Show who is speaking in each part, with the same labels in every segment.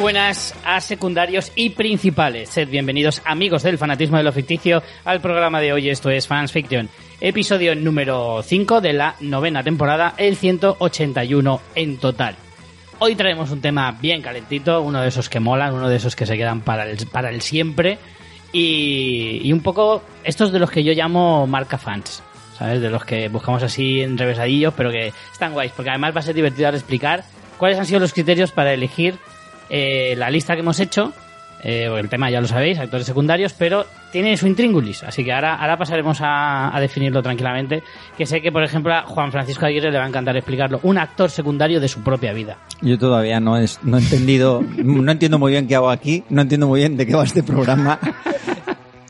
Speaker 1: buenas a secundarios y principales. Sed bienvenidos, amigos del fanatismo de lo ficticio, al programa de hoy. Esto es Fans Fiction, episodio número 5 de la novena temporada, el 181 en total. Hoy traemos un tema bien calentito, uno de esos que molan, uno de esos que se quedan para el, para el siempre. Y, y un poco estos de los que yo llamo marca fans. ¿Sabes? De los que buscamos así en revesadillos, pero que están guays, porque además va a ser divertido ahora explicar cuáles han sido los criterios para elegir eh, la lista que hemos hecho. Eh, el tema ya lo sabéis, actores secundarios, pero tiene su intríngulis, así que ahora, ahora pasaremos a, a definirlo tranquilamente. Que sé que, por ejemplo, a Juan Francisco Aguirre le va a encantar explicarlo. Un actor secundario de su propia vida.
Speaker 2: Yo todavía no, es- no he entendido, no entiendo muy bien qué hago aquí, no entiendo muy bien de qué va este programa.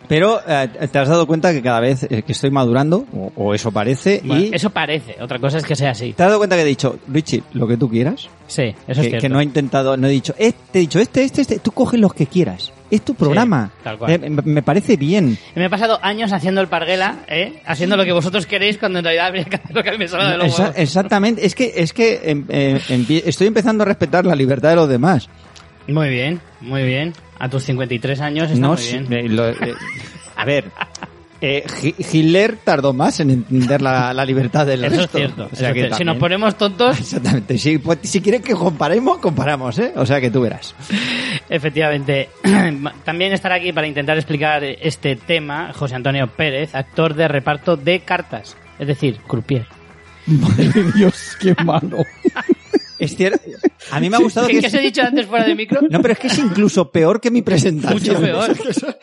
Speaker 2: Pero eh, te has dado cuenta que cada vez eh, que estoy madurando, o, o eso parece,
Speaker 1: Bueno,
Speaker 2: y
Speaker 1: Eso parece, otra cosa es que sea así.
Speaker 2: te has dado cuenta que he dicho, Richie, lo que tú quieras,
Speaker 1: Sí, eso es
Speaker 2: que,
Speaker 1: cierto.
Speaker 2: que no he intentado, no he dicho, "Eh, te he dicho este, este, este, tú coges los que quieras, es tu programa,
Speaker 1: tal cual.
Speaker 2: Eh, me, me parece bien.
Speaker 1: Me he pasado años haciendo el parguela, ¿eh? haciendo lo que vosotros queréis cuando en realidad habría que hacer lo que a mí me salga de los
Speaker 2: Exa-
Speaker 1: huevos.
Speaker 2: exactamente, es que, es que em, em, empie- estoy empezando a respetar la libertad de los demás.
Speaker 1: Muy bien, muy bien. A tus 53 años está
Speaker 2: No,
Speaker 1: muy bien.
Speaker 2: sí, eh, lo- eh, a ver, eh, Hi- Hitler tardó más en entender la, la libertad del
Speaker 1: Eso es
Speaker 2: resto.
Speaker 1: cierto.
Speaker 2: O
Speaker 1: eso
Speaker 2: sea
Speaker 1: es
Speaker 2: que
Speaker 1: cierto. Si nos
Speaker 2: también-
Speaker 1: ponemos tontos,
Speaker 2: Exactamente. Si, pues, si quieres que comparemos, comparamos, ¿eh? O sea que tú verás.
Speaker 1: Efectivamente. También estará aquí para intentar explicar este tema José Antonio Pérez, actor de reparto de cartas, es decir, croupier.
Speaker 3: Madre de Dios, qué malo.
Speaker 2: Es cierto. A mí me ha gustado
Speaker 1: ¿Qué,
Speaker 2: que...
Speaker 1: qué
Speaker 2: es-
Speaker 1: os he dicho antes fuera de micro?
Speaker 2: No, pero es que es incluso peor que mi presentación.
Speaker 1: Mucho peor,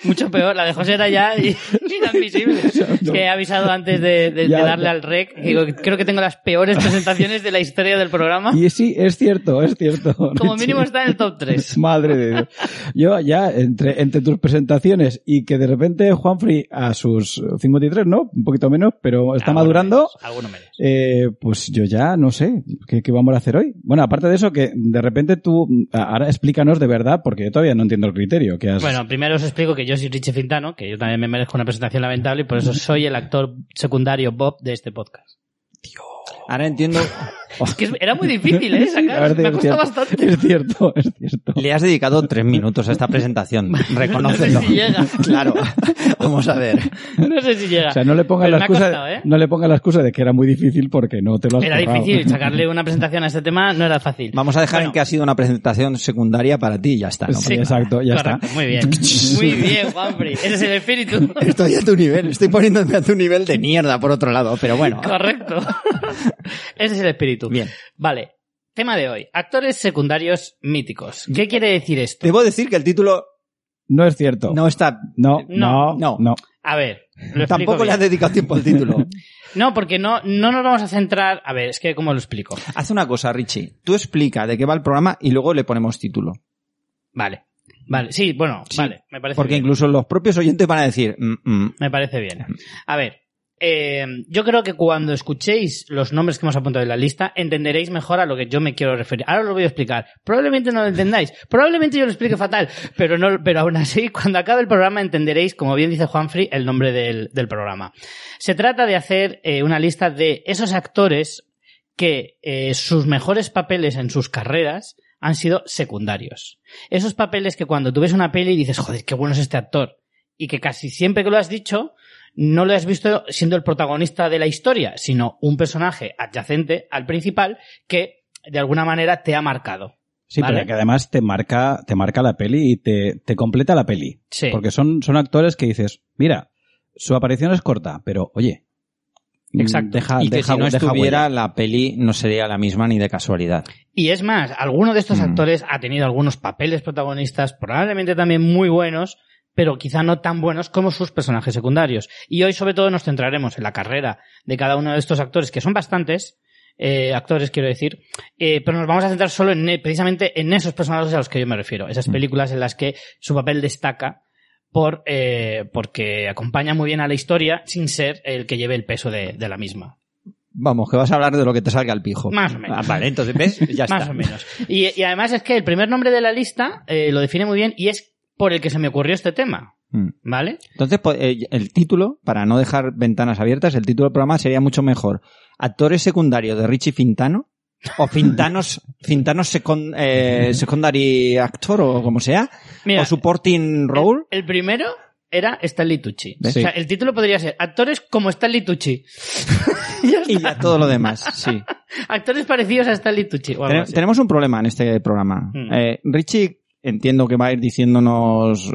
Speaker 1: mucho peor. La de José era ya i- inadmisible. Es que he avisado antes de, de- de
Speaker 3: Ya,
Speaker 1: darle
Speaker 3: ya.
Speaker 1: al rec. Digo, creo que tengo las peores presentaciones de la historia del programa.
Speaker 3: Y sí, es cierto, es cierto.
Speaker 1: Como
Speaker 3: Richie.
Speaker 1: mínimo está en el top 3.
Speaker 3: Madre de Dios. Yo ya, entre, entre tus presentaciones y que de repente Juanfrey a sus 53, ¿no? Un poquito menos, pero
Speaker 1: Ah,
Speaker 3: está madurando.
Speaker 1: Alguno menos.
Speaker 3: Eh, pues yo ya no sé ¿qué, qué vamos a hacer hoy. Bueno, aparte de eso, que de repente tú, a- ahora explícanos de verdad, porque yo todavía no entiendo el criterio que has.
Speaker 1: Bueno, primero os explico que yo soy Richie Fintano, que yo también me merezco una presentación lamentable y por eso soy el actor secundario Bob de este podcast.
Speaker 2: Ahora entiendo.
Speaker 1: Es que es- era muy difícil, ¿eh?
Speaker 3: La verdad
Speaker 1: Sacar. Me ha
Speaker 3: es
Speaker 1: costado
Speaker 3: cierto,
Speaker 1: bastante.
Speaker 3: Es cierto, es cierto.
Speaker 2: Le has dedicado tres minutos a esta presentación. Reconócelo.
Speaker 1: No sé si llega.
Speaker 2: Claro. Vamos a ver.
Speaker 1: No sé si llega.
Speaker 3: O sea, no le pongas
Speaker 1: Pero
Speaker 3: la
Speaker 1: me ha
Speaker 3: excusa,
Speaker 1: costado, ¿eh?
Speaker 3: no le pongas la excusa de que era muy difícil porque no te lo has
Speaker 1: Era
Speaker 3: currado.
Speaker 1: difícil sacarle una presentación a este tema, no era fácil.
Speaker 2: Vamos a dejar
Speaker 1: Bueno.
Speaker 2: en que ha sido una presentación secundaria para ti y ya está. ¿no?
Speaker 3: Sí, exacto, ya
Speaker 1: Correcto,
Speaker 3: está.
Speaker 1: Muy bien. Muy bien, Juanfrey. Ese es el espíritu.
Speaker 2: Estoy a tu nivel, estoy poniéndome a tu nivel de mierda por otro lado, pero bueno.
Speaker 1: Correcto. Ese es el espíritu.
Speaker 2: Bien.
Speaker 1: Vale. Tema de hoy. Actores secundarios míticos. ¿Qué quiere decir esto?
Speaker 2: Debo decir que el título
Speaker 3: No es cierto.
Speaker 2: no está.
Speaker 3: No,
Speaker 1: No.
Speaker 3: no,
Speaker 2: No.
Speaker 3: no.
Speaker 1: A ver. lo explico
Speaker 2: Tampoco le
Speaker 1: bien.
Speaker 2: han dedicado tiempo al título.
Speaker 1: No, porque no, no nos vamos a centrar. A ver, es que cómo lo explico.
Speaker 2: Haz una cosa, Richie. Tú explica de qué va el programa y luego le ponemos título.
Speaker 1: Vale. Vale. Sí, bueno, vale. Me parece
Speaker 2: Porque
Speaker 1: bien.
Speaker 2: incluso los propios oyentes van a decir. "Mm, mm".
Speaker 1: Me parece bien. A ver, eh, yo creo que cuando escuchéis los nombres que hemos apuntado en la lista, entenderéis mejor a lo que yo me quiero referir. Ahora os lo voy a explicar. Probablemente no lo entendáis. Probablemente yo lo explique fatal. Pero, no, pero aún así, cuando acabe el programa, entenderéis, como bien dice Juanfrey, el nombre del, del programa. Se trata de hacer eh, una lista de esos actores que eh, sus mejores papeles en sus carreras han sido secundarios. Esos papeles que cuando tú ves una peli dices, joder, qué bueno es este actor. Y que casi siempre que lo has dicho, no lo has visto siendo el protagonista de la historia, sino un personaje adyacente al principal que de alguna manera te ha marcado.
Speaker 3: Sí,
Speaker 1: Vale.
Speaker 3: pero que además te marca, te marca la peli y te, te completa la peli.
Speaker 1: Sí.
Speaker 3: Porque son, son actores que dices, mira, su aparición es corta, pero oye, mm,
Speaker 1: Exacto.
Speaker 3: deja,
Speaker 2: y que
Speaker 3: deja-
Speaker 2: si no
Speaker 3: deja
Speaker 2: estuviera,
Speaker 3: huella.
Speaker 2: la peli no sería la misma ni de casualidad.
Speaker 1: Y es más, alguno de estos
Speaker 2: Mm.
Speaker 1: actores ha tenido algunos papeles protagonistas, probablemente también muy buenos, pero quizá no tan buenos como sus personajes secundarios. Y hoy sobre todo nos centraremos en la carrera de cada uno de estos actores, que son bastantes, eh, actores quiero decir, eh, pero nos vamos a centrar solo en, eh, precisamente en esos personajes a los que yo me refiero, esas películas en las que su papel destaca por, eh, porque acompaña muy bien a la historia sin ser el que lleve el peso de- de la misma.
Speaker 2: Vamos, que vas a hablar de lo que te salga al pijo.
Speaker 1: Más o menos.
Speaker 2: Ah, vale, entonces, ¿ves? Ya está.
Speaker 1: Más o menos. Y, y además es que el primer nombre de la lista eh, lo define muy bien y es por el que se me ocurrió este tema,
Speaker 2: Mm.
Speaker 1: ¿vale?
Speaker 2: Entonces, pues, eh, el título, para no dejar ventanas abiertas, el título del programa sería mucho mejor. Actores secundarios de Richie Fintano o Fintanos, Fintanos second- eh, secondary actor o como sea,
Speaker 1: Mira,
Speaker 2: o supporting role.
Speaker 1: El, el primero era Stanley Tucci.
Speaker 3: ¿Ves?
Speaker 1: O sea, el título podría ser Actores como Stanley Tucci. Ya está.
Speaker 2: Y ya todo lo demás, sí.
Speaker 1: Actores parecidos a Stanley Tucci. o algo
Speaker 2: Tene-
Speaker 1: así.
Speaker 2: Tenemos un problema en este programa.
Speaker 1: Mm.
Speaker 2: Eh, Richie, entiendo que va a ir diciéndonos,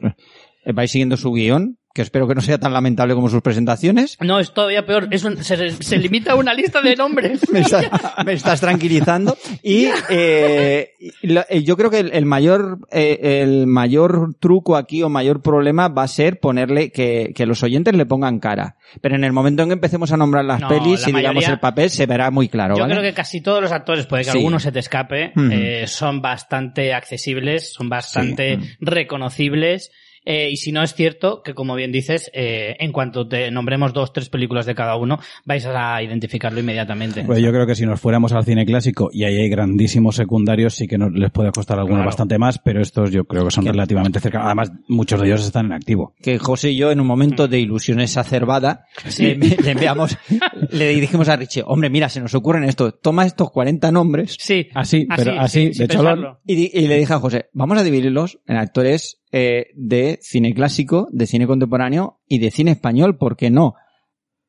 Speaker 2: eh, vais siguiendo su guión, que espero que no sea tan lamentable como sus presentaciones.
Speaker 1: No, es todavía peor. Es un- se, se limita a una lista de nombres.
Speaker 2: Me, está- me estás tranquilizando. Y eh, y la- eh, yo creo que el, el mayor eh, el mayor truco aquí o mayor problema va a ser ponerle que, que los oyentes le pongan cara. Pero en el momento en que empecemos a nombrar las
Speaker 1: No,
Speaker 2: pelis
Speaker 1: la
Speaker 2: y digamos
Speaker 1: mayoría-
Speaker 2: el papel, se verá muy claro.
Speaker 1: Yo
Speaker 2: ¿vale?
Speaker 1: creo que casi todos los actores, puede que
Speaker 2: Sí.
Speaker 1: alguno se te escape,
Speaker 2: Ujú.
Speaker 1: eh, son bastante accesibles, son bastante reconocibles. eh, y si no es cierto, que como bien dices, eh, en cuanto te nombremos dos, tres películas de cada uno, vais a identificarlo inmediatamente.
Speaker 3: Pues yo creo que si nos fuéramos al cine clásico y ahí hay grandísimos secundarios, sí que nos, les puede costar alguno
Speaker 1: Claro.
Speaker 3: bastante más, pero estos yo creo que son
Speaker 2: Que-
Speaker 3: relativamente cercanos. Además, muchos de ellos están en activo.
Speaker 2: que José y yo en un momento de ilusión exacerbada le, le enviamos, le dijimos a Richie, hombre, mira, se nos ocurren esto, toma estos 40 nombres
Speaker 1: sí,
Speaker 3: Así, pero así,
Speaker 1: sin
Speaker 3: de cholón.
Speaker 1: pensarlo.
Speaker 2: y, di- y le dije a José, vamos a dividirlos en actores eh, de cine clásico, de cine contemporáneo y de cine español, ¿por qué no?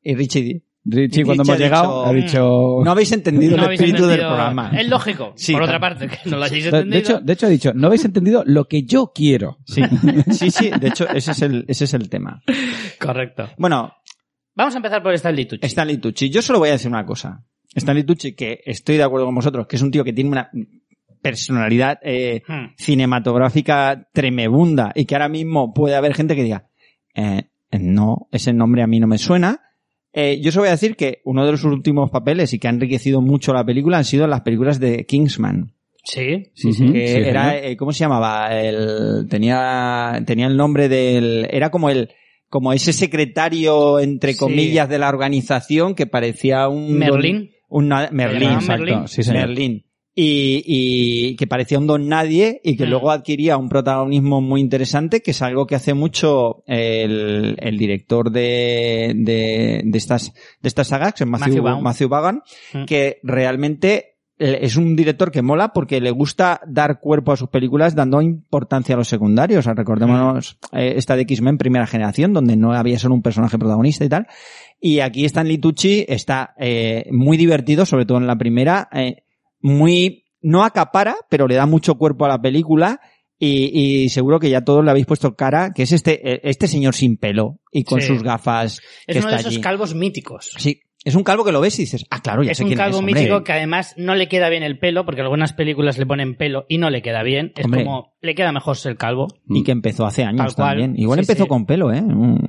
Speaker 2: Y Richie, di-
Speaker 3: Richie,
Speaker 2: Richie
Speaker 3: cuando hemos
Speaker 2: ha "Mm,
Speaker 3: llegado, ha
Speaker 1: dicho,
Speaker 3: dicho...
Speaker 2: no habéis entendido
Speaker 1: No
Speaker 2: el
Speaker 1: habéis
Speaker 2: espíritu del
Speaker 1: entendido-
Speaker 2: programa.
Speaker 1: Es lógico,
Speaker 2: Sí,
Speaker 1: por
Speaker 2: claro.
Speaker 1: otra parte, que no lo hayáis
Speaker 3: de,
Speaker 1: entendido.
Speaker 3: de hecho, de hecho, ha dicho, no habéis entendido lo que yo quiero.
Speaker 2: Sí, sí, sí, de hecho, ese es el, ese es el tema.
Speaker 1: Correcto.
Speaker 2: Bueno,
Speaker 1: Vamos a empezar por Stanley Tucci.
Speaker 2: Stanley Tucci. Yo solo voy a decir una cosa. Stanley Tucci, que estoy de acuerdo con vosotros, que es un tío que tiene una personalidad eh,
Speaker 1: Hmm.
Speaker 2: cinematográfica tremebunda y que ahora mismo puede haber gente que diga, eh, no, ese nombre a mí no me suena. Eh, yo solo voy a decir que uno de los últimos papeles y que ha enriquecido mucho la película han sido las películas de Kingsman.
Speaker 1: Sí.
Speaker 3: Sí, sí,
Speaker 2: que era, eh, ¿cómo se llamaba? El, tenía, tenía el nombre del, era como el, como ese secretario, entre
Speaker 1: Sí.
Speaker 2: comillas, de la organización que parecía un...
Speaker 1: Merlín.
Speaker 2: Un, na- Merlín,
Speaker 1: llamaban
Speaker 2: exacto,
Speaker 1: Merlín.
Speaker 3: Exacto, sí, señor.
Speaker 2: Merlín. Y, y que parecía un don nadie y que
Speaker 1: Mm.
Speaker 2: luego adquiría un protagonismo muy interesante, que es algo que hace mucho el, el director de, de, de estas, de estas sagas, que es Matthew,
Speaker 1: Matthew Vaughn.
Speaker 2: Matthew Vaughan,
Speaker 1: Mm.
Speaker 2: que realmente eh, es un director que mola porque le gusta dar cuerpo a sus películas dando importancia a los secundarios. O sea, Recordémonos
Speaker 1: Mm.
Speaker 2: eh, esta de X-Men primera generación, donde no había solo un personaje protagonista y tal. Y aquí Stanley Tucci está eh, muy divertido, sobre todo en la primera, eh, muy no acapara, pero le da mucho cuerpo a la película y, y seguro que ya todos le habéis puesto cara, que es este eh, este señor sin pelo y con
Speaker 1: Sí.
Speaker 2: sus gafas
Speaker 1: Es
Speaker 2: que
Speaker 1: uno
Speaker 2: está
Speaker 1: de esos
Speaker 2: allí.
Speaker 1: calvos míticos.
Speaker 2: Sí, es un calvo que lo ves y dices, ah, claro, ya
Speaker 1: es
Speaker 2: sé
Speaker 1: un
Speaker 2: quién
Speaker 1: calvo
Speaker 2: es, hombre.
Speaker 1: mítico que además no le queda bien el pelo, porque algunas películas le ponen pelo y no le queda bien. Es
Speaker 2: Hombre.
Speaker 1: como, le queda mejor ser calvo.
Speaker 2: y que empezó hace años
Speaker 1: Tal cual.
Speaker 2: también. Igual
Speaker 1: Sí,
Speaker 2: empezó
Speaker 1: sí.
Speaker 2: con pelo, ¿eh? Mm.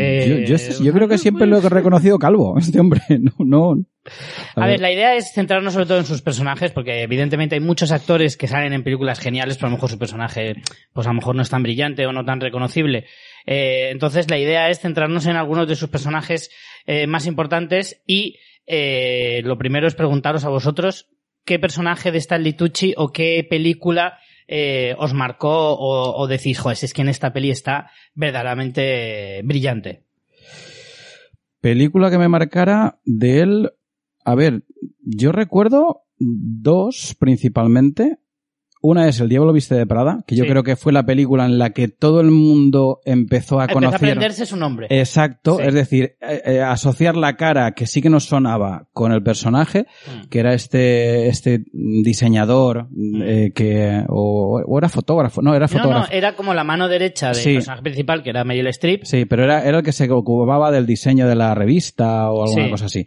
Speaker 1: Eh, pues,
Speaker 3: yo, yo- yo creo que siempre lo he reconocido calvo, este hombre. No, no.
Speaker 1: A ver, la idea es centrarnos sobre todo en sus personajes, porque evidentemente hay muchos actores que salen en películas geniales, pero a lo mejor su personaje, pues a lo mejor no es tan brillante o no tan reconocible. Eh, entonces la idea es centrarnos en algunos de sus personajes eh, más importantes y eh, lo primero es preguntaros a vosotros qué personaje de Stanley Tucci o qué película eh, os marcó o, o decís, joder, si es que en esta peli está verdaderamente brillante.
Speaker 3: Película que me marcara de él. A ver, yo recuerdo dos principalmente. Una es El Diablo Viste de Prada, que yo
Speaker 1: Sí.
Speaker 3: creo que fue la película en la que todo el mundo empezó a
Speaker 1: Empezó a
Speaker 3: conocer.
Speaker 1: aprenderse su nombre.
Speaker 3: Exacto,
Speaker 1: Sí.
Speaker 3: es decir, eh, eh, asociar la cara que sí que nos sonaba con el personaje,
Speaker 1: Mm.
Speaker 3: que era este, este diseñador eh, que o, o era fotógrafo, no, era
Speaker 1: No, no,
Speaker 3: fotógrafo.
Speaker 1: era como la mano derecha del
Speaker 3: Sí.
Speaker 1: personaje principal, que era Meryl Streep.
Speaker 3: Sí, pero era, era el que se ocupaba del diseño de la revista o alguna
Speaker 1: Sí.
Speaker 3: cosa así.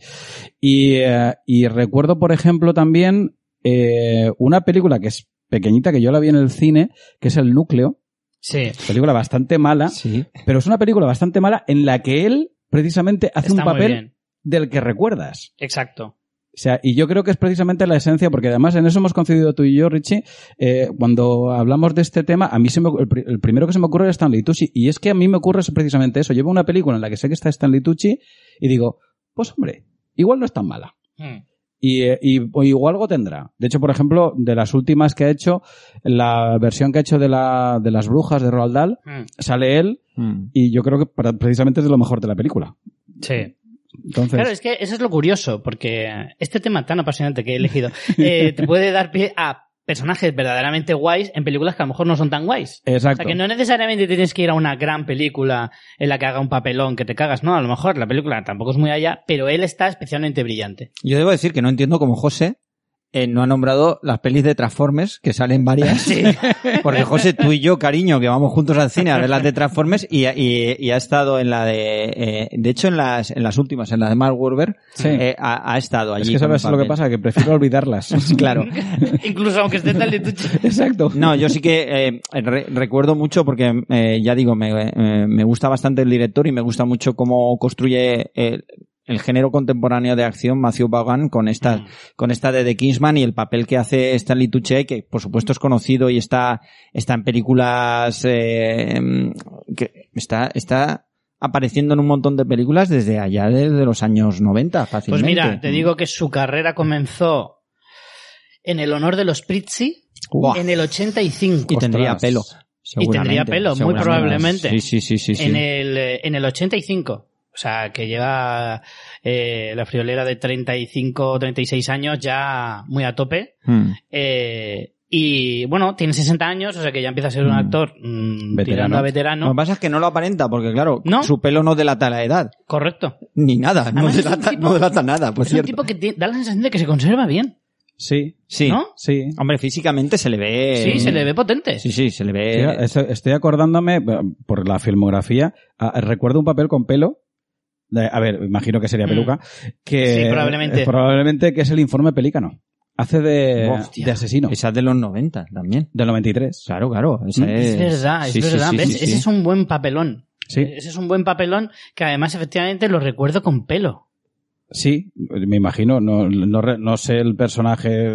Speaker 3: Y, eh, y recuerdo, por ejemplo, también eh, una película que es pequeñita, que yo la vi en el cine, que es El Núcleo,
Speaker 1: Sí.
Speaker 3: película bastante mala,
Speaker 2: Sí.
Speaker 3: pero es una película bastante mala en la que él precisamente hace
Speaker 1: Está
Speaker 3: un
Speaker 1: muy
Speaker 3: papel
Speaker 1: bien.
Speaker 3: del que recuerdas.
Speaker 1: Exacto.
Speaker 3: O sea, y yo creo que es precisamente la esencia, porque además en eso hemos coincidido tú y yo, Richie, eh, cuando hablamos de este tema, a mí se me, el, pri- el primero que se me ocurre es Stanley Tucci, y es que a mí me ocurre eso- precisamente eso. Llevo una película en la que sé que está Stanley Tucci y digo, pues hombre, igual no es tan mala.
Speaker 1: Mm.
Speaker 3: Y, eh, y, o igual algo tendrá. De hecho, por ejemplo, de las últimas que ha hecho, la versión que ha hecho de, la, de las brujas de Roald Dahl,
Speaker 1: Mm.
Speaker 3: sale él,
Speaker 2: Mm.
Speaker 3: y yo creo que para- precisamente es de lo mejor de la película.
Speaker 1: Sí.
Speaker 3: O Entonces,
Speaker 1: Claro, es que eso es lo curioso, porque este tema tan apasionante que he elegido eh, te puede dar pie a personajes verdaderamente guays en películas que a lo mejor no son tan guays. O
Speaker 3: exacto.
Speaker 1: sea, que no necesariamente tienes que ir a una gran película en la que haga un papelón que te cagas, no, a lo mejor la película tampoco es muy allá, pero él está especialmente brillante.
Speaker 2: Yo debo decir que no entiendo cómo José eh, no ha nombrado las pelis de Transformers, que salen varias. Porque José, tú y yo, cariño, que vamos juntos al cine a ver las de Transformers y, y- y ha estado en la de... eh, de hecho, en las, en las últimas, en la de Mark Wahlberg,
Speaker 3: Sí.
Speaker 2: eh, ha, ha estado allí.
Speaker 3: es que
Speaker 2: con el
Speaker 3: sabes lo que
Speaker 2: papel.
Speaker 3: pasa, que prefiero olvidarlas.
Speaker 2: Claro.
Speaker 1: Incluso aunque esté tal de tuche.
Speaker 3: Exacto.
Speaker 2: No, yo sí que eh, re- recuerdo mucho porque, eh, ya digo, me, eh, me gusta bastante el director y me gusta mucho cómo construye el, el género contemporáneo de acción Matthew Vaughan con esta,
Speaker 1: Mm.
Speaker 2: con esta de The Kingsman y el papel que hace Stanley Tucci, que por supuesto es conocido y está, está en películas, eh, que está, está apareciendo en un montón de películas desde allá, desde los años 90,
Speaker 1: Pues
Speaker 2: fácilmente.
Speaker 1: mira, te digo que su carrera comenzó en el honor de los Pritzi
Speaker 2: Buah,
Speaker 1: en el 85.
Speaker 2: y tendría
Speaker 3: Ostras.
Speaker 2: pelo.
Speaker 1: Y tendría
Speaker 2: seguramente,
Speaker 1: pelo, muy
Speaker 2: seguramente.
Speaker 1: probablemente.
Speaker 2: Sí, sí, sí, sí. sí.
Speaker 1: en, el, eh, en el 85. O sea, que lleva eh, la friolera de 35 36 años ya muy a tope.
Speaker 2: Hmm.
Speaker 1: Eh, y bueno, tiene 60 años, o sea que ya empieza a ser un
Speaker 2: Mm.
Speaker 1: actor mm,
Speaker 3: Veterano.
Speaker 1: tirando a veterano.
Speaker 2: Lo que pasa es que no lo aparenta, porque claro,
Speaker 1: ¿No?
Speaker 2: su pelo no delata la edad,
Speaker 1: Correcto.
Speaker 2: ni nada, no
Speaker 1: Además, es un
Speaker 2: delata,
Speaker 1: tipo-
Speaker 2: no delata nada, por
Speaker 1: es un
Speaker 2: cierto.
Speaker 1: tipo que ti- da la sensación de que se conserva bien,
Speaker 3: Sí,
Speaker 2: Sí,
Speaker 1: ¿no?
Speaker 3: sí.
Speaker 2: hombre, físicamente se le ve...
Speaker 1: Sí, se le ve potente.
Speaker 2: Eh, Sí, sí, se le ve...
Speaker 3: Mira, eso- Estoy acordándome eh, por la filmografía. ah, Recuerdo un papel con pelo. de- A ver, imagino que sería
Speaker 1: Mm.
Speaker 3: peluca. Que
Speaker 1: Sí, probablemente.
Speaker 3: eh, probablemente que es el informe pelícano. Hace de,
Speaker 2: Hostia.
Speaker 3: de asesino.
Speaker 2: Esa es de los 90 también.
Speaker 3: Del 93.
Speaker 2: Claro, claro.
Speaker 3: Mm,
Speaker 2: Esa
Speaker 1: Es verdad, es
Speaker 2: sí, sí,
Speaker 1: verdad.
Speaker 2: sí,
Speaker 1: ¿Ves?
Speaker 2: sí, sí.
Speaker 1: Ese es un buen papelón.
Speaker 3: Sí,
Speaker 1: Eh, Ese es un buen papelón que además efectivamente lo recuerdo con pelo.
Speaker 3: sí, me imagino. No, no, re- no sé el personaje.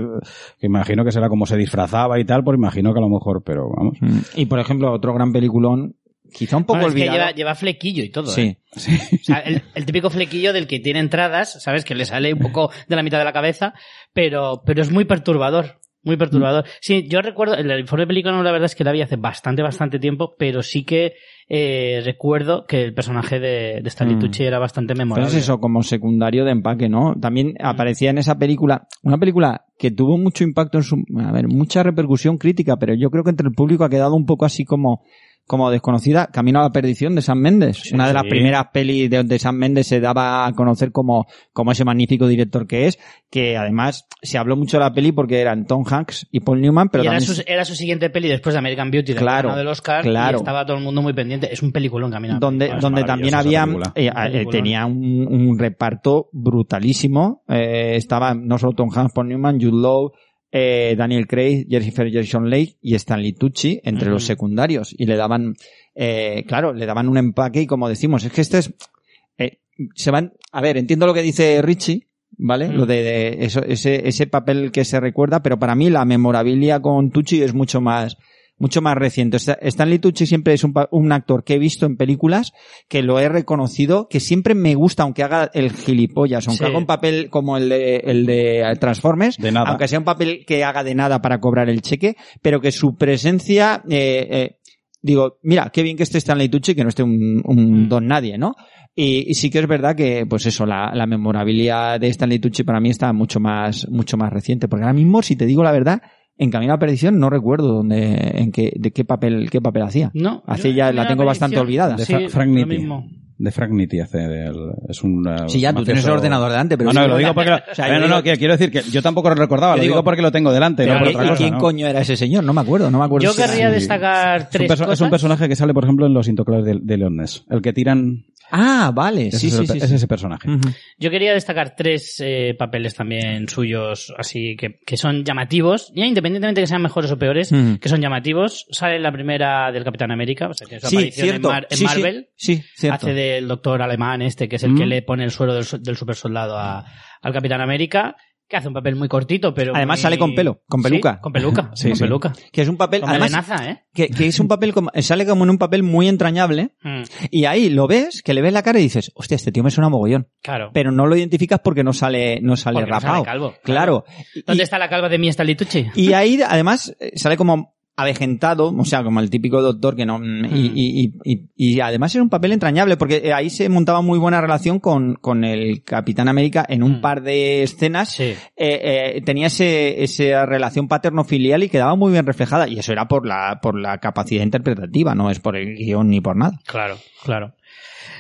Speaker 3: Que imagino que será como se disfrazaba y tal, por imagino que a lo mejor, pero vamos.
Speaker 2: Mm. Y por ejemplo, otro gran peliculón, quizá un poco
Speaker 1: Bueno, es que
Speaker 2: olvidado.
Speaker 1: lleva, lleva flequillo y todo. ¿eh?
Speaker 2: Sí,
Speaker 1: O sea, el, el típico flequillo del que tiene entradas, ¿sabes? Que le sale un poco de la mitad de la cabeza, pero, pero es muy perturbador. Muy perturbador.
Speaker 2: Mm.
Speaker 1: Sí, yo recuerdo, el informe pelícano la verdad es que la vi hace bastante, bastante tiempo, pero sí que eh, recuerdo que el personaje de, de Stanley
Speaker 2: Mm.
Speaker 1: Tucci era bastante memorable. Mm.
Speaker 2: entonces eso como secundario de empaque, ¿no? También aparecía en esa película, una película que tuvo mucho impacto en su, a ver, mucha repercusión crítica, pero yo creo que entre el público ha quedado un poco así como, como desconocida, Camino a la Perdición de San Méndez. una de las
Speaker 3: sí.
Speaker 2: primeras pelis de, de San Méndez se daba a conocer como, como ese magnífico director que es, que además se habló mucho de la peli porque eran Tom Hanks y Paul Newman, pero
Speaker 1: y era
Speaker 2: también...
Speaker 1: su, era su siguiente peli después de American Beauty, del
Speaker 2: Claro,
Speaker 1: ganado del Oscar,
Speaker 2: claro.
Speaker 1: y estaba todo el mundo muy pendiente. Es un peliculón caminando.
Speaker 2: donde,
Speaker 3: Ah, es
Speaker 2: donde también
Speaker 3: maravillosa
Speaker 2: había
Speaker 3: esa película.
Speaker 2: eh, eh,
Speaker 1: Peliculón.
Speaker 2: tenía un, un reparto brutalísimo eh, estaba no solo Tom Hanks Paul Newman Jude Law eh, Daniel Craig Jennifer Jason Leigh y Stanley Tucci entre
Speaker 1: Ujú.
Speaker 2: los secundarios y le daban eh, claro le daban un empaque y como decimos es que este es eh, se van a ver entiendo lo que dice Richie ¿Vale?
Speaker 1: Mm.
Speaker 2: Lo de, de eso, ese, ese papel que se recuerda, pero para mí la memorabilia con Tucci es mucho más, mucho más reciente. O sea, Stanley Tucci siempre es un, pa- un actor que he visto en películas, que lo he reconocido, que siempre me gusta, aunque haga el gilipollas, aunque
Speaker 1: Sí.
Speaker 2: haga un papel como el de, el de Transformers,
Speaker 3: De nada.
Speaker 2: aunque sea un papel que haga de nada para cobrar el cheque, pero que su presencia, eh, eh, digo, mira, qué bien que esté Stanley Tucci, que no esté un, un
Speaker 1: Mm.
Speaker 2: don nadie, ¿no? Y, y sí que es verdad que, pues eso, la, la memorabilidad de Stanley Tucci para mí está mucho más, mucho más reciente, porque ahora mismo, si te digo la verdad, en Camino a la Perdición no recuerdo dónde, en qué, de qué papel, qué papel hacía.
Speaker 1: No,
Speaker 2: Hace
Speaker 1: yo-
Speaker 2: ya-
Speaker 1: yo
Speaker 2: la
Speaker 1: me
Speaker 2: tengo bastante
Speaker 1: predicción.
Speaker 2: olvidada.
Speaker 3: De
Speaker 1: Sí,
Speaker 3: Fra- Frank
Speaker 1: lo
Speaker 3: Nitti.
Speaker 1: mismo.
Speaker 3: De Frank Nitti hace del- es un. eh,
Speaker 2: Sí, ya, tú
Speaker 3: mafioso-
Speaker 2: tienes el ordenador delante, pero
Speaker 3: no,
Speaker 2: sí
Speaker 3: no,
Speaker 2: que
Speaker 3: lo
Speaker 2: lo-
Speaker 3: digo porque. lo-
Speaker 2: sea,
Speaker 3: a ver,
Speaker 2: yo
Speaker 3: no, no,
Speaker 2: digo-
Speaker 3: que quiero decir que yo tampoco lo recordaba,
Speaker 2: Yo
Speaker 3: lo digo,
Speaker 2: digo-
Speaker 3: porque lo tengo delante, no
Speaker 2: Pero
Speaker 3: por
Speaker 2: ¿y-
Speaker 3: otra
Speaker 2: y
Speaker 3: cosa,
Speaker 2: ¿Quién
Speaker 3: ¿no?
Speaker 2: coño era ese señor? No me acuerdo, no me acuerdo.
Speaker 1: Yo
Speaker 2: si era-
Speaker 1: querría destacar
Speaker 3: Es un,
Speaker 1: tres
Speaker 3: perso-
Speaker 1: cosas.
Speaker 3: es un personaje que sale, por ejemplo, en Los Intocables de, de Leones. El que tiran.
Speaker 2: Ah, vale,
Speaker 3: ese
Speaker 2: sí,
Speaker 3: es, el
Speaker 2: sí, sí.
Speaker 3: pe-
Speaker 2: Mm.
Speaker 3: es
Speaker 2: sí.
Speaker 3: ese personaje.
Speaker 2: Ujú.
Speaker 1: Yo quería destacar tres eh, papeles también suyos, así que, que son llamativos, ya independientemente que sean mejores o peores,
Speaker 2: Mm.
Speaker 1: que son llamativos. Sale la primera del Capitán América, o sea, tiene su aparición en, Mar- en
Speaker 2: Sí, sí.
Speaker 1: Marvel.
Speaker 2: Sí, cierto.
Speaker 1: Hace del doctor alemán este, que es el que
Speaker 2: Mm.
Speaker 1: le pone el suero del, su- del super soldado al Capitán América, que hace un papel muy cortito, pero...
Speaker 2: Además
Speaker 1: muy-
Speaker 2: sale con pelo, con peluca.
Speaker 1: Sí, con peluca,
Speaker 3: Sí,
Speaker 1: con
Speaker 3: sí.
Speaker 1: peluca.
Speaker 2: Que es un papel,
Speaker 1: Con
Speaker 2: además,
Speaker 1: melenaza, ¿eh?
Speaker 2: que, que es un papel como, sale como en un papel muy entrañable
Speaker 1: Mm,
Speaker 2: y ahí lo ves, que le ves la cara y dices, hostia, este tío me suena mogollón.
Speaker 1: claro.
Speaker 2: Pero no lo identificas porque no sale, no sale
Speaker 1: Porque no sale
Speaker 2: rapado.
Speaker 1: calvo.
Speaker 2: Claro.
Speaker 1: ¿Dónde
Speaker 2: Y-
Speaker 1: está la calva de mi Stanley Tucci?
Speaker 2: Y ahí, además, eh, sale como avejentado, o sea, como el típico doctor que no... mm,
Speaker 1: Mm.
Speaker 2: Y, y, y, y- y además es un papel entrañable, porque eh, ahí se montaba muy buena relación con, con el Capitán América en un
Speaker 1: Mm.
Speaker 2: par de escenas.
Speaker 1: Sí.
Speaker 2: Eh, eh, tenía ese, esa relación paterno-filial y quedaba muy bien reflejada. Y eso era por la, por la capacidad interpretativa, no es por el guión ni por nada.
Speaker 1: Claro, claro.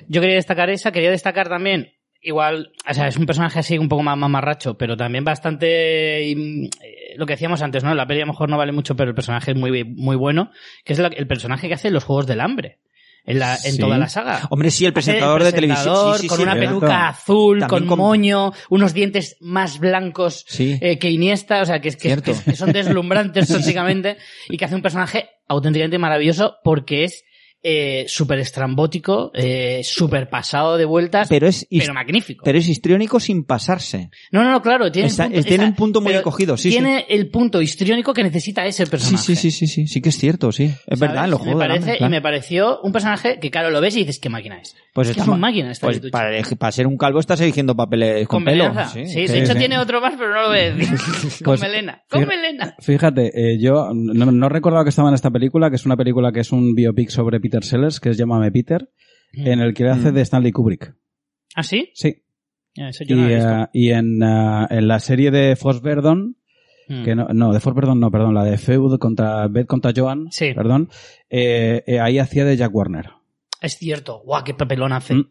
Speaker 1: Yo quería destacar esa, quería destacar también, igual, o sea, es un personaje así un poco más mamarracho, pero también bastante mm, eh, lo que decíamos antes, ¿no? La peli a lo mejor no vale mucho, pero el personaje es muy, muy bueno, que es la- el personaje que hace los Juegos del Hambre en, la, en
Speaker 3: Sí.
Speaker 1: toda la saga.
Speaker 2: Hombre, sí, el presentador,
Speaker 1: El
Speaker 2: de televisión.
Speaker 1: presentador
Speaker 2: Sí, sí,
Speaker 1: con
Speaker 2: sí,
Speaker 1: una
Speaker 2: ¿verdad?
Speaker 3: cierto.
Speaker 1: peluca azul,
Speaker 2: También
Speaker 1: con
Speaker 2: con-
Speaker 1: moño, unos dientes más blancos
Speaker 2: Sí.
Speaker 1: eh, que Iniesta, o sea, que, es- que, es-
Speaker 2: Cierto.
Speaker 1: que son deslumbrantes prácticamente y que hace un personaje auténticamente maravilloso porque es eh, súper estrambótico, eh, súper pasado de vueltas, pero,
Speaker 2: pero es, his-
Speaker 1: magnífico.
Speaker 2: pero es histriónico sin pasarse.
Speaker 1: no, no, no, claro, tiene,
Speaker 2: Está-
Speaker 1: el punto,
Speaker 2: tiene
Speaker 1: está-
Speaker 2: un punto muy
Speaker 1: pero
Speaker 2: encogido, sí,
Speaker 1: Tiene el punto histriónico que necesita ese
Speaker 2: Sí,
Speaker 1: personaje.
Speaker 2: sí, sí, sí, sí, sí que es cierto, sí. Es
Speaker 1: ¿sabes?
Speaker 2: verdad, en los
Speaker 1: me
Speaker 2: juegos del
Speaker 1: parece,
Speaker 2: hambre,
Speaker 1: Y
Speaker 2: claro.
Speaker 1: me pareció un personaje que, claro, lo ves y dices, ¿qué máquina es?
Speaker 2: Pues
Speaker 1: Es que
Speaker 2: está
Speaker 1: es un este
Speaker 2: ma-
Speaker 1: máquina esta
Speaker 2: Pues
Speaker 1: litucha.
Speaker 2: para, para ser un calvo estás eligiendo papeles con, pelo.
Speaker 1: venganza. Sí,
Speaker 2: que-
Speaker 1: de hecho
Speaker 3: sí.
Speaker 1: tiene otro más, pero no lo voy a decir. con
Speaker 3: Pues,
Speaker 1: melena, con
Speaker 3: fíjate-
Speaker 1: melena.
Speaker 3: Fíjate, eh, yo no, no recordaba que estaba en esta película, que es una película que es un biopic sobre Peter Sellers, que es Llámame Peter, en el que le hace
Speaker 2: Mm.
Speaker 3: de Stanley Kubrick.
Speaker 1: ¿Ah, sí?
Speaker 3: Sí.
Speaker 1: Eso
Speaker 3: Y,
Speaker 1: yo no lo he visto.
Speaker 3: eh, y en, eh, en la serie de Foss Verdon,
Speaker 1: Mm.
Speaker 3: que no, no, de Ford, perdón, no, perdón, la de Feud contra Beth contra Joan,
Speaker 1: Sí.
Speaker 3: perdón, eh, eh, ahí hacía de Jack Warner.
Speaker 1: Es cierto, guau, qué papelón hace.
Speaker 3: Mm.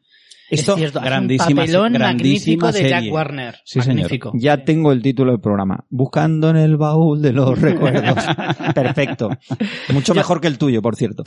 Speaker 1: es
Speaker 2: Esto,
Speaker 1: cierto, hace un
Speaker 3: grandísima
Speaker 1: papelón
Speaker 3: se-
Speaker 1: magnífico
Speaker 3: grandísima
Speaker 1: de Jack
Speaker 3: serie.
Speaker 1: Warner.
Speaker 3: Sí, señor.
Speaker 1: magnífico.
Speaker 2: Ya tengo el título del programa. Buscando en el baúl de los recuerdos. Perfecto. Mucho mejor que el tuyo, por cierto.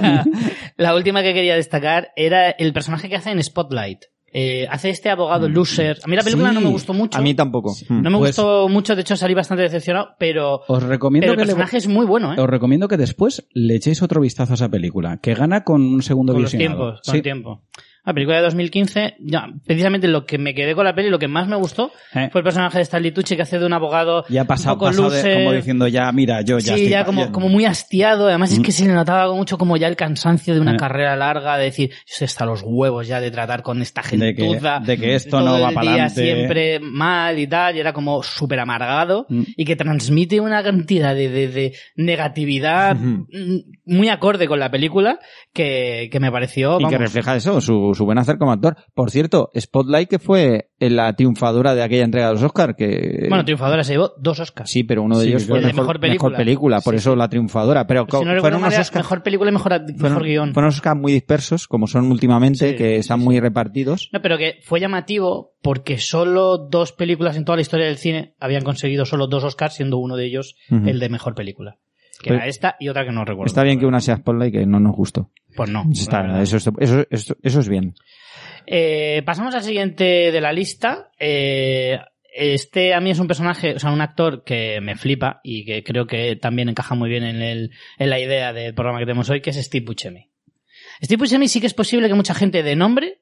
Speaker 1: La, la última que quería destacar era el personaje que hace en Spotlight. Eh, hace este abogado
Speaker 3: Mm.
Speaker 1: loser. A mí la película
Speaker 2: Sí.
Speaker 1: no me gustó mucho.
Speaker 2: A mí tampoco. Mm.
Speaker 1: no me
Speaker 3: Pues-
Speaker 1: gustó mucho, de hecho salí bastante decepcionado, pero,
Speaker 3: Os recomiendo
Speaker 1: pero el
Speaker 3: que le-
Speaker 1: personaje es muy bueno, ¿eh?
Speaker 3: os recomiendo que después le echéis otro vistazo a esa película, que gana con un segundo
Speaker 1: Con los
Speaker 3: visionado.
Speaker 1: tiempos, con el
Speaker 3: Sí.
Speaker 1: tiempo. La película de 2015, ya, precisamente lo que me quedé con la peli, lo que más me gustó,
Speaker 3: Eh.
Speaker 1: fue el personaje de Stanley Tucci que hace de un abogado
Speaker 3: Ya ha pasado,
Speaker 1: un poco
Speaker 3: pasado de-
Speaker 1: loser,
Speaker 3: como diciendo ya, mira, yo Pues ya
Speaker 1: sí,
Speaker 3: estoy
Speaker 1: ya
Speaker 3: pa-
Speaker 1: como,
Speaker 3: ya- Mm.
Speaker 1: como muy hastiado. Además es que se le notaba mucho como ya el cansancio de una
Speaker 3: Eh.
Speaker 1: carrera larga, de decir, se está los huevos ya de tratar con esta
Speaker 3: de que,
Speaker 1: gentuza.
Speaker 3: de que esto
Speaker 1: todo
Speaker 3: no
Speaker 1: el
Speaker 3: va para
Speaker 1: día
Speaker 3: adelante.
Speaker 1: siempre mal y tal, y era como súper amargado
Speaker 3: Mm.
Speaker 1: y que transmite una cantidad de, de- de negatividad
Speaker 2: Ujú.
Speaker 1: mm, muy acorde con la película que, que me pareció...
Speaker 2: Y que
Speaker 1: Oh, vamos,
Speaker 2: refleja eso, su, su buen hacer como actor. Por cierto, Spotlight que fue la triunfadora de aquella entrega de los Oscars, que...
Speaker 1: bueno, triunfadora se llevó dos Oscars.
Speaker 2: Sí, pero uno de
Speaker 3: Sí,
Speaker 2: ellos fue
Speaker 3: claro.
Speaker 2: mejor,
Speaker 1: Mejor
Speaker 2: mejor película.
Speaker 1: película.
Speaker 2: por eso la triunfadora. Pero
Speaker 1: Si no
Speaker 2: co-
Speaker 1: recuerdo
Speaker 2: fueron unos
Speaker 1: mal, era
Speaker 2: Oscars
Speaker 1: mejor película y mejor, mejor
Speaker 2: fueron,
Speaker 1: guión.
Speaker 2: fueron Oscars muy dispersos, como son últimamente,
Speaker 1: Sí,
Speaker 2: que están muy repartidos.
Speaker 1: No, pero que fue llamativo porque solo dos películas en toda la historia del cine habían conseguido solo dos Oscars, siendo uno de ellos
Speaker 2: Ujú.
Speaker 1: el de mejor película. Que
Speaker 2: Pero-
Speaker 1: era esta y otra que no recuerdo.
Speaker 2: Está bien que una sea Spotlight que no nos gustó.
Speaker 1: Pues no. la
Speaker 2: Está,
Speaker 1: verdad.
Speaker 2: eso, es- eso, eso, eso es bien.
Speaker 1: Eh, pasamos al siguiente de la lista. Eh, este a mí es un personaje, o sea, un actor que me flipa y que creo que también encaja muy bien en, el, en la idea del programa que tenemos hoy, que es Steve Buscemi. Steve Buscemi sí que es posible que mucha gente de nombre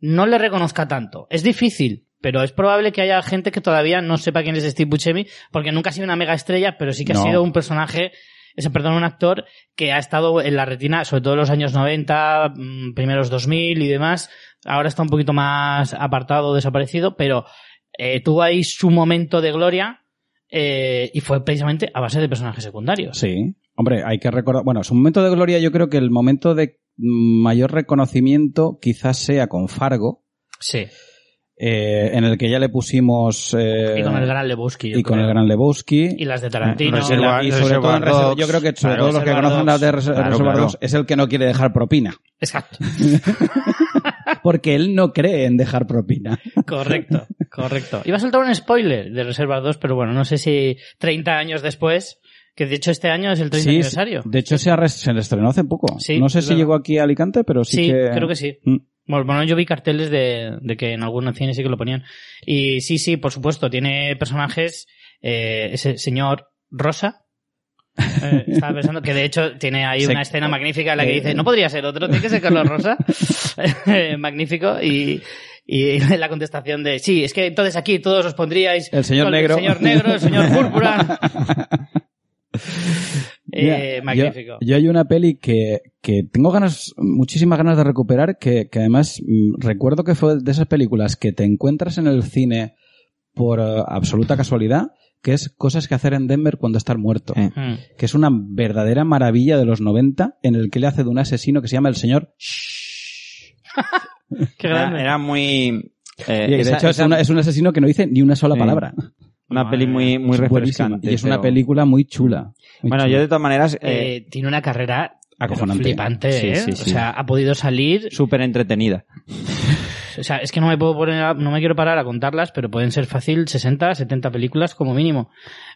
Speaker 1: no le reconozca tanto. Es difícil, pero es probable que haya gente que todavía no sepa quién es Steve Buscemi, porque nunca ha sido una mega estrella, pero sí que ha
Speaker 3: No.
Speaker 1: sido un personaje, o sea, perdón, un actor que ha estado en la retina, sobre todo en los años 90, mm, primeros 2000 y demás. Ahora está un poquito más apartado, desaparecido, pero eh, tuvo ahí su momento de gloria eh, y fue precisamente a base de personajes secundarios.
Speaker 3: Sí. Hombre, hay que recordar. Bueno, su momento de gloria, yo creo que el momento de mayor reconocimiento quizás sea con Fargo,
Speaker 1: Sí.
Speaker 3: eh, en el que ya le pusimos. eh,
Speaker 1: Y con el gran Lebowski. yo
Speaker 3: y con
Speaker 1: creo.
Speaker 3: el gran Lebowski.
Speaker 1: Y las de Tarantino.
Speaker 3: Y
Speaker 2: Reserva-
Speaker 3: la- y sobre
Speaker 2: Reservoir
Speaker 3: todo en Reserva-
Speaker 2: Dogs.
Speaker 3: yo creo que sobre
Speaker 2: Claro,
Speaker 3: todo los que
Speaker 1: Reservoir
Speaker 3: conocen las de Res-
Speaker 2: Claro,
Speaker 3: Reservoir
Speaker 2: claro.
Speaker 3: Dogs, es el que no quiere dejar propina.
Speaker 1: Exacto.
Speaker 3: Porque él no cree en dejar propina.
Speaker 1: Correcto, correcto. Iba a soltar un spoiler de Reserva 2, pero bueno, no sé si 30 años después, que de hecho este año es el 30
Speaker 3: Sí,
Speaker 1: aniversario.
Speaker 3: De hecho, se, ha res- se le estrenó hace poco.
Speaker 1: Sí,
Speaker 3: no sé
Speaker 1: es
Speaker 3: si
Speaker 1: verdad.
Speaker 3: llegó aquí a Alicante, pero sí,
Speaker 1: Sí,
Speaker 3: que.
Speaker 1: creo que sí.
Speaker 3: Mm.
Speaker 1: Bueno, bueno, yo vi carteles de, de que en algunos cines sí que lo ponían. Y sí, sí, por supuesto, tiene personajes, eh, ese señor Rosa. Eh, estaba pensando que de hecho tiene ahí
Speaker 3: Se-
Speaker 1: una escena magnífica en la que
Speaker 3: eh,
Speaker 1: dice, no podría ser otro, tiene que ser Carlos Rosa. Eh, Magnífico. Y, y la contestación de, sí, es que entonces aquí todos os pondríais
Speaker 3: El señor
Speaker 1: con
Speaker 3: negro.
Speaker 1: el señor negro, el señor púrpura. Eh,
Speaker 3: Mira,
Speaker 1: magnífico.
Speaker 3: Yo, yo hay una peli que, que tengo ganas, muchísimas ganas de recuperar, que, que además mm, recuerdo que fue de esas películas que te encuentras en el cine por eh, absoluta casualidad, que es Cosas que hacer en Denver cuando estar muerto,
Speaker 2: Eh.
Speaker 1: Mm.
Speaker 3: que es una verdadera maravilla de los 90 en el que le hace de un asesino que se llama el señor
Speaker 1: Qué
Speaker 2: Era,
Speaker 1: grande.
Speaker 2: era muy... eh,
Speaker 3: Y de
Speaker 2: esa-
Speaker 3: hecho es,
Speaker 2: esa-
Speaker 3: una- es un asesino que no dice ni una sola
Speaker 2: Sí.
Speaker 3: palabra.
Speaker 2: una peli muy, muy
Speaker 3: Es buenísima.
Speaker 2: refrescante.
Speaker 3: Y es una
Speaker 2: pero-
Speaker 3: película muy chula. muy
Speaker 2: Bueno,
Speaker 3: chula.
Speaker 2: yo de todas maneras, eh,
Speaker 1: Eh, tiene una carrera pero
Speaker 3: Acojonante.
Speaker 1: flipante,
Speaker 2: Sí,
Speaker 1: ¿eh?
Speaker 2: sí, sí.
Speaker 1: O sea, ha podido salir.
Speaker 2: súper entretenida.
Speaker 1: O sea, es que no me puedo poner, a- no me quiero parar a contarlas, pero pueden ser fácil 60, 70 películas como mínimo.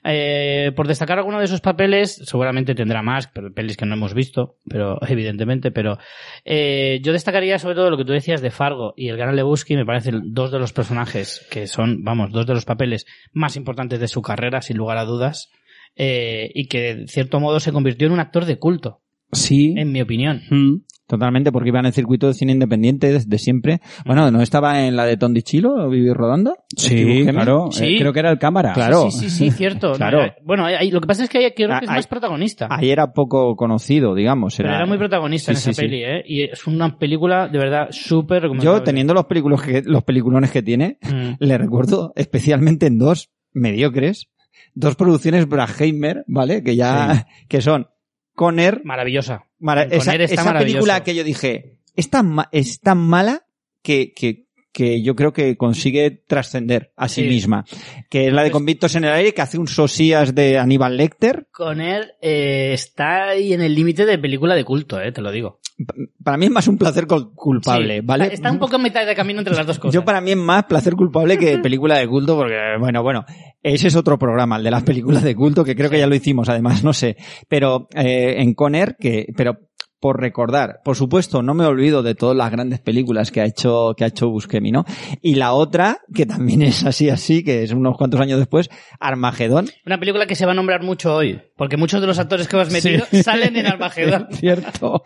Speaker 1: Eh, por destacar alguno de esos papeles, seguramente tendrá más, pero pelis que no hemos visto, pero evidentemente, pero eh, yo destacaría sobre todo lo que tú decías de Fargo y el Gran Lebowski, me parecen dos de los personajes que son, vamos, dos de los papeles más importantes de su carrera, sin lugar a dudas, eh, y que de cierto modo se convirtió en un actor de culto,
Speaker 3: Sí.
Speaker 1: en mi opinión.
Speaker 3: Mm.
Speaker 2: Totalmente, porque iba en el circuito de cine independiente desde siempre. Bueno, ¿no estaba en la de Tondi Chilo, Vivir Rodando?
Speaker 3: Sí,
Speaker 2: Steve Buscemi.
Speaker 3: claro.
Speaker 1: Sí.
Speaker 3: Eh, creo que era el cámara.
Speaker 2: Claro.
Speaker 1: Sí, sí, sí, cierto.
Speaker 2: Claro.
Speaker 1: No, era- bueno, ahí- lo que pasa es que ahí creo
Speaker 2: Ah,
Speaker 1: que es
Speaker 2: ahí-
Speaker 1: más protagonista.
Speaker 2: Ahí era poco conocido, digamos.
Speaker 1: pero era muy protagonista
Speaker 2: sí,
Speaker 1: en esa
Speaker 2: sí, sí.
Speaker 1: peli, ¿eh? Y es una película de verdad súper recomendable.
Speaker 2: Yo, teniendo los, películas que, los peliculones que tiene,
Speaker 1: Mm.
Speaker 2: le recuerdo especialmente en dos mediocres, dos producciones Braheimer, ¿vale? Que ya, que son Conner,
Speaker 1: Maravillosa.
Speaker 2: mara-
Speaker 1: Con
Speaker 2: esa,
Speaker 1: él está
Speaker 2: esa película
Speaker 1: maravilloso.
Speaker 2: que yo dije, es tan, ma- es tan mala que, que, que yo creo que consigue trascender a sí,
Speaker 1: Sí.
Speaker 2: misma. Que es la de
Speaker 1: Pues-
Speaker 2: Convictos en el aire, que hace un sosías de Aníbal Lecter.
Speaker 1: Con él eh, está ahí en el límite de película de culto, ¿eh? Te lo digo.
Speaker 2: Pa- Para mí es más un placer cul- culpable,
Speaker 1: Sí.
Speaker 2: ¿vale?
Speaker 1: Está un poco en mitad de camino entre las dos cosas.
Speaker 2: Yo para mí es más placer culpable que película de culto, porque bueno, bueno, ese es otro programa, el de las películas de culto, que creo que ya lo hicimos, además, no sé. Pero eh, en Conner, que, pero por recordar, por supuesto, no me olvido de todas las grandes películas que ha hecho, que ha hecho Buscemi, ¿no? Y la otra, que también es así, así, que es unos cuantos años después, Armagedón.
Speaker 1: Una película que se va a nombrar mucho hoy, porque muchos de los actores que hemos metido salen en Armagedón.
Speaker 2: Eh,
Speaker 3: Cierto.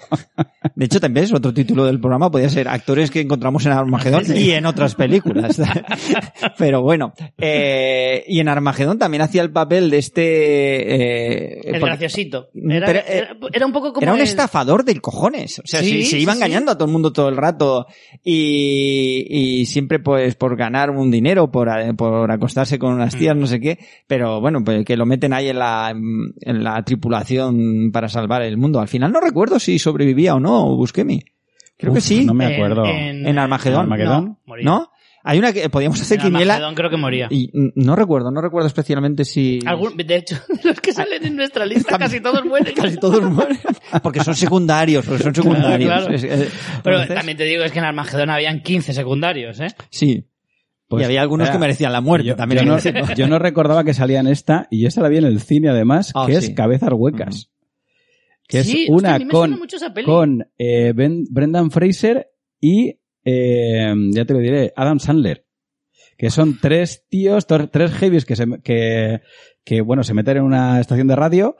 Speaker 2: De hecho, también es otro título del programa, podría ser actores que encontramos en Armagedón y en otras películas. Pero bueno, eh, y en Armagedón también hacía el papel de este... eh,
Speaker 1: El
Speaker 2: pa-
Speaker 1: graciosito. Era,
Speaker 2: Pero, eh,
Speaker 1: era- era un poco como.
Speaker 2: era un
Speaker 1: el-
Speaker 2: estafador del cojones. O sea,
Speaker 1: Sí,
Speaker 2: se, se
Speaker 1: sí,
Speaker 2: iba
Speaker 1: sí.
Speaker 2: engañando a todo el mundo todo el rato. Y, y siempre, pues, por ganar un dinero, por, a- por acostarse con unas
Speaker 1: Mm.
Speaker 2: tías, no sé qué. Pero bueno, pues que lo meten ahí en la, en la tripulación para salvar el mundo. Al final no recuerdo si sobrevivía o no, Busquemi. Creo que
Speaker 3: Uf,
Speaker 2: sí.
Speaker 3: No me
Speaker 1: en-
Speaker 3: acuerdo.
Speaker 1: En,
Speaker 2: En Armagedón.
Speaker 3: en Armagedón.
Speaker 2: No.
Speaker 1: Moría.
Speaker 2: ¿No? Hay una que eh, podíamos hacer
Speaker 1: En
Speaker 2: quiniela.
Speaker 1: Armagedón creo que moría.
Speaker 2: Y mm, no recuerdo, no recuerdo especialmente si.
Speaker 1: Algún- de hecho, los que salen en nuestra lista casi todos mueren.
Speaker 2: Casi todos mueren. Porque son secundarios, porque son secundarios.
Speaker 1: Claro, claro.
Speaker 2: Es- eh,
Speaker 1: Pero
Speaker 2: entonces-
Speaker 1: también te digo es que en Armagedón habían 15 secundarios, ¿eh?
Speaker 2: Sí.
Speaker 3: Pues,
Speaker 2: y había algunos
Speaker 3: espera,
Speaker 2: que merecían la muerte
Speaker 3: yo,
Speaker 2: también.
Speaker 3: yo
Speaker 2: hay
Speaker 3: no,
Speaker 2: que decirlo.
Speaker 3: yo no recordaba que salía en esta, y esta la vi en el cine además,
Speaker 2: Ah,
Speaker 3: que
Speaker 2: sí.
Speaker 3: es Cabezas Huecas. Que
Speaker 1: Sí,
Speaker 3: es una
Speaker 1: hostia, a mí me suena
Speaker 3: con,
Speaker 1: mucho esa peli.
Speaker 3: con eh, Ben- Brendan Fraser y, eh, ya te lo diré, Adam Sandler. Que son tres tíos, tor- tres heavies que, se, que, que, bueno, se meten en una estación de radio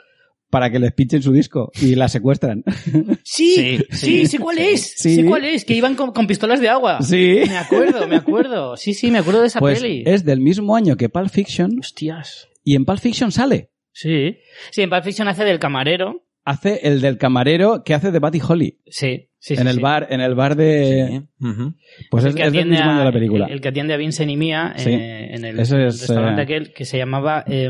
Speaker 3: para que les pinchen su disco y la secuestran.
Speaker 1: Sí,
Speaker 2: Sí,
Speaker 1: sí,
Speaker 2: sí,
Speaker 1: sí, sé cuál es.
Speaker 3: Sí.
Speaker 1: Sé cuál es, que iban con, con pistolas de agua.
Speaker 3: Sí.
Speaker 1: Me acuerdo, me acuerdo. Sí, sí, me acuerdo de Ah. esa
Speaker 3: Pues
Speaker 1: peli.
Speaker 3: es del mismo año que Pulp Fiction
Speaker 1: Hostias.
Speaker 3: y en Pulp Fiction sale.
Speaker 1: Sí. Sí, en Pulp Fiction hace del camarero.
Speaker 3: Hace el del camarero que hace de Buddy Holly
Speaker 1: Sí, sí, sí,
Speaker 3: en el
Speaker 1: sí.
Speaker 3: bar, en el bar de...
Speaker 2: Sí. Ujú.
Speaker 3: Pues
Speaker 1: El
Speaker 3: es,
Speaker 1: que
Speaker 3: es del
Speaker 1: atiende
Speaker 3: mismo año de la
Speaker 1: a-
Speaker 3: película.
Speaker 1: El, el que atiende a Vincent y Mía eh,
Speaker 3: Sí.
Speaker 1: en el
Speaker 3: Ese es,
Speaker 1: restaurante
Speaker 3: eh,
Speaker 1: aquel que se llamaba eh,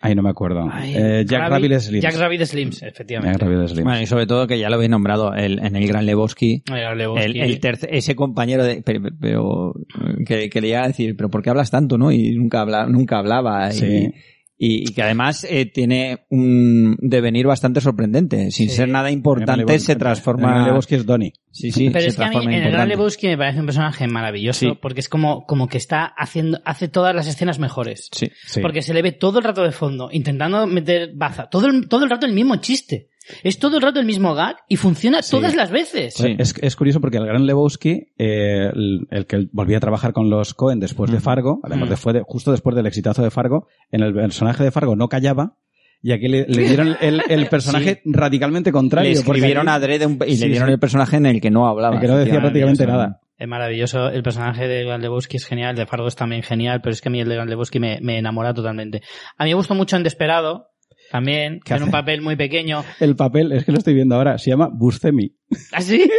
Speaker 3: Ay, no me acuerdo.
Speaker 1: ay,
Speaker 3: Eh, Jack
Speaker 1: Rabbit-
Speaker 3: Rabbit Slims.
Speaker 1: Jack Rabbit Slims, efectivamente.
Speaker 3: Jack Rabbit Slims.
Speaker 2: Bueno, y sobre todo que ya lo habéis nombrado el- en el Gran Lebowski.
Speaker 1: Era Lebowski.
Speaker 2: El, el terce- ese compañero de, pero, pero, eh, que, que le llega a decir, pero ¿por qué hablas tanto, no? Y nunca, habla, nunca hablaba. y-
Speaker 3: Sí.
Speaker 2: Y, y que además eh, tiene un devenir bastante sorprendente. Sin
Speaker 1: Sí.
Speaker 2: ser nada
Speaker 3: Gran
Speaker 2: importante,
Speaker 3: Lebowski-
Speaker 2: se transforma.
Speaker 3: Gran Lebowski es Donnie.
Speaker 2: Sí, sí,
Speaker 1: Pero
Speaker 2: se
Speaker 1: es que a mí
Speaker 2: transforma
Speaker 1: en
Speaker 2: en
Speaker 1: el Gran
Speaker 2: importante.
Speaker 1: Lebowski me parece un personaje maravilloso
Speaker 3: Sí.
Speaker 1: porque es como, como que está haciendo, hace todas las escenas mejores.
Speaker 2: Sí.
Speaker 3: Sí.
Speaker 1: Porque se le ve todo el rato de fondo, intentando meter baza. Todo el, todo el rato el mismo chiste. Es todo el rato el mismo gag y funciona todas las veces.
Speaker 2: Sí.
Speaker 3: Pues Es, es curioso porque el gran Lebowski, eh, el, el que volvía a trabajar con los Cohen después de
Speaker 1: Mm.
Speaker 2: Ujú.
Speaker 3: Fargo, además
Speaker 1: Ujú.
Speaker 3: después de- justo después del exitazo de Fargo, en el personaje de Fargo no callaba y aquí le, le dieron el, el personaje radicalmente contrario.
Speaker 2: Le
Speaker 3: porque
Speaker 2: escribieron
Speaker 3: aquí-
Speaker 2: adrede un- y
Speaker 3: Sí,
Speaker 2: le dieron
Speaker 3: sí.
Speaker 2: el personaje en el que no hablaba.
Speaker 3: El que no decía prácticamente
Speaker 2: Maravilloso.
Speaker 3: nada.
Speaker 1: Es maravilloso. El personaje de Gran Lebowski es genial. El de Fargo es también genial, pero es que a mí el de Gran Lebowski me, me enamora totalmente. A mí me gustó mucho en Desperado. También,
Speaker 3: ¿Qué
Speaker 1: en un
Speaker 3: hace?
Speaker 1: papel muy pequeño.
Speaker 3: El papel, es que lo estoy viendo ahora, se llama Buscemi.
Speaker 1: ¿Ah, ¿Así?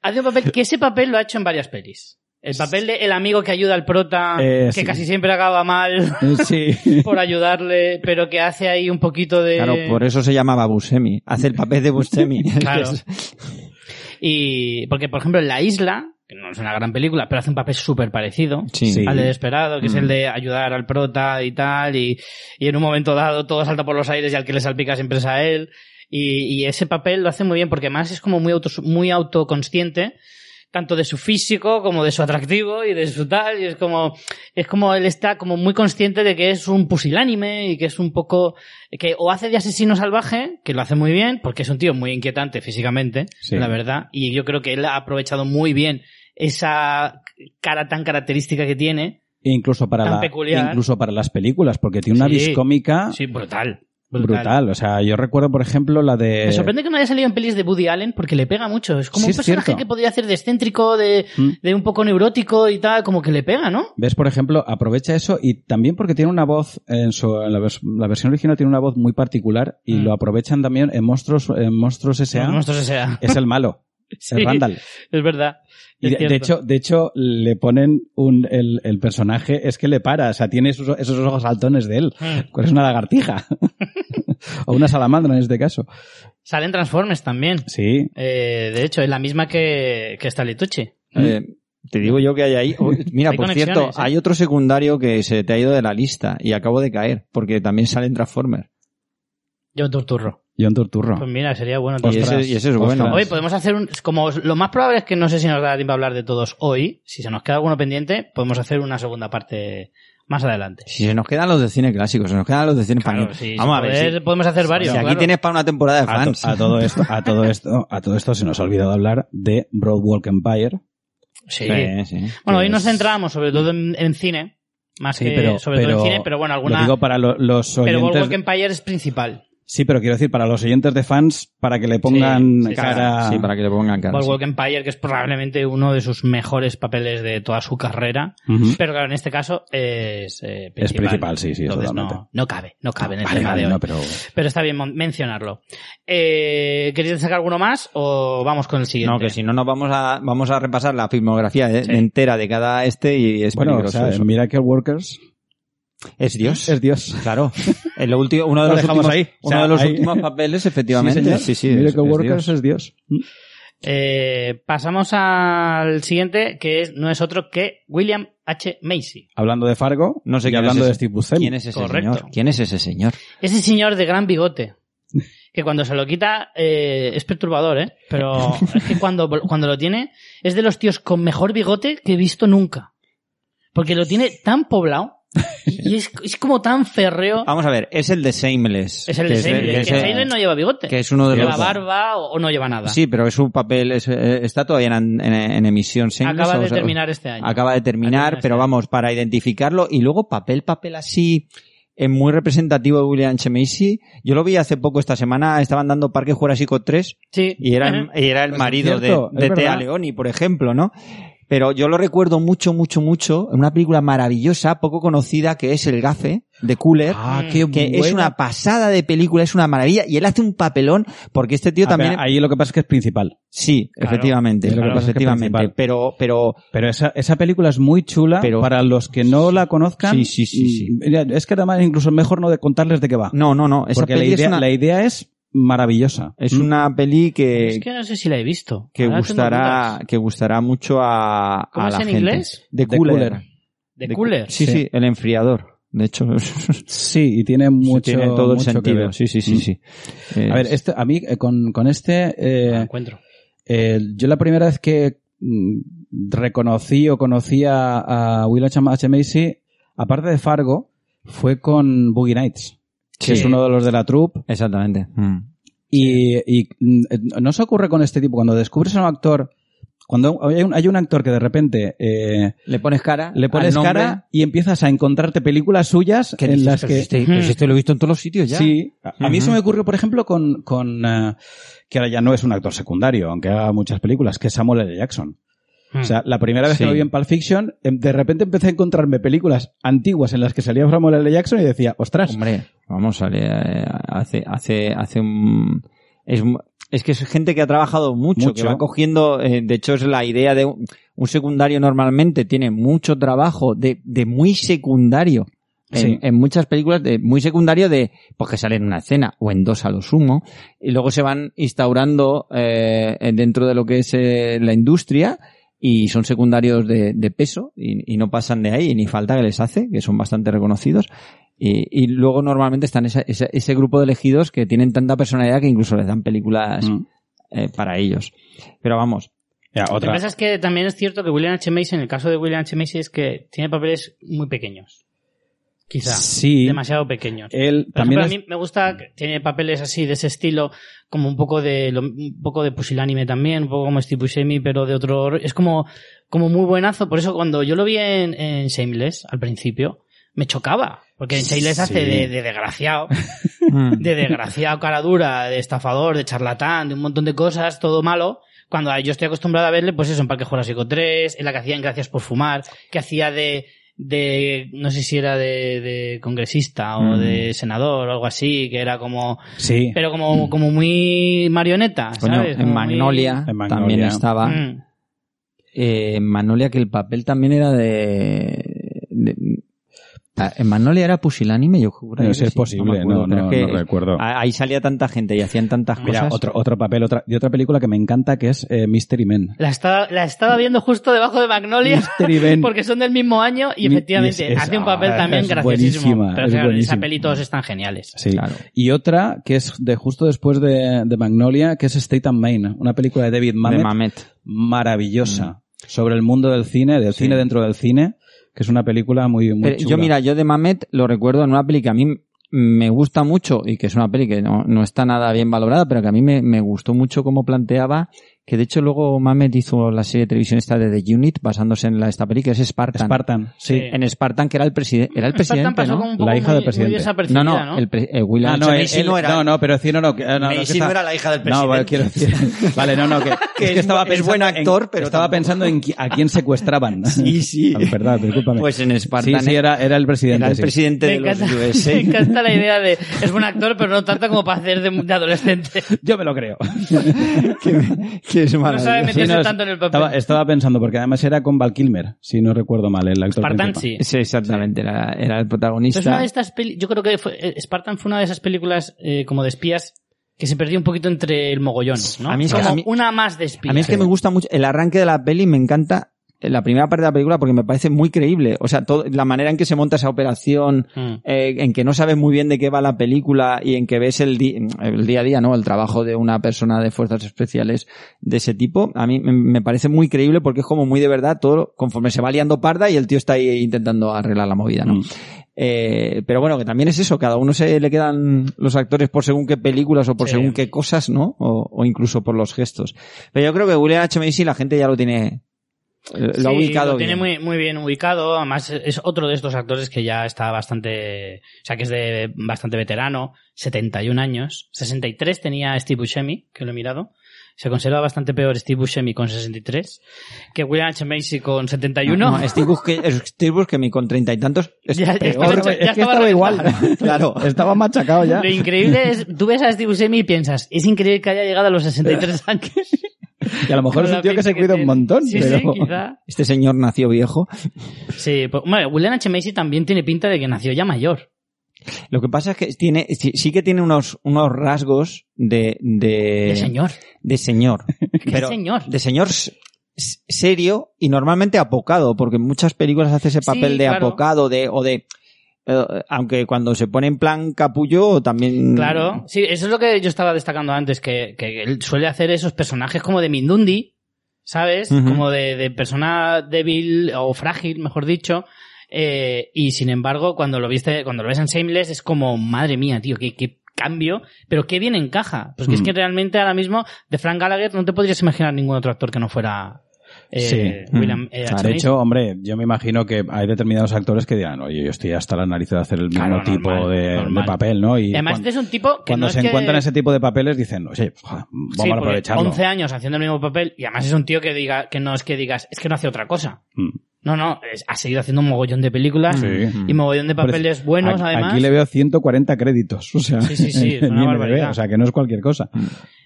Speaker 1: hace un papel que ese papel lo ha hecho en varias pelis. El papel de el amigo que ayuda al prota,
Speaker 3: Eh,
Speaker 1: que
Speaker 3: sí.
Speaker 1: casi siempre acaba mal
Speaker 3: Sí.
Speaker 1: por ayudarle, pero que hace ahí un poquito de...
Speaker 2: Claro, por eso se llamaba Buscemi. Hace el papel de Buscemi.
Speaker 1: Eh, Claro.
Speaker 2: Es-
Speaker 1: Y porque, por ejemplo, en La Isla, que no es una gran película, pero hace un papel súper parecido
Speaker 2: sí.
Speaker 3: Sí.
Speaker 1: al de Desperado, que es
Speaker 2: Mm.
Speaker 1: el de ayudar al prota y tal, y, y en un momento dado todo salta por los aires y al que le salpica siempre es a él. Y, y ese papel lo hace muy bien porque más es como muy, autos- muy autoconsciente tanto de su físico como de su atractivo y de su tal y es como es como él está como muy consciente de que es un pusilánime y que es un poco que o hace de asesino salvaje que lo hace muy bien porque es un tío muy inquietante físicamente
Speaker 3: Sí.
Speaker 1: la verdad y yo creo que él ha aprovechado muy bien esa cara tan característica que tiene
Speaker 3: E incluso para
Speaker 1: Tan
Speaker 3: la-
Speaker 1: peculiar.
Speaker 3: incluso para las películas, porque tiene una
Speaker 1: Sí.
Speaker 3: vis cómica
Speaker 1: sí brutal brutal,
Speaker 3: brutal. O sea, yo recuerdo, por ejemplo, la de.
Speaker 1: me sorprende que no haya salido en pelis de Woody Allen porque le pega mucho es como
Speaker 3: Sí,
Speaker 1: un
Speaker 3: es
Speaker 1: personaje
Speaker 3: cierto.
Speaker 1: que podría hacer de excéntrico de
Speaker 3: Mm.
Speaker 1: de un poco neurótico y tal como que le pega no
Speaker 3: ¿Ves, por ejemplo? Aprovecha eso y también porque tiene una voz, en, su, en la, vers- la versión original tiene una voz muy particular y
Speaker 1: Mm.
Speaker 3: lo aprovechan también en Monstruos, en Monstruos S.A.
Speaker 1: Los monstruos S.A..
Speaker 3: Es el malo,
Speaker 1: Sí.
Speaker 3: el Randall.
Speaker 1: Es verdad.
Speaker 3: Y
Speaker 1: es
Speaker 3: de, de
Speaker 1: cierto.
Speaker 3: hecho, de hecho, le ponen un, el, el personaje, es que le para, o sea, tiene esos, esos ojos saltones de él.
Speaker 1: Mm.
Speaker 3: Es una lagartija. o una salamandra en este caso.
Speaker 1: Salen Transformers también.
Speaker 3: Sí.
Speaker 1: Eh, de hecho, es la misma que, que está Litucci.
Speaker 2: Eh, te digo yo que hay ahí. Uy, Mira,
Speaker 1: Hay
Speaker 2: por cierto,
Speaker 1: conexiones, ¿eh?
Speaker 2: hay otro secundario que se te ha ido de la lista y acabo de caer, porque también sale en Transformers.
Speaker 1: John Turturro.
Speaker 3: John Turturro.
Speaker 1: Pues mira, sería bueno.
Speaker 2: Y
Speaker 1: Ostras.
Speaker 2: ese, y ese es bueno.
Speaker 1: Oye, pues, podemos hacer un... Como lo más probable es que no sé si nos da tiempo a hablar de todos hoy. Si se nos queda alguno pendiente, podemos hacer una segunda parte más adelante.
Speaker 2: Si se nos quedan los de cine clásico, se nos quedan los de cine
Speaker 1: Claro,
Speaker 2: español.
Speaker 1: sí,
Speaker 2: Vamos a ver. si-
Speaker 1: poder, podemos hacer varios.
Speaker 2: si aquí
Speaker 1: claro.
Speaker 2: tienes para una temporada de
Speaker 3: A, to-
Speaker 2: fans.
Speaker 3: a todo esto, a todo esto, a todo esto se nos ha olvidado hablar de Broadwalk Empire.
Speaker 1: Sí.
Speaker 2: Sí, sí.
Speaker 1: Bueno, hoy
Speaker 3: que
Speaker 1: nos
Speaker 3: es-
Speaker 1: centramos sobre todo en, en cine. Más
Speaker 3: Sí,
Speaker 1: que
Speaker 3: pero-
Speaker 1: sobre todo
Speaker 3: pero-
Speaker 1: en cine, pero bueno,
Speaker 3: Lo
Speaker 1: alguna...
Speaker 3: digo para lo- los
Speaker 1: Pero
Speaker 3: oyentes.
Speaker 1: Boardwalk Empire es principal.
Speaker 3: Sí, pero quiero decir, para los oyentes de fans, para que le pongan
Speaker 1: Sí, sí,
Speaker 3: cara.
Speaker 2: Sí, para que le pongan cara. sí.
Speaker 1: Boardwalk Empire, que es probablemente uno de sus mejores papeles de toda su carrera.
Speaker 3: Ujú.
Speaker 1: Pero claro, en este caso es eh, principal.
Speaker 3: Mm. Es principal, sí, sí,
Speaker 1: Entonces no,
Speaker 3: totalmente.
Speaker 1: no cabe, no cabe en el
Speaker 3: Vale,
Speaker 1: tema de
Speaker 3: vale,
Speaker 1: hoy.
Speaker 3: no,
Speaker 1: pero...
Speaker 3: pero
Speaker 1: está bien mon- mencionarlo. Eh, ¿Queréis sacar alguno más o vamos con el siguiente?
Speaker 2: No, que si no nos vamos a, vamos a repasar la filmografía eh,
Speaker 1: Sí.
Speaker 2: entera de cada este y es
Speaker 3: bueno, o
Speaker 2: peligroso
Speaker 3: sea,
Speaker 2: eso.
Speaker 3: Miracle Workers
Speaker 2: Es Dios.
Speaker 3: es Dios.
Speaker 2: Claro. En lo último, uno de
Speaker 3: Lo
Speaker 2: los,
Speaker 3: dejamos
Speaker 2: últimos,
Speaker 3: ahí.
Speaker 2: uno
Speaker 3: O sea,
Speaker 2: de los
Speaker 3: ahí.
Speaker 2: últimos papeles, efectivamente.
Speaker 3: Sí, señor.
Speaker 2: sí, sí, es-
Speaker 3: Miracle
Speaker 2: es
Speaker 3: Workers
Speaker 2: Dios.
Speaker 3: es Dios.
Speaker 1: Eh, pasamos al siguiente, que es- no es otro que William H. Macy.
Speaker 3: Hablando de Fargo,
Speaker 2: No sé
Speaker 3: y
Speaker 2: quién
Speaker 3: hablando
Speaker 2: es
Speaker 3: de
Speaker 2: ese.
Speaker 3: Steve Buscemi.
Speaker 2: ¿Quién es ese
Speaker 1: Correcto.
Speaker 2: señor? ¿Quién es ese señor?
Speaker 1: Ese señor de gran bigote. Que cuando se lo quita eh, es perturbador, ¿eh? Pero es que cuando, cuando lo tiene es de los tíos con mejor bigote que he visto nunca. Porque lo tiene tan poblado y y es, es como tan férreo.
Speaker 2: Vamos a ver, es el de Shameless.
Speaker 1: Es el de
Speaker 2: Ah, que
Speaker 1: Seinfeld,
Speaker 2: que
Speaker 1: que
Speaker 2: es el-
Speaker 1: Seinfeld no lleva bigote.
Speaker 2: que es uno de
Speaker 1: lleva
Speaker 2: los...
Speaker 1: barba o, o no lleva nada.
Speaker 2: Sí, pero es un papel, es- eh, está todavía en, en- en emisión. Shameless,
Speaker 1: Acaba
Speaker 2: o
Speaker 1: de
Speaker 2: sea,
Speaker 1: terminar este año.
Speaker 2: Acaba de terminar,
Speaker 1: Termina
Speaker 2: pero
Speaker 1: este
Speaker 2: vamos, para identificarlo. Y luego papel, papel así, es muy representativo de William H. Macy. Yo lo vi hace poco esta semana, estaban dando Parque Jurásico 3
Speaker 1: Sí.
Speaker 2: y era el, y era el
Speaker 3: Pues Es
Speaker 2: marido
Speaker 3: cierto,
Speaker 2: de, de
Speaker 3: es
Speaker 2: Tea
Speaker 3: verdad.
Speaker 2: Leoni, por ejemplo, ¿no? Pero yo lo recuerdo mucho, mucho, mucho en una película maravillosa, poco conocida, que es El Gafe, de Cooler.
Speaker 3: Ah,
Speaker 1: Mm.
Speaker 3: qué
Speaker 2: que
Speaker 3: buena.
Speaker 2: es una pasada de película, es una maravilla, y él hace un papelón, porque este tío
Speaker 3: Ah,
Speaker 2: también...
Speaker 3: pero Ahí lo que pasa es que es principal.
Speaker 2: Sí,
Speaker 1: Claro.
Speaker 2: efectivamente,
Speaker 3: Pero lo que pasa es que
Speaker 2: efectivamente.
Speaker 3: principal.
Speaker 2: Pero, pero
Speaker 3: Pero esa, esa película es muy chula
Speaker 2: Pero-
Speaker 3: para los que no la conozcan. Mm,
Speaker 2: Sí, sí, sí, sí.
Speaker 3: Mira, Es que además incluso es mejor no de contarles de qué va.
Speaker 2: no, no, no. Esa
Speaker 3: porque la
Speaker 2: peli
Speaker 3: idea,
Speaker 2: es una,
Speaker 3: la ¿Mm? idea es maravillosa.
Speaker 2: es una peli que,
Speaker 1: es que no sé si la he visto.
Speaker 2: que
Speaker 1: Ahora tengo
Speaker 2: gustará,
Speaker 1: dudas.
Speaker 2: que gustará mucho a, a
Speaker 1: ¿Cómo es
Speaker 2: la
Speaker 1: en
Speaker 2: gente.
Speaker 1: inglés?
Speaker 2: De
Speaker 3: The
Speaker 2: cooler.
Speaker 3: Cooler.
Speaker 1: De
Speaker 2: The
Speaker 1: Cooler.
Speaker 2: Coo- Sí, sí,
Speaker 3: Sí.
Speaker 2: el enfriador. De hecho,
Speaker 3: Sí, y tiene mucho,
Speaker 2: tiene todo el
Speaker 3: mucho que
Speaker 2: sentido.
Speaker 3: ver.
Speaker 2: Sí, sí, sí, sí.
Speaker 3: A
Speaker 2: Es-
Speaker 3: ver, este, a mí eh, con, con este,
Speaker 1: No la
Speaker 3: eh,
Speaker 1: encuentro.
Speaker 3: eh, yo la primera vez que mm, reconocí o conocí a, a Will H. H. Macy, aparte de Fargo, fue con Boogie Nights,
Speaker 2: Sí.
Speaker 3: que es uno de los de la troupe.
Speaker 2: exactamente. Mm.
Speaker 3: Y, y, mm, eh, no se ocurre con este tipo, cuando descubres a un actor, cuando hay un, hay un actor que de repente eh,
Speaker 2: Le pones cara.
Speaker 3: le
Speaker 2: al
Speaker 3: pones
Speaker 2: nombre,
Speaker 3: cara y empiezas a encontrarte películas suyas
Speaker 2: que
Speaker 3: en
Speaker 2: dices,
Speaker 3: las
Speaker 2: pero si
Speaker 3: que...
Speaker 2: este- pero si este lo he visto en todos los sitios ya.
Speaker 3: Sí, a, a mí
Speaker 2: Ujú.
Speaker 3: se me ocurrió, por ejemplo, con, con eh, que ahora ya no es un actor secundario, aunque haga muchas películas, que es Samuel L. Jackson.
Speaker 1: Hmm.
Speaker 3: O sea, la primera vez
Speaker 2: Sí.
Speaker 3: que lo vi en Pulp Fiction, em, de repente empecé a encontrarme películas antiguas en las que salía Samuel L. Jackson y decía, ostras,
Speaker 2: Hombre, vamos a leer, eh, hace, hace, hace un, es, mu- es que es gente que ha trabajado mucho,
Speaker 3: Mucho.
Speaker 2: que va cogiendo, eh, de hecho es la idea de un, un secundario normalmente tiene mucho trabajo de, de muy secundario. En,
Speaker 3: Sí.
Speaker 2: en muchas películas de muy secundario de pues que salen en una escena o en dos a lo sumo y luego se van instaurando eh, dentro de lo que es eh, la industria y son secundarios de, de peso y, y no pasan de ahí ni falta que les hace que son bastante reconocidos y, y luego normalmente están esa- esa- ese grupo de elegidos que tienen tanta personalidad que incluso les dan películas
Speaker 3: Mm.
Speaker 2: eh, para ellos pero vamos
Speaker 3: Ya,
Speaker 1: Lo que
Speaker 3: otra.
Speaker 1: pasa es que también es cierto que William H. Macy, en el caso de William H. Macy, es que tiene papeles muy pequeños. Quizá.
Speaker 3: Sí.
Speaker 1: Demasiado pequeños.
Speaker 3: Él
Speaker 1: Por
Speaker 3: también
Speaker 1: ejemplo,
Speaker 3: es-
Speaker 1: a mí me gusta que tiene papeles así de ese estilo, como un poco de lo- un poco de pusilánime también, un poco como Steve Buscemi, pero de otro or- es como como muy buenazo, por eso cuando yo lo vi en, en Shameless al principio me chocaba, porque en Shameless
Speaker 3: Sí.
Speaker 1: hace de, de desgraciado,
Speaker 2: mm.
Speaker 1: de desgraciado cara dura, de estafador, de charlatán, de un montón de cosas, todo malo. Cuando yo estoy acostumbrado a verle, pues eso, en Parque Jurásico 3, en la que hacía en Gracias por Fumar, que hacía de, de no sé si era de, de congresista o
Speaker 2: Mm.
Speaker 1: de senador o algo así, que era como,
Speaker 3: Sí.
Speaker 1: pero como, como muy marioneta,
Speaker 2: Coño,
Speaker 1: ¿sabes?
Speaker 2: en
Speaker 1: Como muy-
Speaker 2: Magnolia
Speaker 3: En Mm. Magnolia.
Speaker 2: también estaba
Speaker 1: Mm.
Speaker 2: Eh, en Magnolia que el papel también era de, de- ah, en Magnolia era pusilánime yo juraría
Speaker 3: No sé,
Speaker 2: que
Speaker 3: es
Speaker 2: sí, me
Speaker 3: posible,
Speaker 2: acuerdo,
Speaker 3: no,
Speaker 2: pero
Speaker 3: no,
Speaker 2: es
Speaker 3: no recuerdo.
Speaker 2: a- ahí salía tanta gente y hacían tantas
Speaker 3: Mira,
Speaker 2: cosas
Speaker 3: otro, otro papel otra, de otra película que me encanta que es eh, Mystery Men.
Speaker 1: La estaba, la estaba viendo justo debajo de Magnolia.
Speaker 3: Mystery Men.
Speaker 1: Porque son del mismo año y
Speaker 3: Mi-
Speaker 1: efectivamente
Speaker 3: y es- es-
Speaker 1: hace un papel
Speaker 3: ah,
Speaker 1: también
Speaker 3: es
Speaker 1: graciosísimo.
Speaker 3: buenísima,
Speaker 1: Pero
Speaker 3: es
Speaker 1: claro, en esa
Speaker 3: buenísima.
Speaker 1: peli todos están geniales.
Speaker 3: Sí.
Speaker 2: Claro.
Speaker 3: Y otra que es de justo después de, de Magnolia, que es State and Main, una película de David Mamet,
Speaker 2: de Mamet Mm.
Speaker 3: maravillosa, sobre el mundo del cine, del
Speaker 2: Sí.
Speaker 3: cine dentro del cine, que es una película muy, muy
Speaker 2: Pero
Speaker 3: chula.
Speaker 2: yo mira yo de Mamet lo recuerdo en una peli que a mí me gusta mucho y que es una peli que no, no está nada bien valorada pero que a mí me, me gustó mucho como planteaba que de hecho luego Mamet hizo la serie de televisión esta de The Unit basándose en la, esta peli que es Spartan,
Speaker 3: Spartan, sí.
Speaker 1: Sí.
Speaker 2: en Spartan que era el, presidente era el
Speaker 1: Spartan
Speaker 2: presidente
Speaker 1: pasó
Speaker 2: ¿no?
Speaker 1: como un poco
Speaker 3: La hija
Speaker 1: muy-
Speaker 3: del presidente.
Speaker 1: muy desapercibida,
Speaker 2: no, no, El, pre- eh, el William
Speaker 3: Ah, no,
Speaker 2: H.
Speaker 3: él-
Speaker 2: Macy
Speaker 3: él- no, no, pero decir, no, no, que- ah, no, no, que
Speaker 2: Macy
Speaker 3: está-
Speaker 2: no era la hija del
Speaker 3: No, vale, quiero decir. Vale, no, no, que,
Speaker 2: Que
Speaker 3: es que
Speaker 2: es
Speaker 3: estaba
Speaker 2: bu- es
Speaker 3: pensando
Speaker 2: buen
Speaker 3: en-
Speaker 2: actor, pero
Speaker 3: estaba
Speaker 2: tampoco.
Speaker 3: pensando en qui- a quién secuestraban.
Speaker 2: Sí, sí.
Speaker 3: Es verdad, discúlpame.
Speaker 2: Pues en
Speaker 3: sí,
Speaker 2: Spartan
Speaker 3: sí, era, era el presidente.
Speaker 2: era el
Speaker 3: sí.
Speaker 2: presidente
Speaker 1: Me
Speaker 2: de los
Speaker 1: encanta,
Speaker 2: USA.
Speaker 1: me encanta la idea de es buen actor, pero no tanto como para hacer de, de adolescente.
Speaker 3: Yo me lo creo.
Speaker 2: que, que es
Speaker 1: No sabe
Speaker 2: maravilloso.
Speaker 1: meterse
Speaker 3: no,
Speaker 1: tanto en el papel.
Speaker 3: Estaba, estaba pensando, porque además era con Val Kilmer, si no recuerdo mal, el actor.
Speaker 1: Spartan
Speaker 3: principal.
Speaker 1: sí.
Speaker 2: Sí, exactamente, era, era el
Speaker 1: Pero Es una
Speaker 2: protagonista.
Speaker 1: de estas peli- yo creo que fue- eh, Spartan fue una de esas películas eh, como de espías que se perdió un poquito entre el mogollón, ¿no?
Speaker 2: A mí es que-
Speaker 1: como
Speaker 2: a mí-
Speaker 1: una más de espías.
Speaker 2: A mí es que me gusta mucho el arranque de la peli, me encanta la primera parte de la película porque me parece muy creíble. O sea, todo- la manera en que se monta esa operación,
Speaker 1: Mm.
Speaker 2: eh, en que no sabes muy bien de qué va la película y en que ves el, di- el día a día, ¿no? El trabajo de una persona de fuerzas especiales de ese tipo, a mí me- me parece muy creíble porque es como muy de verdad todo conforme se va liando parda y el tío está ahí intentando arreglar la movida, ¿no?
Speaker 3: Mm.
Speaker 2: Eh, pero bueno, que también es eso, cada uno se le quedan los actores por según qué películas o por
Speaker 1: Sí.
Speaker 2: según qué cosas, ¿no? O, o incluso por los gestos. Pero yo creo que William H. Macy la gente ya lo tiene, eh, lo ha
Speaker 1: Sí,
Speaker 2: ubicado
Speaker 1: lo tiene
Speaker 2: bien.
Speaker 1: Muy, muy bien ubicado. Además, es otro de estos actores que ya está bastante. O sea, que es de bastante veterano, 71 años. 63 tenía Steve Buscemi, que lo he mirado. Se conserva bastante peor Steve Buscemi con 63 que William H. Macy con 71.
Speaker 2: No, no, Steve Buscemi- es Steve Buscemi con treinta y tantos es
Speaker 1: Ya- ya
Speaker 2: peor.
Speaker 1: estaba-
Speaker 2: güey.
Speaker 1: ya
Speaker 2: es que
Speaker 1: estaba
Speaker 2: estaba igual.
Speaker 1: reventado.
Speaker 2: claro.
Speaker 3: Estaba machacado ya.
Speaker 1: Lo increíble es, tú ves a Steve Buscemi y piensas, es increíble que haya llegado a los 63 años.
Speaker 3: Y a lo mejor es
Speaker 1: Con
Speaker 3: un
Speaker 1: la
Speaker 3: tío que
Speaker 1: pinta
Speaker 3: se cuida un
Speaker 1: tiene.
Speaker 3: montón,
Speaker 1: Sí,
Speaker 3: pero.
Speaker 1: sí, quizá.
Speaker 2: Este señor nació viejo.
Speaker 1: Sí, pues, bueno, William H. Macy también tiene pinta de que nació ya mayor.
Speaker 2: Lo que pasa es que tiene, sí, sí que tiene unos, unos rasgos de,
Speaker 3: Eh,
Speaker 2: de,
Speaker 1: de señor.
Speaker 2: de señor. Pero
Speaker 1: señor?
Speaker 2: De señor s- s- serio y normalmente apocado, porque en muchas películas hace ese
Speaker 1: Sí,
Speaker 2: papel de
Speaker 1: claro.
Speaker 2: apocado, de, o de, eh, aunque cuando se pone en plan capullo
Speaker 3: Mm.
Speaker 2: también.
Speaker 1: Claro, sí, eso es lo que yo estaba destacando antes, que, que él suele hacer esos personajes como de Mindundi, ¿sabes?
Speaker 2: Ujú.
Speaker 1: Como de, de persona débil o frágil, mejor dicho. eh, y sin embargo, cuando lo viste, cuando lo ves en Shameless, es como, madre mía, tío, qué, qué cambio, pero qué bien encaja. Porque es
Speaker 3: Mm.
Speaker 1: que realmente ahora mismo de Frank Gallagher no te podrías imaginar ningún otro actor que no fuera eh,
Speaker 3: Sí. Mm.
Speaker 1: William eh,
Speaker 3: Claro,
Speaker 1: H.
Speaker 3: de hecho, hombre, yo me imagino que hay determinados actores que dirán, oye, yo estoy hasta la nariz de hacer el mismo
Speaker 1: Claro, normal,
Speaker 3: tipo de,
Speaker 1: normal.
Speaker 3: de papel, ¿no? Y
Speaker 1: Además,
Speaker 3: cuan-
Speaker 1: este es un tipo que
Speaker 3: cuando
Speaker 1: no
Speaker 3: se
Speaker 1: es que-
Speaker 3: encuentran ese tipo de papeles dicen, oye, joder, vamos
Speaker 1: Sí,
Speaker 3: a
Speaker 1: porque
Speaker 3: aprovecharlo.
Speaker 1: 11 años haciendo el mismo papel y además es un tío que diga que no es que digas, es que no hace otra cosa.
Speaker 3: Mm.
Speaker 1: No, no, es- ha seguido haciendo un mogollón de películas
Speaker 3: Sí.
Speaker 1: y mogollón de
Speaker 3: Por eso,
Speaker 1: papeles buenos
Speaker 3: Aquí-
Speaker 1: además.
Speaker 3: Aquí le veo 140 créditos. O sea,
Speaker 1: Sí, sí, sí, es
Speaker 3: en
Speaker 1: una
Speaker 3: IMDb,
Speaker 1: barbaridad.
Speaker 3: O sea, que no es cualquier cosa.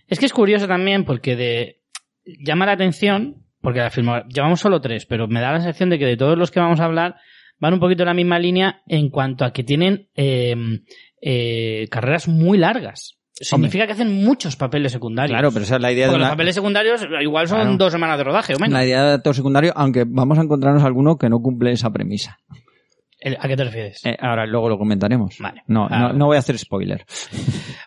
Speaker 1: Es que es curioso también porque de llama la atención porque la filmo- llevamos solo tres, pero me da la sensación de que de todos los que vamos a hablar van un poquito en la misma línea en cuanto a que tienen eh, eh, carreras muy largas. Significa que hacen muchos papeles secundarios.
Speaker 2: Claro, pero esa es la idea
Speaker 1: Porque
Speaker 2: de
Speaker 1: los
Speaker 2: una-
Speaker 1: papeles secundarios igual son
Speaker 2: Claro.
Speaker 1: dos semanas de rodaje o menos.
Speaker 2: la idea de actor secundario, aunque vamos a encontrarnos alguno que no cumple esa premisa.
Speaker 1: El- ¿A qué te refieres?
Speaker 2: Eh, ahora luego lo comentaremos.
Speaker 1: Vale.
Speaker 2: No,
Speaker 1: Ah.
Speaker 2: no, no voy a hacer spoiler.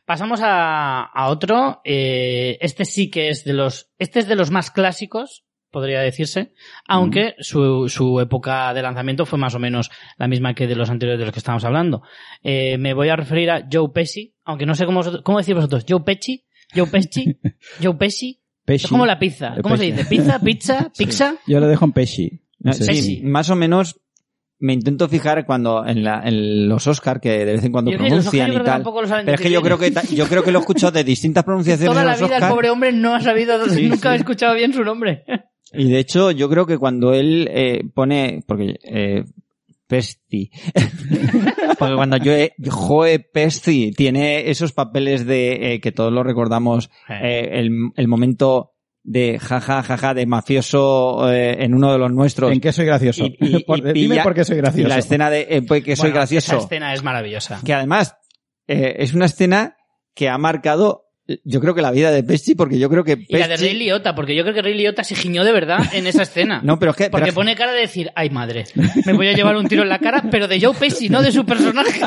Speaker 1: Pasamos a, a otro. eh, este sí que es de los. Este es de los más clásicos, podría decirse. Aunque su, su época de lanzamiento fue más o menos la misma que de los anteriores de los que estábamos hablando. Eh, me voy a referir a Joe Pesci, aunque no sé cómo, vosotros- cómo decir vosotros. Joe Pesci, Joe Pesci, Joe Pesci.
Speaker 3: Pesci.
Speaker 1: Es como la pizza.
Speaker 3: El
Speaker 1: ¿Cómo se
Speaker 3: Pesci.
Speaker 1: dice? ¿Pizza? ¿Pizza? ¿Pizza?
Speaker 3: Yo lo dejo en Pesci. No sé
Speaker 1: Sí,
Speaker 3: si-
Speaker 1: sí.
Speaker 2: Más o menos me intento fijar cuando en, la- en los Oscar que de vez en cuando
Speaker 1: Yo creo que los Oscar yo
Speaker 2: pronuncian y
Speaker 1: creo que
Speaker 2: tal.
Speaker 1: tampoco lo saben
Speaker 2: Pero es que yo creo
Speaker 1: distinguir.
Speaker 2: que ta- yo creo que lo he escuchado de distintas pronunciaciones
Speaker 1: Toda
Speaker 2: en
Speaker 1: la
Speaker 2: los
Speaker 1: vida el
Speaker 2: Oscar.
Speaker 1: pobre hombre no ha sabido,
Speaker 2: Sí,
Speaker 1: nunca
Speaker 2: sí.
Speaker 1: ha escuchado bien su nombre.
Speaker 2: Y de hecho, yo creo que cuando él eh, pone, porque eh, Pesti, porque cuando yo eh, Joe Pesti tiene esos papeles de eh, que todos lo recordamos, eh, el, el momento de jaja jaja de mafioso eh, en uno de los nuestros.
Speaker 3: ¿En qué soy gracioso?
Speaker 2: Y- y- y
Speaker 3: Por- dime
Speaker 2: pilla-
Speaker 3: por qué soy
Speaker 2: y
Speaker 3: gracioso.
Speaker 2: la escena de eh, pues, que soy
Speaker 1: Bueno,
Speaker 2: gracioso,
Speaker 1: Esa escena es maravillosa.
Speaker 2: que además eh, es una escena que ha marcado, eh, yo creo que la vida de Pesti, porque yo creo que
Speaker 1: Y la de
Speaker 2: Pesci-
Speaker 1: Ray Liotta, porque yo creo que Ray Liotta se giñó de verdad en esa escena.
Speaker 2: no, pero es que
Speaker 1: porque
Speaker 2: pero-
Speaker 1: pone cara de decir, ay madre, me voy a llevar un tiro en la cara, pero de Joe Pesci, no de su personaje.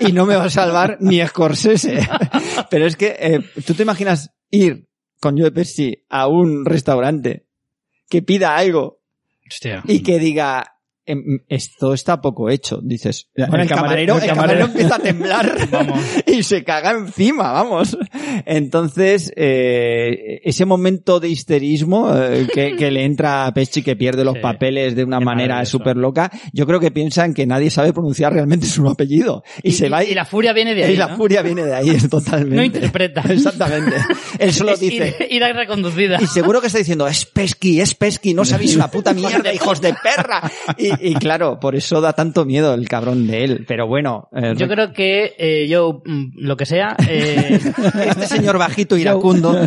Speaker 2: y no me va a salvar ni Scorsese. Pero es que, eh, ¿tú te imaginas ir con Joe Pesci a un restaurante que pida algo
Speaker 1: Hostia.
Speaker 2: y que diga, em, esto está poco hecho? Dices,
Speaker 3: Ya,
Speaker 2: bueno, el,
Speaker 3: el
Speaker 2: camarero,
Speaker 3: camarero-
Speaker 2: el
Speaker 3: el
Speaker 2: camarero
Speaker 3: camarero.
Speaker 2: empieza a temblar
Speaker 1: Vamos.
Speaker 2: y se caga encima, vamos. Entonces, eh, ese momento de histerismo eh, que, que le entra a Pesci que pierde los
Speaker 1: Sí.
Speaker 2: papeles de una
Speaker 1: Es
Speaker 2: manera
Speaker 1: maravilloso.
Speaker 2: súper loca, yo creo que piensan que nadie sabe pronunciar realmente su apellido. Y, se va
Speaker 1: y la furia viene de ahí.
Speaker 2: y la
Speaker 1: ¿no?
Speaker 2: furia viene de ahí, es totalmente.
Speaker 1: No interpreta.
Speaker 2: Exactamente. Él solo
Speaker 1: Es ir-
Speaker 2: dice.
Speaker 1: ir a reconducida.
Speaker 2: Y seguro que está diciendo, es pesqui, es pesqui, no sabéis una puta mierda, hijos de perra. Y, y claro, por eso da tanto miedo el cabrón de él. Pero bueno, eh,
Speaker 1: Yo creo que eh, yo, mm, lo que sea, eh,
Speaker 2: este señor bajito iracundo.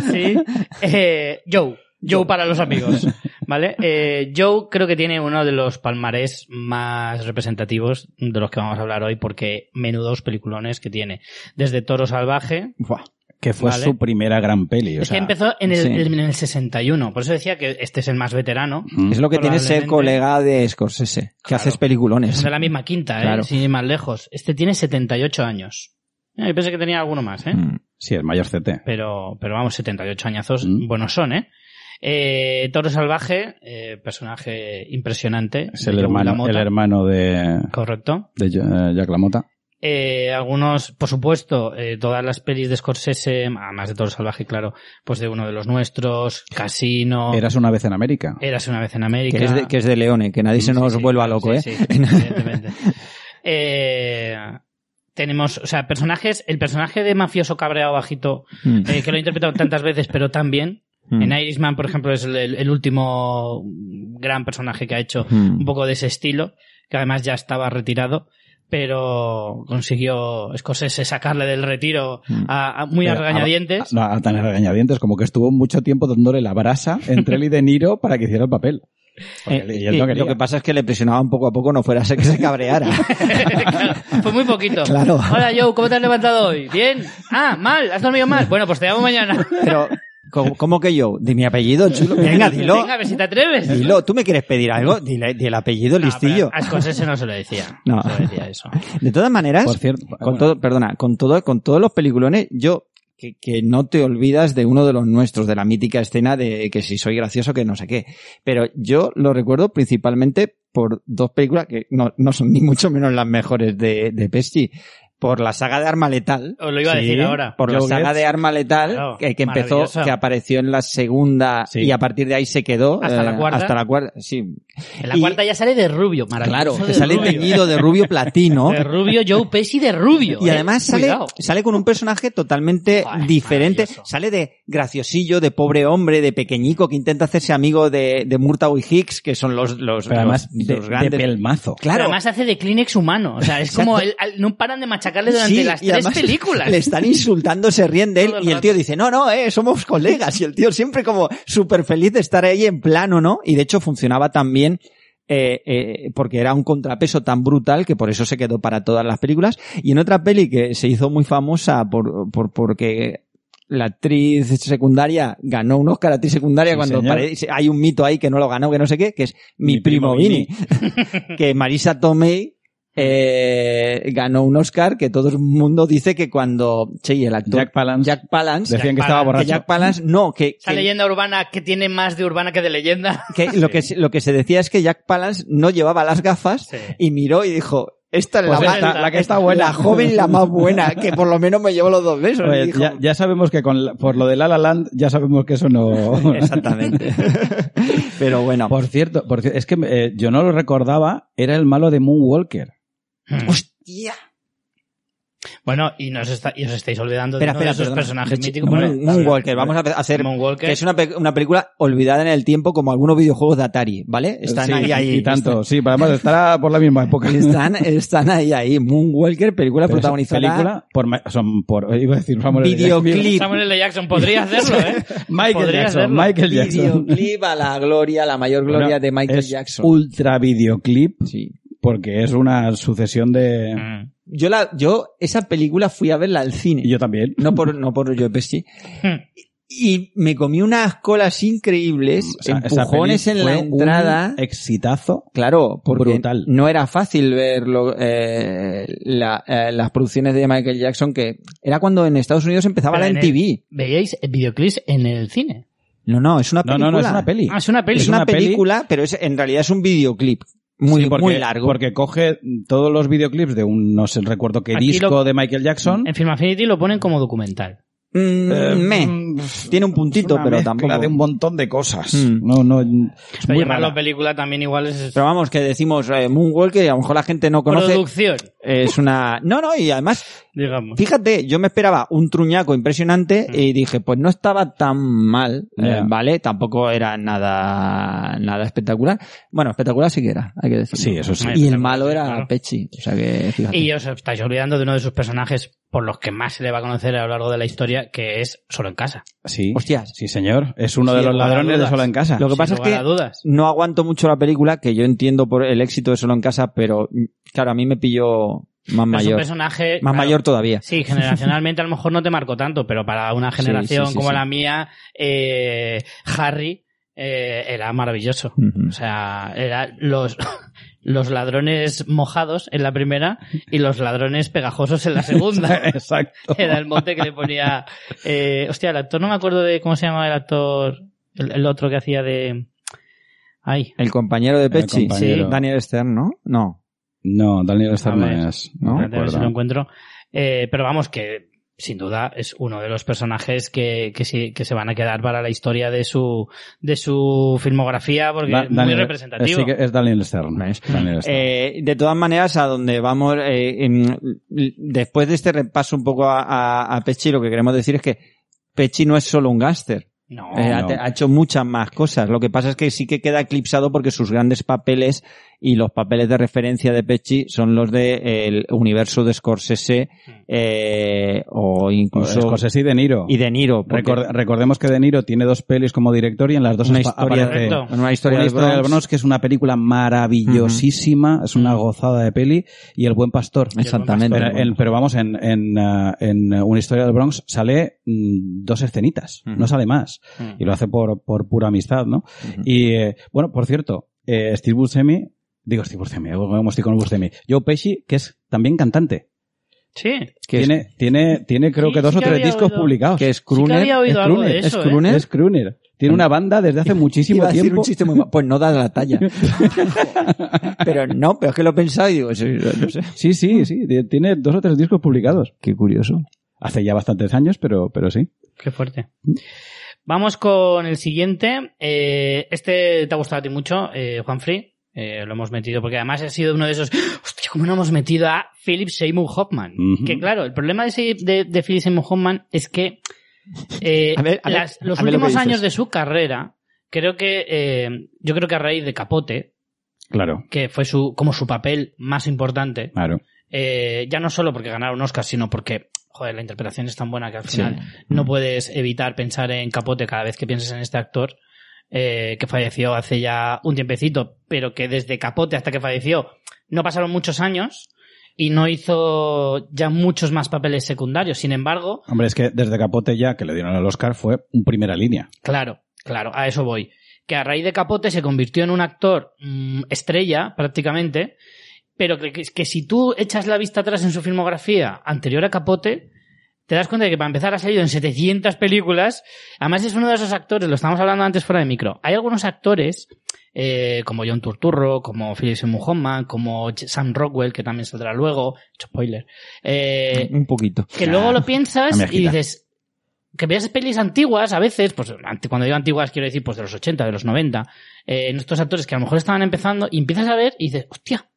Speaker 1: sí, eh, Joe. Joe para los amigos, ¿vale? Eh, Joe creo que tiene uno de los palmarés más representativos de los que vamos a hablar hoy porque menudos peliculones que tiene. Desde Toro Salvaje,
Speaker 3: Buah, que fue
Speaker 1: Vale.
Speaker 3: su primera gran peli. O
Speaker 1: Es que
Speaker 3: sea,
Speaker 1: empezó en el,
Speaker 2: sí.
Speaker 1: en el 61, por eso decía que este es el más veterano.
Speaker 3: Mm.
Speaker 2: Es lo que tiene ser
Speaker 1: Probablemente.
Speaker 2: colega de Scorsese, que
Speaker 1: Claro.
Speaker 2: haces peliculones.
Speaker 1: Es de la misma quinta, ¿eh?
Speaker 2: Claro.
Speaker 1: sin ir más lejos. Este tiene 78 años. Eh, Yo pensé que tenía alguno más, ¿eh?
Speaker 3: Mm. Sí, el mayor CT.
Speaker 1: Pero, pero vamos, 78 añazos
Speaker 3: Mm.
Speaker 1: buenos son, ¿eh? Eh, Toro Salvaje, eh, personaje impresionante.
Speaker 3: Es
Speaker 1: de
Speaker 3: el
Speaker 1: Joe
Speaker 3: hermano,
Speaker 1: LaMotta.
Speaker 3: el hermano de,
Speaker 1: Correcto.
Speaker 3: de Ja- Jack LaMotta.
Speaker 1: Eh, algunos, por supuesto, eh, todas las pelis de Scorsese, además de Toro Salvaje, claro, pues de uno de los nuestros,
Speaker 2: Oh.
Speaker 1: Casino,
Speaker 3: Eras una vez en América.
Speaker 1: Érase una vez en
Speaker 2: Que
Speaker 1: América.
Speaker 2: es, de, que es de Leone, que nadie se
Speaker 1: Sí,
Speaker 2: nos
Speaker 1: sí,
Speaker 2: vuelva
Speaker 1: claro,
Speaker 2: loco,
Speaker 1: sí,
Speaker 2: ¿eh?
Speaker 1: sí, evidentemente. Eh, tenemos, o sea, personajes, el personaje de mafioso cabreado bajito,
Speaker 2: Mm.
Speaker 1: eh, que lo he interpretado tantas veces, pero tan bien.
Speaker 2: Mm.
Speaker 1: En Irishman, por ejemplo, es el, el último gran personaje que ha hecho
Speaker 2: Mm.
Speaker 1: un poco de ese estilo, que además ya estaba retirado, pero consiguió Scorsese sacarle del retiro
Speaker 2: Mm.
Speaker 1: a- a- muy a
Speaker 3: Pero a-
Speaker 1: regañadientes.
Speaker 3: No, a tan regañadientes, como que estuvo mucho tiempo dándole la brasa entre él y De Niro para que hiciera el papel. Porque
Speaker 2: Eh,
Speaker 3: él- y él
Speaker 2: y
Speaker 3: no
Speaker 2: lo
Speaker 3: quería.
Speaker 2: que pasa es que le presionaban poco a poco, no fuera a ser que se cabreara.
Speaker 1: Claro, fue muy poquito.
Speaker 2: Claro.
Speaker 1: Hola Joe, ¿cómo te has levantado hoy? ¿Bien? Ah, mal, has dormido mal. Bueno, pues te llamo mañana.
Speaker 2: Pero, ¿cómo, cómo que yo? De mi apellido, chulo. Venga, dilo.
Speaker 1: Venga, a ver si te atreves.
Speaker 2: Dilo, ¿tú me quieres pedir algo? Dile, dile el apellido,
Speaker 1: No, pero
Speaker 2: listillo.
Speaker 1: A Scorsese no se lo decía.
Speaker 2: No.
Speaker 1: No. Se le decía eso.
Speaker 2: De todas maneras,
Speaker 3: Por cierto,
Speaker 1: Ah,
Speaker 2: con
Speaker 3: bueno,
Speaker 2: todo, perdona, con todo, con todos los peliculones, yo, que, que no te olvidas de uno de los nuestros, de la mítica escena de que si soy gracioso, que no sé qué. Pero yo lo recuerdo principalmente por dos películas que no, no son ni mucho menos las mejores de, de Pesci. Por la saga de Arma Letal.
Speaker 1: Os lo iba a
Speaker 3: Sí,
Speaker 1: decir ahora.
Speaker 2: por la
Speaker 3: Joe
Speaker 2: saga
Speaker 3: Getz.
Speaker 2: de Arma Letal
Speaker 1: Claro,
Speaker 2: que, que empezó,
Speaker 1: maravillosa.
Speaker 2: que apareció en la segunda
Speaker 3: Sí.
Speaker 2: y a partir de ahí se quedó eh,
Speaker 1: Hasta la cuarta.
Speaker 2: hasta la cuarta, sí,
Speaker 1: En la
Speaker 2: y-
Speaker 1: cuarta ya sale de rubio,
Speaker 2: claro,
Speaker 1: maravilloso.
Speaker 2: que
Speaker 1: de
Speaker 2: sale
Speaker 1: rubio.
Speaker 2: teñido de rubio platino.
Speaker 1: De rubio, Joe Pesci de rubio.
Speaker 2: Y
Speaker 1: eh.
Speaker 2: además sale,
Speaker 1: Cuidado.
Speaker 2: sale con un personaje totalmente
Speaker 1: Joder,
Speaker 2: diferente.
Speaker 1: maravilloso.
Speaker 2: Sale de graciosillo, de pobre hombre, de pequeñico que intenta hacerse amigo de, de Murtaugh y Hicks, que son los, los,
Speaker 3: pero además
Speaker 2: los-
Speaker 3: de,
Speaker 2: los grandes.
Speaker 3: de pelmazo.
Speaker 1: Pero
Speaker 2: claro,
Speaker 1: además hace de Kleenex humano. O sea, es como... el- al- no paran de machacarle durante
Speaker 2: Sí,
Speaker 1: las
Speaker 2: y
Speaker 1: tres
Speaker 2: además
Speaker 1: películas.
Speaker 2: Le están insultando, se ríen de él
Speaker 1: Todo el
Speaker 2: y el
Speaker 1: rato.
Speaker 2: tío dice, no, no, eh, somos colegas. Y el tío siempre como súper feliz de estar ahí en plano, ¿no? Y de hecho funcionaba también eh, eh, porque era un contrapeso tan brutal que por eso se quedó para todas las películas. Y en otra peli que se hizo muy famosa por, por porque la actriz secundaria ganó un Oscar a actriz secundaria
Speaker 3: Sí,
Speaker 2: cuando
Speaker 3: señor.
Speaker 2: parece- hay un mito ahí que no lo ganó, que no sé qué, que es mi,
Speaker 3: Mi
Speaker 2: primo,
Speaker 3: primo
Speaker 2: Vini. que Marisa Tomei eh, ganó un Oscar que todo el mundo dice que cuando sí, el actor
Speaker 3: Jack Palance.
Speaker 2: Jack Palance-
Speaker 3: Decían que
Speaker 1: Jack
Speaker 3: estaba
Speaker 1: Palance.
Speaker 2: que
Speaker 3: borracho.
Speaker 2: Jack Palance no que,
Speaker 1: Esa
Speaker 2: que,
Speaker 1: leyenda urbana que tiene más de urbana que de leyenda.
Speaker 2: que lo que se- lo que se decía es que Jack Palance no llevaba las gafas
Speaker 1: Sí.
Speaker 2: y miró y dijo esta es
Speaker 3: Pues
Speaker 2: la,
Speaker 1: esta,
Speaker 2: más-
Speaker 1: la que
Speaker 3: está buena".
Speaker 2: la joven y la más buena que por lo menos me llevó los dos besos
Speaker 3: Oye,
Speaker 2: Y dijo,
Speaker 3: Pues ya, ya sabemos que con la- por lo de La La Land ya sabemos que eso no...
Speaker 2: exactamente pero bueno
Speaker 3: Por cierto, por cier- es que eh, yo no lo recordaba, era el malo de Moonwalker.
Speaker 2: hostia
Speaker 1: Bueno, y, nos está- y os estáis olvidando
Speaker 2: espera
Speaker 1: de uno de
Speaker 2: espera
Speaker 1: esos
Speaker 2: perdona.
Speaker 1: personajes
Speaker 2: De hecho,
Speaker 1: míticos.
Speaker 2: Moon-
Speaker 1: Bueno,
Speaker 2: Moonwalker vamos a hacer
Speaker 1: Moonwalker.
Speaker 2: que es una, pe- una película olvidada en el tiempo como algunos videojuegos de Atari, ¿vale? Están
Speaker 3: Sí,
Speaker 2: ahí, ahí.
Speaker 3: Y tanto, sí, pero además estará por la misma época.
Speaker 2: Están, están ahí, ahí. Moonwalker, película
Speaker 3: Pero esa
Speaker 2: protagonizada.
Speaker 3: Película por, Ma- son por, eh, iba a decir Samuel L. Jackson.
Speaker 2: Videoclip.
Speaker 1: Samuel L. Jackson podría hacerlo, ¿eh?
Speaker 3: Michael
Speaker 1: Podría
Speaker 3: Jackson,
Speaker 1: hacerlo.
Speaker 3: Michael Jackson.
Speaker 2: Videoclip a la gloria, la mayor gloria
Speaker 3: Bueno,
Speaker 2: de Michael
Speaker 3: es
Speaker 2: Jackson.
Speaker 3: Ultra videoclip,
Speaker 2: Sí.
Speaker 3: porque es una sucesión de...
Speaker 1: Mm.
Speaker 2: Yo la, yo esa película fui a verla al cine.
Speaker 3: Y yo también.
Speaker 2: No por, no por Joe Pesci.
Speaker 1: Mm.
Speaker 2: Y me comí unas colas increíbles,
Speaker 3: O sea, esa
Speaker 2: empujones
Speaker 3: peli
Speaker 2: en la
Speaker 3: fue un
Speaker 2: entrada.
Speaker 3: exitazo.
Speaker 2: Claro, porque
Speaker 3: Brutal.
Speaker 2: no era fácil ver lo- eh, la- eh, las producciones de Michael Jackson, que era cuando en Estados Unidos empezaba
Speaker 1: Pero
Speaker 2: la
Speaker 1: en
Speaker 2: MTV.
Speaker 1: ¿Veíais videoclips en el cine?
Speaker 2: No, no, es una
Speaker 3: No,
Speaker 2: película.
Speaker 3: no, no, es una peli.
Speaker 1: Ah, es una peli.
Speaker 2: Es una,
Speaker 3: una peli.
Speaker 2: película, pero es, en realidad es un videoclip muy,
Speaker 3: Sí, porque,
Speaker 2: muy largo.
Speaker 3: Porque coge todos los videoclips de un, no sé, recuerdo qué
Speaker 1: Aquí
Speaker 3: disco
Speaker 1: lo-
Speaker 3: de Michael Jackson.
Speaker 1: En Film Affinity lo ponen como documental.
Speaker 2: Mm,
Speaker 3: Eh,
Speaker 2: meh.
Speaker 3: mm,
Speaker 2: Tiene un puntito,
Speaker 3: una
Speaker 2: pero
Speaker 3: mezcla
Speaker 2: tampoco.
Speaker 3: de un montón de cosas.
Speaker 2: Mm.
Speaker 3: No, no. es
Speaker 1: Para
Speaker 3: muy
Speaker 1: llamarlo
Speaker 3: rara.
Speaker 1: película también igual es
Speaker 2: Pero vamos, que decimos eh, Moonwalker y a lo mejor la gente no conoce.
Speaker 1: producción,
Speaker 2: Es una. No, no, y además,
Speaker 1: digamos.
Speaker 2: fíjate, yo me esperaba un truñaco impresionante y dije, pues no estaba tan mal, eh,
Speaker 3: Ya.
Speaker 2: ¿vale? Tampoco era nada, nada espectacular. Bueno, espectacular sí que era, hay que decirlo.
Speaker 3: Sí, eso sí.
Speaker 2: Y el malo era
Speaker 1: Claro.
Speaker 2: Pechi, o sea que fíjate.
Speaker 1: Y os estáis olvidando de uno de sus personajes por los que más se le va a conocer a lo largo de la historia, que es Solo en Casa.
Speaker 3: Sí.
Speaker 2: Hostias.
Speaker 3: Sí, señor. Es uno
Speaker 1: Sí,
Speaker 3: de los
Speaker 1: lugar a
Speaker 3: ladrones de
Speaker 1: dudas.
Speaker 3: Solo en Casa.
Speaker 2: Lo que
Speaker 1: Sin
Speaker 2: pasa es
Speaker 1: lugar
Speaker 2: que
Speaker 1: a dudas.
Speaker 2: no aguanto mucho la película, que yo entiendo por el éxito de Solo en Casa, pero mm, claro, a mí me pilló más
Speaker 1: Pero Es un
Speaker 2: mayor.
Speaker 1: personaje...
Speaker 2: Más
Speaker 1: claro,
Speaker 2: mayor todavía.
Speaker 1: Sí, generacionalmente a lo mejor no te marcó tanto, pero para una
Speaker 2: Sí, sí,
Speaker 1: generación
Speaker 2: sí,
Speaker 1: como
Speaker 2: sí.
Speaker 1: la mía, eh, Harry eh, era maravilloso.
Speaker 2: Ujú.
Speaker 1: O sea, eran los, los ladrones mojados en la primera y los ladrones pegajosos en la segunda.
Speaker 3: Exacto.
Speaker 1: Era el monte que le ponía... Eh, hostia, el actor, no me acuerdo de cómo se llamaba el actor, el, el otro que hacía de... Ay,
Speaker 2: El compañero de Pechi,
Speaker 3: compañero.
Speaker 2: sí, Daniel Stern, ¿no? No.
Speaker 3: No, Daniel Stern
Speaker 1: A ver.
Speaker 3: no es. No,
Speaker 1: espérate, a ver si lo
Speaker 3: recuerdo.
Speaker 1: encuentro. Eh, pero vamos, que sin duda es uno de los personajes que, que, sí- que se van a quedar para la historia de su, de su filmografía, porque
Speaker 3: Da-
Speaker 1: es muy
Speaker 3: Daniel-
Speaker 1: representativo.
Speaker 3: Sí, que es Daniel Stern.
Speaker 2: ¿Ves?
Speaker 3: Daniel Stern.
Speaker 2: Eh, de todas maneras, a donde vamos, eh, en- después de este repaso un poco a, a- a Pechi, lo que queremos decir es que Pechi no es solo un gángster.
Speaker 1: Oh, No,
Speaker 2: Eh, ha-
Speaker 3: no.
Speaker 2: Ha, hecho muchas más cosas. Lo que pasa es que sí que queda eclipsado porque sus grandes papeles y los papeles de referencia de Pecci son los del universo de Scorsese eh, o incluso
Speaker 3: Scorsese y De Niro.
Speaker 2: y De Niro. porque
Speaker 3: Record- recordemos que De Niro tiene dos pelis como director y en las dos
Speaker 2: una
Speaker 3: apa-
Speaker 2: historia, de,
Speaker 3: aparece
Speaker 1: Correcto.
Speaker 2: una historia
Speaker 3: Una
Speaker 2: del
Speaker 3: historia del
Speaker 2: Bronx.
Speaker 3: Bronx, que es una película maravillosísima, es una gozada de peli, y El Buen Pastor.
Speaker 2: Exactamente.
Speaker 3: Pero, en- pero vamos, en, en, eh, en, eh, Una historia del Bronx sale mm, dos escenitas,
Speaker 2: Ujú.
Speaker 3: no sale más.
Speaker 1: Ujú.
Speaker 3: Y lo hace por, por pura amistad, ¿no?
Speaker 2: Ujú.
Speaker 3: Y eh, bueno, por cierto, eh, Steve Buscemi, digo Steve Buscemi, como estoy con Buscemi, Joe Pesci, que es también cantante.
Speaker 1: sí.
Speaker 2: que es-
Speaker 3: tiene, tiene, tiene creo
Speaker 1: Sí,
Speaker 3: que dos
Speaker 1: sí
Speaker 3: o
Speaker 1: que
Speaker 3: tres
Speaker 1: había
Speaker 3: discos
Speaker 1: oído.
Speaker 3: publicados.
Speaker 2: que es
Speaker 1: Sí que
Speaker 2: crooner.
Speaker 1: había oído
Speaker 3: es
Speaker 1: algo
Speaker 3: crooner,
Speaker 1: de
Speaker 2: es
Speaker 1: eso, ¿eh?
Speaker 2: crooner.
Speaker 3: Es crooner. Tiene una banda desde hace muchísimo
Speaker 2: Iba a decir
Speaker 3: tiempo.
Speaker 2: un chiste muy mal. Pues no da la talla. pero no, pero es que lo he pensado y digo, sí, no sé.
Speaker 3: Sí, sí, sí. de- Tiene dos o tres discos publicados.
Speaker 2: Qué curioso.
Speaker 3: Hace ya bastantes años, pero, pero sí.
Speaker 1: Qué fuerte. Vamos con el siguiente. Eh, este te ha gustado a ti mucho, eh, Juanfrey. Eh, lo hemos metido porque además ha sido uno de esos. Hostia, ¿cómo no hemos metido a Philip Seymour Hoffman?
Speaker 3: Ujú.
Speaker 1: Que claro, el problema de, ese- de- de Philip Seymour Hoffman es que eh,
Speaker 2: A ver, a ver,
Speaker 1: las- los
Speaker 2: a ver lo que
Speaker 1: últimos
Speaker 2: dices.
Speaker 1: años de su carrera, creo que eh, yo creo que a raíz de Capote,
Speaker 3: Claro.
Speaker 1: que fue su como su papel más importante,
Speaker 3: Claro.
Speaker 1: eh, ya no solo porque ganara un Oscar, sino porque, joder, la interpretación es tan buena que al final no
Speaker 2: Mm.
Speaker 1: puedes evitar pensar en Capote cada vez que pienses en este actor eh, que falleció hace ya un tiempecito, pero que desde Capote hasta que falleció no pasaron muchos años y no hizo ya muchos más papeles secundarios. Sin embargo,
Speaker 3: Hombre, es que desde Capote ya que le dieron el Oscar fue un primera línea.
Speaker 1: Claro, claro, a eso voy. Que a raíz de Capote se convirtió en un actor mm, estrella, prácticamente, pero que, que- que si tú echas la vista atrás en su filmografía anterior a Capote, te das cuenta de que para empezar ha salido en 700 películas. Además es uno de esos actores, lo estábamos hablando antes fuera de micro. Hay algunos actores, eh, como John Turturro, como Philip Seymour Hoffman, como Ch- Sam Rockwell, que también saldrá luego, spoiler, eh,
Speaker 2: un poquito.
Speaker 1: que luego lo piensas
Speaker 3: la
Speaker 1: y
Speaker 3: Ah, mezquita.
Speaker 1: dices que veas pelis antiguas a veces, pues ante- cuando digo antiguas quiero decir pues de los 80, de los 90, eh, en estos actores que a lo mejor estaban empezando y empiezas a ver y dices, hostia,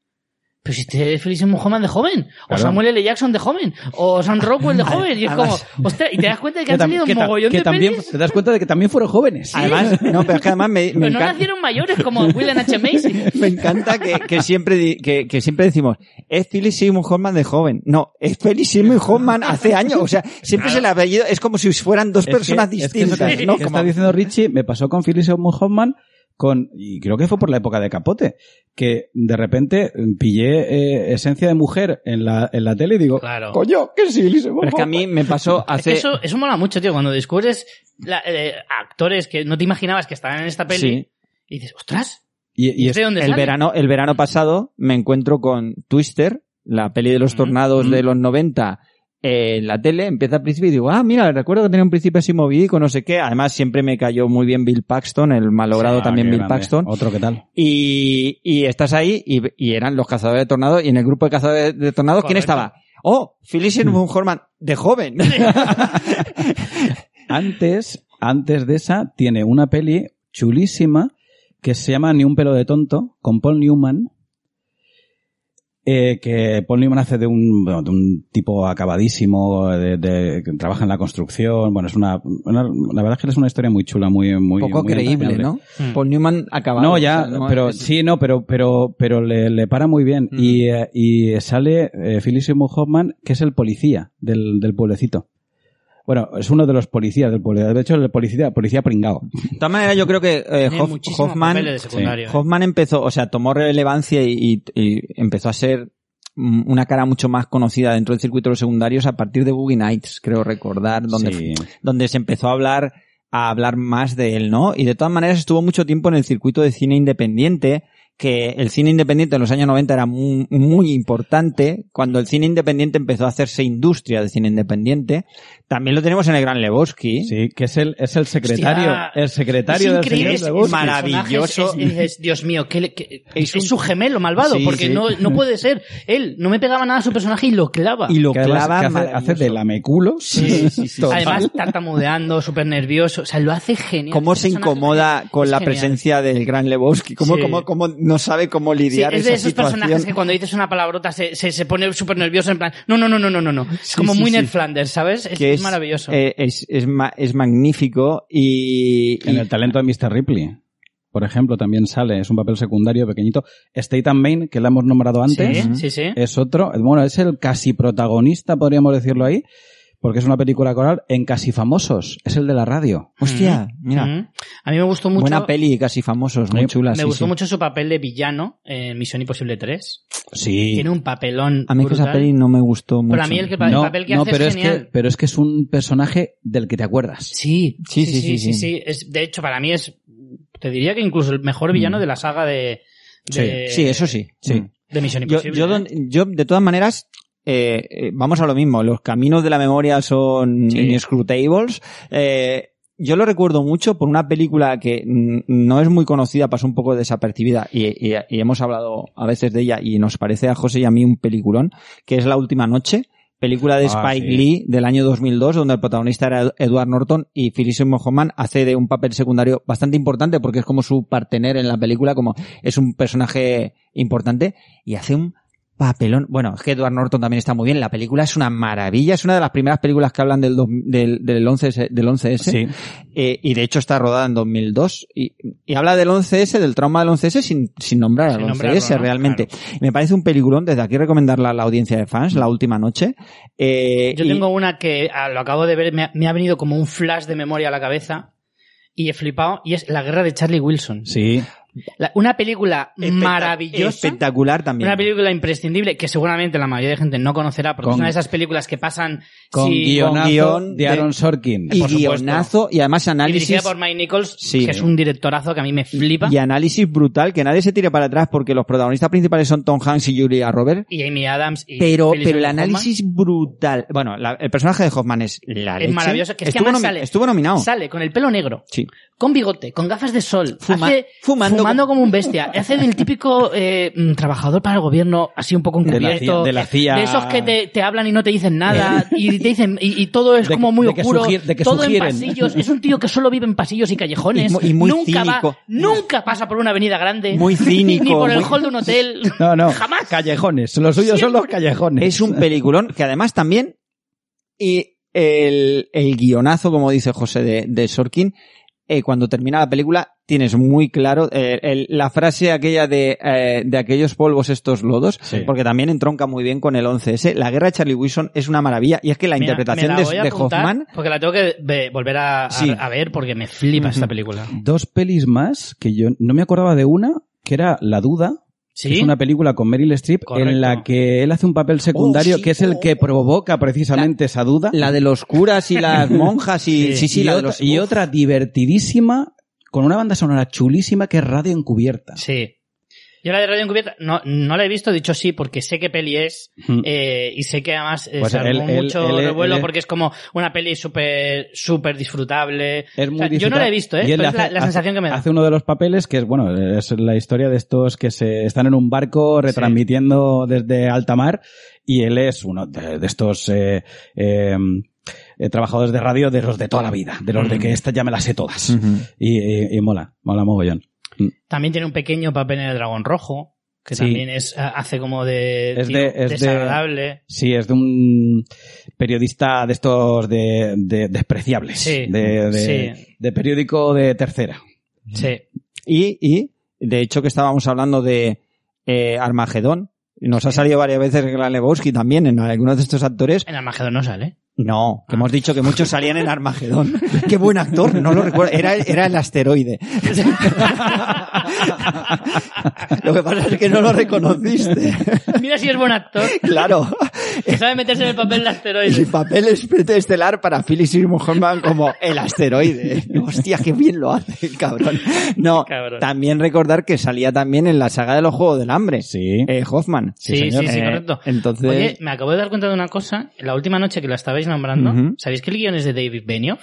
Speaker 1: pero si este es Feliz Muhammad de joven, o
Speaker 3: Claro.
Speaker 1: Samuel L. Jackson de joven, o Sam Rockwell de joven, y es como,
Speaker 2: además-
Speaker 1: hostia, y te das cuenta de que han
Speaker 3: tam-
Speaker 1: salido un
Speaker 3: ta-
Speaker 1: mogollón
Speaker 3: que
Speaker 1: de
Speaker 3: también
Speaker 1: pelis,
Speaker 3: te das cuenta de que también fueron jóvenes.
Speaker 2: Además, no, pero es que además me, me
Speaker 1: pero Pues no
Speaker 2: encanta-
Speaker 1: nacieron mayores como William H. Macy.
Speaker 2: Me encanta que, que siempre, di- que, que siempre decimos, es Philip Seymour Hoffman de joven. No, es Philip Seymour Hoffman hace años. O sea, siempre se le apellido, es como si fueran dos
Speaker 3: Es que-
Speaker 2: personas
Speaker 3: es que eso
Speaker 2: distintas,
Speaker 3: que-
Speaker 2: ¿no?
Speaker 3: que
Speaker 2: Como-
Speaker 3: está diciendo Richie, me pasó con Phyllis Seymour Hoffman con, y creo que fue por la época de Capote, que de repente mm, pillé eh, esencia de mujer en la, en la tele y digo,
Speaker 1: Claro.
Speaker 3: coño, ¿qué es Phyllis Seymour
Speaker 2: Pero es que a
Speaker 3: Hoffman?".
Speaker 2: mí me pasó hace...
Speaker 1: Eso, eso mola mucho, tío, cuando descubres la- eh, actores que no te imaginabas que estaban en esta peli
Speaker 2: Sí.
Speaker 1: y dices, ostras,
Speaker 3: Y,
Speaker 1: ¿y
Speaker 3: y es-
Speaker 1: este de dónde
Speaker 2: el
Speaker 1: sale?
Speaker 2: verano, el verano pasado me encuentro con Twister, la peli de los
Speaker 1: Mm,
Speaker 2: tornados
Speaker 3: mm.
Speaker 2: de los 90, eh, en la tele, empieza al principio y digo, ah, mira, recuerdo que tenía un principio así movidico, no sé qué. Además, siempre me cayó muy bien Bill Paxton, el malogrado
Speaker 3: Ah,
Speaker 2: también
Speaker 3: qué
Speaker 2: Bill
Speaker 3: grande.
Speaker 2: Paxton.
Speaker 3: Otro que tal.
Speaker 2: Y, y estás ahí y, y eran los cazadores de tornados y en el grupo de cazadores de tornados, ¿quién
Speaker 1: Correcto.
Speaker 2: estaba? Oh, Phyllis Seymour Horman, de joven.
Speaker 3: Antes, antes de esa, tiene una peli chulísima que se llama Ni un pelo de tonto, con Paul Newman. eh, que Paul Newman hace de un, bueno, de un tipo acabadísimo, de, de- que trabaja en la construcción. Bueno, es una, una- la verdad es que es una historia muy chula, muy, muy,
Speaker 2: poco
Speaker 3: muy
Speaker 2: creíble,
Speaker 3: entrañable.
Speaker 1: Hmm.
Speaker 2: ¿no? Paul Newman acabado.
Speaker 3: No,
Speaker 2: Ah, o
Speaker 3: ya,
Speaker 2: sea, ¿no?
Speaker 3: pero
Speaker 2: Es-
Speaker 3: sí, no, pero, pero, pero le, le para muy bien.
Speaker 2: Mm.
Speaker 3: Y, eh, y sale eh, Philip Seymour Hoffman, que es el policía del, del pueblecito. Bueno, es uno de los policías del pueblo. De hecho, el policía, policía pringao.
Speaker 2: De todas maneras, yo creo que eh,
Speaker 1: Tiene
Speaker 2: Hoff-
Speaker 1: muchísimos
Speaker 2: Hoffman,
Speaker 1: papeles de secundario, ¿eh?
Speaker 2: Hoffman empezó, o sea, tomó relevancia y, y- y empezó a ser mm, una cara mucho más conocida dentro del circuito de los secundarios a partir de Boogie Nights, creo recordar, donde
Speaker 3: Sí.
Speaker 2: donde se empezó a hablar a hablar más de él, ¿no? Y de todas maneras estuvo mucho tiempo en el circuito de cine independiente, que el cine independiente en los años 90 era muy, muy importante, cuando el cine independiente empezó a hacerse industria del cine independiente. También lo tenemos en el Gran Lebowski.
Speaker 3: Sí, que es el, es el secretario,
Speaker 1: Hostia.
Speaker 3: el secretario del señor
Speaker 1: es-
Speaker 3: Lebowski.
Speaker 1: es maravilloso. Es- es- es- Dios mío, que, le- que- es, su gemelo malvado,
Speaker 2: Sí,
Speaker 1: porque
Speaker 2: sí.
Speaker 1: No, no puede ser. Él no me pegaba nada a su personaje y lo clava.
Speaker 2: Y lo
Speaker 3: Que además
Speaker 2: clava
Speaker 3: que hace,
Speaker 2: maravilloso.
Speaker 3: hace de lameculos.
Speaker 1: Sí, sí,
Speaker 3: Total.
Speaker 1: Además, tartamudeando, súper nervioso. O sea, lo hace genial.
Speaker 2: cómo
Speaker 1: Este
Speaker 2: se
Speaker 1: personaje
Speaker 2: incomoda
Speaker 1: es
Speaker 2: con la
Speaker 1: genial.
Speaker 2: presencia del Gran Lebowski, cómo,
Speaker 1: Sí.
Speaker 2: cómo, cómo no sabe cómo
Speaker 1: Sí,
Speaker 2: lidiar
Speaker 1: es de
Speaker 2: esa
Speaker 1: esos
Speaker 2: situación.
Speaker 1: personajes que cuando dices una palabrota se, se, se pone súper nervioso en plan, no, no, no, no, no, no, no. Es
Speaker 2: Sí,
Speaker 1: como
Speaker 2: sí,
Speaker 1: muy
Speaker 2: sí.
Speaker 1: Ned Flanders, ¿sabes? Es,
Speaker 2: que
Speaker 1: es maravilloso.
Speaker 2: eh, es, es, ma- es magnífico y,
Speaker 3: En
Speaker 2: y-
Speaker 3: el talento de Mr. Ripley. Por ejemplo, también sale, es un papel secundario pequeñito. State and Main, que la hemos nombrado antes.
Speaker 1: sí, sí, sí.
Speaker 2: Eh,
Speaker 3: es otro, bueno, es el casi protagonista, podríamos decirlo ahí, porque es una película coral en casi famosos, es el de la radio.
Speaker 2: hostia, mira,
Speaker 1: Mm. A mí me gustó mucho.
Speaker 2: buena peli, casi famosos, muy
Speaker 3: Me-
Speaker 2: chula.
Speaker 1: me
Speaker 2: sí,
Speaker 1: gustó
Speaker 2: sí.
Speaker 1: mucho su papel de villano en Misión Imposible 3.
Speaker 3: Sí.
Speaker 1: Tiene un papelón.
Speaker 2: A mí que esa
Speaker 1: brutal.
Speaker 2: peli no me gustó mucho.
Speaker 1: Pero a mí el que- el papel que hace
Speaker 3: pero
Speaker 1: es
Speaker 3: que,
Speaker 1: genial.
Speaker 3: pero es que es un personaje del que te acuerdas.
Speaker 1: Sí,
Speaker 2: Sí, sí, sí, sí.
Speaker 1: Es, de hecho, para mí es, te diría que incluso el mejor villano de la saga de, de,
Speaker 2: Mm. Sí, eso sí.
Speaker 1: Mm.
Speaker 3: Sí.
Speaker 1: de Misión
Speaker 2: Yo,
Speaker 1: Imposible.
Speaker 2: yo,
Speaker 1: ¿eh?
Speaker 2: don- yo, de todas maneras, eh, eh, vamos a lo mismo. Los caminos de la memoria son
Speaker 1: Sí.
Speaker 2: inescrutables. Eh, yo lo recuerdo mucho por una película que mm, no es muy conocida, pasó un poco desapercibida y, y- y hemos hablado a veces de ella y nos parece a José y a mí un peliculón, que es La Última Noche, película de
Speaker 3: Ah,
Speaker 2: Spike
Speaker 3: sí.
Speaker 2: Lee del año 2002, donde el protagonista era Ed- Edward Norton y Philip Seymour Hoffman hace de un papel secundario bastante importante porque es como su partener en la película, como es un personaje importante y hace un papelón. Bueno, es que Edward Norton también está muy bien. La película es una maravilla. Es una de las primeras películas que hablan del, dos- del, del 11S. Del 11S.
Speaker 3: Sí.
Speaker 2: Eh, y de hecho está rodada en 2002. Y, y habla del 11S, del trauma del 11S, sin, sin nombrar al
Speaker 1: Sin
Speaker 2: 11S
Speaker 1: nombrarlo, ¿no?
Speaker 2: realmente. Me parece un peliculón. Desde aquí recomendarla a la audiencia de fans, La Última Noche. Eh,
Speaker 1: Yo
Speaker 2: y-
Speaker 1: tengo una que ah, lo acabo de ver, me ha, me ha venido como un flash de memoria a la cabeza y he flipado, y es La Guerra de Charlie Wilson.
Speaker 3: Sí.
Speaker 1: La- una película
Speaker 2: espectac-
Speaker 1: maravillosa.
Speaker 2: Espectacular también.
Speaker 1: Una película imprescindible que seguramente la mayoría de gente no conocerá porque
Speaker 3: Con-
Speaker 1: es una de esas películas que pasan
Speaker 3: Con
Speaker 1: sí,
Speaker 3: guionazo
Speaker 2: guión
Speaker 3: de
Speaker 2: de-
Speaker 3: Aaron Sorkin.
Speaker 2: y
Speaker 1: por supuesto.
Speaker 2: guionazo y además
Speaker 1: y dirigida
Speaker 2: análisis
Speaker 1: por Mike Nichols,
Speaker 2: Sí.
Speaker 1: que es un directorazo que a mí me flipa.
Speaker 2: y análisis brutal que nadie se tire para atrás porque los protagonistas principales son Tom Hanks y Julia Roberts
Speaker 1: Y Amy Adams y
Speaker 2: pero,
Speaker 1: Phyllis
Speaker 2: pero el
Speaker 1: Hoffman.
Speaker 2: análisis brutal bueno la- el personaje de Hoffman es la
Speaker 1: Es
Speaker 2: leche.
Speaker 1: maravilloso, que es que
Speaker 2: estuvo,
Speaker 1: además
Speaker 2: nomi-
Speaker 1: sale-
Speaker 2: estuvo nominado
Speaker 1: Sale con el pelo negro,
Speaker 2: sí
Speaker 1: con bigote, con gafas de sol,
Speaker 2: Fuma-
Speaker 1: hace-
Speaker 2: fumando
Speaker 1: fumando, como un bestia. Hace del típico eh, mm, trabajador para el gobierno, así un poco
Speaker 3: De la CIA-
Speaker 1: encubierto.
Speaker 3: de la CIA.
Speaker 1: de esos que te, te hablan y no te dicen nada.
Speaker 2: Eh.
Speaker 1: y te dicen y, y todo es
Speaker 3: De que-
Speaker 1: como muy
Speaker 3: de que
Speaker 1: oscuro.
Speaker 3: sugier- de que
Speaker 1: todo
Speaker 3: sugieren.
Speaker 1: en pasillos. Es un tío que solo vive en pasillos y callejones.
Speaker 2: Y mu- y muy
Speaker 1: nunca va-
Speaker 2: cínico.
Speaker 1: nunca pasa por una avenida grande.
Speaker 2: Muy cínico,
Speaker 1: Ni por el
Speaker 2: muy-
Speaker 1: hall de un hotel.
Speaker 3: No, no.
Speaker 1: Jamás.
Speaker 3: Callejones. Los suyos son los callejones.
Speaker 2: es un peliculón que además también y el, el guionazo como dice José de, de Sorkin eh, cuando termina la película tienes muy claro eh, el- la frase aquella de, eh, de aquellos polvos estos lodos
Speaker 3: Sí.
Speaker 2: porque también entronca muy bien con el 11S la guerra de Charlie Wilson es una maravilla y es que la
Speaker 1: Mira,
Speaker 2: interpretación
Speaker 1: me la
Speaker 2: de,
Speaker 1: voy a
Speaker 2: de
Speaker 1: apuntar
Speaker 2: Hoffman
Speaker 1: Porque la tengo que ve- volver a, a-
Speaker 2: Sí.
Speaker 1: a ver porque me flipa esta película.
Speaker 3: Dos pelis más que yo no me acordaba de una, que era La Duda. que
Speaker 1: Sí.
Speaker 3: Es una película con Meryl Streep
Speaker 1: Correcto.
Speaker 3: en la que él hace un papel secundario
Speaker 2: Oh, sí.
Speaker 3: que es el que provoca precisamente esa duda.
Speaker 2: La de los curas y las monjas y...
Speaker 1: Sí.
Speaker 2: Sí, sí,
Speaker 3: y,
Speaker 2: la de
Speaker 3: otra,
Speaker 2: los...
Speaker 3: y otra divertidísima con una banda sonora chulísima que es Radio Encubierta.
Speaker 1: Sí. Yo la de Radio Encubierta no, no la he visto, dicho sí, porque sé qué peli es
Speaker 3: Mm.
Speaker 1: eh, y sé que además eh,
Speaker 3: Pues
Speaker 1: se armó
Speaker 3: él- él-
Speaker 1: mucho
Speaker 3: él- él-
Speaker 1: revuelo
Speaker 3: él-
Speaker 1: porque es como una peli súper súper disfrutable.
Speaker 3: Es
Speaker 1: O
Speaker 3: muy
Speaker 1: sea, yo no
Speaker 3: digital.
Speaker 1: la he visto, ¿eh?
Speaker 3: Y él
Speaker 1: pero es
Speaker 3: hace-
Speaker 1: la, la
Speaker 3: hace-
Speaker 1: sensación que me da.
Speaker 3: Hace uno de los papeles que es, bueno, es la historia de estos que se están en un barco retransmitiendo desde alta mar y él es uno de, de estos eh, eh, eh, trabajadores de radio de los de toda la vida, de
Speaker 1: Mm.
Speaker 3: los de que esta ya me las sé todas.
Speaker 2: Ujú.
Speaker 3: Y, y- y mola, mola mogollón.
Speaker 1: También tiene un pequeño papel en el Dragón Rojo, que
Speaker 3: Sí.
Speaker 1: también es a- hace como de,
Speaker 3: Es
Speaker 1: tío,
Speaker 3: de- es de-
Speaker 1: desagradable.
Speaker 3: Sí, es de un periodista de estos de, de- despreciables,
Speaker 1: Sí,
Speaker 3: de, de-
Speaker 1: sí.
Speaker 3: de periódico de tercera.
Speaker 1: Sí.
Speaker 2: Y, y, de hecho que estábamos hablando de eh, Armagedón, nos ha salido varias veces Gran Lebowski también en algunos de estos actores.
Speaker 1: En Armagedón no sale.
Speaker 2: No,
Speaker 1: Ah.
Speaker 2: que hemos dicho que muchos salían en Armagedón. Qué buen actor, no lo recuerdo. Era, el- era el asteroide. Lo que pasa es que no lo reconociste.
Speaker 1: Mira si es buen actor.
Speaker 2: Claro.
Speaker 1: que Sabe meterse en el papel del
Speaker 2: El
Speaker 1: asteroide.
Speaker 2: papel es estelar para Phyllis Seymour Hoffman como el asteroide. Hostia, qué bien lo hace el cabrón. No,
Speaker 1: Cabrón.
Speaker 2: también recordar que salía también en la saga de los Juegos del Hambre.
Speaker 3: Sí.
Speaker 2: Eh, Hoffman.
Speaker 1: Sí, sí, sí,
Speaker 2: Eh,
Speaker 1: correcto.
Speaker 2: Entonces,
Speaker 1: Oye, me acabo de dar cuenta de una cosa. La última noche que la estabais nombrando,
Speaker 2: Ujú.
Speaker 1: ¿sabíis que el guion es de David Benioff?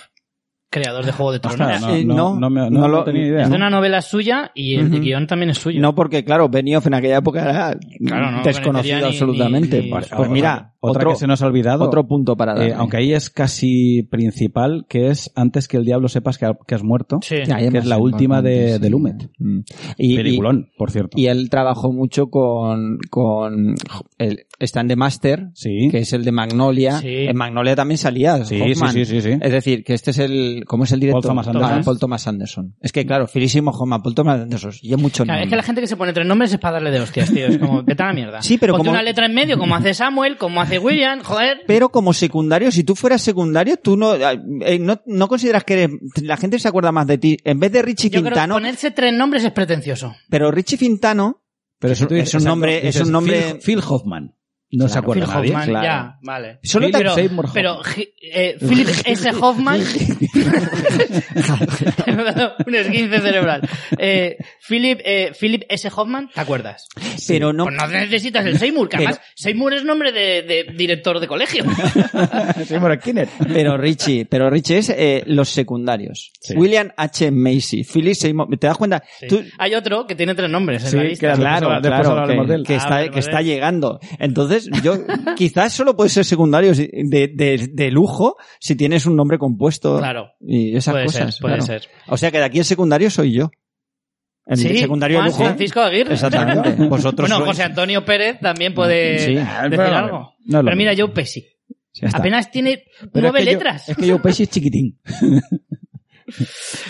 Speaker 1: Creador de Juego de Tronos.
Speaker 3: Ostras,
Speaker 1: Es
Speaker 3: no,
Speaker 2: eh,
Speaker 3: no,
Speaker 2: no,
Speaker 3: no me- no-
Speaker 2: no lo-
Speaker 3: no tenía idea.
Speaker 2: no.
Speaker 1: de una novela suya y el
Speaker 2: Ujú.
Speaker 1: guión también es suyo.
Speaker 2: no porque, claro, Benioff en aquella época era
Speaker 1: Claro, no
Speaker 2: desconocido
Speaker 1: conocería ni-
Speaker 2: absolutamente.
Speaker 1: ni- ni-
Speaker 2: Pues, pues
Speaker 3: Ahora,
Speaker 2: mira,
Speaker 3: otra
Speaker 2: otro,
Speaker 3: que se nos ha olvidado.
Speaker 2: otro punto para dar.
Speaker 3: Eh, aunque ahí es casi principal, que es antes que el diablo sepas que, ha- que has muerto,
Speaker 1: Sí.
Speaker 2: eh,
Speaker 3: que este es la última de, de Lumet.
Speaker 2: mm. Y, y,
Speaker 3: Peliculón, por cierto.
Speaker 2: y él trabajó mucho con, con el Stand the Master,
Speaker 3: sí.
Speaker 2: que es el de Magnolia.
Speaker 1: Sí.
Speaker 2: En Magnolia también salía
Speaker 3: Sí,
Speaker 2: Hoffman.
Speaker 3: sí, sí, sí, sí.
Speaker 2: Es decir, que este es el... ¿Cómo es el director?
Speaker 3: Paul Thomas
Speaker 1: Anderson.
Speaker 2: Ah, Paul Thomas Anderson. Es que, claro, filísimo Hoffman, Paul Thomas Anderson. Y es mucho
Speaker 1: Claro, es
Speaker 2: nombre.
Speaker 1: que la gente que se pone tres nombres es para darle de hostias, tío. Es como, vete a la mierda.
Speaker 2: Sí, pero
Speaker 1: Ponte
Speaker 2: como-
Speaker 1: una letra en medio, como hace Samuel, como hace William, joder.
Speaker 2: Pero como secundario, si tú fueras secundario, tú no, eh, no, no consideras que eres, la gente se acuerda más de ti. En vez de Richie
Speaker 1: Yo creo que
Speaker 2: Quintano,
Speaker 1: ponerse tres nombres es pretencioso.
Speaker 2: pero Richie Fintano,
Speaker 3: Pero si tú
Speaker 2: es
Speaker 3: dices-
Speaker 2: un
Speaker 3: exacto,
Speaker 2: nombre- es
Speaker 3: dices,
Speaker 2: un nombre-
Speaker 3: Phil, Phil Hoffman. No se acuerda
Speaker 1: Phil
Speaker 3: nadie.
Speaker 1: Hoffman,
Speaker 2: claro.
Speaker 1: ya, vale.
Speaker 2: Solo
Speaker 1: pero,
Speaker 3: te- Seymour
Speaker 1: pero Gi- eh, Philip S. Hoffman. Me ha dado un esguince cerebral. Eh, Philip, eh, Philip S. Hoffman, ¿te acuerdas?
Speaker 2: pero no.
Speaker 1: Pues no necesitas el Seymour, que
Speaker 2: Pero-
Speaker 1: además Seymour es nombre de, de director de colegio.
Speaker 3: Seymour Skinner.
Speaker 2: Pero Richie, pero Richie es eh, los secundarios.
Speaker 3: Sí.
Speaker 2: William H. Macy, Phyllis Seymour, ¿te das cuenta?
Speaker 1: Sí.
Speaker 2: Tú-
Speaker 1: Hay otro que tiene tres nombres en la
Speaker 3: Sí,
Speaker 1: lista. Pues
Speaker 3: Después
Speaker 2: claro,
Speaker 3: habla- después
Speaker 2: claro,
Speaker 3: hablaremos
Speaker 2: que,
Speaker 3: de él.
Speaker 2: que está,
Speaker 1: Hablaremos
Speaker 2: que está
Speaker 1: de él.
Speaker 2: llegando. Entonces, yo quizás solo puedes ser secundario si- de, de- de lujo si tienes un nombre compuesto
Speaker 1: Claro.
Speaker 2: y esas
Speaker 1: Puede
Speaker 2: cosas.
Speaker 1: ser, puede
Speaker 2: claro.
Speaker 1: ser.
Speaker 2: O sea que de aquí el secundario soy yo. El
Speaker 1: Sí,
Speaker 2: secundario
Speaker 1: Juan
Speaker 2: de lujo.
Speaker 1: Francisco Aguirre.
Speaker 2: Exactamente. Vosotros
Speaker 1: Bueno,
Speaker 2: sois-
Speaker 1: José Antonio Pérez también puede
Speaker 2: Sí.
Speaker 1: decir
Speaker 2: Ah,
Speaker 3: pero-
Speaker 1: algo.
Speaker 3: no es lo
Speaker 1: pero mira,
Speaker 3: mismo.
Speaker 1: Joe Pesci.
Speaker 3: Ya está.
Speaker 1: Apenas tiene
Speaker 3: Pero es
Speaker 1: nueve
Speaker 3: que yo-
Speaker 1: letras.
Speaker 3: es que yo Pesci es chiquitín.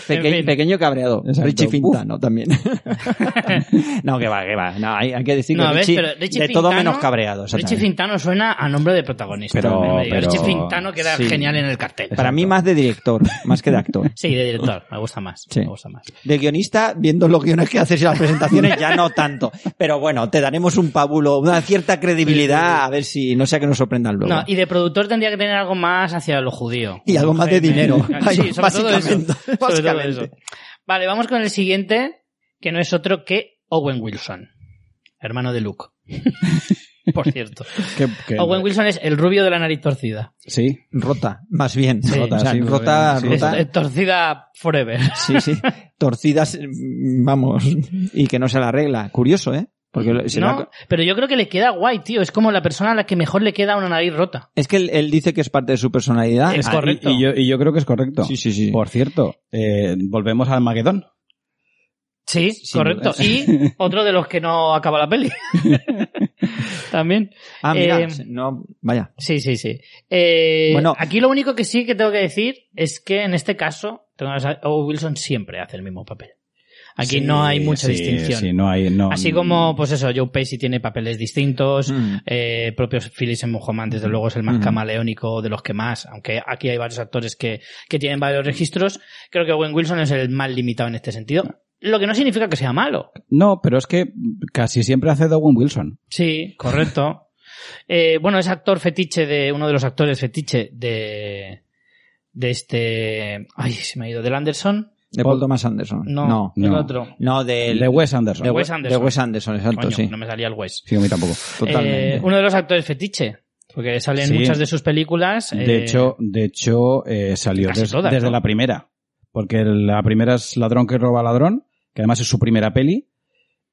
Speaker 2: Peque-
Speaker 1: En fin.
Speaker 2: Pequeño cabreado.
Speaker 3: Exacto.
Speaker 2: Richie
Speaker 3: Uf.
Speaker 2: Fintano también. no, que va, que va. No, hay, hay que decir
Speaker 1: No, a
Speaker 2: que
Speaker 1: ver,
Speaker 2: Richie,
Speaker 1: pero Richie
Speaker 2: de todo
Speaker 1: Fintano-
Speaker 2: menos cabreado. exactamente.
Speaker 1: Richie Fintano suena a nombre de protagonista.
Speaker 3: Pero-
Speaker 1: Me digo,
Speaker 3: pero-
Speaker 1: Richie Fintano queda
Speaker 3: sí.
Speaker 1: genial en el cartel.
Speaker 2: Para mí más de director, más que de actor.
Speaker 1: Sí, de director. Me gusta más.
Speaker 2: Sí.
Speaker 1: Me gusta más.
Speaker 2: De guionista, viendo los guiones que haces y las presentaciones, ya no tanto. Pero bueno, te daremos un pábulo, una cierta credibilidad, a ver si no sea que nos sorprendan luego.
Speaker 1: No, y de productor tendría que tener algo más hacia lo judío.
Speaker 2: Y algo más de
Speaker 1: Jaime.
Speaker 2: dinero.
Speaker 1: Sí, sobre todo eso.
Speaker 2: Básicamente,
Speaker 1: Sobre todo
Speaker 2: básicamente.
Speaker 1: eso. Vale, vamos con el siguiente, que no es otro que Owen Wilson, hermano de Luke. Por cierto.
Speaker 3: Que- que-
Speaker 1: Owen Wilson es el rubio de la nariz torcida.
Speaker 3: Sí.
Speaker 2: Rota, más bien.
Speaker 1: Sí.
Speaker 2: rota, o sea,
Speaker 3: Sí,
Speaker 2: rota,
Speaker 3: sí.
Speaker 1: Es-
Speaker 2: rota.
Speaker 1: es torcida forever.
Speaker 2: Sí, sí. Torcidas, mm, vamos, y que no se la arregla. Curioso, ¿eh? Porque se lo
Speaker 1: No,
Speaker 2: ha-
Speaker 1: pero yo creo que le queda guay, tío. Es como la persona a la que mejor le queda una nariz rota.
Speaker 2: es que él, él dice que es parte de su personalidad.
Speaker 1: Es
Speaker 2: Ah,
Speaker 1: correcto.
Speaker 3: Y, y yo, y yo creo que es correcto.
Speaker 2: Sí, sí, sí.
Speaker 3: Por cierto, eh, volvemos al Magedón.
Speaker 1: Sí,
Speaker 2: sin
Speaker 1: correcto.
Speaker 2: duda.
Speaker 1: Y otro de los que no acaba la peli. También.
Speaker 2: Ah, mira,
Speaker 1: Eh,
Speaker 2: no, vaya.
Speaker 1: Sí, sí, sí. Eh,
Speaker 2: Bueno.
Speaker 1: aquí lo único que sí que tengo que decir es que en este caso, tengo que saber, Owen Wilson siempre hace el mismo papel. Aquí
Speaker 3: Sí,
Speaker 1: no hay mucha
Speaker 3: sí,
Speaker 1: distinción.
Speaker 3: Sí, no hay. No, mm.
Speaker 1: Así como, pues eso, Joe Pesci tiene papeles distintos,
Speaker 2: Mm.
Speaker 1: eh, propio Philip Seymour Hoffman, desde luego, es el más
Speaker 2: Ujú.
Speaker 1: camaleónico de los que más, aunque aquí hay varios actores que, que tienen varios registros, creo que Owen Wilson es el más limitado en este sentido, lo que no significa que sea malo.
Speaker 3: No, pero es que casi siempre hace de Owen Wilson.
Speaker 1: Sí, correcto. Eh, bueno, es actor fetiche de, uno de los actores fetiche de, de este, ay, se me ha ido, del Anderson,
Speaker 2: De Paul Thomas Anderson.
Speaker 1: no,
Speaker 2: No,
Speaker 1: el
Speaker 3: no.
Speaker 1: otro.
Speaker 2: no, del-
Speaker 3: De Wes Anderson.
Speaker 2: de
Speaker 1: Wes
Speaker 2: We-
Speaker 1: Anderson.
Speaker 2: De Wes Anderson, exacto,
Speaker 1: Coño,
Speaker 2: sí.
Speaker 1: no me salía el West.
Speaker 3: Sí, a mí tampoco.
Speaker 2: Totalmente.
Speaker 1: Eh, uno de los actores fetiche, porque salen
Speaker 3: Sí.
Speaker 1: muchas de sus películas.
Speaker 3: De
Speaker 1: eh,
Speaker 3: hecho, de hecho eh, salió
Speaker 1: casi
Speaker 3: des-
Speaker 1: todas,
Speaker 3: desde
Speaker 1: ¿no?
Speaker 3: la primera. Porque la primera es Ladrón que roba a ladrón, que además es su primera peli.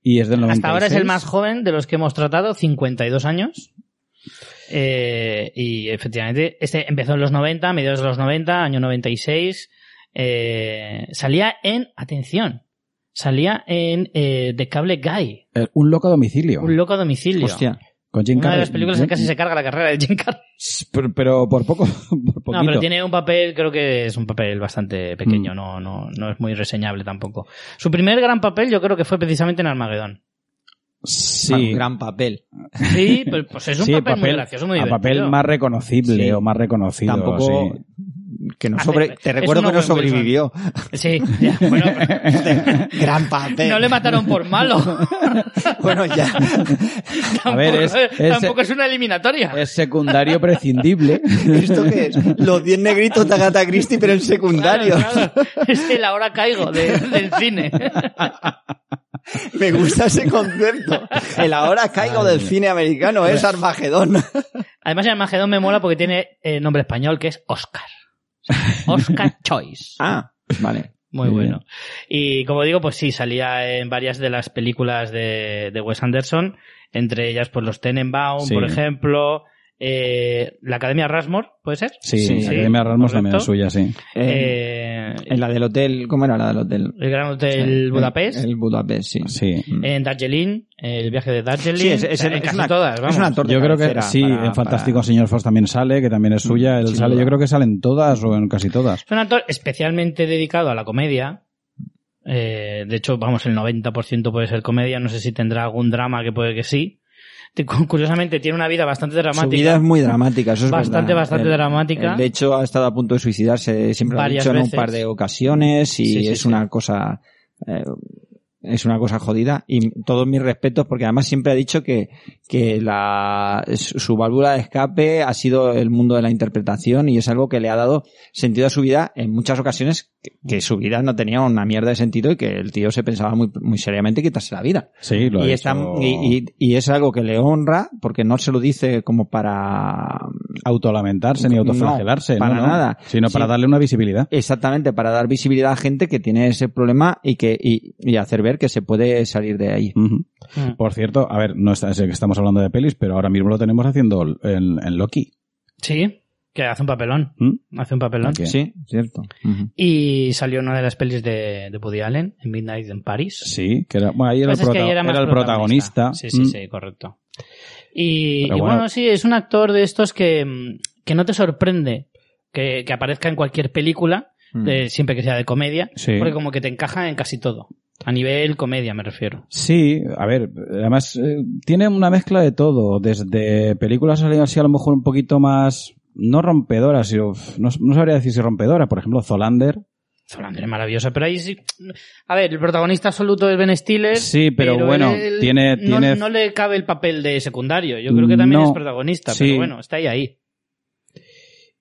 Speaker 3: Y es del 96.
Speaker 1: Hasta ahora es el más joven de los que hemos tratado, 52 años. Eh, y efectivamente, este empezó en los 90, mediados de los 90, año 96. Eh, salía en, atención, salía en eh, The Cable Guy,
Speaker 3: Eh, Un loco a domicilio.
Speaker 1: un loco a domicilio.
Speaker 2: Hostia.
Speaker 3: Con Jim
Speaker 1: Una de
Speaker 3: Carrey. Mm.
Speaker 1: las películas en que casi se carga la carrera de Jim Carrey.
Speaker 3: Pero, pero por poco. Por poquito.
Speaker 1: No, pero tiene un papel, creo que es un papel bastante pequeño,
Speaker 3: Mm.
Speaker 1: no, no, no es muy reseñable tampoco. Su primer gran papel yo creo que fue precisamente en Armagedón.
Speaker 3: Sí.
Speaker 2: Gran papel.
Speaker 1: Sí, pero, pues es un
Speaker 3: Sí,
Speaker 1: papel, muy gracioso, muy
Speaker 3: a
Speaker 1: divertido.
Speaker 3: papel más reconocible
Speaker 2: Sí.
Speaker 3: o más reconocido.
Speaker 2: Tampoco.
Speaker 3: sí.
Speaker 2: Que no
Speaker 1: Hace-
Speaker 2: sobre, te
Speaker 1: es
Speaker 2: recuerdo
Speaker 1: un
Speaker 2: que
Speaker 1: Owen
Speaker 2: no
Speaker 1: Wilson.
Speaker 2: sobrevivió.
Speaker 1: Sí, ya, bueno,
Speaker 2: Gran papel.
Speaker 1: no le mataron por malo.
Speaker 2: Bueno, ya.
Speaker 1: Tampoco,
Speaker 3: A ver, es- es-
Speaker 1: tampoco es una eliminatoria.
Speaker 3: Es secundario prescindible.
Speaker 2: ¿Esto qué es? Los 10 negritos de Agatha Christie, pero en
Speaker 1: Claro,
Speaker 2: secundario.
Speaker 1: claro. Es el ahora caigo de- del cine.
Speaker 2: Me gusta ese concepto. El ahora caigo del cine americano es Armagedón.
Speaker 1: Además, el Armagedón me mola porque tiene eh, nombre español que es Oscar. Oscar Choice.
Speaker 2: Ah, vale.
Speaker 1: Muy
Speaker 3: Muy
Speaker 1: bueno. Y como digo, pues sí, salía en varias de las películas de, de Wes Anderson, entre ellas pues los Tenenbaum,
Speaker 3: Sí.
Speaker 1: por ejemplo, eh, la Academia Rasmore, ¿puede ser?
Speaker 3: Sí,
Speaker 2: Sí,
Speaker 3: la
Speaker 2: sí,
Speaker 3: Academia Ramos también es
Speaker 1: correcto.
Speaker 3: suya, sí.
Speaker 1: Eh,
Speaker 2: en la del hotel, ¿cómo era la del hotel?
Speaker 1: el Gran Hotel Budapest.
Speaker 2: El, Budapest, sí.
Speaker 3: Sí.
Speaker 2: Mm.
Speaker 1: En Darjeeling, el viaje de Darjeeling.
Speaker 2: Sí, es- es-
Speaker 1: o sea, en
Speaker 2: es
Speaker 1: casi
Speaker 2: una-
Speaker 1: todas, vamos.
Speaker 2: Es un actor de
Speaker 3: Yo creo que
Speaker 2: cabecera
Speaker 3: sí,
Speaker 2: para-
Speaker 3: en Fantástico
Speaker 2: para- Mm,
Speaker 3: Señor Fox también sale, que también es suya, él
Speaker 2: Sin
Speaker 3: sale,
Speaker 2: duda.
Speaker 3: yo creo que salen todas o en casi todas.
Speaker 1: Es un actor especialmente dedicado a la comedia. Eh, de hecho, vamos, el 90% puede ser comedia. No sé si tendrá algún drama que puede que sí. Te- cu- Curiosamente, tiene una vida bastante dramática.
Speaker 2: Su vida es muy dramática, eso es
Speaker 1: Bastante,
Speaker 2: verdad.
Speaker 1: bastante
Speaker 2: Él-
Speaker 1: dramática.
Speaker 2: él, de hecho, ha estado a punto de suicidarse, siempre lo ha
Speaker 1: Varias
Speaker 2: dicho en un
Speaker 1: veces.
Speaker 2: par de ocasiones y
Speaker 1: Sí, sí,
Speaker 2: es
Speaker 1: sí.
Speaker 2: una cosa... eh, es una cosa jodida y todos mis respetos porque además siempre ha dicho que, que la, su su válvula de escape ha sido el mundo de la interpretación y es algo que le ha dado sentido a su vida en muchas ocasiones que, que su vida no tenía una mierda de sentido y que el tío se pensaba muy, muy seriamente quitarse la vida
Speaker 3: Sí, lo ha
Speaker 2: y,
Speaker 3: hecho-
Speaker 2: está- y, y- y es algo que le honra porque no se lo dice como para
Speaker 3: autolamentarse ni
Speaker 2: No,
Speaker 3: autoflagelarse, no,
Speaker 2: para
Speaker 3: no,
Speaker 2: nada.
Speaker 3: sino para
Speaker 2: Sí.
Speaker 3: darle una visibilidad.
Speaker 2: exactamente para dar visibilidad a gente que tiene ese problema y que y, y hacer ver que se puede salir de ahí
Speaker 3: Ujú.
Speaker 1: Mm.
Speaker 3: Por cierto, a ver, no está, sé que estamos hablando de pelis, pero ahora mismo lo tenemos haciendo en, en Loki.
Speaker 1: Sí. que hace un papelón.
Speaker 3: ¿Mm?
Speaker 1: Hace un papelón.
Speaker 3: Ok.
Speaker 2: Sí, cierto. Ujú.
Speaker 1: Y salió una de las pelis de, de Woody Allen, en Midnight in Paris.
Speaker 3: Sí, que era, bueno, ahí era el,
Speaker 1: Pasa Pues es que
Speaker 3: prota-
Speaker 1: ahí era más
Speaker 3: era el protagonista.
Speaker 1: Sí, sí,
Speaker 3: Mm.
Speaker 1: sí, correcto. Y, y
Speaker 3: Pero
Speaker 1: bueno.
Speaker 3: bueno.
Speaker 1: sí, es un actor de estos que, mm, que no te sorprende que, que aparezca en cualquier película, de- siempre que sea de comedia,
Speaker 3: Mm. Sí.
Speaker 1: porque como que te encaja en casi todo. A nivel comedia, me refiero.
Speaker 3: Sí, a ver, además eh, tiene una mezcla de todo, desde películas así a lo mejor un poquito más, no rompedoras, sino, uf, no, no sabría decir si rompedora, por ejemplo, Zolander.
Speaker 1: Zolander es maravillosa, pero ahí sí. A ver, el protagonista absoluto es Ben Stiller.
Speaker 3: Sí, pero bueno,
Speaker 1: él
Speaker 3: tiene-
Speaker 1: no-
Speaker 3: tiene-
Speaker 1: no le cabe el papel de secundario. Yo creo que también
Speaker 3: No.
Speaker 1: es protagonista,
Speaker 3: Sí.
Speaker 1: pero bueno, está ahí ahí.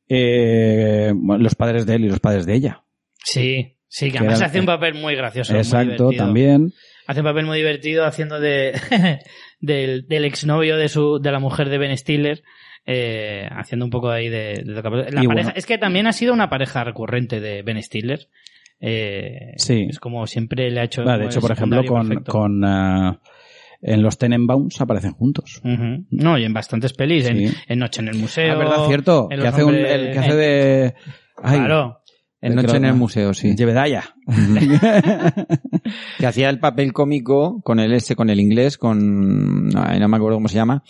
Speaker 3: Eh, bueno, los padres de él y los padres de ella.
Speaker 1: Sí, sí, que
Speaker 3: Que
Speaker 1: además
Speaker 3: era-
Speaker 1: hace un papel muy gracioso. muy
Speaker 3: Exacto,
Speaker 1: divertido.
Speaker 3: también.
Speaker 1: Hace un papel muy divertido haciendo de del, del exnovio de su de la mujer de Ben Stiller. eh, haciendo un poco ahí de, de tocapelotas. la
Speaker 3: Y
Speaker 1: pareja,
Speaker 3: bueno.
Speaker 1: es que también ha sido una pareja recurrente de Ben Stiller Eh,
Speaker 3: Sí.
Speaker 1: es como siempre le ha hecho
Speaker 3: Vale,
Speaker 1: como
Speaker 3: de hecho,
Speaker 1: el
Speaker 3: por ejemplo,
Speaker 1: secundario
Speaker 3: con,
Speaker 1: perfecto.
Speaker 3: con ah, en los Tenenbaums aparecen juntos.
Speaker 1: Ujú. No, y en bastantes pelis, en,
Speaker 3: Sí.
Speaker 1: en Noche en el Museo.
Speaker 3: Ah, verdad, cierto.
Speaker 1: en
Speaker 3: Que
Speaker 1: Los
Speaker 3: hace un,
Speaker 1: Hombres-
Speaker 3: el que hace de. Ay,
Speaker 1: Claro.
Speaker 2: En Noche en el Museo, sí.
Speaker 3: Jebediah.
Speaker 2: que hacía el papel cómico con el este, con el inglés, con... ay, no me acuerdo cómo se llama.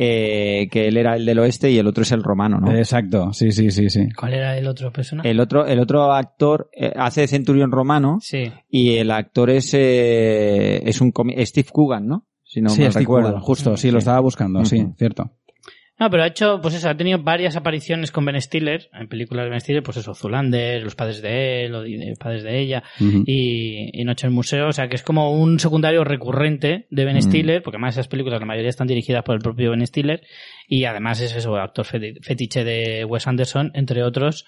Speaker 2: eh, que él era el del oeste y el otro es el romano,
Speaker 3: Eh,
Speaker 2: ¿no?
Speaker 3: Exacto, sí, sí, sí, sí.
Speaker 1: ¿Cuál era el otro
Speaker 3: Eh.
Speaker 1: personaje?
Speaker 2: El otro, el otro actor eh, hace de centurión romano
Speaker 1: Sí.
Speaker 2: y el actor es, eh, es un comi- Steve Coogan, ¿no? Si no
Speaker 3: sí,
Speaker 2: mal
Speaker 3: Steve
Speaker 2: recuerdo.
Speaker 3: Coogan, justo, sí, lo estaba buscando, sí,
Speaker 2: Ujú.
Speaker 3: cierto.
Speaker 1: No, pero ha hecho, pues eso, ha tenido varias apariciones con Ben Stiller, en películas de Ben Stiller, pues eso, Zulander, los padres de él, o de- los padres de ella,
Speaker 3: Ujú.
Speaker 1: y, y Noche en el Museo, o sea que es como un secundario recurrente de Ben
Speaker 2: Mm.
Speaker 1: Stiller, porque además esas películas la mayoría están dirigidas por el propio Ben Stiller, y además es eso, actor feti- fetiche de Wes Anderson, entre otros,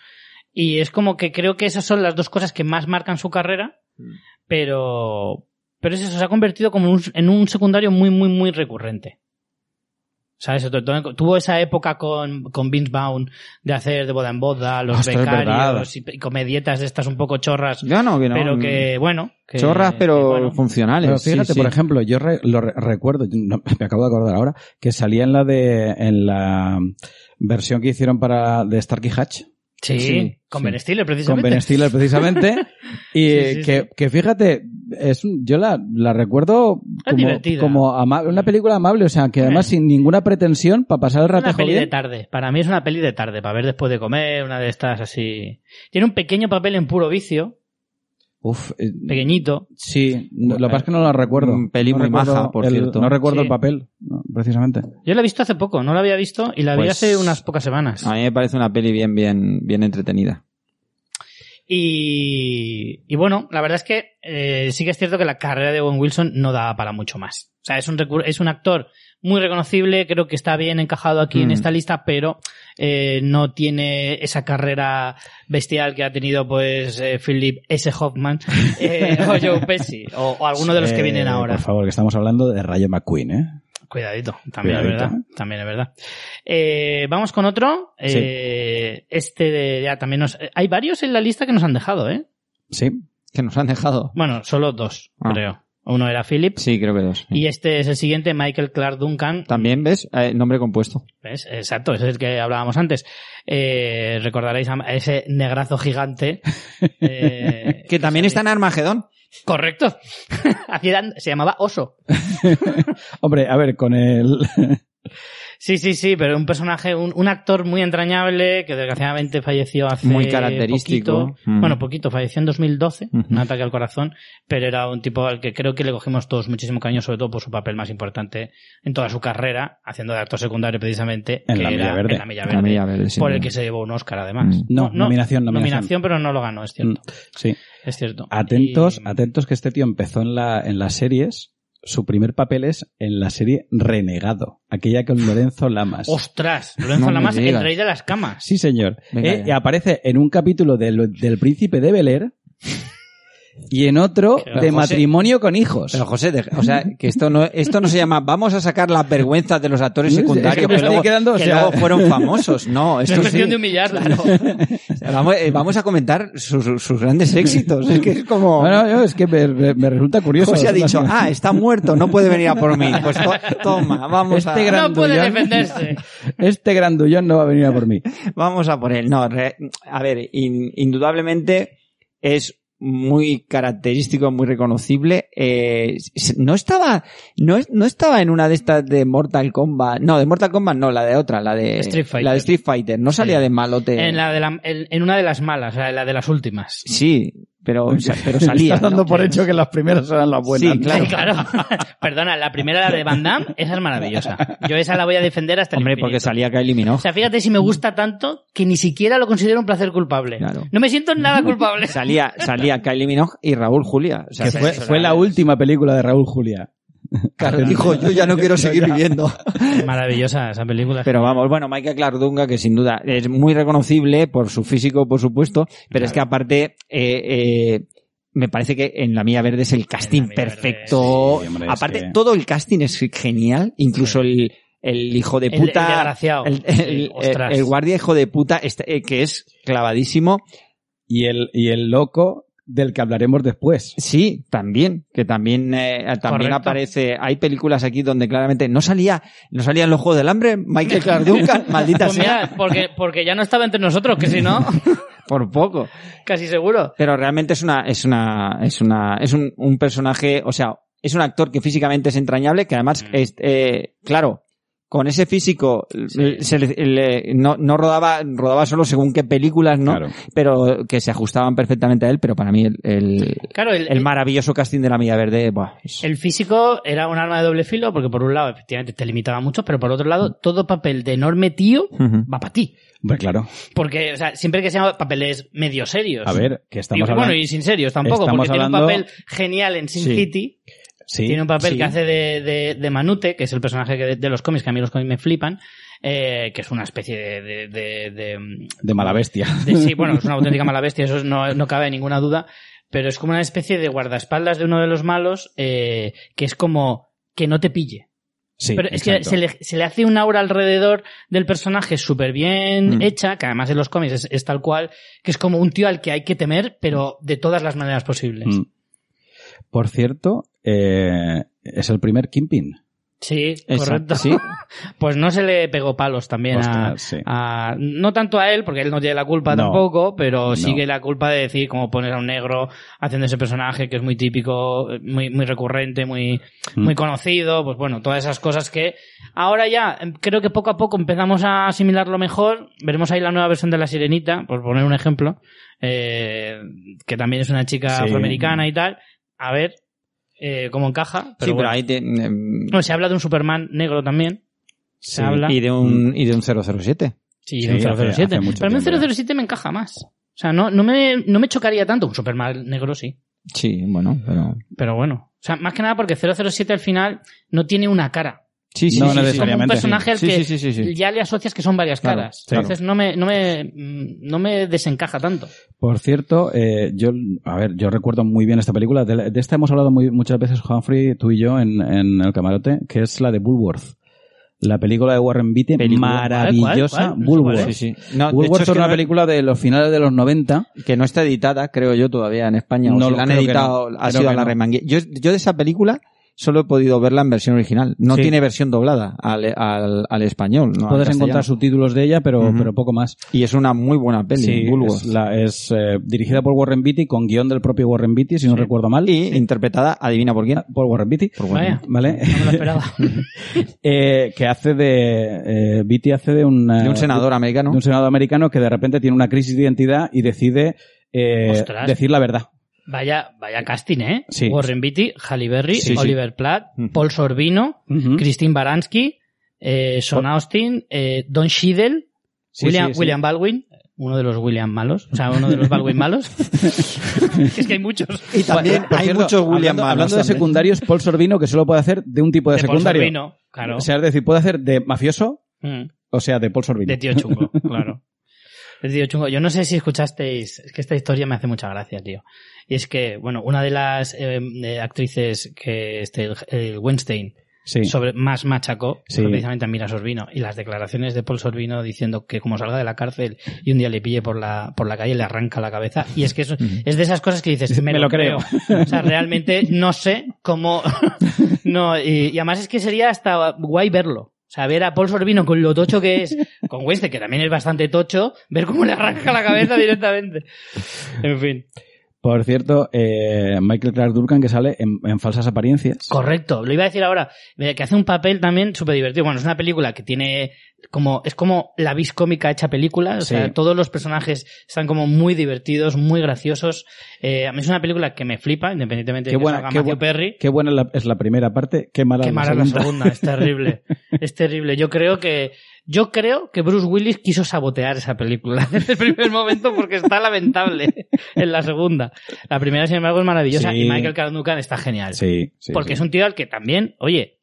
Speaker 1: y es como que creo que esas son las dos cosas que más marcan su carrera,
Speaker 2: Mm.
Speaker 1: pero, pero es eso, se ha convertido como un- en un secundario muy, muy, muy recurrente. ¿Sabes? Tu- tu- Tuvo esa época con, con Vince Vaughn de hacer de boda en boda, los
Speaker 3: Ostras, Ah, es verdad.
Speaker 1: becarios y, y comedietas de estas un poco chorras
Speaker 2: Ya no, que no,
Speaker 1: pero
Speaker 2: mm,
Speaker 1: que bueno que-
Speaker 2: Chorras,
Speaker 1: que,
Speaker 2: pero
Speaker 1: bueno.
Speaker 2: funcionales.
Speaker 3: Pero fíjate,
Speaker 2: sí, sí.
Speaker 3: por ejemplo, yo re- lo re- recuerdo, yo no- me acabo de acordar ahora, que salía en la de en la versión que hicieron para de Starkey Hatch
Speaker 1: sí,
Speaker 3: Sí,
Speaker 1: con
Speaker 3: sí.
Speaker 1: Ben Stiller
Speaker 3: con
Speaker 1: precisamente
Speaker 3: Ben Stiller precisamente y
Speaker 1: Sí,
Speaker 3: eh,
Speaker 1: sí,
Speaker 3: que,
Speaker 1: sí.
Speaker 3: que fíjate es un- yo la, la recuerdo
Speaker 1: Es
Speaker 3: como,
Speaker 1: divertida.
Speaker 3: como ama- una película amable o sea que además
Speaker 1: Eh.
Speaker 3: sin ninguna pretensión para pasar el
Speaker 1: Es
Speaker 3: rato
Speaker 1: una peli
Speaker 3: bien.
Speaker 1: de tarde para mí es una peli de tarde para ver después de comer una de estas así tiene un pequeño papel en puro vicio
Speaker 3: Uf, eh,
Speaker 1: pequeñito
Speaker 3: sí no- lo que pasa es que no la recuerdo
Speaker 2: Mm, peli
Speaker 3: No
Speaker 2: muy
Speaker 3: recuerdo
Speaker 2: maja, por
Speaker 3: el-
Speaker 2: cierto.
Speaker 3: no recuerdo
Speaker 1: Sí.
Speaker 3: el papel no, precisamente
Speaker 1: yo la he visto hace poco no la había visto y la vi
Speaker 2: Pues-
Speaker 1: hace unas pocas semanas
Speaker 2: A mí me parece una peli bien, bien, bien entretenida.
Speaker 1: Y, y bueno, la verdad es que eh, sí que es cierto que la carrera de Owen Wilson no da para mucho más. O sea, es un, recur- es un actor muy reconocible, creo que está bien encajado aquí en
Speaker 2: Mm.
Speaker 1: esta lista, pero eh, no tiene esa carrera bestial que ha tenido pues eh, Philip S. Hoffman eh, o Joe Pesci o, o alguno de los que
Speaker 3: Eh,
Speaker 1: vienen ahora.
Speaker 3: por favor que estamos hablando de Rayo McQueen eh
Speaker 1: Cuidadito, también
Speaker 3: Cuidadito,
Speaker 1: es verdad.
Speaker 3: ¿eh?
Speaker 1: También es verdad. Eh, vamos con otro.
Speaker 3: Sí.
Speaker 1: Eh, Este de- ya también nos... Hay varios en la lista que nos han dejado, ¿eh?
Speaker 3: Sí,
Speaker 2: Que nos han dejado.
Speaker 1: Bueno, solo dos,
Speaker 2: Ah.
Speaker 1: creo. Uno era Philip
Speaker 2: Sí, creo que dos.
Speaker 1: y este es el siguiente, Michael Clark Duncan.
Speaker 2: También, ¿ves? Eh, nombre compuesto.
Speaker 1: ¿Ves? Exacto, ese es el que hablábamos antes. Eh, recordaréis a a ese negrazo gigante. eh,
Speaker 2: Que también está en Armagedón.
Speaker 1: Correcto. Hacía- Se llamaba Oso.
Speaker 3: hombre, a ver, con el...
Speaker 1: Sí, sí, sí, pero un personaje, un, un actor muy entrañable que desgraciadamente falleció hace
Speaker 2: Muy característico.
Speaker 1: poquito.
Speaker 2: Mm.
Speaker 1: Bueno, poquito, falleció en 2012,
Speaker 2: Ujú.
Speaker 1: un ataque al corazón, pero era un tipo al que creo que le cogimos todos muchísimo cariño, sobre todo por su papel más importante en toda su carrera, haciendo de actor secundario precisamente,
Speaker 3: En
Speaker 1: que
Speaker 3: La
Speaker 1: era
Speaker 3: Milla Verde.
Speaker 1: en la Milla Verde,
Speaker 2: La Milla Verde, sí,
Speaker 1: por el
Speaker 2: mira.
Speaker 1: que se llevó un Oscar además.
Speaker 2: Mm.
Speaker 3: No, nominación, nominación.
Speaker 1: pero no lo ganó, es cierto.
Speaker 3: Sí.
Speaker 2: Mm.
Speaker 1: Es cierto.
Speaker 3: Atentos,
Speaker 1: Y-
Speaker 3: atentos que este tío empezó en, la, en las series. Su primer papel es en la serie Renegado, aquella con Lorenzo Lamas.
Speaker 1: ¡Ostras! Lorenzo
Speaker 2: No me
Speaker 1: Lamas, el
Speaker 2: digas.
Speaker 1: rey de las camas.
Speaker 3: Sí, señor.
Speaker 2: Venga
Speaker 3: Eh,
Speaker 2: ya.
Speaker 3: y aparece en un capítulo de lo- del Príncipe de Bel Air y en otro
Speaker 1: Pero
Speaker 3: de
Speaker 2: José-
Speaker 3: matrimonio con hijos.
Speaker 2: Pero José, deja- o sea, que esto no, esto no se llama vamos a sacar las vergüenzas de los actores
Speaker 3: Es que me
Speaker 2: secundarios que,
Speaker 3: estoy
Speaker 2: luego,
Speaker 3: quedando, o
Speaker 2: que
Speaker 3: sea-
Speaker 2: luego fueron famosos. No,
Speaker 1: Es
Speaker 2: esto sí.
Speaker 1: cuestión de humillarla, ¿no?
Speaker 2: Vamos, eh, vamos a comentar sus, sus grandes éxitos. Es que es como...
Speaker 3: Bueno, yo, es que me, me- me resulta curioso.
Speaker 2: José ha dicho,
Speaker 3: Resulta-
Speaker 2: ah, está muerto, no puede venir a por mí. Pues to- toma, vamos a...
Speaker 3: Este
Speaker 1: No puede
Speaker 3: Grandullón.
Speaker 1: defenderse.
Speaker 3: Este grandullón no va a venir a por mí.
Speaker 2: Vamos a por él. No, re- a ver, in- indudablemente es muy característico, muy reconocible. Eh, s- no estaba, no, es- no estaba en una de estas de Mortal Kombat. No, de Mortal Kombat no, la de otra, la de
Speaker 1: Street Fighter.
Speaker 2: La de Street Fighter. No salía de malote.
Speaker 1: En, la de la- en- en una de las malas, o sea, en la de las últimas.
Speaker 2: Sí, pero, o sea, pero salía.
Speaker 3: Estás dando
Speaker 2: ¿no?
Speaker 3: por hecho que las primeras serán las buenas.
Speaker 2: Sí, claro.
Speaker 1: Perdona, la primera, la de Van Damme, esa es maravillosa. Yo esa la voy a defender hasta el
Speaker 2: Hombre, porque
Speaker 1: infinito.
Speaker 2: salía Kylie
Speaker 1: O
Speaker 2: Minogue.
Speaker 1: sea, fíjate si me gusta tanto que ni siquiera lo considero un placer culpable.
Speaker 2: Claro.
Speaker 1: No me siento en nada culpable.
Speaker 2: Salía, salía Kylie Minogue y Raúl Julia. O sea,
Speaker 3: Que fue,
Speaker 2: eso
Speaker 3: fue
Speaker 2: era-
Speaker 3: la última película de Raúl Julia.
Speaker 2: Claro, dijo, yo ya no quiero seguir viviendo.
Speaker 1: Maravillosa esa película.
Speaker 2: Pero vamos, bueno, Michael Clark Dunga, que sin duda es muy reconocible por su físico, por supuesto, pero es que aparte, eh, eh, me parece que en La Mía Verde es el casting
Speaker 1: Milla Verde,
Speaker 2: perfecto.
Speaker 3: sí, hombre, es
Speaker 2: aparte,
Speaker 3: que-
Speaker 2: todo el casting es genial, incluso el, el hijo de
Speaker 1: El- el
Speaker 2: puta.
Speaker 1: desgraciado.
Speaker 2: el- el-
Speaker 1: Sí, ostras.
Speaker 2: el- el guardia hijo de puta, este, eh, que es clavadísimo.
Speaker 3: Y el, y el loco del que hablaremos después.
Speaker 2: Sí, también, que también, eh, también
Speaker 1: Correcto.
Speaker 2: aparece. Hay películas aquí donde claramente no salía, no salía en los Juegos del Hambre, Michael Clark Duncan, maldita
Speaker 1: Pues
Speaker 2: sea,
Speaker 1: mira, porque, porque ya no estaba entre nosotros, que si no,
Speaker 2: por poco.
Speaker 1: casi seguro.
Speaker 2: Pero realmente es una, es una, es una, es un, un personaje, o sea, es un actor que físicamente es entrañable, que
Speaker 1: Mm.
Speaker 2: además, es, eh, claro, con ese físico l- se le- le- no, no rodaba, rodaba solo según qué películas, ¿no?
Speaker 3: Claro.
Speaker 2: Pero que se ajustaban perfectamente a él, pero para mí el, el,
Speaker 1: Claro, el,
Speaker 2: el maravilloso casting de la Milla Verde, buah, es-
Speaker 1: El físico era un arma de doble filo porque por un lado efectivamente te limitaba mucho, pero por otro lado todo papel de enorme tío
Speaker 2: Ujú.
Speaker 1: va para ti.
Speaker 3: Hombre, claro.
Speaker 1: Porque o sea, siempre que sean papeles medio serios.
Speaker 3: A ver,
Speaker 1: Digo,
Speaker 3: que estamos
Speaker 1: y
Speaker 3: hablando...
Speaker 1: Bueno, y sin serios tampoco,
Speaker 3: Estamos
Speaker 1: porque
Speaker 3: hablando-
Speaker 1: tiene un papel genial en Sin
Speaker 2: Sí.
Speaker 1: City,
Speaker 3: Sí,
Speaker 1: tiene un papel
Speaker 3: sí.
Speaker 1: que hace de, de- de Manute, que es el personaje que de, de los cómics, que a mí los cómics me flipan, eh, que es una especie de- de- de- de,
Speaker 3: De mala bestia.
Speaker 1: de- sí, bueno, es una auténtica mala bestia, eso no, no cabe ninguna duda. Pero es como una especie de guardaespaldas de uno de los malos eh, que es como que no te pille.
Speaker 3: Sí,
Speaker 1: pero es que
Speaker 3: exacto.
Speaker 1: se le, se le hace un aura alrededor del personaje súper bien
Speaker 2: Mm.
Speaker 1: hecha, que además en los cómics es, es tal cual, que es como un tío al que hay que temer, pero de todas las maneras posibles.
Speaker 3: Mm. Por cierto, eh, es el primer Kimpin.
Speaker 1: Sí,
Speaker 2: Exacto,
Speaker 1: correcto.
Speaker 2: sí.
Speaker 1: Pues no se le pegó palos también a,
Speaker 3: Ostras, sí.
Speaker 1: a- no tanto a él, porque él no tiene la culpa
Speaker 3: No.
Speaker 1: tampoco, pero
Speaker 3: No.
Speaker 1: sí que la culpa de decir cómo pones a un negro haciendo ese personaje que es muy típico, eh, muy, muy recurrente, muy,
Speaker 3: Mm.
Speaker 1: muy conocido, pues bueno, todas esas cosas que ahora ya em, creo que poco a poco empezamos a asimilarlo mejor. Veremos ahí la nueva versión de La Sirenita, por poner un ejemplo, eh, que también es una chica
Speaker 3: Sí.
Speaker 1: afroamericana y tal. A ver eh, cómo encaja. Pero
Speaker 2: sí, pero
Speaker 1: bueno.
Speaker 2: ahí te- em,
Speaker 1: Bueno, se habla de un Superman negro también.
Speaker 2: sí,
Speaker 1: habla.
Speaker 2: y de un, y de un 007.
Speaker 1: Sí,
Speaker 3: Sí,
Speaker 1: de un
Speaker 3: hace- hace
Speaker 1: 007.
Speaker 3: mucho
Speaker 1: Pero a mí un
Speaker 3: tiempo.
Speaker 1: 007 me encaja más. O sea, no, no, me, no me chocaría tanto. Un Superman negro sí.
Speaker 2: Sí, bueno, pero.
Speaker 1: Pero bueno. O sea, más que nada porque 007 al final no tiene una cara.
Speaker 2: Sí,
Speaker 3: No,
Speaker 1: Es como un
Speaker 3: Obviamente,
Speaker 1: personaje al
Speaker 2: Sí,
Speaker 1: que
Speaker 2: sí, sí, sí, sí.
Speaker 1: ya le asocias que son varias
Speaker 2: Claro,
Speaker 1: caras.
Speaker 2: claro.
Speaker 1: Entonces no, me, no, me, mm, no me desencaja tanto.
Speaker 3: Por cierto, eh, yo, a ver, yo recuerdo muy bien esta película. De, la- de esta hemos hablado muy, muchas veces, Humphrey, tú y yo, en, en el camarote, que es la de Bulworth. La película de Warren Beatty,
Speaker 2: Película.
Speaker 3: maravillosa.
Speaker 1: ¿Cuál, cuál? No sé
Speaker 3: Bulworth.
Speaker 1: cuál
Speaker 2: Sí,
Speaker 1: es.
Speaker 2: sí. No, de
Speaker 3: Woolworth
Speaker 2: hecho, es que
Speaker 3: era una
Speaker 2: no-
Speaker 3: película de los finales de los 90.
Speaker 2: que no está editada, creo yo, todavía en España.
Speaker 3: No
Speaker 2: o si
Speaker 3: lo-
Speaker 2: la han
Speaker 3: creo que
Speaker 2: editado,
Speaker 3: no.
Speaker 2: ha
Speaker 3: Creo
Speaker 2: sido
Speaker 3: que
Speaker 2: la
Speaker 3: no.
Speaker 2: remangue. Yo, yo de esa película solo he podido verla en versión original. No
Speaker 3: Sí.
Speaker 2: tiene versión doblada al, al, al español. ¿no? al
Speaker 3: Puedes
Speaker 2: castellano.
Speaker 3: encontrar subtítulos de ella, pero,
Speaker 2: Ujú.
Speaker 3: pero poco más.
Speaker 2: Y es una muy buena peli,
Speaker 3: Sí,
Speaker 2: Woolworth.
Speaker 3: es, la- es, eh, dirigida por Warren Beatty, con guión del propio Warren Beatty, si no recuerdo mal.
Speaker 2: Y interpretada, adivina por quién.
Speaker 3: por Warren Beatty.
Speaker 2: Por
Speaker 1: Vaya.
Speaker 2: Warren.
Speaker 3: ¿Vale?
Speaker 1: No me lo esperaba.
Speaker 3: Eh, que hace de. eh, Beatty hace de un.
Speaker 2: De un senador americano.
Speaker 3: de un senador americano que de repente tiene una crisis de identidad y decide eh,
Speaker 1: Ostras.
Speaker 3: decir la verdad.
Speaker 1: vaya, vaya casting, ¿eh?
Speaker 3: Sí.
Speaker 1: Warren Beatty, Halle Berry,
Speaker 3: Sí, sí.
Speaker 1: Oliver Platt, Paul Sorbino, Christine Baranski, eh, Sean Austin, eh, Don Schiedel,
Speaker 3: Sí,
Speaker 1: William,
Speaker 3: sí, sí.
Speaker 1: William Baldwin, uno de los William malos, o sea, uno de los Baldwin malos. es que hay muchos.
Speaker 3: Pues
Speaker 2: Y también
Speaker 3: Por
Speaker 2: hay
Speaker 3: cierto,
Speaker 2: muchos William
Speaker 3: hablando,
Speaker 2: Manos
Speaker 3: hablando de
Speaker 2: también.
Speaker 3: secundarios, Paul Sorbino que solo puede hacer de un tipo de,
Speaker 1: De Paul
Speaker 3: secundario.
Speaker 1: Sorvino, claro.
Speaker 3: O sea, es decir, puede hacer de mafioso,
Speaker 1: Mm,
Speaker 3: o sea, de Paul Sorbino.
Speaker 1: de tío chungo, claro. Es decir, chungo, yo no sé si escuchasteis, es que esta historia me hace mucha gracia, tío. Y es que, bueno, una de las eh, eh, actrices que este, el, el Weinstein
Speaker 3: Sí.
Speaker 1: sobre, más machacó
Speaker 3: Sí.
Speaker 1: fue precisamente a Mira Sorbino. Y las declaraciones de Paul Sorbino diciendo que como salga de la cárcel y un día le pille por la, por la calle, le arranca la cabeza. Y es que eso, es de esas cosas que dices, me,
Speaker 3: Me
Speaker 1: lo
Speaker 3: lo
Speaker 1: creo. O sea, realmente no sé cómo... no, y, y además es que sería hasta guay verlo. O sea, ver a Paul Sorbino con lo tocho que es, con Weinstein, que también es bastante tocho, ver cómo le arranca la cabeza directamente. En fin.
Speaker 3: Por cierto, eh, Michael Clark Duncan que sale en, en falsas apariencias.
Speaker 1: Correcto, lo iba a decir ahora, eh, que hace un papel también súper divertido. Bueno, es una película que tiene como, es como la vis cómica hecha película, o
Speaker 3: Sí.
Speaker 1: sea, todos los personajes están como muy divertidos, muy graciosos. Eh, a mí es una película que me flipa, independientemente
Speaker 3: Qué
Speaker 1: de que
Speaker 3: buena,
Speaker 1: salga
Speaker 3: qué
Speaker 1: Matthew
Speaker 3: bu-
Speaker 1: Perry.
Speaker 3: Qué buena la- es la primera parte, qué mala,
Speaker 1: Qué mala la segunda, es terrible, es terrible. Yo creo que, yo creo que Bruce Willis quiso sabotear esa película desde el primer momento porque está lamentable en la segunda. La primera, sin embargo, es maravillosa
Speaker 3: Sí.
Speaker 1: y Michael Carducan está genial.
Speaker 3: Sí, sí,
Speaker 1: Porque
Speaker 3: sí.
Speaker 1: es un tío al que también, oye,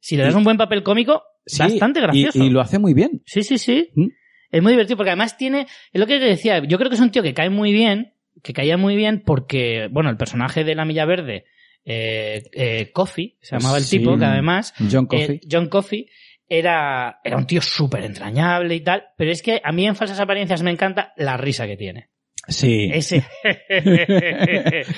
Speaker 1: si le das un buen papel cómico,
Speaker 3: Sí,
Speaker 1: bastante
Speaker 3: y-
Speaker 1: gracioso.
Speaker 3: Y, lo hace muy bien.
Speaker 1: Sí, sí, sí.
Speaker 3: ¿Mm?
Speaker 1: Es muy divertido porque además tiene, es lo que te decía, yo creo que es un tío que cae muy bien, que caía muy bien porque, bueno, el personaje de la Milla Verde, eh, eh, Coffee, se llamaba el
Speaker 3: Sí.
Speaker 1: tipo, que además,
Speaker 3: John
Speaker 1: eh,
Speaker 3: Coffey.
Speaker 1: John Coffey, era, era un tío súper entrañable y tal, pero es que a mí en falsas apariencias me encanta la risa que tiene.
Speaker 3: sí.
Speaker 1: Ese.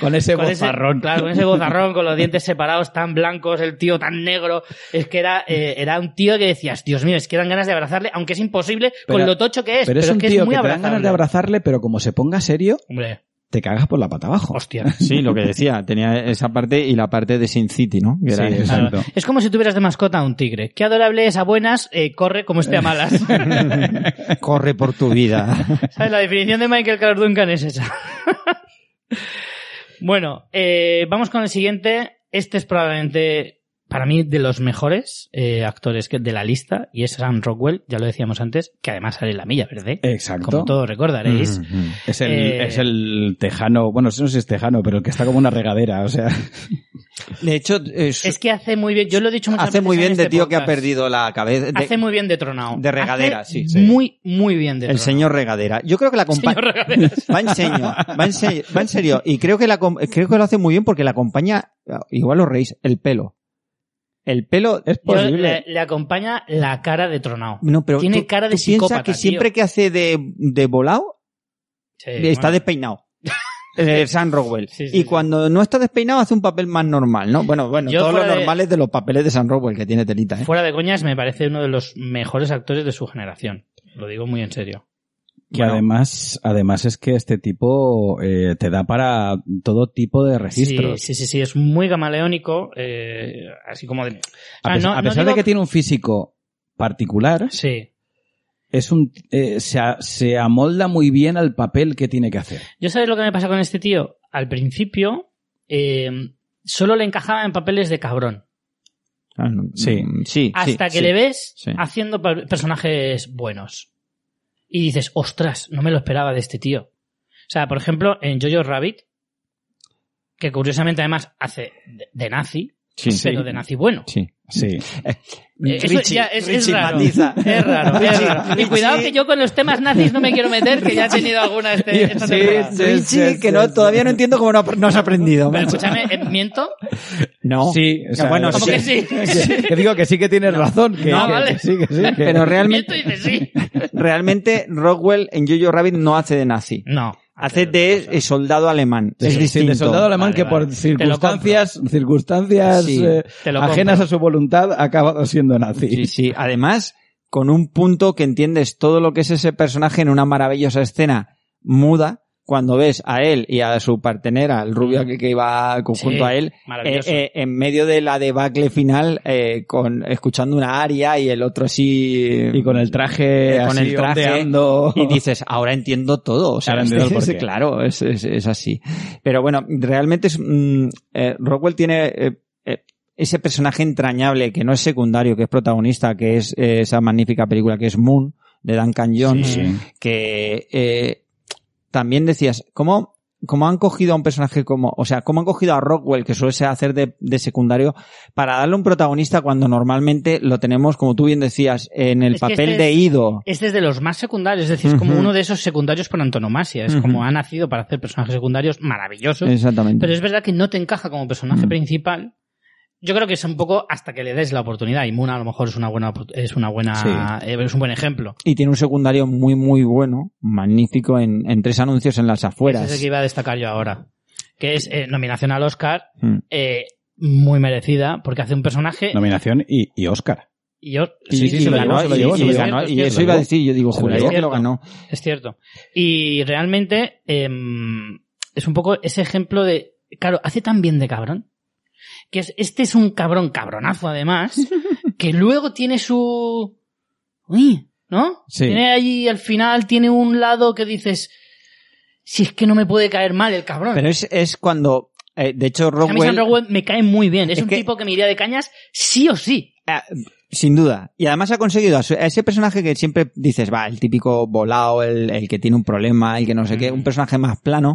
Speaker 3: con ese
Speaker 1: Con ese-
Speaker 3: bozarrón.
Speaker 1: claro, con ese gozarrón, con los dientes separados tan blancos, el tío tan negro. Es que era, eh, era un tío que decías, Dios mío, es que dan ganas de abrazarle, aunque es imposible con
Speaker 3: Pero-
Speaker 1: lo tocho que es.
Speaker 3: pero es un
Speaker 1: que
Speaker 3: tío
Speaker 1: muy
Speaker 3: que te dan ganas
Speaker 1: abrazable.
Speaker 3: de abrazarle, pero como se ponga serio,
Speaker 1: Hombre,
Speaker 3: te cagas por la pata abajo.
Speaker 1: hostia.
Speaker 2: Sí, lo que decía, tenía esa parte y la parte de Sin City, ¿no? Que era
Speaker 3: Sí,
Speaker 2: esa.
Speaker 3: exacto.
Speaker 1: Es como si tuvieras de mascota a un tigre. Qué adorable es a buenas, eh, corre como esté a malas.
Speaker 2: Corre por tu vida.
Speaker 1: ¿Sabes? La definición de Michael Clark Duncan es esa. bueno, eh, vamos con el siguiente. Este es probablemente, para mí, de los mejores eh, actores que, de la lista, y es Sam Rockwell, ya lo decíamos antes, que además sale en la milla, ¿verdad?
Speaker 3: Exacto.
Speaker 1: Como todos recordaréis.
Speaker 2: Mm.
Speaker 3: Es el,
Speaker 1: Eh,
Speaker 3: es el tejano, bueno, no sé si es tejano, pero el que está como una regadera, o sea.
Speaker 2: De hecho, es-
Speaker 1: Es que hace muy bien, yo lo he dicho muchas
Speaker 2: hace
Speaker 1: veces
Speaker 2: muy
Speaker 1: en
Speaker 2: bien
Speaker 1: este
Speaker 2: de tío que ha
Speaker 1: podcast.
Speaker 2: perdido la cabeza. de-
Speaker 1: hace muy bien de tronado.
Speaker 2: de regadera,
Speaker 1: Hace
Speaker 2: sí, sí.
Speaker 1: Muy, muy bien de
Speaker 2: el
Speaker 1: tronado.
Speaker 2: señor regadera. Yo creo que la compañía...
Speaker 1: Señor regadera.
Speaker 2: Va en serio, va en serio, va en serio. Y creo que, la, com- creo que lo hace muy bien porque la acompaña, igual os reís, el pelo. El pelo
Speaker 3: Es
Speaker 1: Yo-
Speaker 3: posible.
Speaker 1: le, le acompaña la cara de tronado.
Speaker 2: No, pero
Speaker 1: Tiene
Speaker 2: tú-
Speaker 1: cara de
Speaker 2: tú piensa
Speaker 1: psicópata,
Speaker 2: que
Speaker 1: tío.
Speaker 2: siempre que hace de, de volado,
Speaker 1: Sí,
Speaker 2: está
Speaker 1: Eh, bueno.
Speaker 2: despeinado. El San Rowell.
Speaker 1: Sí, sí,
Speaker 2: y
Speaker 1: sí.
Speaker 2: cuando no está despeinado hace un papel más normal, ¿no? Bueno, bueno,
Speaker 1: Yo
Speaker 2: todos los
Speaker 1: fuera de-
Speaker 2: normales de los papeles de San Rowell que tiene telita, ¿eh?
Speaker 1: Fuera de coñas, me parece uno de los mejores actores de su generación. Lo digo muy en serio.
Speaker 3: Que
Speaker 2: Bueno.
Speaker 3: además, además es que este tipo eh, te da para todo tipo de registros.
Speaker 1: Sí, sí, sí, sí, es muy gamaleónico, eh, así como de...
Speaker 3: A,
Speaker 1: Ah,
Speaker 3: pes-
Speaker 1: no-
Speaker 3: a
Speaker 1: no
Speaker 3: pesar
Speaker 1: digo
Speaker 3: de que tiene un físico particular,
Speaker 1: Sí.
Speaker 3: es un eh, se, a- se amolda muy bien al papel que tiene que hacer.
Speaker 1: ¿Yo sabes lo que me pasa con este tío? Al principio eh, solo le encajaba en papeles de cabrón.
Speaker 2: Ah, no,
Speaker 3: Sí.
Speaker 2: mm, sí.
Speaker 1: Hasta
Speaker 2: sí,
Speaker 1: que
Speaker 2: sí.
Speaker 1: le ves
Speaker 2: sí.
Speaker 1: haciendo pa- personajes buenos. Y dices, ostras, no me lo esperaba de este tío. O sea, por ejemplo, en Jojo Rabbit, que curiosamente además hace de, de nazi,
Speaker 2: Sí, sí.
Speaker 1: pero de nazi bueno.
Speaker 2: Sí.
Speaker 3: Sí.
Speaker 1: Eh, eso
Speaker 2: Richie-
Speaker 1: ya es, es
Speaker 2: Richie
Speaker 1: raro.
Speaker 2: matiza.
Speaker 1: Es raro, es
Speaker 2: Richie-
Speaker 1: raro. Y
Speaker 2: Richie-
Speaker 1: cuidado que yo con los temas nazis no me quiero meter, que ya he tenido alguna este, esta
Speaker 3: Sí,
Speaker 1: temporada.
Speaker 3: sí.
Speaker 2: Richie, que no, todavía no entiendo cómo no, ha- no has aprendido.
Speaker 1: Pero
Speaker 2: macho.
Speaker 1: escúchame, ¿eh, ¿miento?
Speaker 2: no.
Speaker 3: Sí, o sea,
Speaker 2: bueno,
Speaker 1: ¿Cómo
Speaker 2: sí.
Speaker 1: que sí?
Speaker 3: que, que digo que sí que tienes razón, que,
Speaker 1: No,
Speaker 3: que-
Speaker 1: vale.
Speaker 3: que sí, que sí. que-
Speaker 2: Pero
Speaker 1: ¿Miento?
Speaker 2: realmente,
Speaker 1: Y dices sí.
Speaker 2: realmente Rockwell en Jojo Rabbit no hace de nazi.
Speaker 1: No.
Speaker 2: Hace de eh, soldado alemán.
Speaker 3: de-
Speaker 2: es
Speaker 3: sí,
Speaker 2: distinto.
Speaker 3: de soldado alemán
Speaker 1: Vale,
Speaker 3: que
Speaker 1: vale.
Speaker 3: por
Speaker 1: Te lo
Speaker 3: circunstancias, circunstancias
Speaker 2: Sí,
Speaker 3: eh,
Speaker 1: te lo
Speaker 3: ajenas
Speaker 1: compro.
Speaker 3: a su voluntad ha acabado siendo nazi.
Speaker 2: Sí, sí. Además, con un punto que entiendes todo lo que es ese personaje en una maravillosa escena muda, cuando ves a él y a su partenera, el rubio que, que iba
Speaker 1: Sí,
Speaker 2: conjunto a él,
Speaker 1: maravilloso.
Speaker 2: eh, eh, en medio de la debacle final, eh, con, escuchando una aria y el otro así...
Speaker 3: Y con el traje,
Speaker 2: Eh, con
Speaker 3: así,
Speaker 2: el traje
Speaker 3: ondeando.
Speaker 2: Y dices, ahora entiendo todo. O sea,
Speaker 3: Ahora entiendo el
Speaker 2: es- es-
Speaker 3: porqué.
Speaker 2: claro, es, es- es así. Pero bueno, realmente es, mm, eh, Rockwell tiene eh, eh, ese personaje entrañable que no es secundario, que es protagonista, que es eh, esa magnífica película que es Moon, de Duncan Jones,
Speaker 1: Sí,
Speaker 2: que eh, también decías, ¿cómo como han cogido a un personaje como, o sea, como han cogido a Rockwell, que suele hacer de, de secundario, para darle un protagonista cuando normalmente lo tenemos, como tú bien decías, en el
Speaker 1: Es que
Speaker 2: papel
Speaker 1: este
Speaker 2: de
Speaker 1: es-
Speaker 2: Ido.
Speaker 1: Este es de los más secundarios, es decir, es como
Speaker 2: Ujú.
Speaker 1: uno de esos secundarios por antonomasia. Es como
Speaker 2: Ujú.
Speaker 1: ha nacido para hacer personajes secundarios maravillosos.
Speaker 2: Exactamente.
Speaker 1: Pero es verdad que no te encaja como personaje principal. Yo creo que es un poco hasta que le des la oportunidad. Y Muna a lo mejor es una buena opor- es una buena eh, es un buen ejemplo.
Speaker 2: Y tiene un secundario muy, muy bueno, magnífico, en, en tres anuncios en las afueras.
Speaker 1: Ese es el que iba a destacar yo ahora. Que es eh, nominación al Oscar,
Speaker 2: Mm.
Speaker 1: eh, muy merecida, porque hace un personaje
Speaker 3: Nominación y, y Oscar.
Speaker 1: y yo
Speaker 2: Y,
Speaker 3: Sí, sí,
Speaker 2: y
Speaker 3: se lo
Speaker 2: ganó,
Speaker 3: llevó, se lo
Speaker 2: y-
Speaker 3: llevó,
Speaker 2: y
Speaker 3: se lo
Speaker 2: ganó,
Speaker 1: llevó.
Speaker 2: y
Speaker 1: Se
Speaker 2: eso
Speaker 1: lo
Speaker 2: iba a
Speaker 1: llevó.
Speaker 2: decir, yo digo,
Speaker 3: Se lo
Speaker 2: juraría
Speaker 1: llevó.
Speaker 2: que lo ganó.
Speaker 1: Es cierto. Y realmente em, es un poco ese ejemplo de, claro, hace tan bien de cabrón, que es, este es un cabrón cabronazo además, que luego tiene su... Uy, ¿no?
Speaker 3: Sí.
Speaker 1: Tiene allí, al final, tiene un lado que dices, si es que no me puede caer mal el cabrón.
Speaker 2: Pero es, es cuando, eh, de hecho,
Speaker 1: a mí Sam
Speaker 2: Rockwell,
Speaker 1: Rockwell me cae muy bien. Es,
Speaker 2: Es
Speaker 1: un
Speaker 2: que-
Speaker 1: tipo que me iría de cañas sí o sí.
Speaker 2: sin duda, y además ha conseguido a, su- a ese personaje que siempre dices, va, el típico volado, el, el que tiene un problema, el que no sé qué, un personaje más plano.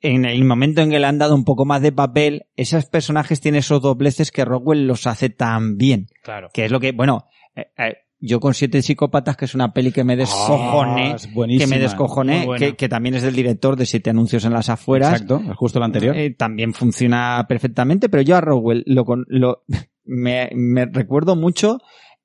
Speaker 2: En el momento en que le han dado un poco más de papel, esos personajes tienen esos dobleces que Rockwell los hace tan bien.
Speaker 1: Claro.
Speaker 2: que es lo que, bueno, eh, eh, yo con Siete Psicópatas, que es una peli que me descojoné,
Speaker 3: Ah, es
Speaker 2: que
Speaker 3: buenísima.
Speaker 2: me
Speaker 1: Muy
Speaker 2: descojoné,
Speaker 1: buena.
Speaker 2: que, que también es del director de Siete Anuncios en las Afueras,
Speaker 3: Exacto, justo la anterior.
Speaker 2: eh, también funciona perfectamente, pero yo a Rowell lo, con- lo, me, me recuerdo mucho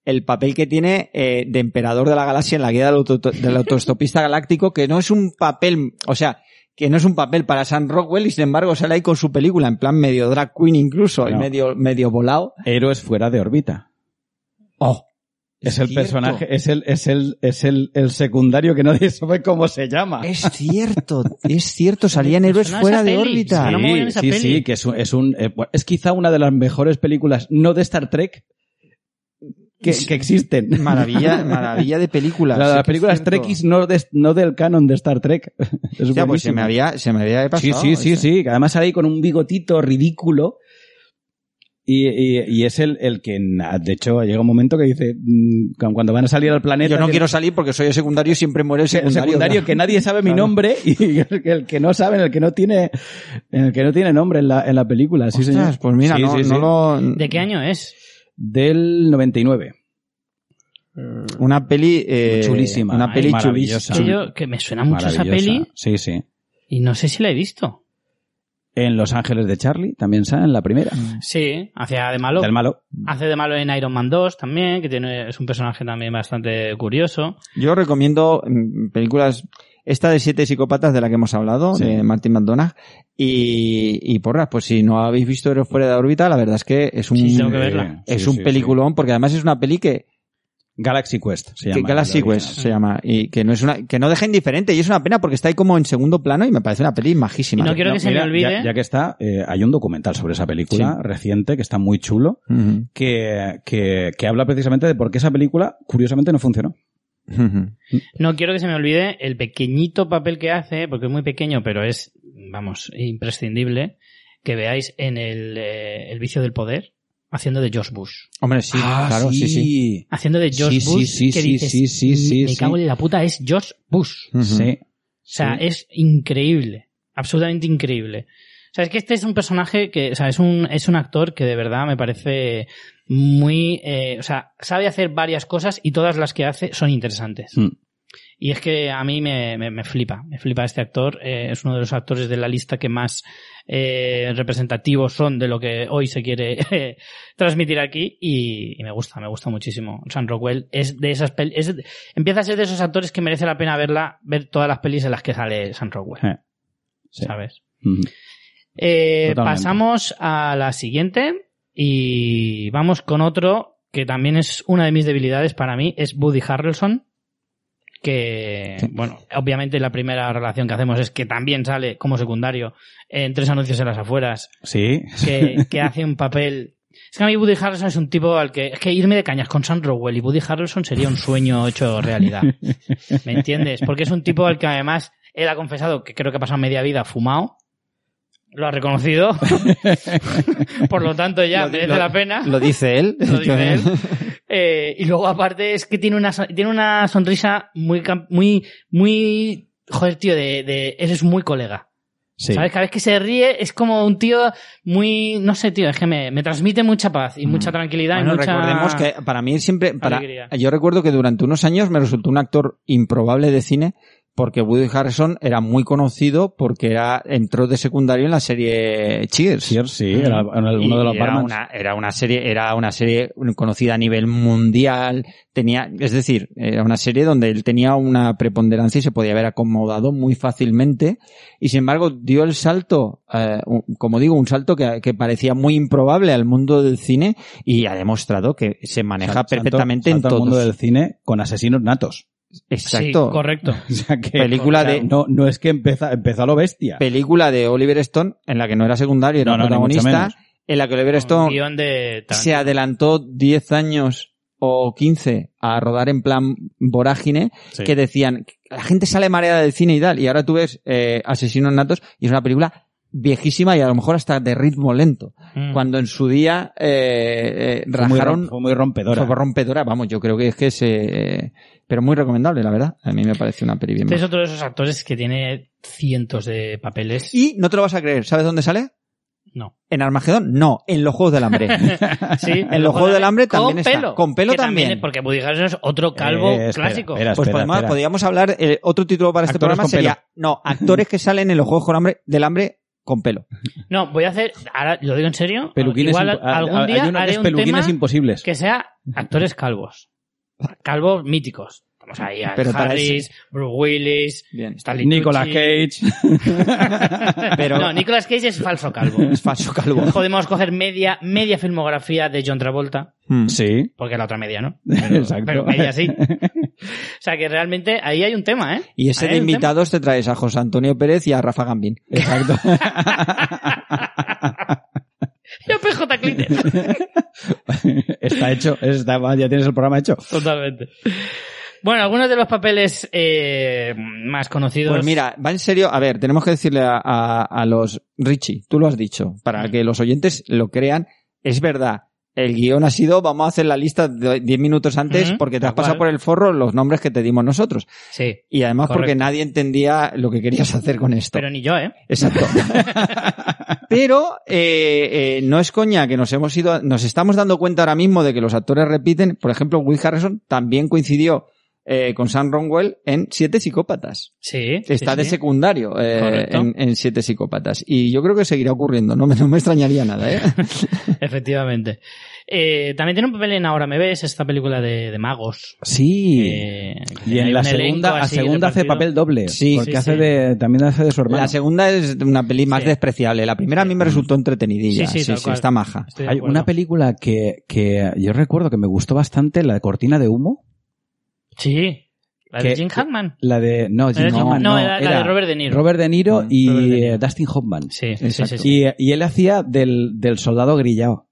Speaker 2: el papel que tiene eh, de emperador de la galaxia en la guía del, auto- del autostopista galáctico, que no es un papel, o sea, que no es un papel para Sam Rockwell y sin embargo sale ahí con su película, en plan medio drag queen incluso, y
Speaker 3: No.
Speaker 2: medio, medio volado.
Speaker 3: Héroes fuera de órbita.
Speaker 2: Oh,
Speaker 3: Es, el
Speaker 2: cierto.
Speaker 3: personaje, es el, es el, es el, el secundario que nadie sabe cómo se llama.
Speaker 2: Es cierto, es cierto, salían
Speaker 1: Me
Speaker 2: héroes
Speaker 1: suena
Speaker 2: fuera
Speaker 1: esa
Speaker 2: de
Speaker 1: peli.
Speaker 2: órbita.
Speaker 1: Sí. no me voy en esa
Speaker 3: sí,
Speaker 1: peli.
Speaker 3: sí, que es un, es un- eh, bueno, es quizá una de las mejores películas no de Star Trek que, que existen.
Speaker 2: Maravilla, maravilla de película.
Speaker 3: La- las
Speaker 2: sí que es
Speaker 3: películas
Speaker 2: cierto.
Speaker 3: Trekkies no, de- no del canon de Star Trek. Es
Speaker 2: Hostia, pues se
Speaker 3: buenísimo.
Speaker 2: me había, se me había
Speaker 3: Sí,
Speaker 2: pasado.
Speaker 3: sí, sí,
Speaker 2: este.
Speaker 3: sí. que Además sale ahí con un bigotito ridículo. Y, y- y es el, el que, na- de hecho, llega un momento que dice, mm, cu- cuando van a salir al planeta...
Speaker 2: Yo no
Speaker 3: que-
Speaker 2: quiero salir porque soy el secundario y siempre muere el
Speaker 3: el
Speaker 2: secundario.
Speaker 3: secundario que nadie sabe mi
Speaker 2: Claro.
Speaker 3: nombre y el que, el que no sabe, el que no tiene, el que no tiene nombre en la, en la película. Sí,
Speaker 2: Ostras,
Speaker 3: señor.
Speaker 2: pues mira,
Speaker 3: Sí,
Speaker 2: no,
Speaker 3: sí,
Speaker 2: no
Speaker 3: sí.
Speaker 2: lo...
Speaker 1: ¿De qué año es?
Speaker 3: Del 99.
Speaker 2: Una peli... eh,
Speaker 3: Chulísima,
Speaker 2: Una
Speaker 3: ay,
Speaker 2: peli
Speaker 3: maravillosa.
Speaker 2: chulísima.
Speaker 1: Que, yo- que me suena ¿Ah, mucho esa
Speaker 3: Maravillosa.
Speaker 1: peli
Speaker 3: Sí, sí.
Speaker 1: y no sé si la he visto.
Speaker 3: En Los Ángeles de Charlie también sale en la primera.
Speaker 1: Sí, hacia de malo.
Speaker 3: Del malo.
Speaker 1: Hace de malo en Iron Man 2 también, que tiene, es un personaje también bastante curioso.
Speaker 2: Yo recomiendo mm, películas... Esta de Siete Psicópatas de la que hemos hablado,
Speaker 3: Sí.
Speaker 2: de Martin McDonagh. Y, y porras, pues si no habéis visto Héroes fuera de órbita, la verdad es que es un...
Speaker 1: Sí, tengo que verla.
Speaker 2: Es
Speaker 3: Sí,
Speaker 2: un
Speaker 3: sí,
Speaker 2: peliculón, porque además es una peli que,
Speaker 3: sí. Galaxy Quest se
Speaker 2: que
Speaker 3: llama.
Speaker 2: Galaxy
Speaker 3: la
Speaker 2: Quest
Speaker 3: original.
Speaker 2: se llama y que no es una que no deja indiferente y es una pena porque está ahí como en segundo plano y me parece una peli majísima.
Speaker 1: Y no quiero- que se me olvide.
Speaker 3: Ya, ya que está, eh, hay un documental sobre esa película reciente que está muy chulo
Speaker 2: Ujú,
Speaker 3: que, que, que habla precisamente de por qué esa película curiosamente no funcionó.
Speaker 2: ujú.
Speaker 1: No quiero que se me olvide el pequeñito papel que hace, porque es muy pequeño, pero es, vamos, imprescindible, que veáis en el, eh, el vicio del poder, haciendo de Josh Bush.
Speaker 2: Hombre, sí,
Speaker 3: Ah,
Speaker 2: Ah, claro, sí, sí.
Speaker 1: Haciendo de Josh
Speaker 3: Sí, sí,
Speaker 1: Bush,
Speaker 3: sí,
Speaker 1: que
Speaker 3: sí,
Speaker 1: dices, "Mm,
Speaker 3: sí, sí, sí,
Speaker 1: me
Speaker 3: sí.
Speaker 1: cago en la puta, es Josh Bush.
Speaker 2: Ujú.
Speaker 3: Sí.
Speaker 1: O sea,
Speaker 3: Sí.
Speaker 1: es increíble. Absolutamente increíble. O sea, es que este es un personaje que, o sea, es un, es un actor que de verdad me parece muy, eh, o sea, sabe hacer varias cosas y todas las que hace son interesantes.
Speaker 3: Mm.
Speaker 1: Y es que a mí me, me- me flipa, me flipa este actor. eh, es uno de los actores de la lista que más eh, representativos son de lo que hoy se quiere eh, transmitir aquí y, y me gusta, me gusta muchísimo. Sam Rockwell es de esas pel- es, empieza a ser de esos actores que merece la pena verla, ver todas las pelis en las que sale Sam Rockwell,
Speaker 3: Eh, sí.
Speaker 1: ¿sabes?
Speaker 3: Mm.
Speaker 1: Eh,
Speaker 3: Totalmente.
Speaker 1: pasamos a la siguiente y vamos con otro que también es una de mis debilidades para mí, es Woody Harrelson, que, bueno, obviamente la primera relación que hacemos es que también sale como secundario en Tres Anuncios en las Afueras,
Speaker 3: Sí.
Speaker 1: que, que hace un papel... Es que a mí Woody Harrelson es un tipo al que... Es que irme de cañas con Sam Rockwell y Woody Harrelson sería un sueño hecho realidad. ¿Me entiendes? Porque es un tipo al que además él ha confesado que creo que ha pasado media vida fumado. Lo ha reconocido. Por lo tanto, ya
Speaker 2: Lo di-
Speaker 1: merece
Speaker 2: lo-
Speaker 1: la pena.
Speaker 2: Lo dice él.
Speaker 1: Lo dice él. Eh, y luego, aparte, es que tiene una, son- tiene una sonrisa muy, cam- muy, muy, joder, tío, de, de, eres muy colega.
Speaker 3: Sí.
Speaker 1: ¿Sabes? Cada vez que se ríe es como un tío muy. No sé, tío, es que me, me transmite mucha paz y mucha tranquilidad
Speaker 2: Mm. Bueno,
Speaker 1: y mucha.
Speaker 2: recordemos que para mí siempre... para-
Speaker 1: alegría.
Speaker 2: yo recuerdo que durante unos años me resultó un actor improbable de cine porque Woody Harrison era muy conocido porque era, entró de secundario en la serie Cheers.
Speaker 3: Sí, sí, era era
Speaker 2: Y
Speaker 3: uno de los
Speaker 2: era
Speaker 3: barmans.
Speaker 2: una, era una serie era una serie conocida a nivel mundial tenía es decir era una serie donde él tenía una preponderancia y se podía haber acomodado muy fácilmente y sin embargo dio el salto eh, un- como digo un salto que, que parecía muy improbable al mundo del cine y ha demostrado que se maneja
Speaker 3: Sal- salto-
Speaker 2: perfectamente
Speaker 3: salto al
Speaker 2: en
Speaker 3: mundo
Speaker 2: todos
Speaker 3: del cine con asesinos natos.
Speaker 1: Sí,
Speaker 2: exacto
Speaker 1: correcto.
Speaker 3: O sea que
Speaker 2: Película
Speaker 3: o sea,
Speaker 2: de-
Speaker 3: no no es que empezó empezó a lo bestia.
Speaker 2: película de Oliver Stone en la que no era secundario era
Speaker 3: No, no, ni mucho
Speaker 2: protagonista
Speaker 3: menos.
Speaker 2: en la que Oliver
Speaker 1: Con
Speaker 2: Stone
Speaker 1: guión de. tal.
Speaker 2: se adelantó 10 años o 15 a rodar en plan vorágine,
Speaker 3: Sí.
Speaker 2: que decían, la gente sale mareada del cine y tal, y ahora tú ves eh, Asesinos Natos y es una película viejísima y a lo mejor hasta de ritmo lento,
Speaker 1: Mm.
Speaker 2: cuando en su día eh, eh,
Speaker 3: Fue muy rom-
Speaker 2: rajaron...
Speaker 3: fue muy rompedora.
Speaker 2: fue rompedora, vamos, yo creo que es que se... Pero muy recomendable, la verdad. A mí me parece una peli bien.
Speaker 1: Este es
Speaker 2: más.
Speaker 1: otro de esos actores que tiene cientos de papeles.
Speaker 2: Y no te lo vas a creer, ¿sabes dónde sale?
Speaker 1: No.
Speaker 2: ¿En Armagedón? No, en Los Juegos del Hambre.
Speaker 1: Sí,
Speaker 2: En los Juegos del Hambre también
Speaker 1: con
Speaker 2: está.
Speaker 1: pelo.
Speaker 2: Con pelo
Speaker 1: Que
Speaker 2: también.
Speaker 1: es porque Woody Harrelson es otro calvo
Speaker 3: Eh, espera,
Speaker 1: clásico.
Speaker 3: espera,
Speaker 2: Pues
Speaker 3: espera,
Speaker 2: podemos-
Speaker 3: espera.
Speaker 2: podríamos hablar, eh, otro título para este
Speaker 3: Actores
Speaker 2: programa
Speaker 3: con
Speaker 2: sería, no, actores que salen en los Juegos con hambre, del Hambre con pelo.
Speaker 1: No, voy a hacer, ahora lo digo en serio,
Speaker 3: Peluquines
Speaker 1: igual
Speaker 3: impo- ah,
Speaker 1: algún
Speaker 3: ah,
Speaker 1: día
Speaker 3: hay uno que
Speaker 1: haré
Speaker 3: es
Speaker 1: un tema
Speaker 3: peluquines imposibles.
Speaker 1: que sea actores calvos. Calvos míticos. Vamos ahí a
Speaker 2: Pero para
Speaker 1: Harris, Bruce Willis,
Speaker 2: Bien.
Speaker 1: Stanley
Speaker 3: Nicolas
Speaker 1: Tucci.
Speaker 3: Cage.
Speaker 2: Pero
Speaker 1: No, Nicolas Cage es falso calvo.
Speaker 2: es falso calvo.
Speaker 1: Podemos coger media, media filmografía de John Travolta,
Speaker 2: Mm.
Speaker 3: Sí,
Speaker 1: porque la otra media no.
Speaker 3: exacto.
Speaker 1: Pero media sí. O sea que realmente ahí hay un tema, ¿eh?
Speaker 2: Y ese
Speaker 1: Ahí
Speaker 2: de
Speaker 1: hay un tema.
Speaker 2: invitados te traes a José Antonio Pérez y a Rafa Gambín.
Speaker 3: Exacto.
Speaker 1: Yo PJ Clinton.
Speaker 3: está hecho, está, ya tienes el programa hecho.
Speaker 1: Totalmente. Bueno, algunos de los papeles eh, más conocidos.
Speaker 2: Pues mira, va en serio. A ver, tenemos que decirle a, a- a los Richie, tú lo has dicho, para que los oyentes lo crean. Es verdad. El guión ha sido, vamos a hacer la lista de 10 minutos antes
Speaker 1: Ujú,
Speaker 2: porque te
Speaker 1: tal
Speaker 2: has
Speaker 1: cual.
Speaker 2: pasado por el forro los nombres que te dimos nosotros.
Speaker 1: Sí,
Speaker 2: Y además porque
Speaker 1: Correcto.
Speaker 2: nadie entendía lo que querías hacer con esto.
Speaker 1: pero ni yo, ¿eh?
Speaker 2: Exacto. Pero eh, eh, no es coña que nos hemos ido, nos estamos dando cuenta ahora mismo de que los actores repiten. Por ejemplo, Will Harrison también coincidió eh, con Sam Ronwell en Siete Psicópatas.
Speaker 1: Sí.
Speaker 2: Está
Speaker 1: sí,
Speaker 2: de
Speaker 1: sí.
Speaker 2: secundario eh,
Speaker 1: Correcto.
Speaker 2: en, en Siete Psicópatas. Y yo creo que seguirá ocurriendo. No me, no me extrañaría nada. ¿eh?
Speaker 1: Efectivamente. Eh, también tiene un papel en Ahora me ves, esta película de, de magos.
Speaker 3: Sí.
Speaker 1: Eh,
Speaker 3: y
Speaker 1: hay
Speaker 3: en la
Speaker 1: un elenco
Speaker 3: segunda, a
Speaker 1: así
Speaker 3: segunda hace
Speaker 1: repartido.
Speaker 3: papel doble.
Speaker 2: Sí,
Speaker 3: porque
Speaker 1: sí,
Speaker 3: hace
Speaker 1: sí.
Speaker 3: de, también hace de su hermano.
Speaker 2: La segunda es una peli más
Speaker 1: Sí.
Speaker 2: despreciable. La primera a mí me resultó entretenidilla.
Speaker 1: Sí, sí,
Speaker 2: Sí, sí,
Speaker 1: tal cual.
Speaker 2: está maja.
Speaker 1: Estoy de
Speaker 3: Hay
Speaker 1: acuerdo.
Speaker 3: una película que, que yo recuerdo que me gustó bastante, la de Cortina de Humo.
Speaker 1: Sí. La de
Speaker 3: que-
Speaker 1: Jim Hackman.
Speaker 3: La de. Pues No,
Speaker 1: Era Jim-
Speaker 3: no,
Speaker 1: no, era la de Robert De Niro.
Speaker 3: Robert De Niro
Speaker 2: Mm,
Speaker 3: y
Speaker 1: Robert De Niro.
Speaker 3: eh, Dustin Hoffman.
Speaker 1: Sí, sí, sí, sí,
Speaker 2: Exacto.
Speaker 1: sí.
Speaker 3: Y, y él hacía del, del soldado grillado.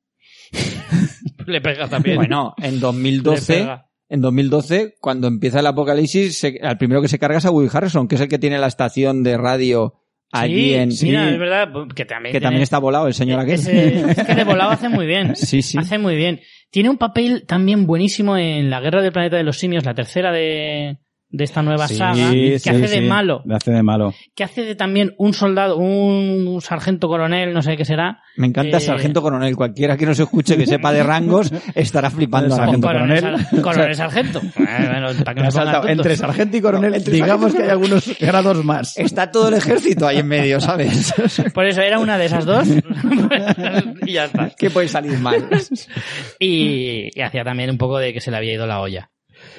Speaker 1: Le pega también.
Speaker 2: Bueno, en
Speaker 1: Le
Speaker 2: 2012
Speaker 1: pega.
Speaker 2: En 2012, cuando empieza el apocalipsis, se- al primero que se carga es a Woody Harrison, que es el que tiene la estación de radio allí
Speaker 1: Sí,
Speaker 2: en...
Speaker 1: Mira,
Speaker 2: sí,
Speaker 1: es verdad pues, que también.
Speaker 2: que
Speaker 1: tiene-
Speaker 2: también está volado el señor aquel.
Speaker 1: Ese- es que de volado hace muy bien.
Speaker 2: Sí, sí.
Speaker 1: Hace muy bien. Tiene un papel también buenísimo en La Guerra del Planeta de los Simios, la tercera de, de esta nueva saga, que
Speaker 3: sí,
Speaker 1: hace de
Speaker 3: sí,
Speaker 1: malo,
Speaker 3: le hace de malo.
Speaker 1: que hace de también un soldado, un sargento coronel, no sé qué será.
Speaker 2: Me encanta
Speaker 1: eh,
Speaker 2: Sargento Coronel. Cualquiera que nos escuche que sepa de rangos estará flipando. ahora
Speaker 3: Sargento
Speaker 2: mismo.
Speaker 1: coronel,
Speaker 3: coronel.
Speaker 1: sar- coronel sargento. Eh, bueno, para que no se pongan
Speaker 3: Ha saltado
Speaker 1: tontos.
Speaker 3: entre sargento y coronel,
Speaker 2: No, entre
Speaker 3: digamos que hay algunos grados más.
Speaker 2: Está todo el ejército ahí en medio, ¿sabes?
Speaker 1: Por eso era una de esas dos. y ya está.
Speaker 2: que puede salir mal.
Speaker 1: Y,
Speaker 3: Mm.
Speaker 1: y hacía también un poco de que se le había ido la olla.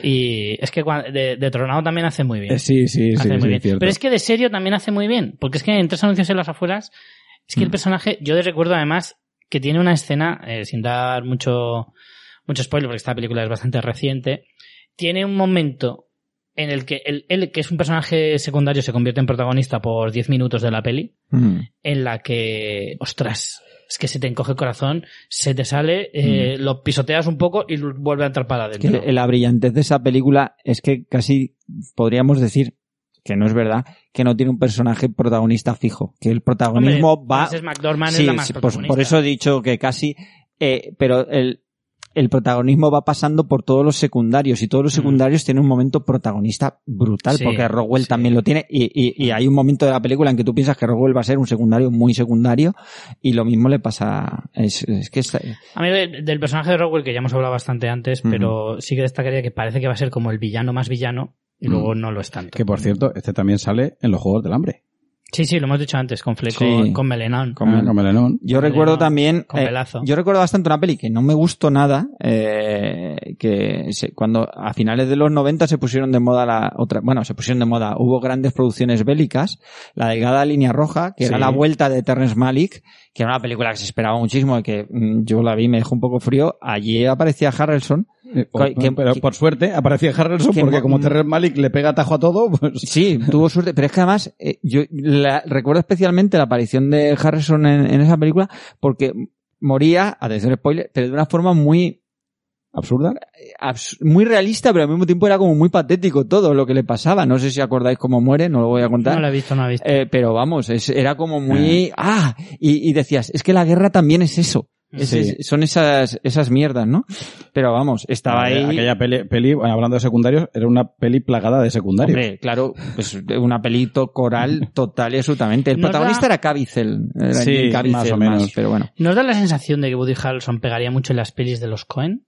Speaker 1: Y es que cuan- de, de Tronado también hace muy bien.
Speaker 3: Eh, Sí, sí,
Speaker 1: Hace
Speaker 3: sí,
Speaker 1: muy
Speaker 3: sí,
Speaker 1: bien.
Speaker 3: cierto.
Speaker 1: Pero es que de serio también hace muy bien. Porque es que en tres anuncios en las afueras, es que
Speaker 3: Mm.
Speaker 1: el personaje, yo les recuerdo además que tiene una escena, eh, sin dar mucho, mucho spoiler, porque esta película es bastante reciente, tiene un momento en el que él, él, que es un personaje secundario, se convierte en protagonista por 10 minutos de la peli,
Speaker 2: Mm.
Speaker 1: en la que, ostras, es que se te encoge el corazón, se te sale, eh, lo pisoteas un poco y vuelve a entrar para
Speaker 2: Mm. Que
Speaker 1: adentro.
Speaker 2: la brillantez de esa película es que casi podríamos decir que no es verdad, que no tiene un personaje protagonista fijo, que el
Speaker 1: Hombre,
Speaker 2: protagonismo va
Speaker 1: Frances McDormand es
Speaker 2: Sí,
Speaker 1: la más
Speaker 2: sí, pues, por,
Speaker 1: protagonista.
Speaker 2: eso he dicho que casi, eh, pero el, el protagonismo va pasando por todos los secundarios y todos los secundarios tienen un momento protagonista brutal
Speaker 1: Mm. Sí,
Speaker 2: porque Rowell
Speaker 1: sí.
Speaker 2: también lo tiene y, y- y hay un momento de la película en que tú piensas que Rowell va a ser un secundario muy secundario y lo mismo le pasa es, es que está-
Speaker 1: A mí del del personaje de Rockwell, que ya hemos hablado bastante antes,
Speaker 2: Ujú.
Speaker 1: pero sí que destacaría que parece que va a ser como el villano más villano
Speaker 2: Mm.
Speaker 1: y luego no lo es tanto.
Speaker 3: Que por cierto, este también sale en los Juegos del Hambre.
Speaker 1: Sí, sí, lo hemos dicho antes, con Fleco,
Speaker 2: Sí.
Speaker 1: con Melenón.
Speaker 2: Con- Como
Speaker 3: Ah,
Speaker 2: el-
Speaker 3: como el Lennon.
Speaker 2: yo
Speaker 1: Con
Speaker 2: recuerdo
Speaker 1: Lennon,
Speaker 2: también
Speaker 1: con
Speaker 2: eh,
Speaker 1: pelazo.
Speaker 2: yo recuerdo bastante una peli que no me gustó nada eh, que se- cuando a finales de los 90 se pusieron de moda la otra bueno se pusieron de moda hubo grandes producciones bélicas la delgada línea roja que era
Speaker 3: Sí.
Speaker 2: la vuelta de Terrence Malick que era una película que se esperaba muchísimo y que mm, yo la vi y me dejó un poco frío allí aparecía Harrelson
Speaker 3: Eh, o-
Speaker 2: Que- que-
Speaker 3: pero por suerte aparecía Harrelson
Speaker 2: que-
Speaker 3: porque como
Speaker 2: mm.
Speaker 3: Terrence Malik le pega tajo a todo, pues...
Speaker 2: Sí, tuvo suerte, pero es que además eh, yo la- recuerdo especialmente la aparición de Harrison en, en esa película porque moría, atención spoiler, pero de una forma muy
Speaker 3: ¿Absurda?
Speaker 2: abs- muy realista, pero al mismo tiempo era como muy patético todo lo que le pasaba. No sé si acordáis cómo muere, no lo voy a contar.
Speaker 1: No lo he visto, no lo he visto.
Speaker 2: Eh, pero vamos, es- era como
Speaker 3: Eh.
Speaker 2: muy ah, y, y decías, es que la guerra también es eso. Es-
Speaker 3: Sí.
Speaker 2: es- son esas esas mierdas, ¿no? Pero vamos, estaba ahí.
Speaker 3: Eh, Aquella peli, peli, eh, hablando de secundarios, era una peli plagada de secundarios.
Speaker 2: Hombre, claro, pues una pelito coral total y absolutamente. El
Speaker 1: Nos
Speaker 2: protagonista era Caviezel. Era
Speaker 3: Sí,
Speaker 2: Jim Caviezel
Speaker 3: más o menos.
Speaker 2: pero bueno.
Speaker 1: ¿Nos da la sensación de que Woody Harrelson pegaría mucho en las pelis de los Cohen?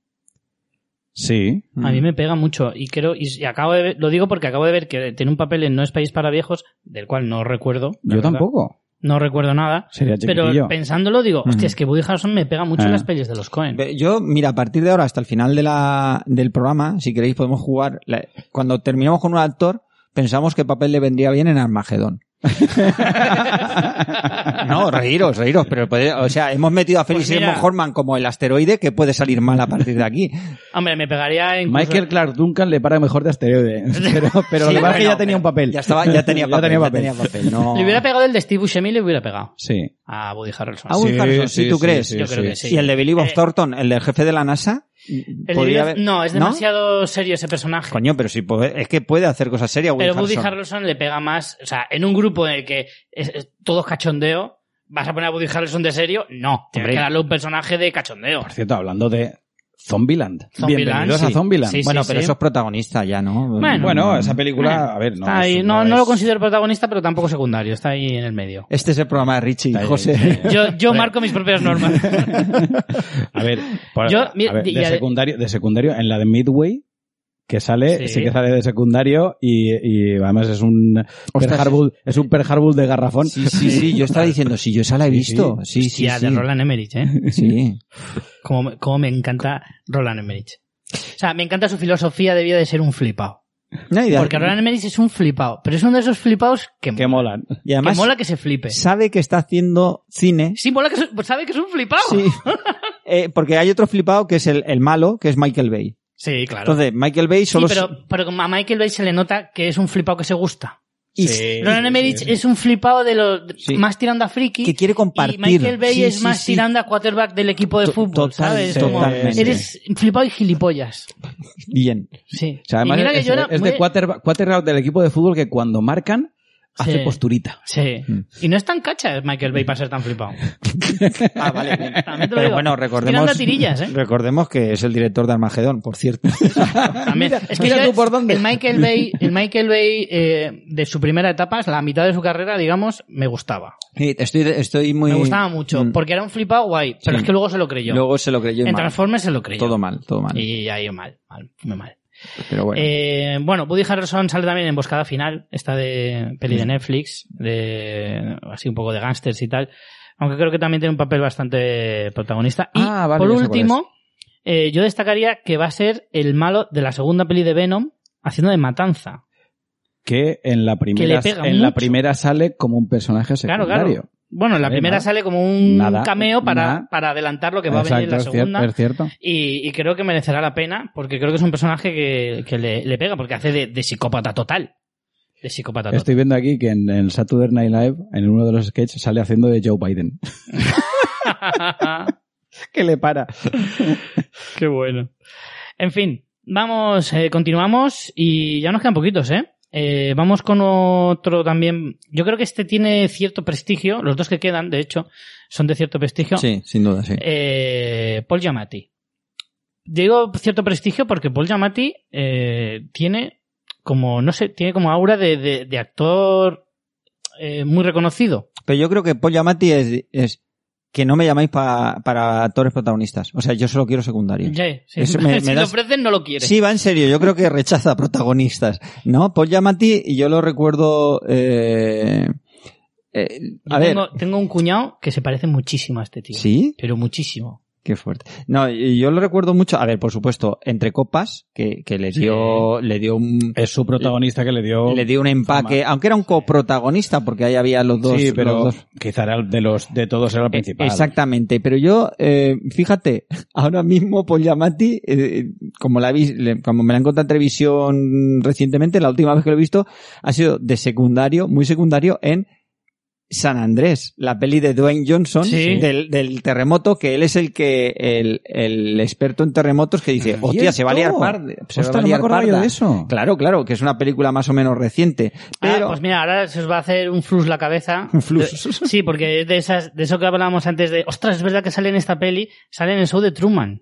Speaker 3: Sí.
Speaker 1: A mí me pega mucho y creo y, y acabo de ver- lo digo porque acabo de ver que tiene un papel en No es país para viejos del cual no recuerdo. la
Speaker 3: Yo
Speaker 1: verdad.
Speaker 3: tampoco.
Speaker 1: No recuerdo nada.
Speaker 3: Sería chiquitillo.
Speaker 1: Pero pensándolo digo, hostia, es que Woody Harrelson me pega mucho en
Speaker 3: Ah.
Speaker 1: las pelis de los Cohen.
Speaker 2: Ve- Yo, mira, a partir de ahora hasta el final de la, del programa, si queréis podemos jugar. la- cuando terminamos con un actor, pensamos qué papel le vendría bien en Armagedón. no, reíros, reíros, pero puede- o sea, hemos metido a Felix
Speaker 1: Pues mira.
Speaker 2: Seymour Horman como el asteroide que puede salir mal a partir de aquí.
Speaker 1: Hombre, me pegaría en
Speaker 3: Michael Clark Duncan le para mejor de asteroide. Pero, pero lo
Speaker 2: Sí,
Speaker 3: que pasa es que
Speaker 2: bueno,
Speaker 3: ya tenía un papel.
Speaker 2: Ya estaba, ya tenía papel. ya
Speaker 3: papel.
Speaker 2: tenía papel, no.
Speaker 1: Le hubiera pegado el de Steve Buscemi, le hubiera pegado
Speaker 3: Sí.
Speaker 1: a Woody Harrelson.
Speaker 2: Ah, Woody Harrelson, sí, ¿tú crees?
Speaker 1: Yo creo que sí.
Speaker 2: Y el de Billy Bob
Speaker 1: Eh,
Speaker 2: Thornton, el del jefe de la NASA,
Speaker 1: El de
Speaker 2: podría
Speaker 1: Billy-
Speaker 2: haber-
Speaker 1: No, es demasiado serio ese personaje.
Speaker 2: Coño, pero sí, puede- es que puede hacer cosas serias. Woody
Speaker 1: pero Woody
Speaker 2: Harrelson.
Speaker 1: Harrelson le pega más, o sea, en un grupo en el que es, es todo es cachondeo, ¿vas a poner a Woody Harrelson de serio? No, tienes
Speaker 2: Hombre.
Speaker 1: que darle un personaje de cachondeo.
Speaker 3: Por cierto, hablando de Zombieland.
Speaker 1: Zombieland,
Speaker 3: Bienvenidos a
Speaker 1: sí.
Speaker 3: Zombieland.
Speaker 1: Sí, sí.
Speaker 2: Bueno, pero eso es protagonista ya, ¿no?
Speaker 1: Bueno.
Speaker 3: Bueno, esa película,
Speaker 1: Bueno,
Speaker 3: a ver, no.
Speaker 1: Está ahí,
Speaker 3: es-
Speaker 1: no, no lo
Speaker 3: es-
Speaker 1: considero protagonista, pero tampoco secundario, está ahí en el medio.
Speaker 2: Este es el programa de Richie y
Speaker 3: Está bien, está
Speaker 2: José.
Speaker 3: bien.
Speaker 1: Yo, yo marco mis propias normas.
Speaker 3: A ver, por-
Speaker 1: Yo,
Speaker 3: a
Speaker 1: mira,
Speaker 3: ver,
Speaker 1: y- y-
Speaker 3: de, secundario, de secundario, en la de Midway, que sale,
Speaker 1: Sí.
Speaker 3: sí, que sale de secundario y, y además es un Per
Speaker 2: Ostras,
Speaker 3: Harbull, es un Per Harbull de garrafón.
Speaker 2: Sí, sí, sí, yo estaba diciendo, sí, yo esa la he
Speaker 3: Sí,
Speaker 2: visto. Sí, sí, sí.
Speaker 1: Hostia, de Roland Emmerich, ¿eh?
Speaker 2: Sí.
Speaker 1: Como, como me encanta Roland Emmerich. O sea, me encanta su filosofía de vida de ser un flipado.
Speaker 2: No, y, de-
Speaker 1: Porque Roland Emmerich es un flipado, pero es uno de esos flipados que,
Speaker 3: Que
Speaker 1: mola.
Speaker 3: molan.
Speaker 2: y
Speaker 1: Que
Speaker 2: además
Speaker 1: mola que se flipe.
Speaker 2: sabe que está haciendo cine.
Speaker 1: Sí, mola que es- pues sabe que es un flipado.
Speaker 2: Sí. Eh, porque hay otro flipado que es el, el malo, que es Michael Bay.
Speaker 1: Sí, claro.
Speaker 2: Entonces, Michael Bay
Speaker 1: Sí,
Speaker 2: solo...
Speaker 1: pero, pero como a Michael Bay se le nota que es un flipado que se gusta.
Speaker 2: y-
Speaker 1: Roland Emmerich es un flipado de los de-
Speaker 2: Sí.
Speaker 1: más tirando a friki.
Speaker 2: que quiere compartir.
Speaker 1: Y Michael Bay
Speaker 2: Sí,
Speaker 1: es
Speaker 2: sí,
Speaker 1: más
Speaker 2: sí.
Speaker 1: tirando a quarterback del equipo de
Speaker 2: To-
Speaker 1: fútbol,
Speaker 2: total-
Speaker 1: ¿sabes? Como,
Speaker 2: totalmente.
Speaker 1: eres flipado y gilipollas.
Speaker 2: Bien.
Speaker 1: Sí.
Speaker 3: O sea,
Speaker 1: Y
Speaker 3: además
Speaker 1: mira que
Speaker 3: es,
Speaker 1: yo era
Speaker 3: es
Speaker 1: muy-
Speaker 3: de quarterback, quarterback del equipo de fútbol que cuando marcan hace
Speaker 1: Sí.
Speaker 3: posturita.
Speaker 1: Sí.
Speaker 2: Mm.
Speaker 1: Y no es tan cacha Michael Bay para ser tan flipado.
Speaker 2: Ah, vale. bien.
Speaker 1: También te lo
Speaker 2: Pero
Speaker 1: digo.
Speaker 2: bueno, recordemos...
Speaker 1: Tirando a tirillas, ¿eh?
Speaker 2: Recordemos que es el director de Armagedón, por cierto.
Speaker 1: También. es que
Speaker 3: mira
Speaker 1: yo-
Speaker 3: tú por dónde.
Speaker 1: El Michael Bay, el Michael Bay eh, de su primera etapa, la mitad de su carrera, digamos, me gustaba.
Speaker 2: Sí, estoy, estoy muy...
Speaker 1: Me gustaba mucho,
Speaker 2: Mm.
Speaker 1: porque era un flipado guay, pero es
Speaker 2: Sí.
Speaker 1: que luego se lo creyó.
Speaker 2: Luego se lo creyó
Speaker 1: en
Speaker 2: mal.
Speaker 1: Transformers se lo creyó.
Speaker 2: Todo mal, todo mal.
Speaker 1: Y ahí mal, mal, muy mal.
Speaker 2: Pero bueno.
Speaker 1: Eh, bueno, Woody Harrelson sale también en Emboscada Final, esta de peli
Speaker 3: Mm.
Speaker 1: de Netflix, de así un poco de gángsters y tal. Aunque creo que también tiene un papel bastante protagonista. Y
Speaker 3: Ah, vale,
Speaker 1: por
Speaker 3: ya sé cuál
Speaker 1: último, eh, yo destacaría que va a ser el malo de la segunda peli de Venom haciendo de matanza.
Speaker 3: Que en la primera,
Speaker 1: Que le pega
Speaker 3: en la
Speaker 1: mucho.
Speaker 3: primera sale como un personaje
Speaker 1: Claro,
Speaker 3: secundario.
Speaker 1: claro. Bueno, en la
Speaker 3: Vale,
Speaker 1: primera
Speaker 3: Eh, nada.
Speaker 1: sale como un
Speaker 3: Nada,
Speaker 1: cameo para,
Speaker 3: nada.
Speaker 1: para adelantar lo que va a venir en
Speaker 3: Exacto,
Speaker 1: la
Speaker 3: es cierto,
Speaker 1: segunda.
Speaker 3: es cierto.
Speaker 1: Y, y creo que merecerá la pena, porque creo que es un personaje que, que le, le pega, porque hace de, de psicópata total. De psicópata total.
Speaker 3: Estoy viendo aquí que en el Saturday Night Live, en uno de los sketches, sale haciendo de Joe Biden. que le para.
Speaker 1: Qué bueno. En fin, vamos, eh, continuamos y ya nos quedan poquitos, ¿eh? Eh, Vamos con otro también. Yo creo que este tiene cierto prestigio. Los dos que quedan, de hecho, son de cierto prestigio.
Speaker 2: sí, sin duda, sí.
Speaker 1: Eh, Paul Giamatti. digo cierto prestigio porque Paul Giamatti eh, tiene como, no sé, tiene como aura de, de- de actor eh, muy reconocido.
Speaker 2: Pero yo creo que Paul Giamatti es, es que no me llamáis pa- para actores protagonistas. O sea, yo solo quiero secundarios.
Speaker 1: Sí, sí.
Speaker 2: Eso me-
Speaker 1: si
Speaker 2: me
Speaker 1: lo
Speaker 2: das-
Speaker 1: ofrecen, no lo quiere.
Speaker 2: Sí, va en serio. Yo creo que rechaza protagonistas. ¿No? Paul Giamatti, y yo lo recuerdo... Eh, eh,
Speaker 1: Yo
Speaker 2: a ver...
Speaker 1: tengo, tengo un cuñado que se parece muchísimo a este tío.
Speaker 2: ¿Sí?
Speaker 1: Pero muchísimo.
Speaker 2: Qué fuerte. No, y yo lo recuerdo mucho. A ver, por supuesto, entre copas, que, que le dio, le dio un,
Speaker 3: Es su protagonista que le dio...
Speaker 2: le dio un empaque, aunque era un coprotagonista, porque ahí había los dos.
Speaker 3: sí,
Speaker 2: los
Speaker 3: pero
Speaker 2: dos.
Speaker 3: quizá era el de, los, de todos era el
Speaker 2: Eh,
Speaker 3: principal.
Speaker 2: Exactamente, pero yo, eh, fíjate, ahora mismo Paul Giamatti, eh, como, la vi- le- como me la he encontrado en televisión recientemente, la última vez que lo he visto, ha sido de secundario, muy secundario, en San Andrés, la peli de Dwayne Johnson,
Speaker 1: Sí.
Speaker 2: del, del terremoto, que él es el que, el, el experto en terremotos que dice,
Speaker 3: ¿Y
Speaker 2: hostia, se va a liar
Speaker 3: esto?
Speaker 2: parda. Se
Speaker 3: Ostras,
Speaker 2: va a
Speaker 3: no me
Speaker 2: liar
Speaker 3: acordaba yo
Speaker 2: parda".
Speaker 3: de eso.
Speaker 2: Claro, claro, que es una película más o menos reciente, pero...
Speaker 1: Ah, pues mira, ahora se os va a hacer un flux la cabeza.
Speaker 2: Un flux.
Speaker 1: De- sí, porque es de esas, de eso que hablábamos antes de, ostras, es verdad que sale en esta peli, sale en el show de Truman.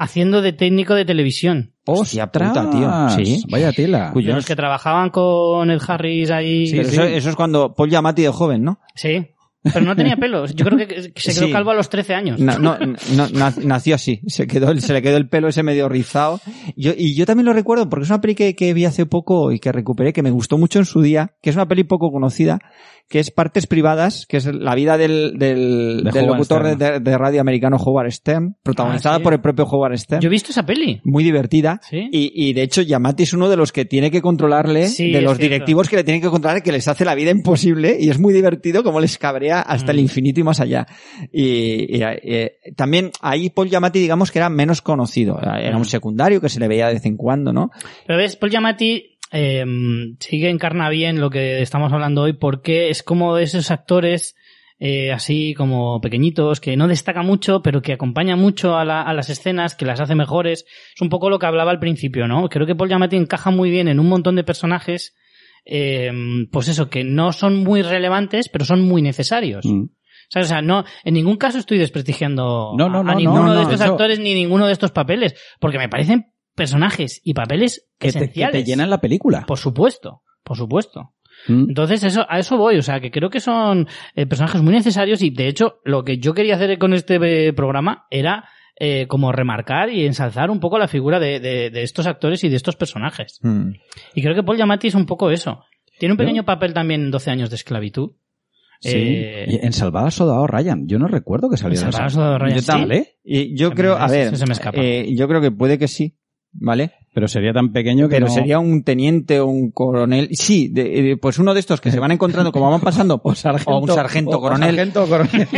Speaker 1: Haciendo de técnico de televisión.
Speaker 2: Hostia puta, tío. Sí.
Speaker 3: Vaya tela.
Speaker 2: Cuyo-
Speaker 1: De los que trabajaban con el Harris ahí.
Speaker 3: Sí,
Speaker 2: pero
Speaker 3: sí.
Speaker 2: Eso, eso es cuando Paul Giamatti de joven, ¿no?
Speaker 1: Sí. Pero no tenía pelos. Yo creo que que se quedó
Speaker 2: Sí.
Speaker 1: calvo a los 13 años.
Speaker 2: No, no, no, na- nació así. Se quedó, el- se le quedó el pelo ese medio rizado. Yo, y yo también lo recuerdo porque es una peli que, que vi hace poco y que recuperé, que me gustó mucho en su día, que es una peli poco conocida, que es Partes Privadas, que es la vida del, del,
Speaker 3: De
Speaker 2: del
Speaker 3: Howard
Speaker 2: locutor
Speaker 3: Stern.
Speaker 2: de, de radio americano Howard Stern, protagonizada
Speaker 1: Ah, sí.
Speaker 2: por el propio Howard Stern.
Speaker 1: Yo he visto esa peli.
Speaker 2: muy divertida.
Speaker 1: Sí.
Speaker 2: Y, y, de hecho, Yamati es uno de los que tiene que controlarle,
Speaker 1: Sí,
Speaker 2: de
Speaker 1: es
Speaker 2: los
Speaker 1: cierto.
Speaker 2: directivos que le tienen que controlar, que les hace la vida imposible y es muy divertido como les cabrea hasta
Speaker 1: Mm.
Speaker 2: el infinito y más allá. Y, y, eh, también ahí Paul Yamati, digamos que era menos conocido. Era
Speaker 1: Mm.
Speaker 2: un secundario que se le veía de vez en cuando, ¿no?
Speaker 1: Pero ves, Paul Giamatti eh, sí que encarna bien lo que estamos hablando hoy porque es como de esos actores eh, así como pequeñitos que no destaca mucho pero que acompaña mucho a, la- a las escenas, que las hace mejores. Es un poco lo que hablaba al principio, ¿no? Creo que Paul Giamatti encaja muy bien en un montón de personajes. eh, pues eso, que no son muy relevantes, pero son muy necesarios.
Speaker 3: Mm.
Speaker 1: ¿Sabes? O sea, no, en ningún caso estoy desprestigiando
Speaker 3: No, no,
Speaker 1: a-
Speaker 3: no,
Speaker 1: a
Speaker 3: no,
Speaker 1: ninguno
Speaker 3: no,
Speaker 1: de estos
Speaker 3: eso-
Speaker 1: actores ni ninguno de estos papeles, porque me parecen personajes y papeles
Speaker 3: Que te, que
Speaker 1: esenciales. Pues,
Speaker 3: te llenan la película.
Speaker 1: Por supuesto, por supuesto.
Speaker 3: Mm.
Speaker 1: Entonces, eso, a eso voy, o sea, que creo que son eh, personajes muy necesarios y, de hecho, lo que yo quería hacer con este eh, programa era eh, como remarcar y ensalzar un poco la figura de, de- de estos actores y de estos personajes. Y creo que Paul Giamatti es un poco eso. Tiene un pequeño papel también en 12 años de esclavitud.
Speaker 3: Sí.
Speaker 1: Eh, pues
Speaker 3: Y en Salvada Soldado Ryan. Yo no recuerdo que saliera.
Speaker 1: Salvador
Speaker 3: esa-
Speaker 1: Soldado Ryan,
Speaker 3: Yo
Speaker 1: sí.
Speaker 3: también,
Speaker 2: Y yo
Speaker 1: Se
Speaker 2: creo,
Speaker 1: me-
Speaker 2: a ver,
Speaker 1: se me escapa.
Speaker 2: eh, yo creo que puede que sí, ¿vale?
Speaker 3: Pero sería tan pequeño que
Speaker 2: Pero
Speaker 3: no-
Speaker 2: sería un teniente o un coronel. Sí, de- de- pues uno de estos que se van encontrando como van pasando.
Speaker 3: O sargento.
Speaker 2: o un sargento
Speaker 3: o- o
Speaker 2: coronel.
Speaker 3: sargento coronel.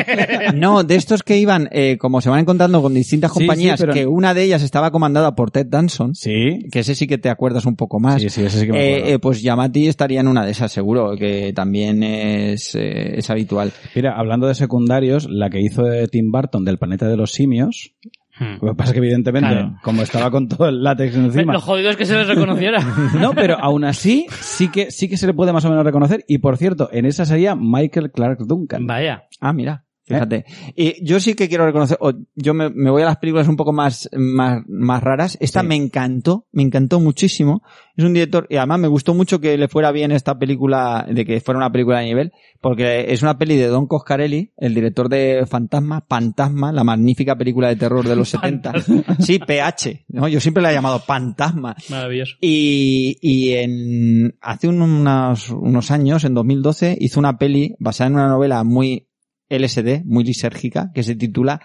Speaker 2: No, de estos que iban, eh, como se van encontrando con distintas
Speaker 3: Sí,
Speaker 2: compañías,
Speaker 3: sí, pero-
Speaker 2: que una de ellas estaba comandada por Ted Danson,
Speaker 3: sí.
Speaker 2: que ese sí que te acuerdas un poco más.
Speaker 3: Sí, sí, ese sí que me
Speaker 2: Eh,
Speaker 3: acuerdo.
Speaker 2: eh, pues Yamati estaría en una de esas, seguro, que también es, eh, es habitual.
Speaker 3: Mira, hablando de secundarios, la que hizo de Tim Burton del planeta de los simios,
Speaker 1: Hmm.
Speaker 3: lo que pasa es que evidentemente,
Speaker 1: Claro.
Speaker 3: como estaba con todo el látex encima,
Speaker 1: Lo jodido es que se les reconociera.
Speaker 3: No, pero aún así sí que sí que se le puede más o menos reconocer. Y por cierto, en esa sería Michael Clark Duncan.
Speaker 1: Vaya.
Speaker 2: Ah, mira. Fíjate. Y yo sí que quiero reconocer, o yo me, me voy a las películas un poco más, más, más raras. Esta
Speaker 3: Sí.
Speaker 2: me encantó, me encantó muchísimo. Es un director, y además me gustó mucho que le fuera bien esta película, de que fuera una película de nivel, porque es una peli de Don Coscarelli, el director de Fantasma, Fantasma, la magnífica película de terror de los 70. Sí, PH, ¿no? Yo siempre la he llamado Fantasma.
Speaker 1: Maravilloso.
Speaker 2: Y, y en, hace un- unos, unos años, en 2012, hizo una peli basada en una novela muy LSD, muy lisérgica, que se titula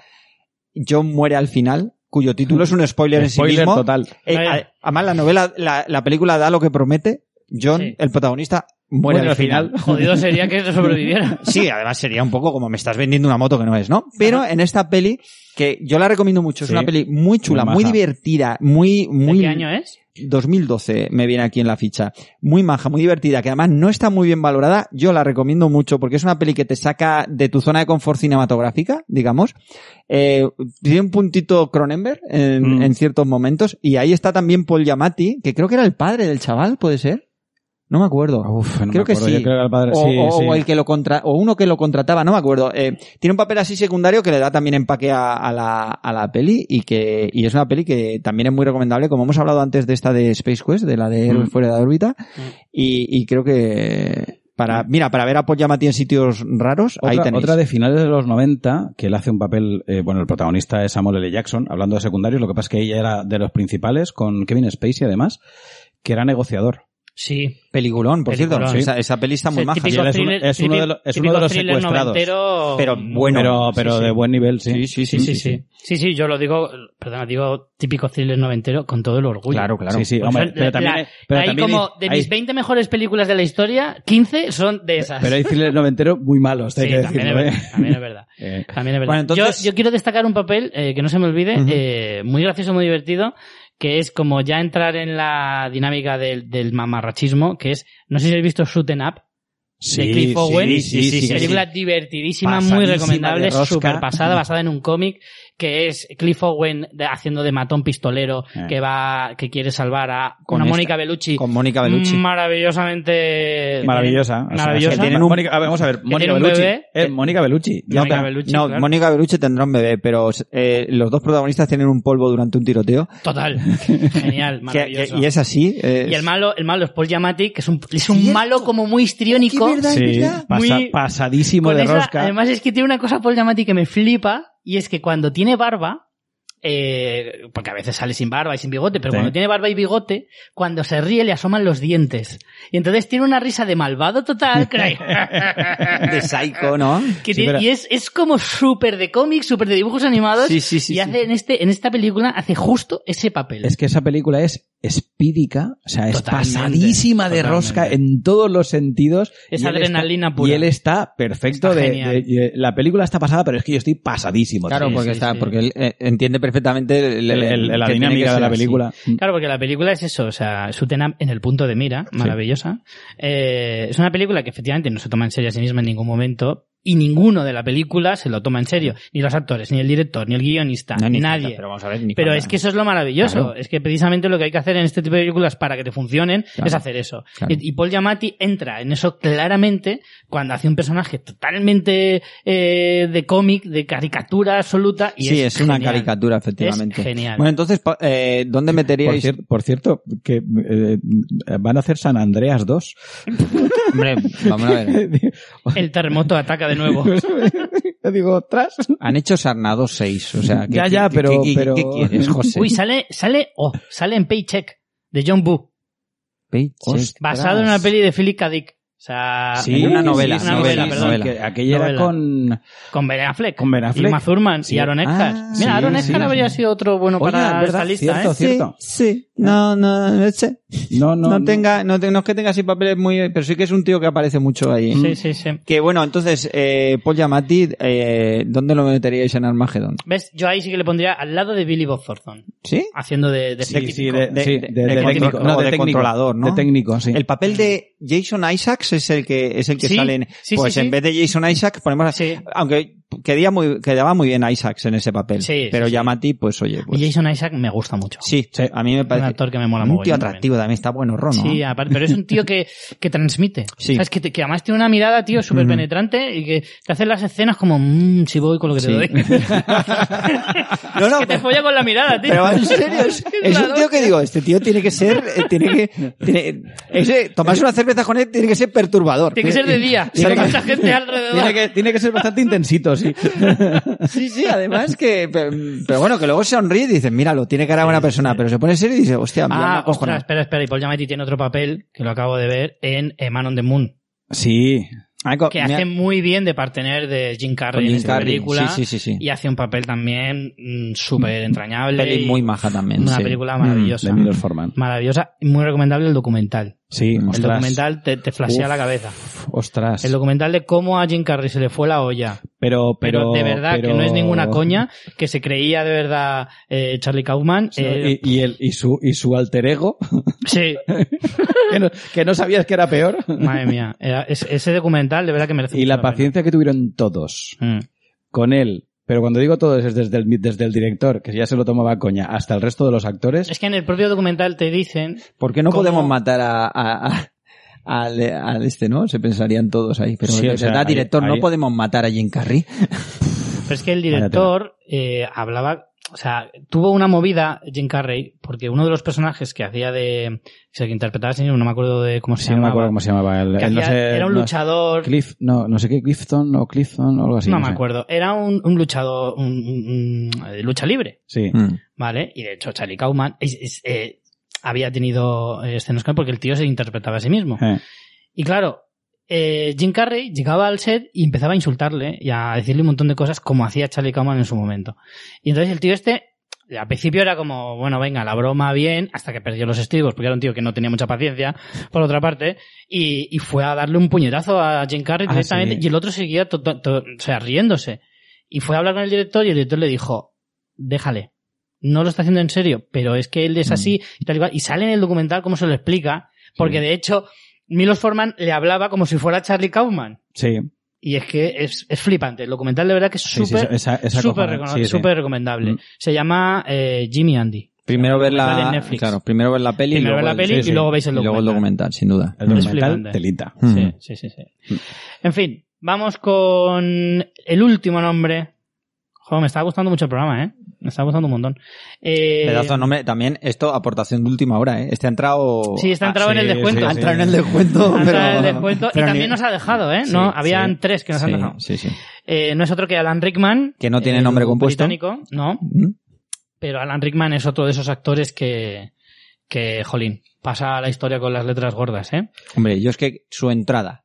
Speaker 2: John muere al final, cuyo título es un spoiler, en sí
Speaker 3: Spoiler
Speaker 2: mismo.
Speaker 3: total.
Speaker 2: Eh, a- además, la novela, la, la película da lo que promete. John,
Speaker 1: Sí.
Speaker 2: el protagonista, muere, al final.
Speaker 1: Jodido sería que sobreviviera.
Speaker 2: Sí, además sería un poco como me estás vendiendo una moto que no es, ¿no? Pero en esta peli, que yo la recomiendo mucho, es
Speaker 3: Sí.
Speaker 2: una peli muy chula,
Speaker 3: Muy
Speaker 2: muy,
Speaker 3: maja.
Speaker 2: divertida, muy,
Speaker 1: ¿De
Speaker 2: muy,
Speaker 1: qué año es?
Speaker 2: 2012 me viene aquí en la ficha. Muy maja, muy divertida, que además no está muy bien valorada. Yo la recomiendo mucho porque es una peli que te saca de tu zona de confort cinematográfica, digamos. Eh, tiene un puntito Cronenberg en,
Speaker 3: Mm.
Speaker 2: en ciertos momentos. Y ahí está también Paul Giamatti, que creo que era el padre del chaval, ¿puede ser? No me acuerdo.
Speaker 3: Uf, no me
Speaker 2: creo que
Speaker 3: acuerdo. Yo
Speaker 2: sí.
Speaker 3: creo que el padre-
Speaker 2: o,
Speaker 3: sí,
Speaker 2: o-
Speaker 3: sí.
Speaker 2: o el que lo contra- o uno que lo contrataba, no me acuerdo. Eh, tiene un papel así secundario que le da también empaque a, a la, a la peli y que y es una peli que también es muy recomendable, como hemos hablado antes de esta de Space Quest, de la de Héroes
Speaker 3: Mm.
Speaker 2: fuera de órbita. Y, y creo que para mira para ver a Paul Giamatti en sitios raros, ahí
Speaker 3: Otra,
Speaker 2: tenéis.
Speaker 3: otra de finales de los 90, que él hace un papel, eh, bueno, el protagonista es Samuel L. Jackson, hablando de secundarios, lo que pasa es que ella era de los principales, con Kevin Spacey además, que era negociador.
Speaker 1: Sí.
Speaker 2: Peliculón, por cierto.
Speaker 1: Peliculón,
Speaker 3: sí.
Speaker 2: Esa, esa peli está muy
Speaker 1: Es el
Speaker 2: maja.
Speaker 1: típico
Speaker 3: Y él es un-
Speaker 1: thriller-
Speaker 3: es uno de los- es uno de los
Speaker 1: típico thriller
Speaker 3: secuestrados.
Speaker 1: noventero,
Speaker 2: Pero
Speaker 1: mm,
Speaker 2: bueno,
Speaker 3: pero pero
Speaker 1: sí, sí.
Speaker 3: de buen nivel, sí.
Speaker 1: Sí, sí, sí. Sí, sí, yo lo digo, perdona, digo típico thriller noventero con todo el orgullo.
Speaker 2: Claro, claro.
Speaker 3: Sí, sí,
Speaker 1: Pues
Speaker 3: hombre,
Speaker 1: son-
Speaker 3: pero
Speaker 1: la-
Speaker 3: también,
Speaker 1: la-
Speaker 3: hay- pero
Speaker 1: hay
Speaker 3: también
Speaker 1: como, de
Speaker 3: hay-
Speaker 1: mis 20 mejores películas de la historia, 15 son de esas.
Speaker 3: pero hay thrillers noventero muy malos,
Speaker 1: Sí,
Speaker 3: hay que
Speaker 1: también, es
Speaker 3: decirlo, ¿eh?
Speaker 1: verdad, también es verdad.
Speaker 3: Eh,
Speaker 1: También es verdad.
Speaker 2: Bueno, entonces-
Speaker 1: yo, yo quiero destacar un papel eh, que no se me olvide,
Speaker 2: Ujú.
Speaker 1: eh, muy gracioso, muy divertido, que es como ya entrar en la dinámica del, del mamarrachismo, que es, no sé si habéis visto Shooten Up, de
Speaker 3: sí,
Speaker 1: Cliff Owen.
Speaker 3: sí, sí, sí, sí,
Speaker 1: película divertidísima, muy
Speaker 3: Pasadísima
Speaker 1: recomendable,
Speaker 3: de rosca.
Speaker 1: súper pasada, basada en un cómic, que es Cliff Owen de- haciendo de matón pistolero
Speaker 3: Eh.
Speaker 1: que va, que quiere salvar a
Speaker 2: Con
Speaker 1: una
Speaker 2: esta-
Speaker 1: Mónica Bellucci.
Speaker 2: Con Mónica Bellucci.
Speaker 1: Maravillosamente.
Speaker 3: Maravillosa. o sea,
Speaker 1: Maravillosa.
Speaker 3: que tienen un- Mónica- a ver, vamos a ver, Mónica
Speaker 1: tiene un
Speaker 3: Bellucci.
Speaker 1: bebé.
Speaker 3: Eh, Mónica Bellucci. ya
Speaker 1: Mónica
Speaker 3: está.
Speaker 1: Bellucci,
Speaker 2: no,
Speaker 1: claro.
Speaker 2: Mónica Beluche tendrá un bebé, pero eh, los dos protagonistas tienen un polvo durante un tiroteo.
Speaker 1: Total. Genial,
Speaker 2: Que- que-
Speaker 1: maravilloso.
Speaker 2: y es así. eh,
Speaker 1: Y el malo, el malo es Paul Giamatti, que es un, es un
Speaker 2: Cierto.
Speaker 1: malo como muy histriónico.
Speaker 2: Qué verdad, es
Speaker 3: Sí,
Speaker 2: verdad.
Speaker 3: pasa-
Speaker 1: Muy-
Speaker 3: pasadísimo
Speaker 1: Con
Speaker 3: de
Speaker 1: esa-
Speaker 3: rosca.
Speaker 1: Además es que tiene una cosa Paul Giamatti que me flipa y es que cuando tiene barba, eh, porque a veces sale sin barba y sin bigote, pero
Speaker 3: Sí.
Speaker 1: cuando tiene barba y bigote, cuando se ríe le asoman los dientes. Y entonces tiene una risa de malvado total, cray.
Speaker 2: de Psycho, ¿no?
Speaker 1: Que
Speaker 3: Sí,
Speaker 1: tiene-
Speaker 3: pero-
Speaker 1: Y es, es como súper de cómics, súper de dibujos animados.
Speaker 2: Sí, sí, sí,
Speaker 1: y
Speaker 2: sí.
Speaker 1: hace en, este, en esta película hace justo ese papel.
Speaker 3: Es que esa película es espídica, o sea, es
Speaker 1: Totalmente,
Speaker 3: pasadísima de
Speaker 1: totalmente.
Speaker 3: rosca en todos los sentidos.
Speaker 1: Es
Speaker 3: Y él
Speaker 1: adrenalina
Speaker 3: está-
Speaker 1: pura.
Speaker 3: Y él está perfecto
Speaker 1: Está
Speaker 3: de,
Speaker 1: genial.
Speaker 3: de- y, eh, La película está pasada, pero es que yo estoy pasadísimo.
Speaker 2: Claro,
Speaker 1: Sí,
Speaker 2: porque
Speaker 1: sí,
Speaker 2: está,
Speaker 1: sí.
Speaker 2: porque él eh, entiende perfectamente el-
Speaker 3: El- el-
Speaker 2: el-
Speaker 3: la
Speaker 2: que tiene que
Speaker 3: dinámica de
Speaker 2: ser
Speaker 3: la
Speaker 2: así.
Speaker 3: película.
Speaker 1: Claro, porque la película es eso, o sea, Sutenam en el punto de mira, maravillosa. Eh, es una película que efectivamente no se toma en serio a sí misma en ningún momento y ninguno de la película se lo toma en serio, ni los actores, ni el director, ni el guionista,
Speaker 2: Ah, No, ni
Speaker 1: nadie.
Speaker 2: cuenta, Pero vamos a ver, ni
Speaker 1: Pero
Speaker 2: cuenta.
Speaker 1: es que eso es lo maravilloso.
Speaker 2: Claro.
Speaker 1: Es que precisamente lo que hay que hacer en este tipo de películas para que te funcionen
Speaker 2: Claro.
Speaker 1: es hacer eso.
Speaker 2: Claro.
Speaker 1: Y, y Paul Giamatti entra en eso claramente cuando hace un personaje totalmente eh, de cómic, de caricatura absoluta. Y
Speaker 2: sí, es, una
Speaker 1: genial.
Speaker 2: caricatura, efectivamente.
Speaker 1: Es genial.
Speaker 2: Bueno, entonces, pa- eh, ¿dónde
Speaker 3: Por,
Speaker 2: meteríais?
Speaker 3: cier- por cierto, que eh, van a hacer San Andreas 2.
Speaker 2: Hombre, Eh, vamos a ver.
Speaker 1: El terremoto ataca de nuevo.
Speaker 3: Digo, ostras.
Speaker 2: Han hecho Sarnado 6, o sea... ¿qué-
Speaker 3: Ya, ya,
Speaker 2: qué-
Speaker 3: pero-
Speaker 2: qué- qué-
Speaker 3: pero-
Speaker 2: ¿Qué quieres, José?
Speaker 1: Uy, sale, sale, oh, sale en Paycheck de John Boo,
Speaker 2: Paycheck.
Speaker 1: basado en una peli de Philip K. Dick. O sea,
Speaker 2: Sí, en una novela,
Speaker 1: Ah, una novela, perdón.
Speaker 3: que aquella
Speaker 1: Novela.
Speaker 3: era con...
Speaker 1: con Ben Affleck,
Speaker 3: Con Ben Affleck.
Speaker 1: y Mazurman
Speaker 3: Sí.
Speaker 1: y Aaron Eckhart.
Speaker 2: Ah,
Speaker 1: Mira,
Speaker 3: sí,
Speaker 1: Aaron
Speaker 3: sí.
Speaker 1: Eckhart habría sido otro bueno
Speaker 3: Oye,
Speaker 1: para
Speaker 3: es verdad,
Speaker 1: esta lista,
Speaker 3: cierto,
Speaker 1: ¿eh?
Speaker 2: Sí,
Speaker 3: cierto.
Speaker 2: sí. No, no, no sé.
Speaker 3: No,
Speaker 2: No,
Speaker 3: no,
Speaker 2: tenga, no, te- no es que tenga así papeles muy... Pero sí que es un tío que aparece mucho ahí.
Speaker 1: Sí, sí, sí.
Speaker 2: Que bueno, entonces, eh, Paul Giamatti, eh, ¿dónde lo meteríais en Armageddon?
Speaker 1: ¿Ves? Yo ahí sí que le pondría al lado de Billy Bob Thornton,
Speaker 2: ¿Sí?
Speaker 1: haciendo de, este de
Speaker 3: Sí, sí,
Speaker 1: científico.
Speaker 3: de,
Speaker 2: De-
Speaker 3: sí,
Speaker 2: de-
Speaker 3: de-
Speaker 2: de
Speaker 3: de
Speaker 1: contro-
Speaker 3: técnico.
Speaker 2: o
Speaker 3: No,
Speaker 2: de
Speaker 3: técnico.
Speaker 2: controlador, ¿no?
Speaker 3: De técnico, sí.
Speaker 2: El papel de Jason Isaacs es el que es el que
Speaker 1: Sí,
Speaker 2: sale en,
Speaker 1: sí,
Speaker 2: pues
Speaker 1: sí,
Speaker 2: en
Speaker 1: sí.
Speaker 2: vez de Jason Isaacs ponemos así,
Speaker 1: Sí.
Speaker 2: aunque quedía muy quedaba muy bien Isaacs en ese papel,
Speaker 1: Sí,
Speaker 2: pero
Speaker 1: sí, sí.
Speaker 2: Yamati pues oye, pues,
Speaker 1: Y Jason Isaac me gusta mucho.
Speaker 2: sí,
Speaker 3: Sí.
Speaker 2: a mí me
Speaker 1: Es un
Speaker 2: parece
Speaker 1: actor que me mola
Speaker 2: un
Speaker 1: mucho.
Speaker 2: tío atractivo también, está bueno, Rono. ¿eh?
Speaker 1: Sí, aparte, pero es un tío que, que transmite.
Speaker 2: Sí.
Speaker 1: ¿Sabes? Que, te- que además tiene una mirada, tío, súper penetrante y que te hace las escenas como, mmm, si voy con lo que
Speaker 2: Sí.
Speaker 1: te doy.
Speaker 2: No, no,
Speaker 1: que te
Speaker 2: pero-
Speaker 1: folla con la mirada, tío.
Speaker 2: pero en serio, es, es un
Speaker 1: Claro.
Speaker 2: tío que digo, este tío tiene que ser, eh, tiene que, tiene- ese, tomarse una cerveza con él tiene que ser perturbador.
Speaker 1: Tiene que ser de día.
Speaker 2: Tiene
Speaker 1: Hay
Speaker 2: que-
Speaker 1: mucha gente alrededor.
Speaker 3: Tiene que, tiene que ser bastante intensito, sí.
Speaker 2: Sí, sí, además que, pero, pero bueno, que luego se sonríe y dices, míralo, tiene cara de buena persona, pero se pone serio y dice, hostia, mira, me
Speaker 1: Ah,
Speaker 2: ha
Speaker 1: ostras,
Speaker 2: cojonado.
Speaker 1: espera, espera. Y Paul Giamatti tiene otro papel, que lo acabo de ver, en eh, Man on the Moon.
Speaker 3: Sí.
Speaker 2: Ah, co-
Speaker 1: Que
Speaker 2: mira-
Speaker 1: hace muy bien de partener de Jim
Speaker 2: con
Speaker 1: Carrey en
Speaker 2: Jim
Speaker 1: esta
Speaker 2: Carrey.
Speaker 1: película.
Speaker 2: Sí, sí, sí, sí.
Speaker 1: Y hace un papel también mm, súper entrañable.
Speaker 2: Peli
Speaker 1: y
Speaker 2: muy maja también.
Speaker 1: Una
Speaker 2: sí.
Speaker 1: película maravillosa.
Speaker 3: De Milos Forman.
Speaker 1: Maravillosa. y Muy recomendable el documental.
Speaker 3: Sí,
Speaker 1: El
Speaker 3: ostras.
Speaker 1: documental te, te flashea
Speaker 3: Uf.
Speaker 1: la cabeza.
Speaker 3: Ostras.
Speaker 1: El documental de cómo a Jim Carrey se le fue la olla.
Speaker 3: Pero,
Speaker 1: Pero,
Speaker 3: pero,
Speaker 1: de verdad
Speaker 3: pero-
Speaker 1: que no es ninguna coña, que se creía de verdad eh, Charlie Kaufman.
Speaker 3: Sí,
Speaker 1: eh,
Speaker 3: y, y el, y, su, y su alter ego,
Speaker 1: sí,
Speaker 3: que no, que no sabías que era peor.
Speaker 1: madre mía. Era- es- ese documental de verdad que merece
Speaker 3: Y
Speaker 1: mucho
Speaker 3: la
Speaker 1: pena.
Speaker 3: paciencia que tuvieron todos
Speaker 1: Mm.
Speaker 3: con él. Pero cuando digo todos es desde el, desde el director, que ya se lo tomaba a coña, hasta el resto de los actores.
Speaker 1: Es que en el propio documental te dicen
Speaker 2: ¿Por qué no
Speaker 1: ¿Cómo?
Speaker 2: podemos matar a, a, a- al, al este, ¿no? Se pensarían todos ahí. Pero
Speaker 3: Sí,
Speaker 2: de
Speaker 3: o sea,
Speaker 2: verdad,
Speaker 3: ahí-
Speaker 2: director, no
Speaker 3: ahí-
Speaker 2: podemos matar a Jim Carrey.
Speaker 1: Pero es que el director eh, hablaba, o sea, tuvo una movida Jim Carrey, porque uno de los personajes que hacía de, que interpretaba el señor, no me acuerdo de cómo se
Speaker 3: Sí, no me
Speaker 1: llamaba,
Speaker 3: acuerdo cómo se llamaba. El,
Speaker 1: que
Speaker 3: el- no
Speaker 1: hacía-
Speaker 3: sé-
Speaker 1: era un
Speaker 3: no-
Speaker 1: luchador,
Speaker 3: Cliff, no, no sé qué, Clifton o Clifton o algo así.
Speaker 1: no,
Speaker 3: sé.
Speaker 1: me acuerdo, era un, un luchador, un, un- un- eh, lucha libre,
Speaker 3: Sí.
Speaker 2: Mm.
Speaker 1: ¿vale? Y de hecho Charlie Kaufman es- es, eh, había tenido eh, escenas con él porque el tío se interpretaba a sí mismo.
Speaker 3: Eh,
Speaker 1: Y claro, eh, Jim Carrey llegaba al set y empezaba a insultarle y a decirle un montón de cosas como hacía Charlie Kaufman en su momento. Y entonces el tío este, al principio era como, bueno, venga, la broma bien, hasta que perdió los estribos, porque era un tío que no tenía mucha paciencia, por otra parte, y, y fue a darle un puñetazo a Jim Carrey
Speaker 3: Ah,
Speaker 1: directamente
Speaker 3: sí.
Speaker 1: y el otro seguía to- to- to- o sea, riéndose. Y fue a hablar con el director y el director le dijo, déjale. No lo está haciendo en serio, pero es que él
Speaker 3: Mm.
Speaker 1: es así y tal y cual. Y sale en el documental cómo se lo explica, porque
Speaker 3: Sí.
Speaker 1: de hecho Milos Forman le hablaba como si fuera Charlie Kaufman.
Speaker 3: sí.
Speaker 1: Y es que es, es flipante. El documental de verdad que es
Speaker 3: Sí, sí,
Speaker 1: súper
Speaker 3: esa- esa
Speaker 1: súper
Speaker 3: cojones,
Speaker 1: recono-
Speaker 3: sí, sí.
Speaker 1: súper recomendable.
Speaker 3: Mm.
Speaker 1: Se llama eh, Jimmy Andy.
Speaker 2: Primero ver
Speaker 1: Sale en
Speaker 2: la,
Speaker 1: Netflix.
Speaker 2: claro, primero ver la peli, y
Speaker 1: Primero ver
Speaker 2: luego
Speaker 1: la
Speaker 2: el-
Speaker 1: peli y luego veis el
Speaker 2: y luego el documental, sin duda.
Speaker 3: El documental
Speaker 1: flipante.
Speaker 3: telita.
Speaker 2: Mm.
Speaker 1: Sí, sí, sí, sí. En fin, vamos con el último nombre. Joder, me está gustando mucho el programa, ¿eh? Me está gustando un montón. Eh,
Speaker 2: Pedazo de nombre. También esto, aportación de última hora, ¿eh? Este ha entrado...
Speaker 1: Sí, está
Speaker 2: ha-
Speaker 1: entrado en el
Speaker 3: sí,
Speaker 1: descuento.
Speaker 3: sí,
Speaker 2: ha
Speaker 3: sí.
Speaker 2: entrado en el descuento,
Speaker 1: Ha
Speaker 2: pero...
Speaker 1: entrado en el descuento y
Speaker 2: pero
Speaker 1: también
Speaker 2: ni-
Speaker 1: nos ha dejado, ¿eh? no,
Speaker 2: Sí,
Speaker 1: habían
Speaker 2: sí.
Speaker 1: tres que nos han
Speaker 2: Sí,
Speaker 1: dejado.
Speaker 2: sí, sí.
Speaker 1: Eh, no es otro que Alan Rickman.
Speaker 2: Que no tiene
Speaker 1: el
Speaker 2: nombre compuesto.
Speaker 1: británico, no.
Speaker 2: Mm.
Speaker 1: Pero Alan Rickman es otro de esos actores que, que, jolín, pasa a la historia con las letras gordas, ¿eh?
Speaker 2: Hombre, yo es que su entrada,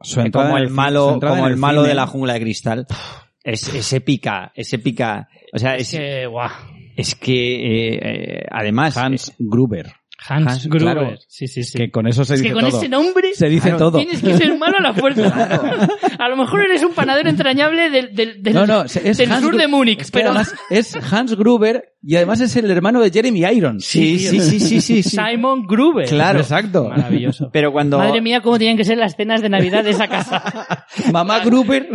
Speaker 3: Su
Speaker 2: que
Speaker 3: entrada
Speaker 2: como
Speaker 3: en
Speaker 2: el
Speaker 3: fi-
Speaker 2: malo,
Speaker 3: su entrada
Speaker 2: como
Speaker 3: en
Speaker 2: el malo
Speaker 3: cine-
Speaker 2: de la jungla de cristal, es, es épica, es épica. O sea,
Speaker 3: Eh,
Speaker 1: Es
Speaker 2: es,
Speaker 1: que, guau.
Speaker 2: es que eh, eh, además
Speaker 3: Hans Gruber.
Speaker 1: Hans,
Speaker 2: Hans,
Speaker 1: Gruber.
Speaker 2: claro.
Speaker 1: Sí, sí, sí.
Speaker 3: Que con eso se
Speaker 1: es que
Speaker 3: dice
Speaker 1: con
Speaker 3: todo.
Speaker 1: ese nombre
Speaker 3: Se dice todo.
Speaker 1: tienes que ser malo a la fuerza. a lo mejor eres un panadero entrañable del, del, del-
Speaker 3: No, no, se- es
Speaker 1: del
Speaker 3: Hans
Speaker 1: sur
Speaker 3: Gru-
Speaker 1: de Múnich,
Speaker 3: es que
Speaker 1: pero
Speaker 3: además es Hans Gruber y además es el hermano de Jeremy Irons.
Speaker 2: sí, sí, sí, sí, sí, sí.
Speaker 1: Simon Gruber.
Speaker 2: Claro.
Speaker 3: Exacto.
Speaker 1: Maravilloso.
Speaker 2: Pero cuando
Speaker 1: Madre mía, cómo tenían que ser las cenas de Navidad de esa casa.
Speaker 3: Mamá Gruber.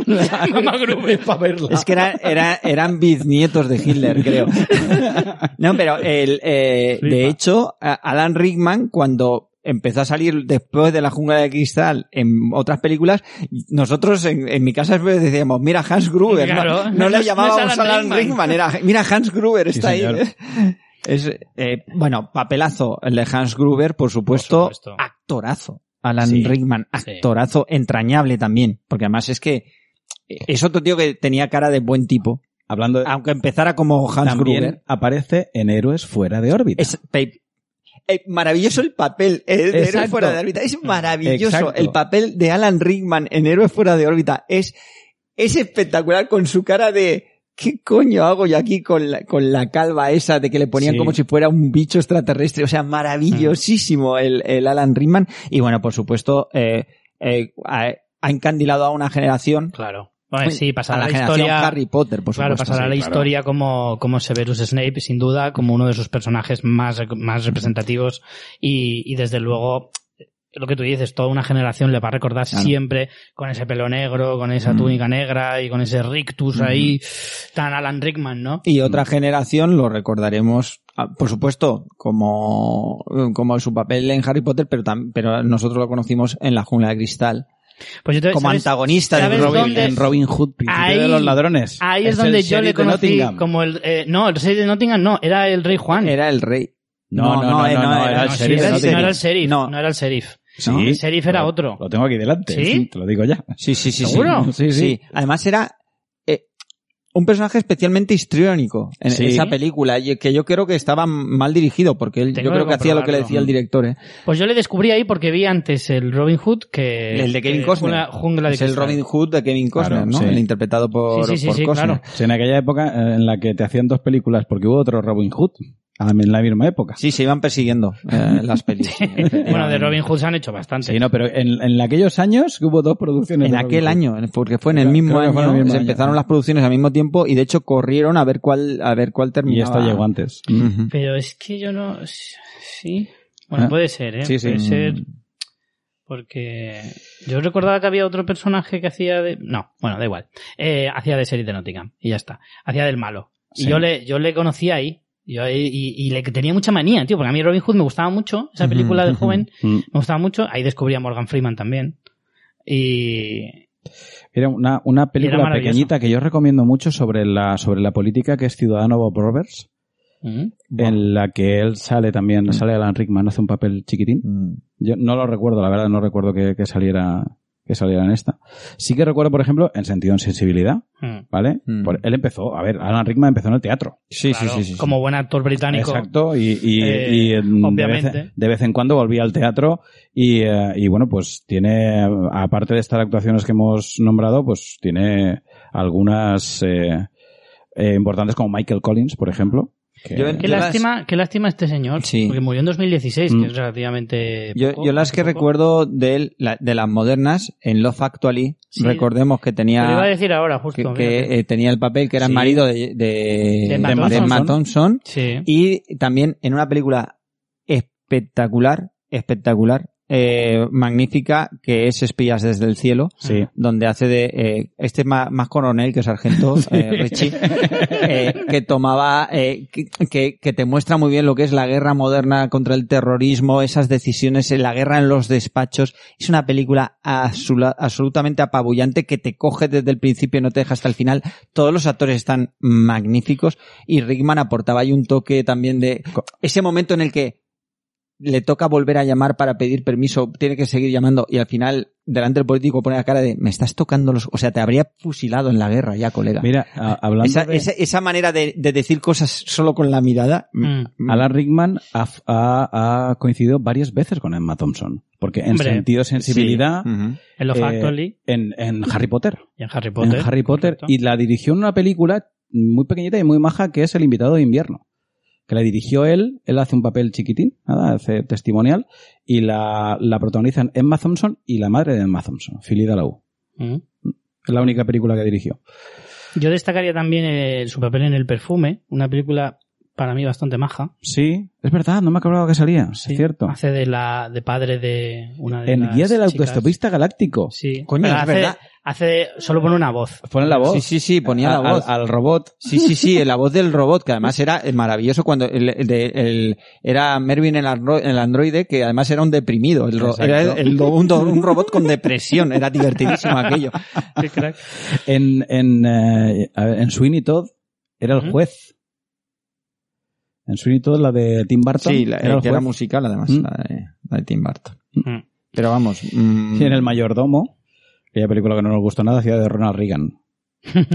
Speaker 1: Mamá Gruber.
Speaker 3: para verla.
Speaker 2: es que era- era- eran bisnietos de Hitler, creo. No, pero el, eh,
Speaker 1: Flipa.
Speaker 2: de hecho, a- Alan Rickman cuando empezó a salir después de la jungla de cristal en otras películas, nosotros en, en mi casa decíamos, mira Hans Gruber, no-
Speaker 1: Claro.
Speaker 2: no,
Speaker 1: No
Speaker 2: le
Speaker 1: es-
Speaker 2: llamábamos
Speaker 1: no es Alan
Speaker 2: Alan Rickman,
Speaker 1: Rickman,
Speaker 2: era, mira Hans Gruber,
Speaker 3: Sí,
Speaker 2: está
Speaker 3: señor.
Speaker 2: ahí. Es, eh, bueno, papelazo el de Hans Gruber, por supuesto,
Speaker 1: Por supuesto.
Speaker 2: actorazo. Alan
Speaker 3: Sí.
Speaker 2: Rickman,
Speaker 1: Sí.
Speaker 2: actorazo entrañable también, porque además es que eh, es otro tío que tenía cara de buen tipo,
Speaker 3: Hablando de...
Speaker 2: aunque empezara como Hans
Speaker 3: también
Speaker 2: Gruber.
Speaker 3: aparece en Héroes fuera de órbita.
Speaker 2: Es pe- eh, maravilloso el papel eh, de
Speaker 3: Exacto.
Speaker 2: Héroes fuera de órbita.
Speaker 1: Mm,
Speaker 2: Es maravilloso.
Speaker 3: Exacto.
Speaker 2: El papel de Alan Rickman en Héroes fuera de órbita es, es espectacular con su cara de ¿qué coño hago yo aquí con la, con la calva esa de que le ponían
Speaker 3: Sí.
Speaker 2: como si fuera un bicho extraterrestre? O sea, maravillosísimo el, el Alan Rickman. Y bueno, por supuesto, eh, eh, ha, ha encandilado a una generación.
Speaker 1: Claro. Bueno, sí,
Speaker 2: a
Speaker 1: pasará
Speaker 2: la,
Speaker 1: la,
Speaker 2: generación
Speaker 1: historia.
Speaker 2: Harry Potter, por
Speaker 1: claro,
Speaker 2: supuesto.
Speaker 1: pasará la
Speaker 2: Sí, claro.
Speaker 1: historia como, como Severus Snape, sin duda, como uno de sus personajes más, más representativos y, y desde luego lo que tú dices, toda una generación le va a recordar
Speaker 2: Claro.
Speaker 1: siempre con ese pelo negro, con esa
Speaker 2: Mm.
Speaker 1: túnica negra y con ese rictus ahí tan Alan Rickman, ¿no?
Speaker 2: Y otra
Speaker 3: Mm.
Speaker 2: generación lo recordaremos, ah, por supuesto, como, como su papel en Harry Potter, pero, tam- pero nosotros lo conocimos en La Jungla de Cristal.
Speaker 1: Pues yo te-
Speaker 2: Como
Speaker 1: ¿sabes?
Speaker 2: antagonista de
Speaker 1: ¿sabes
Speaker 2: Robin.
Speaker 1: dónde-
Speaker 2: en
Speaker 3: en Robin Hood, príncipe
Speaker 1: Ahí-
Speaker 3: de los ladrones.
Speaker 1: Ahí es,
Speaker 3: el
Speaker 1: donde yo
Speaker 3: sheriff
Speaker 1: le
Speaker 3: de
Speaker 1: conocí
Speaker 3: Nottingham.
Speaker 1: como el... eh, no, el rey de Nottingham no, era el rey Juan.
Speaker 2: Era el rey.
Speaker 3: No, no, no,
Speaker 2: eh,
Speaker 3: no, no, era el
Speaker 1: no, sí,
Speaker 3: sheriff
Speaker 1: era
Speaker 3: de
Speaker 1: el- no
Speaker 3: Nottingham.
Speaker 1: era el sheriff.
Speaker 2: No.
Speaker 1: No era el sheriff.
Speaker 3: Sí,
Speaker 2: ¿no?
Speaker 1: El sheriff era
Speaker 3: lo-
Speaker 1: otro.
Speaker 3: Lo tengo aquí delante.
Speaker 1: ¿Sí?
Speaker 3: sí, te lo digo ya.
Speaker 2: Sí, sí, sí. sí.
Speaker 1: ¿Seguro?
Speaker 3: Sí, sí.
Speaker 2: Sí. Además era eh, un personaje especialmente histriónico en
Speaker 3: Sí.
Speaker 2: esa película, y que yo creo que estaba mal dirigido, porque él,
Speaker 1: Tengo
Speaker 2: yo creo
Speaker 1: que
Speaker 2: que hacía lo que le
Speaker 1: comprobarlo.
Speaker 2: decía el director. ¿eh?
Speaker 1: Pues yo le descubrí ahí porque vi antes el Robin Hood que...
Speaker 2: el de Kevin
Speaker 1: que
Speaker 2: Costner.
Speaker 1: Jungla, jungla de
Speaker 2: es el
Speaker 1: Cristal.
Speaker 2: Robin Hood de Kevin Costner,
Speaker 3: Claro,
Speaker 2: ¿no?
Speaker 3: sí.
Speaker 2: El interpretado por,
Speaker 1: Sí, sí, sí,
Speaker 2: por
Speaker 1: sí,
Speaker 2: Costner.
Speaker 1: claro.
Speaker 3: Sí, en aquella época eh, en la que te hacían dos películas, porque hubo otro Robin Hood ah, en la misma época.
Speaker 2: Sí, se iban persiguiendo eh, las pelis.
Speaker 1: Bueno,
Speaker 2: Ah.
Speaker 1: de Robin Hood se han hecho bastante.
Speaker 3: Sí, no, pero en, en aquellos años que hubo dos producciones.
Speaker 2: En
Speaker 3: de Robin
Speaker 2: aquel
Speaker 3: Hood.
Speaker 2: año, porque fue en el
Speaker 3: Creo-
Speaker 2: mismo
Speaker 3: creo que
Speaker 2: año,
Speaker 3: fue en el mismo
Speaker 2: se
Speaker 3: año.
Speaker 2: empezaron las producciones al mismo tiempo y de hecho corrieron a ver cuál, a ver cuál
Speaker 3: Y
Speaker 2: terminaba.
Speaker 3: esta llegó antes.
Speaker 2: Ujú.
Speaker 1: Pero es que yo no... Sí. Bueno,
Speaker 3: Ah.
Speaker 1: puede ser, ¿eh?
Speaker 3: Sí, sí.
Speaker 1: Puede ser
Speaker 2: Mm.
Speaker 1: porque... Yo recordaba que había otro personaje que hacía de... No, bueno, da igual. Eh, hacía de serie de Nottingham y ya está. Hacía del malo. Y
Speaker 3: Sí.
Speaker 1: yo le, yo le conocí ahí. Yo, eh, y, y le tenía mucha manía, tío, porque a mí Robin Hood me gustaba mucho, esa película de
Speaker 2: ujú.
Speaker 1: joven
Speaker 3: Mm.
Speaker 1: me gustaba mucho. Ahí descubrí a Morgan Freeman también. Y.
Speaker 3: Era una, una película
Speaker 1: maravilloso.
Speaker 3: pequeñita que yo recomiendo mucho sobre la, sobre la política que es Ciudadano Bob Roberts,
Speaker 1: ¿Mm?
Speaker 3: en la que él sale también, sale Alan Rickman, hace un papel chiquitín.
Speaker 2: Mm.
Speaker 3: Yo no lo recuerdo, la verdad, no recuerdo que, que saliera que saliera en esta. Sí que recuerdo, por ejemplo, en sentido de sensibilidad,
Speaker 1: Mm.
Speaker 3: ¿vale?
Speaker 2: Mm.
Speaker 3: Por- él empezó, a ver, Alan Rickman empezó en el teatro.
Speaker 2: Sí,
Speaker 1: Claro,
Speaker 2: sí, sí, sí, sí.
Speaker 1: Como buen actor británico.
Speaker 3: Exacto, y, y-
Speaker 1: Eh,
Speaker 3: y, mm,
Speaker 1: obviamente.
Speaker 3: De, vez, de vez en cuando volvía al teatro y, eh, y, bueno, pues tiene, aparte de estas actuaciones que hemos nombrado, pues tiene algunas eh, eh, importantes como Michael Collins, por ejemplo. que-
Speaker 2: Yo en-
Speaker 1: Qué
Speaker 2: Yo las-
Speaker 1: lástima, qué lástima este señor,
Speaker 2: Sí.
Speaker 1: porque murió en 2016,
Speaker 3: Mm.
Speaker 1: que es relativamente.
Speaker 2: Yo,
Speaker 1: poco,
Speaker 2: yo las que
Speaker 1: hace poco.
Speaker 2: recuerdo de él, la- de las modernas, en Love Actually,
Speaker 1: Sí.
Speaker 2: recordemos que
Speaker 1: Te lo iba a
Speaker 2: tenía
Speaker 1: decir ahora,
Speaker 2: que,
Speaker 1: justo.
Speaker 2: que,
Speaker 1: fíjate.
Speaker 2: eh, tenía el papel que era el
Speaker 3: Sí.
Speaker 2: marido de, de,
Speaker 1: De Matt
Speaker 3: Thompson.
Speaker 2: Matt Thompson.
Speaker 1: sí.
Speaker 2: Y también en una película espectacular, espectacular, eh, magnífica, que es Espías desde el cielo,
Speaker 3: Sí.
Speaker 2: donde hace de eh, este más, más coronel que sargento, eh, Richie, eh, que tomaba, eh, que, que- que te muestra muy bien lo que es la guerra moderna contra el terrorismo, esas decisiones, eh, la guerra en los despachos. Es una película asula- absolutamente apabullante que te coge desde el principio y no te deja hasta el final. Todos los actores están magníficos y Rickman aportaba ahí un toque también de ese momento en el que le toca volver a llamar para pedir permiso, tiene que seguir llamando y al final delante del político pone la cara de me estás tocando los, o sea, te habría fusilado en la guerra ya, colega.
Speaker 3: Mira, a- hablando
Speaker 2: Esa,
Speaker 3: de...
Speaker 2: esa- esa manera de, de decir cosas solo con la mirada.
Speaker 1: Mm.
Speaker 3: Alan Rickman ha, ha- ha coincidido varias veces con Emma Thompson. Porque en
Speaker 1: Hombre.
Speaker 3: sentido sensibilidad,
Speaker 2: Ujú.
Speaker 1: En los
Speaker 3: eh,
Speaker 1: Actually
Speaker 3: en, en Harry Potter.
Speaker 1: y en Harry Potter.
Speaker 3: en Harry Potter.
Speaker 1: correcto.
Speaker 3: Y la dirigió en una película muy pequeñita y muy maja que es El invitado de invierno. Que la dirigió él, él hace un papel chiquitín, nada, hace testimonial, y la, la protagonizan Emma Thompson y la madre de Emma Thompson, Philly Dalaou.
Speaker 1: Mm.
Speaker 3: Es la única película que dirigió.
Speaker 1: Yo destacaría también el- su papel en El Perfume, una película para mí bastante maja.
Speaker 3: Sí, es verdad, no me acordaba que salía,
Speaker 1: Sí,
Speaker 3: es cierto.
Speaker 1: Hace de la de padre de una de
Speaker 3: El
Speaker 1: las
Speaker 3: guía del
Speaker 1: chicas.
Speaker 3: autoestopista galáctico.
Speaker 1: Sí.
Speaker 2: Coño,
Speaker 1: Pero
Speaker 2: es
Speaker 1: hace,
Speaker 2: verdad.
Speaker 1: Hace de- solo pone una voz.
Speaker 3: Ponen la voz.
Speaker 2: Sí, sí, sí, ponía la
Speaker 3: Al- al-
Speaker 2: voz.
Speaker 3: al robot.
Speaker 2: Sí, sí, sí, la voz del robot, que además era eh, maravilloso cuando el, el de- el- era Mervyn el, andro- el androide, que además era un deprimido. el ro-
Speaker 3: Exacto.
Speaker 2: era el- el- un, do- un robot con depresión, era divertidísimo aquello.
Speaker 1: Qué crack.
Speaker 3: En, en, eh, a ver, en Sweeney Todd era el
Speaker 1: Ujú.
Speaker 3: juez. En Sweeney Todd, la de Tim Burton,
Speaker 2: Sí, la, eh,
Speaker 3: era el
Speaker 2: que era
Speaker 3: juez.
Speaker 2: musical además,
Speaker 3: Mm.
Speaker 2: la, de, la de Tim Burton.
Speaker 1: Mm.
Speaker 2: Pero vamos. mm,
Speaker 3: Y en El Mayordomo, aquella película que no nos gustó nada, hacía de Ronald Reagan.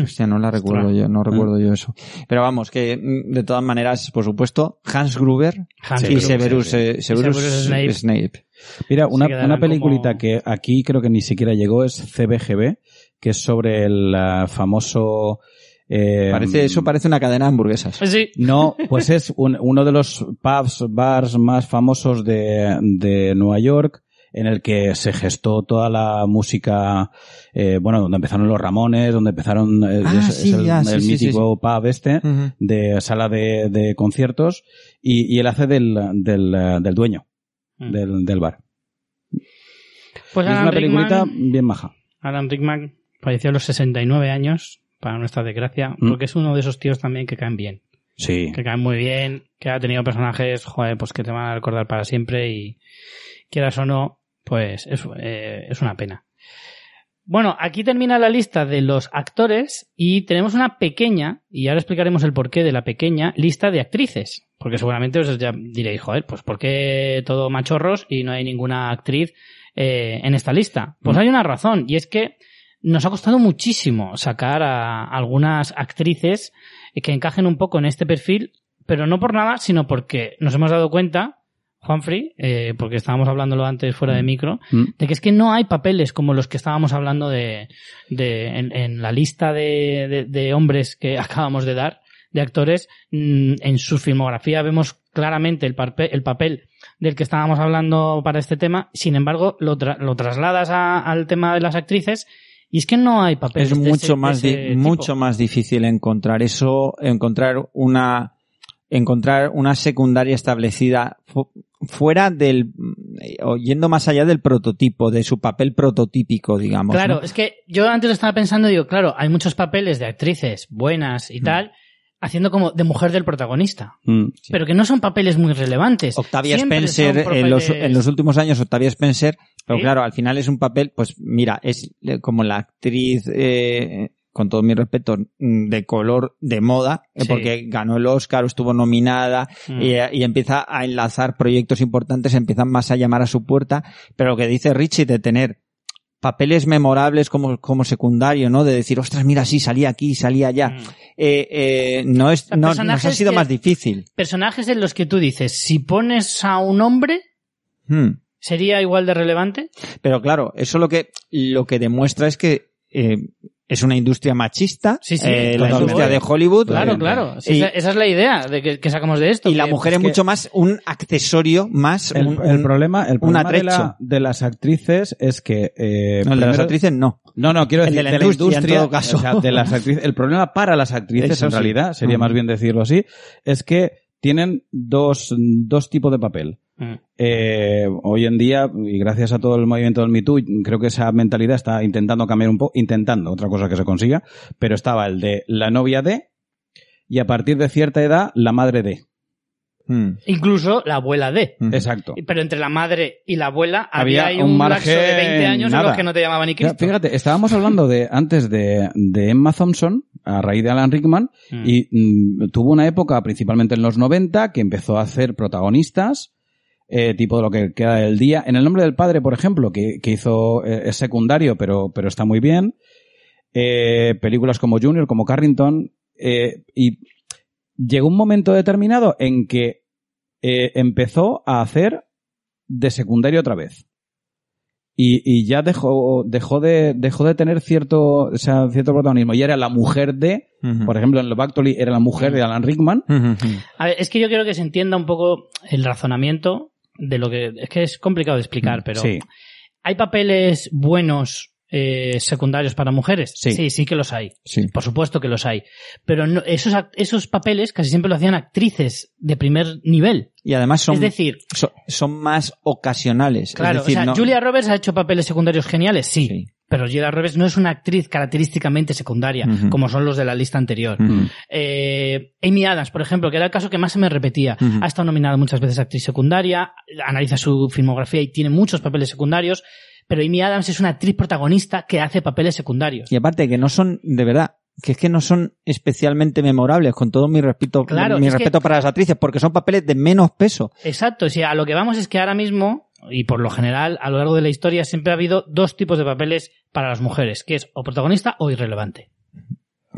Speaker 2: Hostia, no la recuerdo yo, no recuerdo yo eso. Pero vamos, que mm, de todas maneras, por supuesto, Hans Gruber
Speaker 1: Hans
Speaker 2: y
Speaker 1: Gruber,
Speaker 2: Severus,
Speaker 1: Ah, sí.
Speaker 2: eh, Severus
Speaker 1: Severus Snape.
Speaker 2: Snape.
Speaker 3: Mira,
Speaker 1: Se
Speaker 3: una,
Speaker 1: quedarán
Speaker 3: una peliculita
Speaker 1: como-
Speaker 3: que aquí creo que ni siquiera llegó es CBGB, que es sobre el ah, famoso... eh,
Speaker 2: Parece, eso parece una cadena de hamburguesas.
Speaker 1: Sí.
Speaker 3: No, pues es un- uno de los pubs, bars más famosos de, de Nueva York, en el que se gestó toda la música, eh, bueno, donde empezaron los Ramones, donde empezaron eh,
Speaker 2: Ah, sí,
Speaker 3: el,
Speaker 2: ya,
Speaker 3: el
Speaker 2: sí, sí, sí,
Speaker 3: mítico pub este,
Speaker 2: Ujú.
Speaker 3: de sala de, de conciertos, y, y él hace del, del, eh, del dueño
Speaker 1: Mm.
Speaker 3: del, del bar.
Speaker 1: Pues
Speaker 3: Y es
Speaker 1: Alan
Speaker 3: una
Speaker 1: Rickman,
Speaker 3: peliculita bien maja.
Speaker 1: Alan Rickman falleció a los 69 años, para nuestra desgracia,
Speaker 3: Mm.
Speaker 1: porque es uno de esos tíos también que caen bien.
Speaker 3: Sí.
Speaker 1: que caen muy bien, que ha tenido personajes, joder, pues que te van a recordar para siempre y quieras o no, pues es, eh, es una pena. Bueno, aquí termina la lista de los actores y tenemos una pequeña, y ahora explicaremos el porqué de la pequeña, lista de actrices. Porque seguramente os ya diréis, joder, pues ¿por qué todo machorros y no hay ninguna actriz eh, en esta lista? Pues
Speaker 3: Mm.
Speaker 1: hay una razón, y es que nos ha costado muchísimo sacar a algunas actrices que encajen un poco en este perfil, pero no por nada, sino porque nos hemos dado cuenta, Juanfrey, eh, porque estábamos hablándolo antes fuera de micro,
Speaker 3: Mm.
Speaker 1: de que es que no hay papeles como los que estábamos hablando de, de en, en la lista de, de- de hombres que acabamos de dar, de actores, mm, en su filmografía vemos claramente el, parpe- el papel del que estábamos hablando para este tema, sin embargo, lo, tra- lo trasladas a- al tema de las actrices y es que no hay papeles.
Speaker 2: es
Speaker 1: de
Speaker 2: mucho
Speaker 1: ese- de
Speaker 2: más di-
Speaker 1: ese tipo.
Speaker 2: mucho más difícil encontrar eso encontrar una encontrar una secundaria establecida fu- fuera del eh, o yendo más allá del prototipo de su papel prototípico digamos
Speaker 1: Claro,
Speaker 2: ¿no? Mm.
Speaker 1: es que yo antes lo estaba pensando, digo, claro, hay muchos papeles de actrices buenas y tal. haciendo como de mujer del protagonista.
Speaker 3: Mm.
Speaker 1: Pero que no son papeles muy relevantes.
Speaker 2: Octavia
Speaker 1: Siempre
Speaker 2: Spencer,
Speaker 1: son
Speaker 2: en, los,
Speaker 1: papeles-
Speaker 2: en los últimos años Octavia Spencer, pero
Speaker 1: Sí.
Speaker 2: claro, al final es un papel, pues mira, es eh, como la actriz, eh, con todo mi respeto, mm, de color de moda, eh,
Speaker 1: Sí.
Speaker 2: porque ganó el Oscar, o estuvo nominada,
Speaker 1: Mm.
Speaker 2: y, eh, y empieza a enlazar proyectos importantes, empiezan más a llamar a su puerta, pero lo que dice Richie de tener papeles memorables como, como secundario, ¿no? De decir, ostras, mira, sí, salí aquí, salí allá.
Speaker 1: Mm.
Speaker 2: Eh, eh, no es,
Speaker 1: Los
Speaker 2: no, nos ha
Speaker 1: personajes
Speaker 2: sido
Speaker 1: que-
Speaker 2: más difícil.
Speaker 1: Personajes en los que tú dices, si pones a un hombre,
Speaker 2: Hmm.
Speaker 1: ¿sería igual de relevante?
Speaker 2: Pero claro, eso lo que, lo que demuestra es que eh, es una industria machista,
Speaker 1: Sí, sí,
Speaker 2: eh, la
Speaker 1: totalmente.
Speaker 2: industria de Hollywood.
Speaker 1: Claro,
Speaker 2: eh,
Speaker 1: claro. Si
Speaker 2: Y-
Speaker 1: esa, esa es la idea de que, que sacamos de esto.
Speaker 2: Y la
Speaker 1: que-
Speaker 2: mujer es,
Speaker 3: que-
Speaker 2: mucho más un accesorio, más
Speaker 3: El,
Speaker 2: un,
Speaker 3: el
Speaker 2: un-
Speaker 3: problema, el problema de, la-
Speaker 2: atrecho.
Speaker 3: de las actrices es que... eh,
Speaker 2: No, el de las
Speaker 3: primero-
Speaker 2: actrices no.
Speaker 3: No, no, quiero
Speaker 2: El
Speaker 3: decir,
Speaker 2: de la industria, en todo caso.
Speaker 3: o sea, de las actrices, el problema para las actrices,
Speaker 2: Eso
Speaker 3: en
Speaker 2: sí.
Speaker 3: realidad, sería
Speaker 2: Mm.
Speaker 3: más bien decirlo así, es que tienen dos, dos tipos de papel.
Speaker 1: Mm.
Speaker 3: Eh, hoy en día, y gracias a todo el movimiento del Me Too, creo que esa mentalidad está intentando cambiar un poco, intentando, otra cosa que se consiga, pero estaba el de la novia de, y a partir de cierta edad, la madre de.
Speaker 2: Mm,
Speaker 1: Incluso la abuela de.
Speaker 2: mm.
Speaker 3: Exacto.
Speaker 1: Pero entre la madre y la abuela había,
Speaker 3: Había
Speaker 1: ahí
Speaker 3: un
Speaker 1: un laxo de
Speaker 3: margen,
Speaker 1: 20 años en los
Speaker 3: nada.
Speaker 1: que no te llamaban ni Cristo.
Speaker 3: Fíjate, estábamos hablando de antes de, de Emma Thompson, a raíz de Alan Rickman,
Speaker 1: Mm.
Speaker 3: Y mm, tuvo una época, principalmente en los 90, que empezó a hacer protagonistas, eh, tipo de lo que queda del día. En el nombre del padre, por ejemplo, que, que hizo, eh, es secundario, pero, pero está muy bien. Eh, películas como Junior, como Carrington. eh, y llegó un momento determinado en que eh, empezó a hacer de secundario otra vez. Y, y ya dejó, dejó, de, dejó de tener cierto, o sea, cierto protagonismo. Ya era la mujer de,
Speaker 2: Ujú.
Speaker 3: por ejemplo, en Love Actually era la
Speaker 1: Mm.
Speaker 3: mujer de Alan Rickman.
Speaker 2: Ujú, ujú.
Speaker 1: A ver, es que yo quiero que se entienda un poco el razonamiento de lo que... Es que es complicado de
Speaker 2: Mm,
Speaker 1: explicar, pero...
Speaker 3: Sí,
Speaker 1: ¿Hay papeles buenos eh, secundarios para mujeres?
Speaker 3: Sí.
Speaker 1: sí, que los hay.
Speaker 2: Sí.
Speaker 1: Por supuesto que los hay. Pero no- esos, ac- esos papeles casi siempre lo hacían actrices de primer nivel.
Speaker 2: Y además son,
Speaker 1: Es decir,
Speaker 2: son, son más ocasionales.
Speaker 1: claro,
Speaker 2: es decir,
Speaker 1: o sea,
Speaker 2: no-
Speaker 1: Julia Roberts ha hecho papeles secundarios geniales, sí.
Speaker 2: Sí.
Speaker 1: Pero Julia Roberts no es una actriz característicamente secundaria,
Speaker 2: Ujú.
Speaker 1: como son los de la lista anterior.
Speaker 2: Ujú.
Speaker 1: Eh, Amy Adams, por ejemplo, que era el caso que más se me repetía.
Speaker 2: Ujú.
Speaker 1: Ha estado nominada muchas veces a actriz secundaria, analiza su filmografía y tiene muchos papeles secundarios, pero Amy Adams es una actriz protagonista que hace papeles secundarios.
Speaker 2: Y aparte que no son, de verdad, que es que no son especialmente memorables, con todo mi respeto,
Speaker 1: Claro,
Speaker 2: mi
Speaker 1: es que-
Speaker 2: respeto para las actrices, porque son papeles de menos peso.
Speaker 1: Exacto, o sea, a lo que vamos es que ahora mismo, y por lo general, a lo largo de la historia, siempre ha habido dos tipos de papeles para las mujeres, que es o protagonista o irrelevante.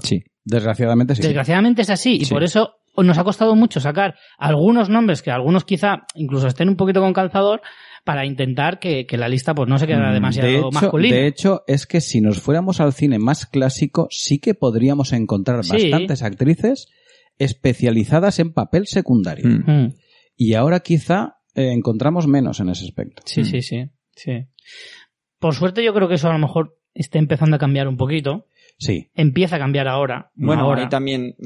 Speaker 2: Sí.
Speaker 3: desgraciadamente sí.
Speaker 1: Desgraciadamente es así, y
Speaker 3: Sí.
Speaker 1: por eso nos ha costado mucho sacar algunos nombres que algunos quizá incluso estén un poquito con calzador para intentar que, que la lista pues no se
Speaker 2: Mm,
Speaker 1: quedara demasiado
Speaker 3: de hecho,
Speaker 1: masculina.
Speaker 3: de hecho, es que si nos fuéramos al cine más clásico, sí que podríamos encontrar
Speaker 1: Sí.
Speaker 3: bastantes actrices especializadas en papel secundario.
Speaker 2: Mm.
Speaker 1: Mm.
Speaker 3: Y ahora quizá eh, encontramos menos en ese aspecto.
Speaker 1: Sí,
Speaker 2: Mm.
Speaker 1: sí, sí, sí. Por suerte yo creo que eso a lo mejor está empezando a cambiar un poquito.
Speaker 3: Sí.
Speaker 1: Empieza a cambiar ahora. no
Speaker 2: Bueno,
Speaker 1: ahora.
Speaker 2: ahí también.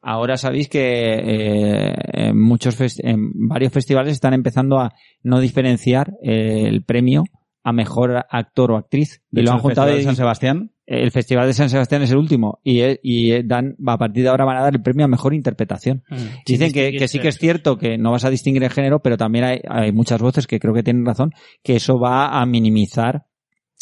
Speaker 2: Ahora sabéis que eh, en muchos fes- en varios festivales están empezando a no diferenciar eh, el premio a mejor actor o actriz
Speaker 3: De
Speaker 2: y lo
Speaker 3: hecho,
Speaker 2: han
Speaker 3: el
Speaker 2: juntado
Speaker 3: Festival
Speaker 2: y
Speaker 3: de San Sebastián.
Speaker 2: el festival de San Sebastián es el último y, eh, y eh, dan a partir de ahora van a dar el premio a mejor interpretación.
Speaker 1: Mm.
Speaker 2: Dicen que, que sí que es cierto que no vas a distinguir el género, pero también hay, hay muchas voces que creo que tienen razón, que eso va a minimizar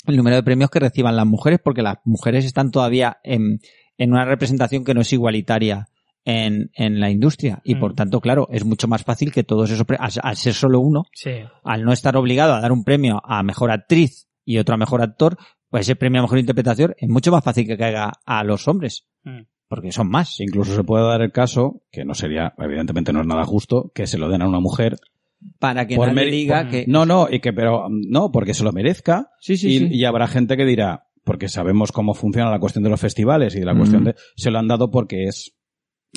Speaker 2: el número de premios que reciban las mujeres, porque las mujeres están todavía en, en una representación que no es igualitaria en, en la industria. Y por
Speaker 1: Mm.
Speaker 2: tanto, claro, es mucho más fácil que todos esos pre- al, al ser solo uno,
Speaker 1: Sí.
Speaker 2: al no estar obligado a dar un premio a mejor actriz y otro a mejor actor, pues ese premio a mejor interpretación es mucho más fácil que caiga a los hombres,
Speaker 1: Mm.
Speaker 2: porque son más.
Speaker 3: Incluso se puede dar el caso, que no sería, evidentemente no es nada justo, que se lo den a una mujer.
Speaker 2: Para que
Speaker 3: Por
Speaker 2: nadie
Speaker 3: meri-
Speaker 2: diga
Speaker 1: por-
Speaker 2: que...
Speaker 3: No, no, y que, pero, mm, no, porque se lo merezca,
Speaker 2: mm. Sí,
Speaker 3: y, y habrá gente que dirá, porque sabemos cómo funciona la cuestión de los festivales y de la
Speaker 2: Mm.
Speaker 3: cuestión de... Se lo han dado porque es...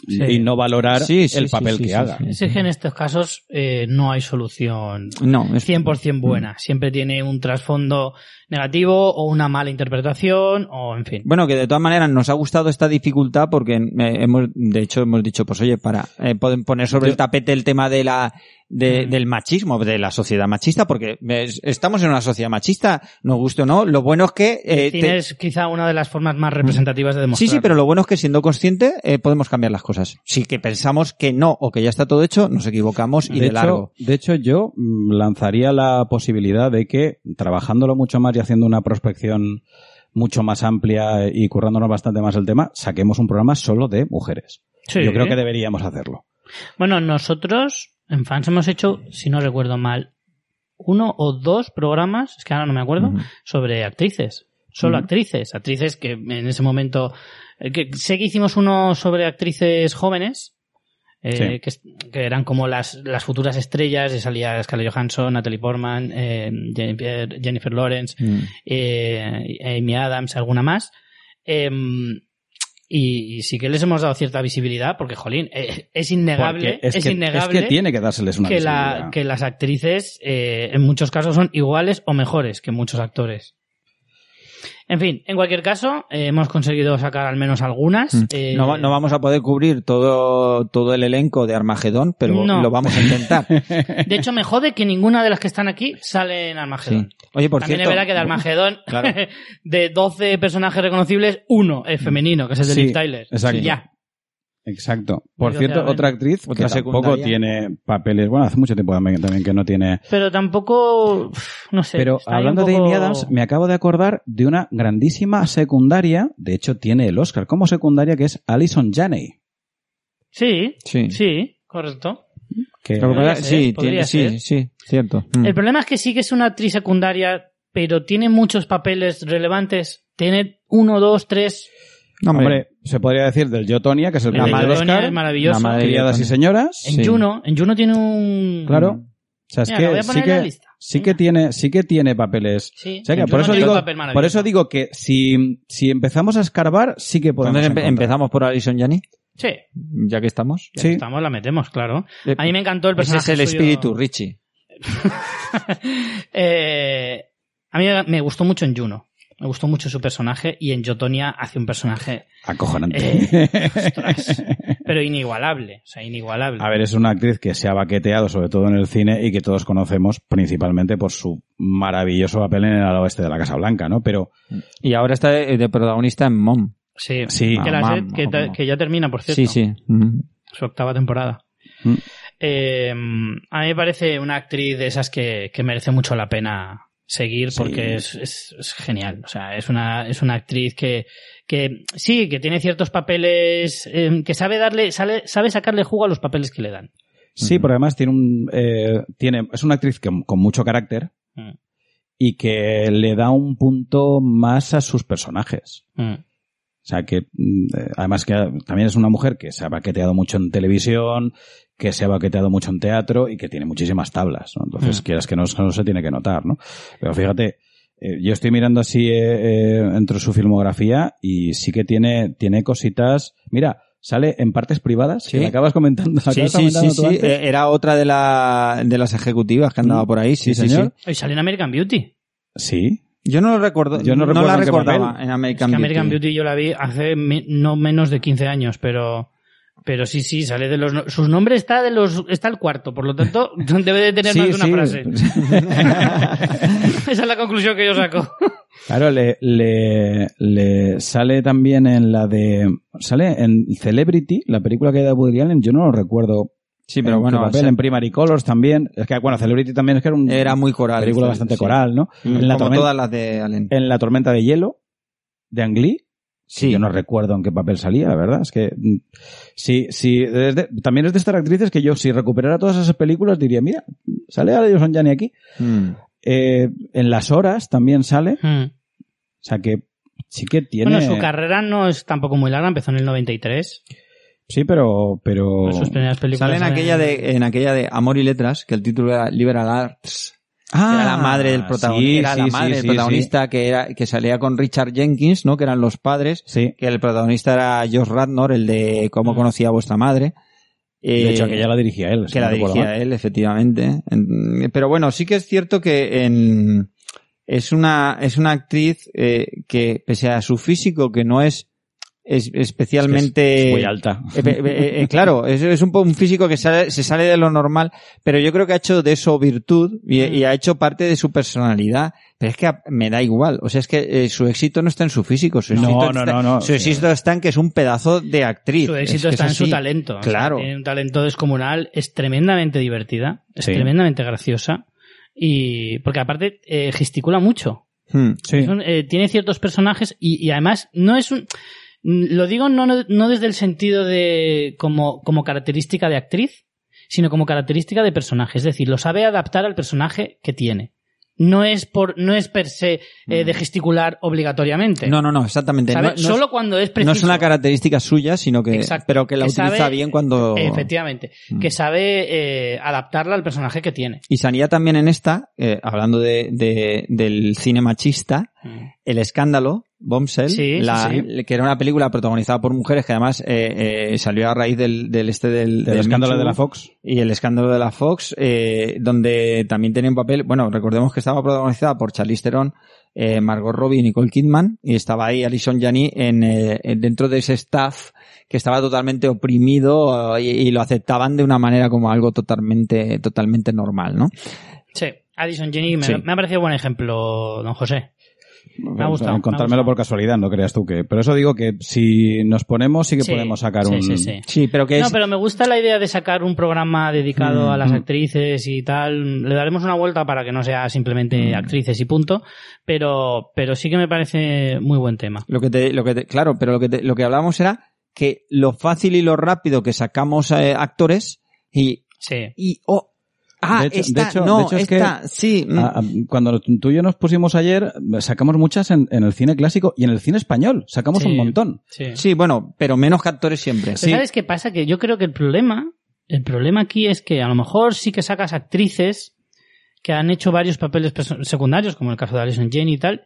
Speaker 1: Sí.
Speaker 3: Y no valorar
Speaker 2: Sí, sí,
Speaker 3: el
Speaker 2: sí,
Speaker 3: papel
Speaker 2: sí,
Speaker 3: que
Speaker 2: sí,
Speaker 3: haga.
Speaker 2: sí.
Speaker 1: Sí, Es que en estos casos eh, no hay solución
Speaker 2: No, es
Speaker 1: 100% buena.
Speaker 2: Mm.
Speaker 1: Siempre tiene un trasfondo negativo o una mala interpretación o, en fin.
Speaker 2: Bueno, que de todas maneras nos ha gustado esta dificultad porque eh, hemos, de hecho, hemos dicho, pues oye, para eh, pueden poner sobre
Speaker 3: Yo-
Speaker 2: el tapete el tema de la de- del machismo, de la sociedad machista, porque es- estamos en una sociedad machista, nos guste o no. Lo bueno es que... eh,
Speaker 1: El cine
Speaker 2: te-
Speaker 1: es quizá una de las formas más representativas de
Speaker 2: Sí,
Speaker 1: demostrar.
Speaker 2: sí, pero lo bueno es que siendo consciente eh, podemos cambiar las cosas. Si que pensamos que no o que ya está todo hecho, nos equivocamos y de,
Speaker 3: de, hecho,
Speaker 2: largo.
Speaker 3: de hecho, yo mm, lanzaría la posibilidad de que, trabajándolo mucho más y haciendo una prospección mucho más amplia eh, y currándonos bastante más el tema, saquemos un programa solo de mujeres.
Speaker 1: Sí.
Speaker 3: Yo creo que deberíamos hacerlo.
Speaker 1: Bueno, nosotros en fans hemos hecho, si no recuerdo mal, uno o dos programas, es que ahora no me acuerdo,
Speaker 2: Ujú.
Speaker 1: sobre actrices. Solo
Speaker 3: Ujú.
Speaker 1: actrices. Actrices que en ese momento. eh, Que, sé que hicimos uno sobre actrices jóvenes. eh, que, es- que eran como las, las futuras estrellas, y salía Scarlett Johansson, Natalie Portman, eh, Jennifer, Jennifer Lawrence,
Speaker 2: Mm.
Speaker 1: eh, Amy Adams, alguna más. Eh, y, y sí que les hemos dado cierta visibilidad, porque, jolín, eh, es innegable,
Speaker 3: Porque es,
Speaker 1: es
Speaker 3: que,
Speaker 1: innegable
Speaker 3: es que tiene que dárseles una
Speaker 1: que la,
Speaker 3: visibilidad.
Speaker 1: que las actrices eh, en muchos casos son iguales o mejores que muchos actores. En fin, en cualquier caso, eh, hemos conseguido sacar al menos algunas.
Speaker 2: Mm.
Speaker 1: eh,
Speaker 2: No, va- no vamos a poder cubrir todo, todo el elenco de Armagedón, pero
Speaker 1: No.
Speaker 2: lo vamos a intentar.
Speaker 1: De hecho, me jode que ninguna de las que están aquí sale en
Speaker 2: Sí.
Speaker 1: Armagedón.
Speaker 2: Oye, por
Speaker 1: También
Speaker 2: cierto,
Speaker 1: es verdad que de Armagedón,
Speaker 2: Claro.
Speaker 1: de 12 personajes reconocibles, uno es femenino, que es el de
Speaker 3: Sí,
Speaker 1: Liv Tyler.
Speaker 3: exacto.
Speaker 1: Y Ya.
Speaker 3: Exacto. Por
Speaker 1: Digo,
Speaker 3: cierto,
Speaker 1: claramente.
Speaker 3: otra actriz
Speaker 2: Otra
Speaker 3: que tampoco
Speaker 2: secundaria.
Speaker 3: tiene papeles. Bueno, hace mucho tiempo también, también que no tiene.
Speaker 1: Pero tampoco, uf, no sé.
Speaker 3: Pero
Speaker 1: está ahí
Speaker 3: hablando
Speaker 1: un
Speaker 3: de
Speaker 1: poco-
Speaker 3: Amy Adams, me acabo de acordar de una grandísima secundaria. De hecho, tiene el Oscar como secundaria, que es Alison Janney.
Speaker 1: Sí,
Speaker 2: Sí.
Speaker 1: sí, correcto.
Speaker 3: Que
Speaker 2: Lo que pasa-
Speaker 1: Podría ser,
Speaker 2: sí,
Speaker 1: podría
Speaker 2: tiene-
Speaker 1: ser.
Speaker 2: sí, sí, cierto. Mm.
Speaker 1: El problema es que sí que es una actriz secundaria, pero tiene muchos papeles relevantes. Tiene uno, dos, tres.
Speaker 2: No, hombre,
Speaker 3: Hombre, se podría decir del Jotonia, que es el
Speaker 1: El
Speaker 2: La
Speaker 1: de
Speaker 3: premio del
Speaker 2: madre-
Speaker 1: Begonia
Speaker 3: Oscar.
Speaker 1: es maravilloso.
Speaker 2: la madre-
Speaker 3: Criadas y
Speaker 2: Jotonia.
Speaker 3: señoras.
Speaker 1: En
Speaker 2: Sí.
Speaker 1: Juno, en Juno tiene un.
Speaker 3: Claro. O sea, es
Speaker 1: Mira,
Speaker 3: que
Speaker 1: lo voy a
Speaker 3: sí
Speaker 1: poner en la
Speaker 3: que,
Speaker 1: lista.
Speaker 3: sí que
Speaker 1: Venga.
Speaker 3: tiene, sí que tiene papeles.
Speaker 1: Sí.
Speaker 3: O sea que
Speaker 1: en
Speaker 3: por
Speaker 1: Juno
Speaker 3: eso
Speaker 1: tiene
Speaker 3: digo,
Speaker 1: un papel maravilloso.
Speaker 3: por eso digo que si, si empezamos a escarbar, sí que podemos.
Speaker 2: entonces empe-
Speaker 3: encontrar.
Speaker 2: empezamos por Alison Janney,
Speaker 1: Sí,
Speaker 2: ya que estamos.
Speaker 1: ya
Speaker 3: Sí.
Speaker 1: estamos, la metemos, claro.
Speaker 2: Eh,
Speaker 1: A mí me encantó el
Speaker 2: Ese
Speaker 1: personaje.
Speaker 2: es el
Speaker 1: suyo-
Speaker 2: espíritu, Richie.
Speaker 1: Eh, a mí me gustó mucho en Juno. Me gustó mucho su personaje y en Jotonia hace un personaje,
Speaker 3: Acojonante.
Speaker 1: Eh, ostras, pero inigualable. O sea, inigualable.
Speaker 3: A ver, es una actriz que se ha baqueteado, sobre todo en el cine, y que todos conocemos principalmente por su maravilloso papel en el ala oeste de la Casa Blanca, ¿no? Pero
Speaker 2: Y ahora está eh, de, de protagonista en Mom.
Speaker 1: sí,
Speaker 3: sí,
Speaker 1: Que, la
Speaker 2: Mamá,
Speaker 1: serie- que ta-
Speaker 2: mamá.
Speaker 1: que ya termina, por cierto.
Speaker 2: Sí, sí. Mm.
Speaker 1: Su octava temporada.
Speaker 3: Mm.
Speaker 1: Eh, a mí me parece una actriz de esas que, que merece mucho la pena seguir
Speaker 3: Sí.
Speaker 1: porque es, es- es genial. O sea, es una, es una actriz que, que sí, que tiene ciertos papeles, eh, que sabe darle, sale- sabe sacarle jugo a los papeles que le dan.
Speaker 3: sí,
Speaker 2: Ujú.
Speaker 3: porque además tiene un, eh, tiene, es una actriz que, con mucho carácter
Speaker 1: Mm.
Speaker 3: y que le da un punto más a sus personajes.
Speaker 1: Mm.
Speaker 3: O sea que mm, eh, además que también es una mujer que se ha baqueteado mucho en televisión, que se ha baqueteado mucho en teatro y que tiene muchísimas tablas. ¿no? Entonces,
Speaker 1: Mm.
Speaker 3: quieras que no, no se tiene que notar, ¿no? Pero fíjate, eh, yo estoy mirando así eh, eh, entre su filmografía y sí que tiene, tiene cositas. Mira, sale en partes privadas,
Speaker 2: Sí.
Speaker 3: que la acabas comentando. la
Speaker 2: Sí,
Speaker 3: acabas
Speaker 2: sí, sí,
Speaker 3: comentando tú
Speaker 2: sí.
Speaker 3: antes.
Speaker 2: Eh, Era otra de, la, de las ejecutivas que andaba
Speaker 3: Mm.
Speaker 2: por ahí, sí,
Speaker 3: Sí,
Speaker 2: señor.
Speaker 3: señor.
Speaker 1: Y sale en American Beauty.
Speaker 3: Sí.
Speaker 2: Yo no lo recuerdo.
Speaker 3: Yo no recuerdo
Speaker 2: la
Speaker 3: en qué
Speaker 2: recordaba en
Speaker 3: papel.
Speaker 1: Es que
Speaker 2: American,
Speaker 1: American Beauty yo la vi hace me- no menos de 15 años, pero... Pero sí, sí, sale de los... no- Sus nombres está de los... Está el cuarto, por lo tanto, debe de tener
Speaker 3: Sí,
Speaker 1: más de una
Speaker 3: sí.
Speaker 1: frase. Esa es la conclusión que yo saco.
Speaker 3: Claro, le, le, le sale también en la de. Sale en Celebrity, la película que hay de Woody Allen, yo no lo recuerdo
Speaker 2: Sí, pero
Speaker 3: en
Speaker 2: bueno,
Speaker 3: qué papel,
Speaker 2: se-
Speaker 3: en Primary Colors también. Es que, bueno, Celebrity también es que era un-
Speaker 2: era muy coral.
Speaker 3: una Mm. película bastante
Speaker 2: sí. Mm.
Speaker 3: coral, ¿no? En la,
Speaker 2: Como
Speaker 3: tormenta, Eh,
Speaker 2: todas las de Allen.
Speaker 3: en la tormenta de hielo de Ang Lee.
Speaker 2: Sí.
Speaker 3: Yo no recuerdo en qué papel salía, la verdad. Es que mm, sí, sí, es de- también es de estas actrices que yo, si recuperara todas esas películas, diría, mira, sale Alison Janney aquí.
Speaker 2: Mm.
Speaker 3: Eh, en Las Horas también sale.
Speaker 2: Hmm.
Speaker 3: O sea que sí que tiene.
Speaker 1: Bueno, su carrera no es tampoco muy larga, empezó en el 93.
Speaker 3: Sí, pero, pero.
Speaker 1: con Sus primeras películas.
Speaker 2: Oh. Sale en aquella, de, en aquella de Amor y Letras, que el título era Liberal Arts. que era la madre del protagonista.
Speaker 3: Ah, sí,
Speaker 2: era la
Speaker 3: sí,
Speaker 2: madre
Speaker 3: sí,
Speaker 2: del
Speaker 3: sí,
Speaker 2: protagonista que, era, que salía con Richard Jenkins, ¿no? Que eran los padres.
Speaker 3: Sí.
Speaker 2: Que el protagonista era Josh Radnor, el de Cómo conocía a vuestra madre.
Speaker 3: De
Speaker 2: Eh,
Speaker 3: hecho, aquella la dirigía él. si
Speaker 2: que
Speaker 3: no
Speaker 2: la
Speaker 3: recuerdo mal.
Speaker 2: dirigía él, efectivamente. En- Pero bueno, sí que es cierto que en, es una es una actriz eh, que pese a su físico que no es es- especialmente...
Speaker 3: Es muy alta.
Speaker 2: Eh, eh, eh, eh, claro, es, es un, po- un físico que sale- se sale de lo normal, pero yo creo que ha hecho de eso virtud y,
Speaker 3: Mm.
Speaker 2: y ha hecho parte de su personalidad. Pero es que a- me da igual. O sea, es que eh, su éxito no está en su físico. Su
Speaker 3: No,
Speaker 2: éxito
Speaker 3: no,
Speaker 2: está,
Speaker 3: no, no.
Speaker 2: Su éxito está en que es un pedazo de actriz.
Speaker 1: Su
Speaker 2: Es
Speaker 1: éxito
Speaker 2: que es
Speaker 1: está en su
Speaker 2: así.
Speaker 1: talento. O sea,
Speaker 2: Claro.
Speaker 1: tiene un talento descomunal, es tremendamente divertida, es
Speaker 3: Sí.
Speaker 1: tremendamente graciosa. Y porque aparte eh, gesticula mucho.
Speaker 2: Hmm.
Speaker 3: Sí.
Speaker 1: Es un- eh, tiene ciertos personajes y, y además no es un... Lo digo no, no, no desde el sentido de como, como característica de actriz, sino como característica de personaje. Es decir, lo sabe adaptar al personaje que tiene. No es por, no es per se eh, de gesticular obligatoriamente.
Speaker 2: Mm. No, no, no, exactamente. No,
Speaker 1: ¿Sabe?
Speaker 2: no es-
Speaker 1: Solo cuando es preciso.
Speaker 2: no es una característica suya, sino que,
Speaker 1: Exacto.
Speaker 2: pero que la
Speaker 1: Que
Speaker 2: utiliza
Speaker 1: sabe-
Speaker 2: bien cuando... Mm.
Speaker 1: Efectivamente. Que sabe eh, adaptarla al personaje que tiene.
Speaker 2: Y salía también en esta, eh, hablando de, de- del cine machista, El Escándalo, Bombshell,
Speaker 1: Sí,
Speaker 2: la-
Speaker 1: sí,
Speaker 2: que era una película protagonizada por mujeres que además eh, eh, salió a raíz del, del este del,
Speaker 3: Del
Speaker 2: del
Speaker 3: escándalo
Speaker 2: Me
Speaker 3: de la
Speaker 2: Too
Speaker 3: Fox.
Speaker 2: Y el escándalo de la Fox, eh, donde también tenía un papel, bueno, recordemos que estaba protagonizada por Charlize Theron, eh, Margot Robbie y Nicole Kidman, y estaba ahí Alison Janney en, eh, en- dentro de ese staff que estaba totalmente oprimido eh, y, y lo aceptaban de una manera como algo totalmente, totalmente normal, ¿no?
Speaker 1: Sí. Addison Jenny me,
Speaker 2: Sí.
Speaker 1: me ha parecido buen ejemplo, don José. Me ha gustado, me ha
Speaker 3: Encontrármelo
Speaker 1: gustado.
Speaker 3: por casualidad, no creas tú que. Pero eso digo que si nos ponemos, sí que
Speaker 1: Sí,
Speaker 3: podemos sacar
Speaker 1: sí,
Speaker 3: un.
Speaker 1: sí, sí.
Speaker 2: Sí, pero que
Speaker 1: No,
Speaker 2: es,
Speaker 1: pero me gusta la idea de sacar un programa dedicado a las
Speaker 3: Mm.
Speaker 1: actrices y tal. Le daremos una vuelta para que no sea simplemente
Speaker 2: Mm.
Speaker 1: actrices y punto. Pero, pero sí que me parece muy buen tema.
Speaker 2: Lo que te, lo que te- claro, pero lo que te- lo que hablábamos era que lo fácil y lo rápido que sacamos eh, actores y
Speaker 1: Sí.
Speaker 2: y oh, ah,
Speaker 3: De hecho-
Speaker 2: esta,
Speaker 3: de hecho-
Speaker 2: no,
Speaker 3: de hecho es que-
Speaker 2: esta, sí, mm,
Speaker 3: Ah, ah, Cuando tú y yo nos pusimos ayer, sacamos muchas en, en el cine clásico y en el cine español. Sacamos
Speaker 1: Sí.
Speaker 3: un montón.
Speaker 1: Sí.
Speaker 2: sí, bueno, pero menos que actores siempre.
Speaker 1: Pero ¿Sabes qué pasa? Que yo creo que el problema, el problema aquí es que a lo mejor sí que sacas actrices que han hecho varios papeles perso- secundarios, como el caso de Alison Jane y tal.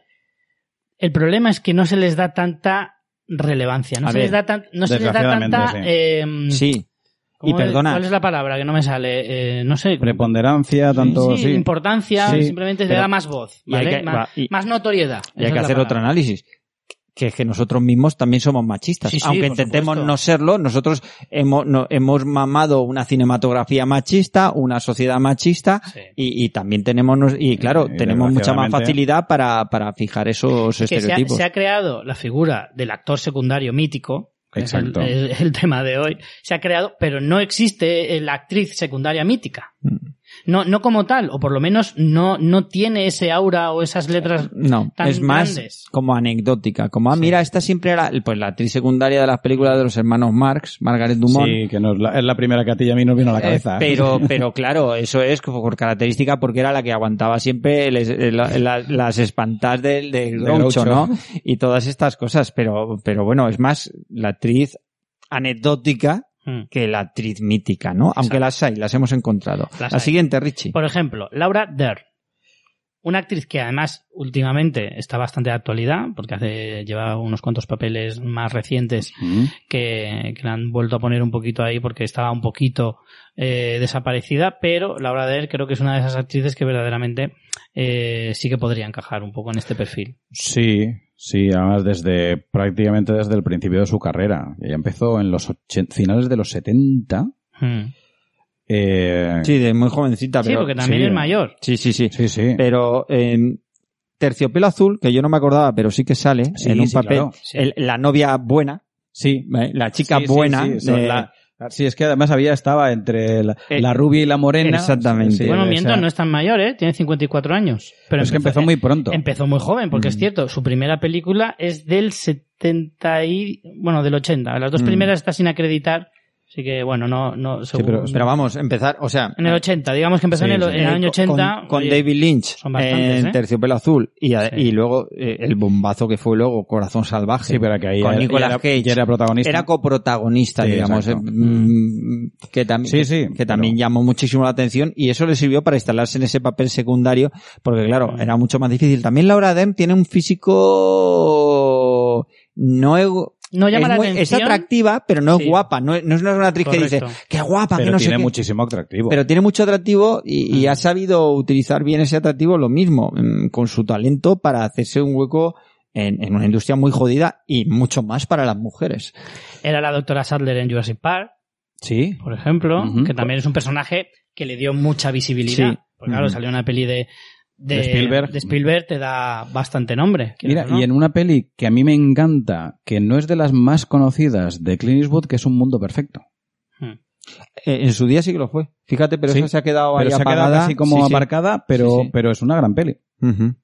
Speaker 1: El problema es que no se les da tanta relevancia, no
Speaker 2: A
Speaker 1: se
Speaker 2: ver,
Speaker 1: les da, tan- no se les da
Speaker 3: desgraciadamente,
Speaker 1: tanta...
Speaker 3: sí.
Speaker 1: em,
Speaker 2: Sí,
Speaker 1: ¿cómo
Speaker 2: Y
Speaker 1: es-
Speaker 2: perdona.
Speaker 1: ¿Cuál es la palabra que no me sale? Eh, no sé.
Speaker 3: Preponderancia, tanto.
Speaker 1: Sí,
Speaker 3: sí.
Speaker 1: importancia,
Speaker 3: Sí,
Speaker 1: simplemente le
Speaker 2: pero-
Speaker 1: da más voz,
Speaker 2: y hay
Speaker 1: ¿vale?
Speaker 2: que-
Speaker 1: más,
Speaker 2: va, y-
Speaker 1: más notoriedad.
Speaker 2: y
Speaker 1: Mm. esa
Speaker 2: hay
Speaker 1: es
Speaker 2: que
Speaker 1: la
Speaker 2: hacer otro
Speaker 1: palabra.
Speaker 2: análisis. Que es que nosotros mismos también somos machistas.
Speaker 1: Sí, sí,
Speaker 2: Aunque
Speaker 1: por
Speaker 2: intentemos
Speaker 1: supuesto.
Speaker 2: no serlo, nosotros hemos, no- hemos mamado una cinematografía machista, una sociedad machista,
Speaker 1: Sí.
Speaker 2: y, y también tenemos, nos- y claro,
Speaker 1: Eh,
Speaker 3: Y
Speaker 2: tenemos mucha más
Speaker 3: desgraciadamente-
Speaker 2: facilidad para, para fijar esos
Speaker 1: que se ha,
Speaker 2: estereotipos.
Speaker 1: se ha creado la figura del actor secundario mítico. que es el-
Speaker 3: Exacto.
Speaker 1: Es el, tema de hoy. Se ha creado, pero no existe eh, la actriz secundaria mítica.
Speaker 2: Mm.
Speaker 1: No, no como tal, o por lo menos no, no tiene ese aura o esas letras.
Speaker 2: No,
Speaker 1: tan
Speaker 2: es más
Speaker 1: grandes.
Speaker 2: como anecdótica. Como, ah,
Speaker 1: Sí.
Speaker 2: mira, esta siempre era pues, la actriz secundaria de las películas de los hermanos Marx, Margaret Dumont.
Speaker 3: Sí, que no es, la, es la primera que a ti y a mí nos vino a la
Speaker 2: Eh,
Speaker 3: cabeza.
Speaker 2: pero, pero claro, eso es como por característica porque era la que aguantaba siempre les- eh, la- la- las espantas del, del
Speaker 3: Del
Speaker 2: groucho,
Speaker 3: groucho.
Speaker 2: ¿no? Y todas estas cosas. Pero, pero bueno, es más la actriz anecdótica
Speaker 1: Mm.
Speaker 2: que la actriz mítica, ¿no? Aunque
Speaker 1: Exacto.
Speaker 2: las hay, las hemos encontrado.
Speaker 1: Las
Speaker 2: la
Speaker 1: hay. Pues-
Speaker 2: siguiente, Richie.
Speaker 1: Por ejemplo, Laura Dern. Una actriz que además últimamente está bastante de actualidad, porque hace, lleva unos cuantos papeles más recientes
Speaker 3: Mm.
Speaker 1: que, que la han vuelto a poner un poquito ahí porque estaba un poquito eh, desaparecida, pero Laura Dern creo que es una de esas actrices que verdaderamente eh, sí que podría encajar un poco en este perfil.
Speaker 3: Sí, sí, además desde prácticamente desde el principio de su carrera. Ella empezó en los ochen- finales de los 70.
Speaker 1: Mm.
Speaker 3: eh,
Speaker 2: Sí, de muy jovencita,
Speaker 1: Sí,
Speaker 2: pero-
Speaker 1: porque también
Speaker 3: sí.
Speaker 1: es mayor.
Speaker 2: Sí, sí, sí.
Speaker 3: sí, sí.
Speaker 2: Pero eh, Terciopelo Azul, que yo no me acordaba, pero sí que sale
Speaker 3: Sí,
Speaker 2: en un
Speaker 3: sí,
Speaker 2: papel.
Speaker 3: claro.
Speaker 1: Sí.
Speaker 2: El- la novia buena,
Speaker 3: sí.
Speaker 2: ¿eh? la chica
Speaker 3: Sí, sí,
Speaker 2: buena.
Speaker 3: Sí, son
Speaker 2: de-
Speaker 3: la- eh, sí, es que además había, estaba entre la,
Speaker 2: Eh,
Speaker 3: la rubia y la morena.
Speaker 2: exactamente.
Speaker 3: Sí,
Speaker 1: bueno,
Speaker 3: o
Speaker 1: mientras
Speaker 3: sea,
Speaker 1: no es tan mayor, ¿eh? Tiene 54 años. Pero
Speaker 3: es que empezó muy pronto.
Speaker 1: empezó muy joven, porque es
Speaker 2: Mm.
Speaker 1: cierto, su primera película es del 70 y... Bueno, del 80. Las dos
Speaker 2: Mm.
Speaker 1: primeras está sin acreditar, así que bueno, no... no
Speaker 2: Sí, pero, Ah.
Speaker 1: según-
Speaker 2: pero vamos, empezar, o sea...
Speaker 1: En el 80, digamos que empezó
Speaker 3: Sí,
Speaker 1: en, el,
Speaker 3: sí.
Speaker 1: en el año
Speaker 2: Eh, con-
Speaker 1: 80.
Speaker 2: Con, con
Speaker 1: oye,
Speaker 2: David Lynch
Speaker 1: son bastantes,
Speaker 2: en
Speaker 1: ¿eh?
Speaker 2: Terciopelo Azul y, a-
Speaker 1: Sí.
Speaker 2: y luego eh, el bombazo que fue luego Corazón Salvaje.
Speaker 3: sí, pero que ahí
Speaker 2: con
Speaker 3: ya- ya
Speaker 2: Nicolas
Speaker 3: era,
Speaker 2: Cage.
Speaker 3: ya era protagonista.
Speaker 2: Era coprotagonista,
Speaker 3: Sí,
Speaker 2: digamos,
Speaker 3: exacto.
Speaker 2: eh, mm, que también,
Speaker 3: Sí, sí,
Speaker 2: que,
Speaker 3: pero-
Speaker 2: también llamó muchísimo la atención y eso le sirvió para instalarse en ese papel secundario, porque claro,
Speaker 1: Mm.
Speaker 2: era mucho más difícil. También Laura Dern tiene un físico no es,
Speaker 1: no llama
Speaker 2: es
Speaker 1: la
Speaker 2: muy- es
Speaker 1: atención.
Speaker 2: atractiva, pero no es
Speaker 1: Sí.
Speaker 2: guapa, no es, no es una actriz que
Speaker 1: Correcto.
Speaker 2: dice, qué guapa,
Speaker 3: pero
Speaker 2: que no sé
Speaker 3: tiene
Speaker 2: qué".
Speaker 3: muchísimo atractivo.
Speaker 2: Pero tiene mucho atractivo y, y ha mm, sabido utilizar bien ese atractivo lo mismo, mm, con su talento para hacerse un hueco en, en una industria muy jodida y mucho más para las mujeres.
Speaker 1: Era la doctora Sadler en Jurassic Park,
Speaker 3: Sí.
Speaker 1: por ejemplo,
Speaker 3: Ujú.
Speaker 1: que también es un personaje que le dio mucha visibilidad.
Speaker 2: Sí.
Speaker 1: Porque claro,
Speaker 2: Ujú.
Speaker 1: salió una peli de,
Speaker 3: De Spielberg.
Speaker 1: de Spielberg, te da bastante nombre.
Speaker 3: Mira,
Speaker 1: quieras o no.
Speaker 3: y en una peli que a mí me encanta, que no es de las más conocidas de Clint Eastwood, que es Un Mundo Perfecto.
Speaker 2: Eh, en su día sí que lo fue. Fíjate, pero
Speaker 3: Sí.
Speaker 2: esa se ha quedado
Speaker 3: Pero
Speaker 2: Oh, ahí
Speaker 3: se ha
Speaker 2: apagada.
Speaker 3: quedado así como
Speaker 2: Sí, sí.
Speaker 3: aparcada, Pero,
Speaker 2: Sí, sí.
Speaker 3: pero es una gran peli.
Speaker 2: Ujú.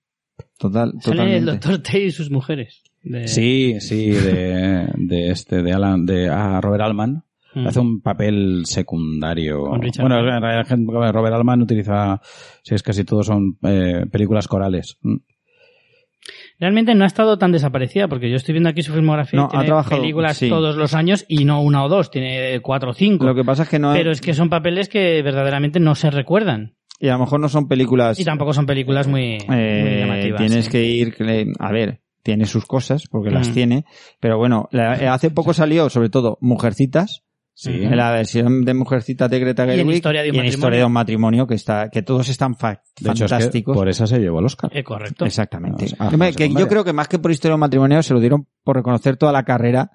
Speaker 2: Total,
Speaker 1: Sale el
Speaker 2: totalmente.
Speaker 1: doctor T y sus mujeres.
Speaker 2: Eh.
Speaker 1: de-
Speaker 3: Sí, sí, de, de este, de Alan, de ah, Robert Altman.
Speaker 1: Mm.
Speaker 3: Hace un papel secundario.
Speaker 1: Con Richard
Speaker 3: Bueno, en realidad, Robert Altman utiliza, si es casi todo son eh, películas corales. Mm.
Speaker 1: Realmente no ha estado tan desaparecida, porque yo estoy viendo aquí su filmografía. y
Speaker 2: No, ha
Speaker 1: tiene
Speaker 2: trabajado,
Speaker 1: películas
Speaker 2: sí.
Speaker 1: todos los años y no una o dos, tiene eh, cuatro o cinco.
Speaker 2: Lo que pasa es que no
Speaker 1: Pero es que son papeles que verdaderamente no se recuerdan.
Speaker 2: y a lo mejor no son películas
Speaker 1: Y tampoco son películas muy, muy
Speaker 2: Eh,
Speaker 1: llamativas.
Speaker 2: tienes
Speaker 1: ¿eh?
Speaker 2: que ir cle- a ver tiene sus cosas porque las
Speaker 1: Mm.
Speaker 2: tiene pero bueno la- eh, hace poco salió sobre todo Mujercitas
Speaker 3: Sí.
Speaker 1: Ujú.
Speaker 2: en la versión de Mujercita de Greta
Speaker 1: Y en
Speaker 2: Gerwig
Speaker 1: Historia de un
Speaker 2: y en
Speaker 1: matrimonio.
Speaker 2: Historia de un matrimonio que está que todos están fa-
Speaker 3: De hecho, es que
Speaker 2: fantásticos
Speaker 3: por esa se llevó el Oscar.
Speaker 1: Eh, correcto.
Speaker 2: exactamente
Speaker 3: Ah,
Speaker 2: Que me-
Speaker 3: ah,
Speaker 2: que yo
Speaker 3: secundaria.
Speaker 2: creo que más que por Historia de un matrimonio se lo dieron por reconocer toda la carrera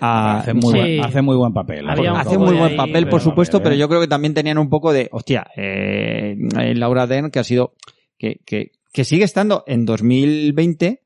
Speaker 2: a
Speaker 3: hace, muy
Speaker 1: sí.
Speaker 3: buen, hace muy buen papel.
Speaker 1: Había
Speaker 3: Por
Speaker 1: un
Speaker 3: lo
Speaker 2: hace
Speaker 1: poco
Speaker 3: tanto.
Speaker 2: muy
Speaker 1: de
Speaker 2: buen
Speaker 1: ahí,
Speaker 2: papel,
Speaker 1: pero-
Speaker 2: por supuesto, pero yo creo que también tenían un poco de, hostia, eh, eh, Laura Dern, que ha sido, que, que, que sigue estando en 2020 eh,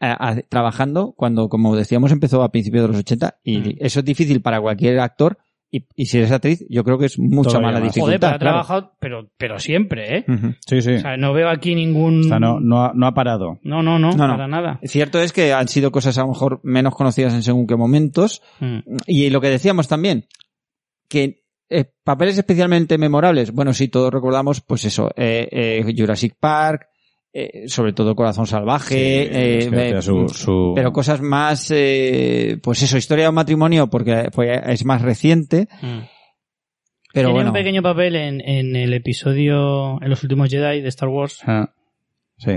Speaker 2: a- a- trabajando cuando, como decíamos, empezó a principios de los 80 y
Speaker 1: Mm.
Speaker 2: eso es difícil para cualquier actor y, y si eres actriz, yo creo que es mucha
Speaker 3: Todavía
Speaker 2: más la
Speaker 3: más.
Speaker 2: dificultad.
Speaker 1: Joder, pero ha
Speaker 2: claro.
Speaker 1: trabajado, pero, pero siempre, ¿eh?
Speaker 2: Ujú.
Speaker 3: Sí, sí.
Speaker 1: O sea, mm, no veo aquí ningún...
Speaker 3: O sea, no, no, ha, no ha parado.
Speaker 1: no, no, no,
Speaker 2: No, no.
Speaker 1: para nada.
Speaker 2: Cierto es que han sido cosas a lo mejor menos conocidas en según qué momentos,
Speaker 1: Mm.
Speaker 2: Y lo que decíamos también, que eh, papeles especialmente memorables, bueno, sí, todos recordamos, pues eso, eh, eh, Jurassic Park, eh, sobre todo Corazón Salvaje,
Speaker 3: Sí, es que
Speaker 2: eh,
Speaker 3: hacía
Speaker 2: eh,
Speaker 3: su- su-
Speaker 2: pero cosas más, eh, pues eso, Historia de un matrimonio, porque fue- es más reciente,
Speaker 1: Mm.
Speaker 2: pero
Speaker 1: Tiene
Speaker 2: bueno,
Speaker 1: un pequeño papel en, en el episodio, en los últimos Jedi de Star Wars.
Speaker 3: Ah, Sí.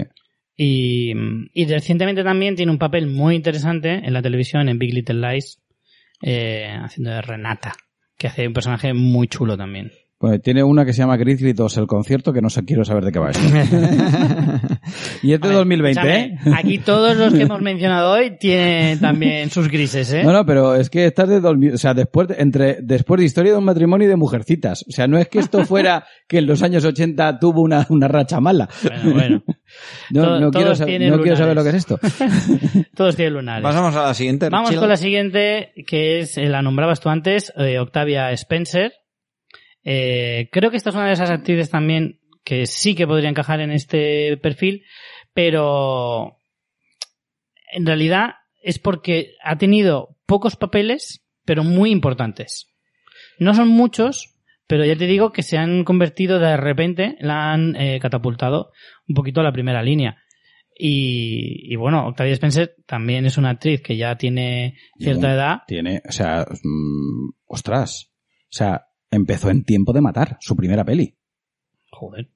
Speaker 1: Y, y recientemente también tiene un papel muy interesante en la televisión, en Big Little Lies, eh, haciendo de Renata, que hace un personaje muy chulo también.
Speaker 3: Pues tiene una que se llama Grizzly 2, el concierto, que no sé, quiero saber de qué va esto. y es de
Speaker 1: A ver,
Speaker 3: 2020, ¿eh?
Speaker 1: escúchame, Aquí todos los que hemos mencionado hoy tienen también sus grises, ¿eh?
Speaker 3: No, no, pero es que estás de dormir, o sea, después de, entre después de historia de un matrimonio y de mujercitas. O sea, no es que esto fuera que en los años 80 tuvo una, una racha mala.
Speaker 1: Bueno, bueno.
Speaker 3: No,
Speaker 1: To-
Speaker 3: no
Speaker 1: todos
Speaker 3: quiero, sa-
Speaker 1: tienen
Speaker 3: no quiero
Speaker 1: lunares.
Speaker 3: saber lo que es esto.
Speaker 1: Todos tienen lunares.
Speaker 2: pasamos a la siguiente.
Speaker 1: Vamos
Speaker 2: Richie.
Speaker 1: con la siguiente, que es, eh, la nombrabas tú antes, eh, Octavia Spencer. Eh, creo que esta es una de esas actrices también que sí que podría encajar en este perfil, pero en realidad es porque ha tenido pocos papeles, pero muy importantes. No son muchos, pero ya te digo que se han convertido de repente, la han eh, catapultado un poquito a la primera línea. Y, y bueno, Octavia Spencer también es una actriz que ya tiene cierta
Speaker 3: Bueno.
Speaker 1: edad.
Speaker 3: Tiene, o sea, mm, ostras. O sea, empezó en Tiempo de Matar, su primera peli.
Speaker 1: Joder.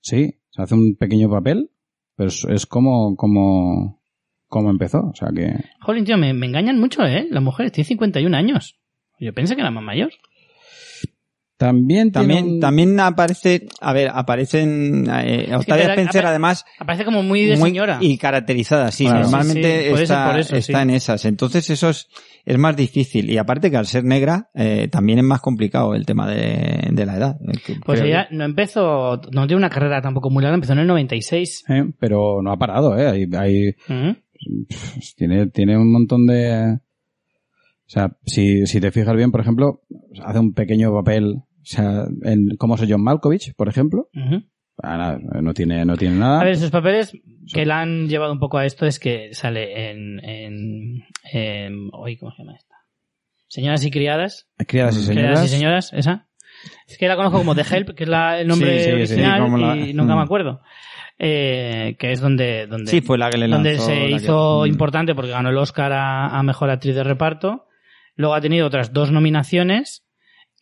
Speaker 3: Sí, se hace un pequeño papel, pero es, es como, como, como empezó. O sea, que
Speaker 1: Jolín, tío, me, me engañan mucho, ¿eh? Las mujeres tienen 51 años. Yo pensé que era más mayor.
Speaker 3: también, tiene
Speaker 2: También,
Speaker 3: un-
Speaker 2: también aparece, a ver, aparecen, eh, Octavia
Speaker 1: te da-
Speaker 2: Spencer
Speaker 1: apa-
Speaker 2: además
Speaker 1: Aparece como muy de
Speaker 2: muy-
Speaker 1: señora.
Speaker 2: Y caracterizada, sí.
Speaker 3: Claro.
Speaker 2: Normalmente
Speaker 1: Sí, sí, por eso-
Speaker 2: está,
Speaker 1: por eso,
Speaker 2: está
Speaker 1: sí.
Speaker 2: en esas. Entonces eso es, es más difícil. Y aparte que al ser negra eh, también es más complicado el tema de, de la edad. eh, que-
Speaker 1: Pues
Speaker 2: creo
Speaker 1: ella no empezó, no tiene una carrera tampoco muy larga, empezó en el 96.
Speaker 3: eh, pero no ha parado, ¿eh? Hay- hay,
Speaker 1: Ujú.
Speaker 3: Pues tiene, tiene un montón de... O sea, si, si te fijas bien, por ejemplo, hace un pequeño papel, o sea, en cómo soy John Malkovich, por ejemplo.
Speaker 1: Ujú.
Speaker 3: Ah, nada, no tiene, no tiene
Speaker 2: Ah.
Speaker 3: nada.
Speaker 1: A ver, sus papeles que la han llevado un poco a esto es que sale en... en, en- uy, ¿Cómo se llama esta? Señoras y criadas.
Speaker 3: Criadas y señoras.
Speaker 1: Criadas y señoras, esa. Es que la conozco como The Help, que es la- el nombre
Speaker 3: Sí, sí, sí,
Speaker 1: original
Speaker 2: como la-
Speaker 1: y nunca me
Speaker 2: Mm.
Speaker 1: acuerdo. Eh, que es donde...
Speaker 2: yo.
Speaker 1: donde
Speaker 2: Sí, fue la que le lanzó.
Speaker 1: donde se
Speaker 2: la que-
Speaker 1: hizo
Speaker 2: Mm.
Speaker 1: importante porque ganó el Oscar a, a Mejor Actriz de Reparto. Luego ha tenido otras dos nominaciones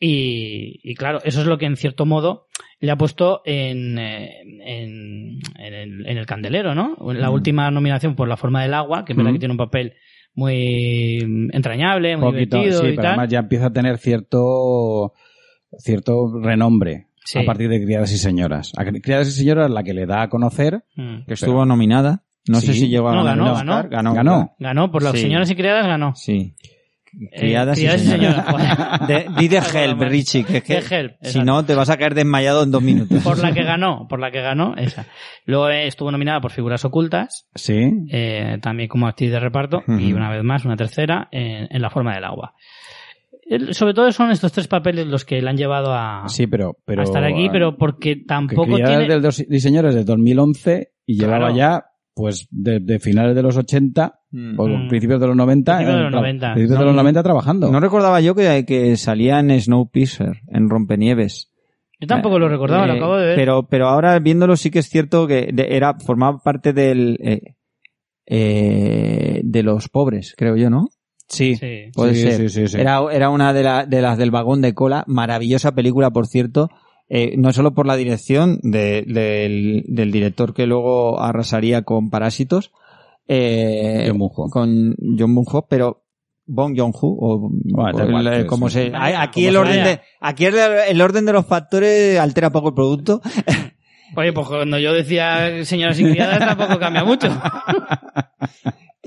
Speaker 1: y, y claro, eso es lo que en cierto modo le ha puesto en, eh, en, en el, en el candelero, ¿no? La
Speaker 2: Mm.
Speaker 1: última nominación por La forma del agua, que es verdad
Speaker 2: Mm.
Speaker 1: que tiene un papel muy entrañable, muy
Speaker 3: Poquito, sí,
Speaker 1: divertido y
Speaker 3: pero
Speaker 1: tal.
Speaker 3: además ya empieza a tener cierto cierto renombre
Speaker 1: Sí.
Speaker 3: a partir de Criadas y señoras. A Cri- Criadas y señoras la que le da a conocer,
Speaker 1: Mm.
Speaker 2: Que estuvo nominada. No
Speaker 3: Sí.
Speaker 2: sé si llegó a
Speaker 1: No,
Speaker 2: ganar
Speaker 1: ganó,
Speaker 2: el Oscar.
Speaker 1: ganó.
Speaker 2: ganó.
Speaker 3: Ganó.
Speaker 1: Ganó por las
Speaker 2: Sí.
Speaker 1: señoras y criadas, ganó.
Speaker 2: Sí.
Speaker 1: Eh,
Speaker 2: Criadas y señoras.
Speaker 1: joder.
Speaker 2: De, di de help, Richie. Que, es que
Speaker 1: The Help,
Speaker 2: si
Speaker 1: exacto.
Speaker 2: no, te vas a caer desmayado en dos minutos.
Speaker 1: Por la que ganó, por la que ganó, esa. Luego eh, estuvo nominada por Figuras Ocultas,
Speaker 3: Sí.
Speaker 1: eh, también como actriz de reparto, y
Speaker 2: Ujú.
Speaker 1: una vez más, una tercera, en, en La Forma del Agua. El- sobre todo son estos tres papeles los que la han llevado a,
Speaker 3: Sí, pero, pero.
Speaker 1: Ah.
Speaker 3: ah,
Speaker 1: a estar aquí, pero porque
Speaker 3: que
Speaker 1: tampoco
Speaker 3: Criadas
Speaker 1: tiene...
Speaker 3: del dos- diseñador es de 2011 y llevaba
Speaker 1: Claro.
Speaker 3: ya, pues, de, de finales de los 80
Speaker 2: Mm.
Speaker 3: o
Speaker 1: Mm.
Speaker 3: Pues principios de los 90.
Speaker 1: Principios de los
Speaker 3: en tra-
Speaker 1: 90.
Speaker 3: Principios de los
Speaker 2: No.
Speaker 3: 90 trabajando.
Speaker 2: No recordaba yo que, que salía en Snowpiercer, en Rompenieves.
Speaker 1: Yo tampoco lo recordaba, lo
Speaker 2: Eh,
Speaker 1: acabo de ver.
Speaker 2: Pero, pero ahora viéndolo sí que es cierto que de- era, formaba parte del, eh, eh, de los pobres, creo yo, ¿no?
Speaker 3: sí.
Speaker 1: Sí.
Speaker 2: Puede
Speaker 3: Sí,
Speaker 2: ser.
Speaker 3: sí, sí, sí.
Speaker 2: Era, era una de, la- de las del vagón de cola, maravillosa película, por cierto, eh, no solo por la dirección de- del, del director que luego arrasaría con Parásitos, eh,
Speaker 3: John Moon-ho.
Speaker 2: con John Moon-ho, pero Bong Joon-ho, o,
Speaker 3: Bueno,
Speaker 2: o
Speaker 3: da igual,
Speaker 2: el-
Speaker 3: sí,
Speaker 2: como
Speaker 3: sí.
Speaker 2: se, a- aquí
Speaker 1: Como
Speaker 2: el
Speaker 1: se
Speaker 2: orden
Speaker 1: vea.
Speaker 2: de, aquí el, el orden de los factores altera poco el producto.
Speaker 1: Oye, pues cuando yo decía señoras y criadas tampoco cambia mucho.
Speaker 3: Ah,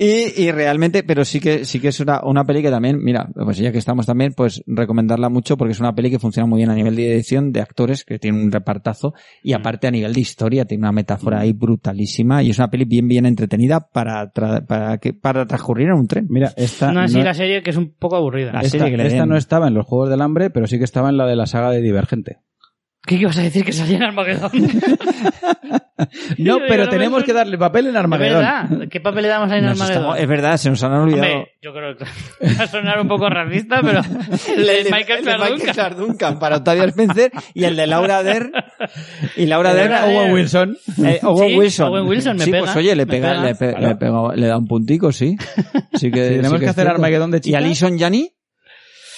Speaker 2: Y, y realmente, pero sí que sí que es una, una peli que también, mira, pues ya que estamos también, pues recomendarla mucho porque es una peli que funciona muy bien a nivel de dirección, de actores, que tiene un repartazo,
Speaker 1: Mm.
Speaker 2: y aparte a nivel de historia, tiene una metáfora ahí brutalísima, y es una peli bien bien entretenida para tra- para que para transcurrir en un tren.
Speaker 3: Mira, esta.
Speaker 1: No
Speaker 3: no- Ah,
Speaker 1: así la serie que es un poco aburrida.
Speaker 2: La
Speaker 3: esta,
Speaker 2: serie que le
Speaker 3: esta
Speaker 2: den.
Speaker 3: no estaba en los Juegos del Hambre, pero sí que estaba en la de la saga de Divergente.
Speaker 1: ¿Qué ibas a decir que salía en Armagedón? Yo
Speaker 3: No, pero
Speaker 1: digo,
Speaker 3: tenemos
Speaker 1: no,
Speaker 3: que darle papel en
Speaker 1: ¿De
Speaker 3: Armagedón.
Speaker 1: verdad? ¿Qué papel le damos ahí en
Speaker 2: Nos
Speaker 1: Armagedón?
Speaker 2: estamos- es verdad, se nos han olvidado.
Speaker 1: Hombre, yo creo que va a sonar un poco racista, pero el de Michael
Speaker 2: el de
Speaker 1: Clark
Speaker 2: Michael Clark Duncan para Octavia Spencer y el de Laura Dern y Laura
Speaker 1: El de
Speaker 2: Dern
Speaker 1: Laura
Speaker 2: Owen
Speaker 1: Dern.
Speaker 2: Wilson. Eh, Owen
Speaker 1: Sí,
Speaker 2: Wilson.
Speaker 1: Owen Wilson me
Speaker 2: sí,
Speaker 1: pega,
Speaker 2: pues oye, le
Speaker 1: me
Speaker 2: pega,
Speaker 1: pega.
Speaker 2: Le, pe-
Speaker 3: Claro.
Speaker 2: le pega- le da un puntico, sí. Sí que,
Speaker 3: Sí, tenemos
Speaker 2: sí
Speaker 3: que
Speaker 2: es
Speaker 3: hacer
Speaker 2: cierto.
Speaker 3: Armagedón de
Speaker 2: ¿Y
Speaker 3: chicas.
Speaker 2: Alison Janney?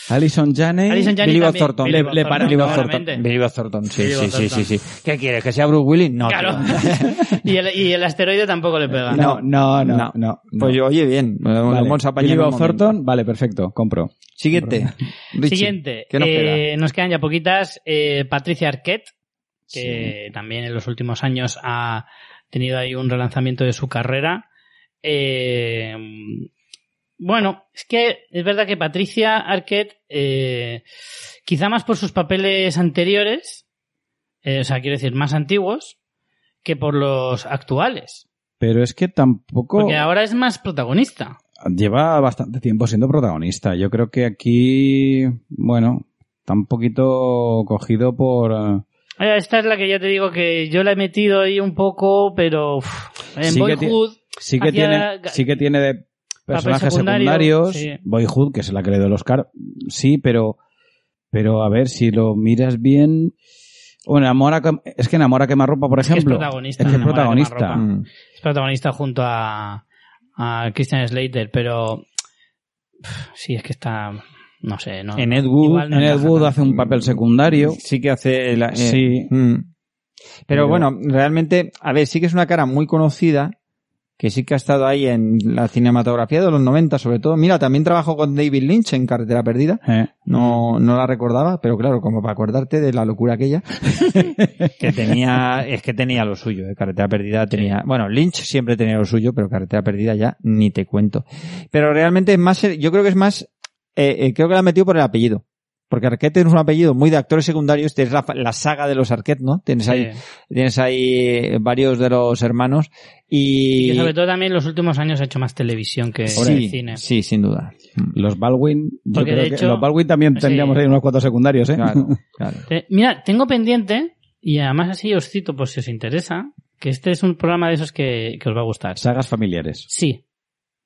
Speaker 3: Alison Janney.
Speaker 1: Alison Janney
Speaker 2: Billy Bob
Speaker 1: también.
Speaker 2: Thornton.
Speaker 1: Billy
Speaker 2: Le-
Speaker 1: Bob
Speaker 2: le para-
Speaker 1: Thornton,
Speaker 2: Billy Bob Thornton.
Speaker 1: claramente.
Speaker 2: Billy Bob Thornton, sí,
Speaker 1: Billy Bob
Speaker 2: sí, sí,
Speaker 1: Thornton.
Speaker 2: sí, sí. ¿Qué quieres? ¿Que sea Bruce Willis? No.
Speaker 1: Claro.
Speaker 2: tío.
Speaker 1: Y el, y el asteroide tampoco le pega.
Speaker 3: No, no, no, no.
Speaker 2: Pues yo, oye, bien. Lo lo
Speaker 3: Vale.
Speaker 2: hemos apañado en
Speaker 3: Billy
Speaker 2: un
Speaker 3: Bob
Speaker 2: momento.
Speaker 3: Thornton, vale, perfecto, compro.
Speaker 2: Siguiente. Richie,
Speaker 1: Siguiente.
Speaker 2: ¿Qué nos
Speaker 1: Eh,
Speaker 2: queda?
Speaker 1: nos quedan ya poquitas. Eh, Patricia Arquette, que también en los últimos años ha tenido ahí un relanzamiento de su carrera. Eh, bueno, es que es verdad que Patricia Arquette, eh, quizá más por sus papeles anteriores, eh, o sea, quiero decir, más antiguos, que por los actuales.
Speaker 3: Pero es que tampoco
Speaker 1: Porque ahora es más protagonista.
Speaker 3: lleva bastante tiempo siendo protagonista. Yo creo que aquí, bueno, está un poquito cogido por... eh,
Speaker 1: Eh, Esta es la que ya te digo que yo la he metido ahí un poco, pero uf, en
Speaker 3: Sí que ti-
Speaker 1: Boyhood
Speaker 3: Sí que,
Speaker 1: Hacia-
Speaker 3: tiene, sí que tiene de personajes
Speaker 1: secundario,
Speaker 3: secundarios.
Speaker 1: sí.
Speaker 3: Boyhood, que es la que le dio el Oscar, sí, pero, pero a ver, si lo miras bien... Bueno, Amora, Quem- es que enamora quemarropa, por
Speaker 1: que es
Speaker 3: ejemplo.
Speaker 1: protagonista,
Speaker 3: Es que es
Speaker 1: Amor a
Speaker 3: protagonista.
Speaker 1: Quemarropa.
Speaker 2: Mm.
Speaker 1: es protagonista junto a, a Christian Slater, pero uf, sí, es que está, no sé, no.
Speaker 2: En Ed Wood.
Speaker 1: Igual no
Speaker 3: En Ed
Speaker 1: encaja
Speaker 3: Wood
Speaker 1: tanto.
Speaker 3: hace un papel secundario.
Speaker 2: Sí que hace... la- eh,
Speaker 3: Sí.
Speaker 2: Mm. Pero,
Speaker 3: Pero-
Speaker 2: bueno, realmente, a ver, sí que es una cara muy conocida, que sí que ha estado ahí en la cinematografía de los 90 sobre todo. Mira, también trabajó con David Lynch en Carretera Perdida.
Speaker 3: Eh.
Speaker 2: No, no la recordaba, pero claro, como para acordarte de la locura aquella. que tenía, es que tenía lo suyo, eh, Carretera Perdida tenía, bueno, Lynch siempre tenía lo suyo, pero Carretera Perdida ya ni te cuento. Pero realmente es más, eh, yo creo que es más, eh, eh, creo que la ha metido por el apellido. Porque Arquette es un apellido muy de actores secundarios, tienes la, fa- la saga de los Arquette, ¿no? Tienes
Speaker 1: Sí.
Speaker 2: ahí, tienes ahí varios de los hermanos
Speaker 1: Y
Speaker 2: y...
Speaker 1: que sobre todo también en los últimos años ha hecho más televisión que
Speaker 2: sí,
Speaker 1: cine.
Speaker 2: sí, sin duda. Mm.
Speaker 3: Los Baldwin, yo
Speaker 1: Porque,
Speaker 3: creo
Speaker 1: de
Speaker 3: que
Speaker 1: hecho,
Speaker 3: los Baldwin también
Speaker 1: sí.
Speaker 3: tendríamos ahí unos cuantos secundarios, ¿eh?
Speaker 2: Claro, claro.
Speaker 1: Eh, Mira, tengo pendiente, y además así os cito por si os interesa, que este es un programa de esos que, que os va a gustar.
Speaker 3: Sagas familiares.
Speaker 1: Sí.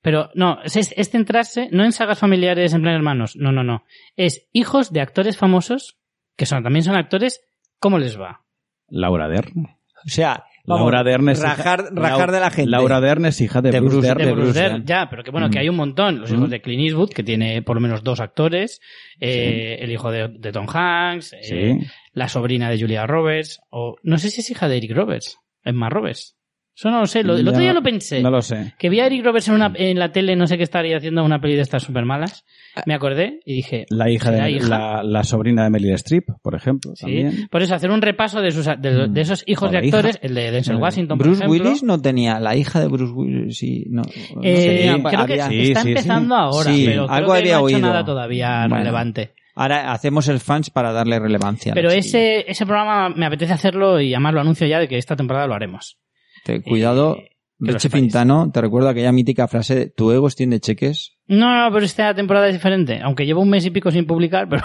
Speaker 1: Pero no, es, es- es centrarse no en sagas familiares en plan hermanos, no, no, no. Es hijos de actores famosos, que son también son actores, ¿cómo les va?
Speaker 3: Laura Dern.
Speaker 2: O sea,
Speaker 3: Laura Dern es
Speaker 2: rajar,
Speaker 3: hija-
Speaker 2: rajar
Speaker 3: Lau-
Speaker 2: de la gente.
Speaker 3: Laura Dern es hija de,
Speaker 2: De
Speaker 3: Bruce
Speaker 2: Bruce
Speaker 3: Dern.
Speaker 1: De Bruce
Speaker 2: Bruce
Speaker 1: Dern,
Speaker 2: Dern.
Speaker 1: ya, pero que bueno, que hay un montón. Los hijos de Clint Eastwood, que tiene por lo menos dos actores, eh, el hijo de, de Tom Hanks, eh,
Speaker 3: Sí.
Speaker 1: la sobrina de Julia Roberts, o no sé si es hija de Eric Roberts, Emma Roberts. Eso no lo sé. Lo, el
Speaker 3: Ya
Speaker 1: otro
Speaker 3: no-
Speaker 1: día lo pensé.
Speaker 3: No lo sé.
Speaker 1: Que vi a Eric Roberts en, una- en la tele, no sé qué estaría haciendo una peli de estas super malas. Me acordé y dije.
Speaker 3: La hija de
Speaker 1: ¿Será hija?
Speaker 3: La, la sobrina de Meryl Streep, por ejemplo,
Speaker 1: sí.
Speaker 3: también.
Speaker 1: Por eso, hacer un repaso de, sus, de, de esos hijos
Speaker 3: O
Speaker 1: de
Speaker 3: la hija.
Speaker 1: actores, el de Denzel Washington, por
Speaker 2: Mm. Bruce
Speaker 1: ejemplo.
Speaker 2: Willis no tenía, la hija de Bruce Willis, sí, no. no
Speaker 1: Eh,
Speaker 2: tenía,
Speaker 1: creo que
Speaker 2: había-
Speaker 3: Sí,
Speaker 1: está
Speaker 3: sí,
Speaker 1: empezando
Speaker 3: sí.
Speaker 1: ahora,
Speaker 2: Sí,
Speaker 1: pero creo
Speaker 2: algo
Speaker 1: que
Speaker 2: había
Speaker 1: no ha hecho
Speaker 2: oído.
Speaker 1: nada todavía
Speaker 2: Bueno.
Speaker 1: relevante.
Speaker 2: Ahora hacemos el fans para darle relevancia. a la
Speaker 1: Pero
Speaker 2: chiquilla.
Speaker 1: ese, ese programa me apetece hacerlo y además lo anuncio ya de que esta temporada lo haremos.
Speaker 2: Te- cuidado,
Speaker 1: Eh, que lo
Speaker 2: Richie
Speaker 1: sepáis.
Speaker 2: Pintano, te recuerdo aquella mítica frase de, tu ego tiene cheques.
Speaker 1: No, no, pero esta temporada es diferente. Aunque llevo un mes y pico sin publicar, pero,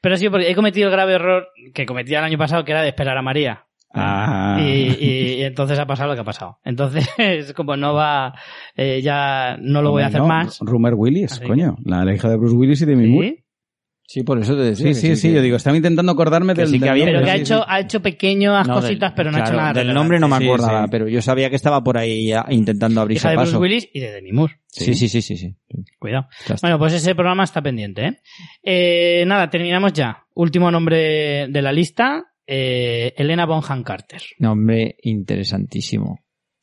Speaker 1: pero sí, porque he cometido el grave error que cometí el año pasado, que era de esperar a María.
Speaker 3: Ah.
Speaker 1: Y, y- y entonces ha pasado lo que ha pasado. Entonces, como no va, eh, ya no lo voy a hacer
Speaker 3: No,
Speaker 1: más.
Speaker 3: Rumor Willis,
Speaker 1: Así que-
Speaker 3: coño. La, la hija de Bruce Willis y de mi Moore.
Speaker 1: ¿Sí?
Speaker 2: sí, por eso te
Speaker 3: Sí,
Speaker 2: decía.
Speaker 3: sí, sí, yo digo, estaba intentando acordarme
Speaker 2: Que
Speaker 3: del,
Speaker 2: sí que
Speaker 3: del
Speaker 2: había,
Speaker 1: Pero
Speaker 3: nombre,
Speaker 1: que ha
Speaker 3: sí,
Speaker 1: hecho,
Speaker 3: sí.
Speaker 1: ha hecho pequeñas cositas, pero no ha hecho nada.
Speaker 2: Del
Speaker 1: relevante.
Speaker 2: nombre no me
Speaker 3: Sí,
Speaker 2: acordaba,
Speaker 3: sí.
Speaker 2: pero yo sabía que estaba por ahí ya intentando abrirse
Speaker 1: Hija de Bruce
Speaker 2: paso.
Speaker 1: Willis y de Demi Moore.
Speaker 2: Sí, sí, sí, sí, sí.
Speaker 1: Cuidado.
Speaker 2: Ya está.
Speaker 1: Bueno, pues ese programa está pendiente. ¿eh? Eh, nada, terminamos ya. Último nombre de la lista. eh, Elena Bonham Carter.
Speaker 2: Nombre interesantísimo.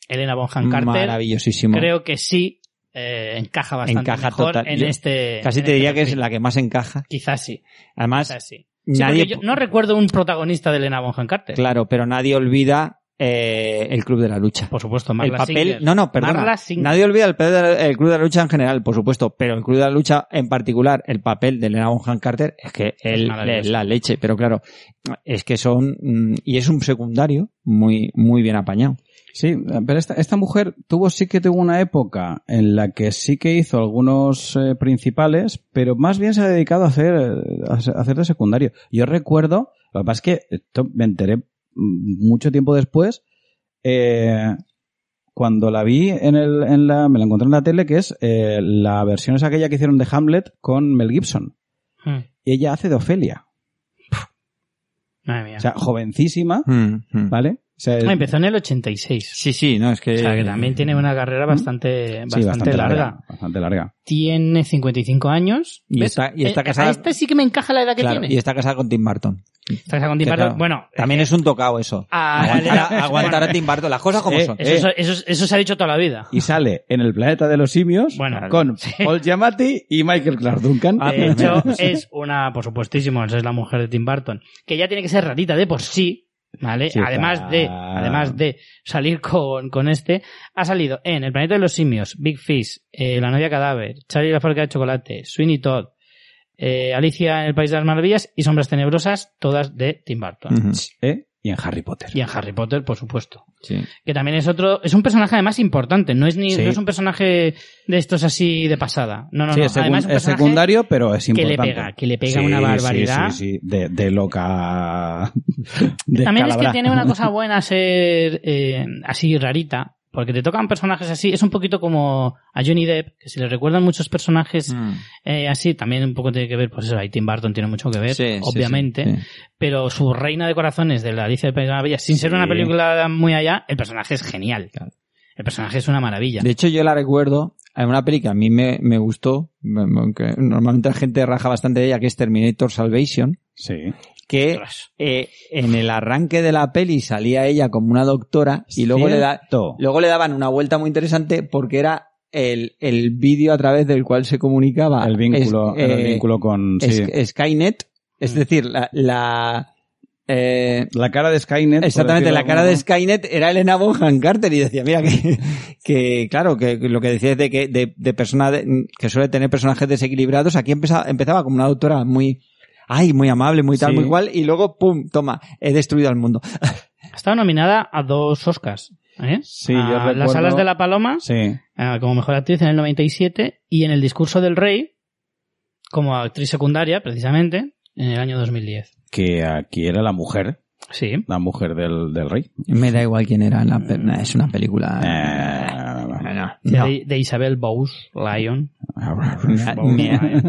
Speaker 1: Elena Bonham Carter.
Speaker 2: Maravillosísimo.
Speaker 1: Creo que sí eh, encaja bastante
Speaker 2: Encaja
Speaker 1: mejor
Speaker 2: total.
Speaker 1: en
Speaker 2: Yo
Speaker 1: este.
Speaker 2: Casi
Speaker 1: en
Speaker 2: te
Speaker 1: este
Speaker 2: diría que es
Speaker 1: perfil.
Speaker 2: la que más encaja.
Speaker 1: Quizás sí.
Speaker 2: Además,
Speaker 1: Quizás sí. Sí,
Speaker 2: nadie.
Speaker 1: porque yo no recuerdo un protagonista de Elena Bonham Carter.
Speaker 2: Claro, pero nadie olvida eh, el Club de la Lucha.
Speaker 1: Por supuesto,
Speaker 2: el
Speaker 1: Pues Marla
Speaker 2: papel.
Speaker 1: Singer.
Speaker 2: No, no, perdona.
Speaker 1: Marla Singer.
Speaker 2: Nadie olvida el, papel de la- el Club de la Lucha en general, por supuesto, pero el Club de la Lucha en particular, el papel de Elena Bonham Carter, es que él es
Speaker 1: maravilloso.
Speaker 2: la leche, pero claro, es que son. mm, Y es un secundario muy, muy bien apañado.
Speaker 3: Sí, pero esta, esta mujer tuvo sí que tuvo una época en la que sí que hizo algunos eh, principales, pero más bien se ha dedicado a hacer, eh, a hacer- a hacer de secundario. Yo recuerdo, lo que pasa es que esto me enteré mm, mucho tiempo después, eh, cuando la vi en el, en la, me la encontré en la tele, que es eh, la versión es aquella que hicieron de Hamlet con Mel Gibson.
Speaker 1: Mm,
Speaker 3: Y ella hace de Ofelia.
Speaker 1: Madre mía.
Speaker 3: O sea, jovencísima,
Speaker 1: Mm.
Speaker 3: ¿vale? O sea,
Speaker 1: Ah, empezó en el 86.
Speaker 2: Sí, sí, Eh, no, es que.
Speaker 1: O sea, que también tiene una carrera bastante,
Speaker 3: sí,
Speaker 1: bastante, larga.
Speaker 3: Bastante larga.
Speaker 1: Tiene 55 años.
Speaker 2: Y
Speaker 1: ¿Ves?
Speaker 2: está, y está
Speaker 1: Eh,
Speaker 2: casada.
Speaker 1: A este sí que me encaja la edad que
Speaker 2: claro,
Speaker 1: tiene.
Speaker 2: y está casada con Tim Burton.
Speaker 1: Está casada con Tim
Speaker 2: que
Speaker 1: Burton.
Speaker 2: claro.
Speaker 1: Bueno,
Speaker 2: También es un tocado eso.
Speaker 1: a-
Speaker 2: Aguantar
Speaker 1: a-
Speaker 2: a, aguantar a Tim Burton, las cosas como
Speaker 3: Eh,
Speaker 2: son.
Speaker 1: Ah, eso, eso- eso se ha dicho toda la vida.
Speaker 3: Y sale en el planeta de los simios
Speaker 1: Bueno, Ah,
Speaker 3: con Paul Giamatti y Michael Clark Duncan.
Speaker 1: De hecho, es una, por supuestísimo, es la mujer de Tim Burton, que ya tiene que ser rarita de por sí, ¿vale?
Speaker 3: Sí,
Speaker 1: además
Speaker 3: claro.
Speaker 1: de, además de salir con, con este, ha salido en El planeta de los simios, Big Fish, eh, La novia cadáver, Charlie y la fábrica de chocolate, Sweeney Todd, eh, Alicia en el país de las maravillas y Sombras tenebrosas, todas de Tim Burton.
Speaker 2: Ujú.
Speaker 3: ¿Eh? Y en Harry Potter.
Speaker 1: Y en Harry Potter, por supuesto.
Speaker 2: Sí.
Speaker 1: Que también es otro, es un personaje además importante, no es ni,
Speaker 3: Sí.
Speaker 1: no es un personaje de estos así de pasada. No, no,
Speaker 3: Sí,
Speaker 1: no.
Speaker 3: es, segun-
Speaker 1: además, es un
Speaker 3: es
Speaker 1: personaje
Speaker 3: secundario, pero es
Speaker 1: que le
Speaker 3: importante.
Speaker 1: pega, que le pega
Speaker 3: Sí,
Speaker 1: una
Speaker 3: sí,
Speaker 1: barbaridad.
Speaker 3: Sí, sí, De, de loca.
Speaker 1: También es que
Speaker 3: descalabrada.
Speaker 1: tiene una cosa buena ser eh, así rarita, porque te tocan personajes así. Es un poquito como a Johnny Depp, que se le recuerdan muchos
Speaker 3: Mm.
Speaker 1: personajes eh, así. También un poco tiene que ver, pues eso, ahí Tim Burton tiene mucho que ver,
Speaker 2: Sí, sí,
Speaker 1: obviamente.
Speaker 2: sí, sí.
Speaker 1: Pero su Reina de Corazones de la Alicia del País de las Maravillas, sin ser una
Speaker 3: Sí.
Speaker 1: película muy allá, el personaje es genial.
Speaker 2: Claro.
Speaker 1: El personaje es una maravilla.
Speaker 2: De hecho, yo la recuerdo en una peli que a mí me, me gustó, me- me- aunque normalmente la gente raja bastante de ella, que es Terminator Salvation,
Speaker 3: Sí.
Speaker 2: que
Speaker 1: Ostras.
Speaker 2: eh, en el arranque de la peli salía ella como una doctora y luego le, da,
Speaker 3: Cierto.
Speaker 2: luego le daban una vuelta muy interesante porque era el, el vídeo a través del cual se comunicaba
Speaker 3: El vínculo,
Speaker 2: Ah, es-
Speaker 3: el
Speaker 2: eh,
Speaker 3: vínculo con.
Speaker 2: es-
Speaker 3: sí.
Speaker 2: Skynet, es
Speaker 1: Mm.
Speaker 2: decir, la... la, eh,
Speaker 3: la cara de Skynet. por
Speaker 2: Exactamente,
Speaker 3: decirlo
Speaker 2: la cara de
Speaker 3: alguna
Speaker 2: Skynet era Elena Bonham Carter y decía, mira, que, que claro, que lo que decías de que de, de persona de- que suele tener personajes desequilibrados, aquí empezaba, empezaba como una doctora muy, ay, muy amable, muy tal,
Speaker 3: Sí.
Speaker 2: muy cual, y luego, pum, toma, he destruido al mundo.
Speaker 1: Ha estado nominada a dos Oscars. ¿eh?
Speaker 3: Sí, yo
Speaker 1: A Las
Speaker 3: recuerdo-
Speaker 1: alas de la paloma
Speaker 3: Sí.
Speaker 1: ah, como mejor actriz en el 97 y en El discurso del rey como actriz secundaria, precisamente, en el año 2010.
Speaker 3: Que aquí era la mujer.
Speaker 1: Sí.
Speaker 3: La mujer del, del rey.
Speaker 2: Me da igual quién era, la pe- nah, es una
Speaker 3: Eh,
Speaker 2: película.
Speaker 1: Ah.
Speaker 2: No, no.
Speaker 1: De, de Isabel Bowes, Lyon.
Speaker 3: Eh,
Speaker 2: Me, me-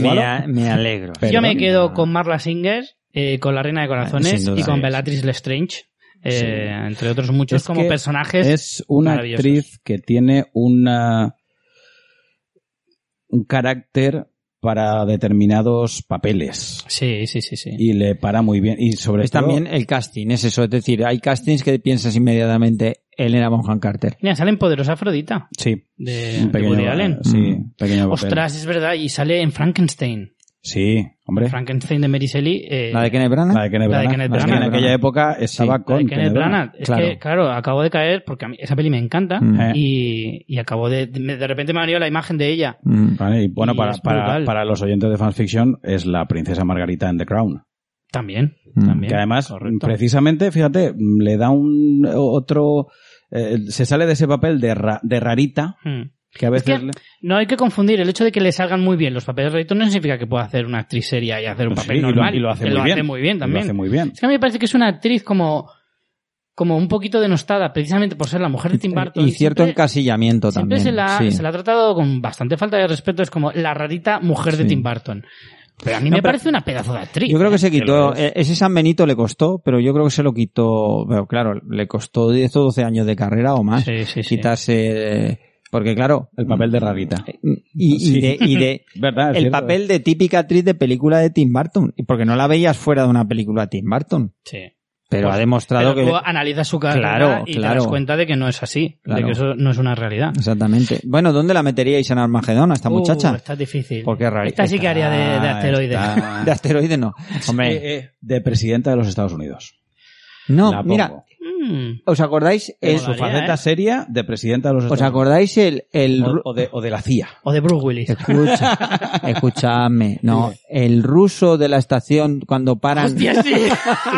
Speaker 2: me- me alegro.
Speaker 3: Pero-
Speaker 1: Yo me quedo con Marla Singer, eh, con La
Speaker 3: Ah,
Speaker 1: Reina de
Speaker 2: Sin
Speaker 1: Corazones
Speaker 2: duda
Speaker 1: y con
Speaker 2: es.
Speaker 1: Bellatrix Lestrange, eh,
Speaker 3: Sí.
Speaker 1: entre otros muchos,
Speaker 3: Es
Speaker 1: como
Speaker 3: que
Speaker 1: personajes.
Speaker 3: es una
Speaker 1: maravillosos.
Speaker 3: actriz que tiene una un carácter para determinados papeles.
Speaker 1: Sí, sí, sí, sí.
Speaker 3: Y le para muy bien. Y sobre
Speaker 2: Es
Speaker 3: todo,
Speaker 2: también el casting, es eso. Es decir, hay castings que piensas inmediatamente Elena Bonham Carter.
Speaker 1: Mira, sale en Poderosa Afrodita
Speaker 3: sí,
Speaker 1: de,
Speaker 3: un
Speaker 1: de
Speaker 3: pequeño,
Speaker 1: Woody Allen.
Speaker 3: Sí,
Speaker 2: Mm.
Speaker 3: pequeño papel.
Speaker 1: Ostras, es verdad, y sale en Frankenstein.
Speaker 3: Sí, hombre.
Speaker 1: Frankenstein de Mary Shelley. eh,
Speaker 2: La de Kenneth Branagh.
Speaker 3: La de Kenneth
Speaker 1: La de
Speaker 3: Branagh.
Speaker 1: Kenneth
Speaker 3: La de
Speaker 1: Branagh.
Speaker 3: En aquella época estaba
Speaker 1: la
Speaker 3: con
Speaker 1: de Kenneth Branagh. Es
Speaker 3: claro.
Speaker 1: que, claro, acabo de caer porque a mí esa peli me encanta
Speaker 2: Mm.
Speaker 3: Eh.
Speaker 1: y, y acabo de. me- De repente me ha venido la imagen de ella.
Speaker 2: Mm.
Speaker 3: Vale, y bueno,
Speaker 1: Y
Speaker 3: para,
Speaker 1: es
Speaker 3: para,
Speaker 1: brutal.
Speaker 3: para los oyentes de fanfiction es la princesa Margarita en The Crown.
Speaker 1: También,
Speaker 2: Mm.
Speaker 1: también.
Speaker 3: que además,
Speaker 1: correcto.
Speaker 3: precisamente, fíjate, le da un otro... eh, se sale de ese papel de, ra- de rarita
Speaker 1: Mm.
Speaker 3: que a
Speaker 1: Es
Speaker 3: veces...
Speaker 1: que-
Speaker 3: le-
Speaker 1: No hay que confundir el hecho de que le salgan muy bien los papeles raritos no significa que pueda hacer una actriz seria y hacer un
Speaker 3: Pues
Speaker 1: papel
Speaker 3: sí, y lo-
Speaker 1: normal.
Speaker 3: y lo hace
Speaker 1: Que
Speaker 3: muy bien. lo
Speaker 1: también.
Speaker 3: hace muy bien.
Speaker 1: Es que a mí me parece que es una actriz como, como un poquito denostada, precisamente por ser la mujer de Tim Burton.
Speaker 2: Y cierto
Speaker 1: Siempre-
Speaker 2: encasillamiento
Speaker 1: Siempre
Speaker 2: también.
Speaker 1: se la,
Speaker 2: sí.
Speaker 1: se la ha tratado con bastante falta de respeto, es como la rarita mujer de
Speaker 2: Sí.
Speaker 1: Tim Burton. Pero a mí
Speaker 2: No,
Speaker 1: me
Speaker 2: pero-
Speaker 1: parece una pedazo de actriz. ¿eh?
Speaker 2: Yo creo que se
Speaker 3: lo
Speaker 2: quitó,
Speaker 3: es.
Speaker 2: e- ese San Benito le costó, pero yo creo que se lo quitó, pero claro, le costó 10 o 12 años de carrera o más
Speaker 1: Sí, sí, sí.
Speaker 2: quitarse, eh, porque claro,
Speaker 3: El papel de rarita.
Speaker 1: Eh,
Speaker 2: y, y
Speaker 3: Sí.
Speaker 2: de, y de-
Speaker 3: ¿Verdad? Es
Speaker 2: el
Speaker 3: cierto.
Speaker 2: papel de típica actriz de película de Tim Burton, y porque no la veías fuera de una película de Tim Burton,
Speaker 1: Sí.
Speaker 2: pero
Speaker 1: Pues,
Speaker 2: ha demostrado
Speaker 1: Pero
Speaker 2: que...
Speaker 1: luego analizas su carrera
Speaker 2: Claro,
Speaker 1: y te
Speaker 2: claro.
Speaker 1: das cuenta de que no es así, de
Speaker 2: Claro.
Speaker 1: que eso no es una realidad.
Speaker 2: Exactamente. Bueno, ¿dónde la meteríais en Armagedón a esta
Speaker 1: Uh,
Speaker 2: muchacha?
Speaker 1: está difícil.
Speaker 2: Porque es rari-
Speaker 1: Esta sí que haría de, de
Speaker 3: Ah,
Speaker 1: asteroide.
Speaker 3: está-
Speaker 2: De asteroide no. Hombre,
Speaker 3: Eh, eh, de presidenta de los Estados Unidos. La
Speaker 2: no,
Speaker 3: pongo.
Speaker 2: mira,
Speaker 1: Mm.
Speaker 2: ¿os acordáis?
Speaker 1: Qué
Speaker 2: el-
Speaker 1: molaría,
Speaker 3: Su faceta
Speaker 1: ¿eh?
Speaker 3: seria de presidenta de los
Speaker 2: ¿Os
Speaker 3: Estados Unidos.
Speaker 2: acordáis el, el, ru-
Speaker 3: O, o de, o de la CIA.
Speaker 1: O de Bruce Willis.
Speaker 2: Escucha, escúchame. No, el ruso de la estación cuando paran.
Speaker 1: Hostia, sí.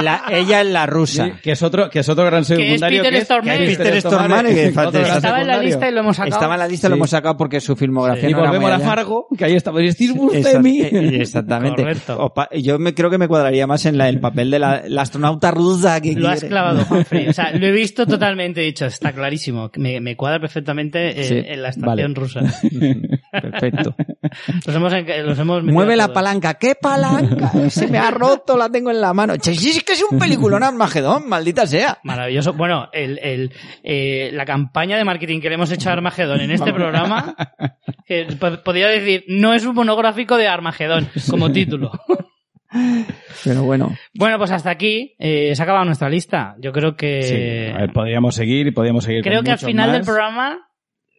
Speaker 2: la- ella es la rusa.
Speaker 3: Que es otro, que es otro gran secundario.
Speaker 1: Peter
Speaker 3: que
Speaker 1: Stormare.
Speaker 3: que
Speaker 2: Peter Stormare, que
Speaker 3: otro gran
Speaker 2: fantástico.
Speaker 1: Estaba en la
Speaker 3: secundario.
Speaker 1: lista y lo hemos sacado.
Speaker 2: Estaba en la lista, lo
Speaker 3: Sí.
Speaker 2: hemos sacado porque su filmografía.
Speaker 3: Y
Speaker 2: no era
Speaker 3: volvemos
Speaker 2: muy
Speaker 3: a
Speaker 2: allá.
Speaker 3: Fargo, que ahí estaba. Es
Speaker 2: Exact-
Speaker 3: de mí.
Speaker 2: eh, Exactamente.
Speaker 1: Correcto.
Speaker 2: O pa- Yo me creo que me cuadraría más en la- el papel de la, la astronauta rusa que
Speaker 1: Lo has
Speaker 2: quiere.
Speaker 1: clavado, Juanfrey. O sea, lo he visto totalmente dicho. Está clarísimo. Me, me cuadra perfectamente eh,
Speaker 2: Sí,
Speaker 1: en la estación
Speaker 2: vale.
Speaker 1: rusa.
Speaker 2: Perfecto.
Speaker 1: Los hemos, en- los hemos metido
Speaker 2: Mueve
Speaker 1: a
Speaker 2: la
Speaker 1: todos.
Speaker 2: palanca. ¿Qué palanca? Se me ha roto, la tengo en la mano. Che, sí, es que es un peliculón Armagedón, maldita sea.
Speaker 1: Maravilloso. Bueno, el, el, eh, la campaña de marketing que le hemos hecho a Armagedón en este programa, eh, po- podría decir, no es un monográfico de Armagedón como título.
Speaker 2: Pero bueno.
Speaker 1: Bueno, pues hasta aquí eh, se ha acabado nuestra lista. Yo creo que
Speaker 3: Sí, a ver, podríamos seguir y podríamos seguir.
Speaker 1: Eh, creo
Speaker 3: con
Speaker 1: que al
Speaker 3: muchos
Speaker 1: final
Speaker 3: más.
Speaker 1: del programa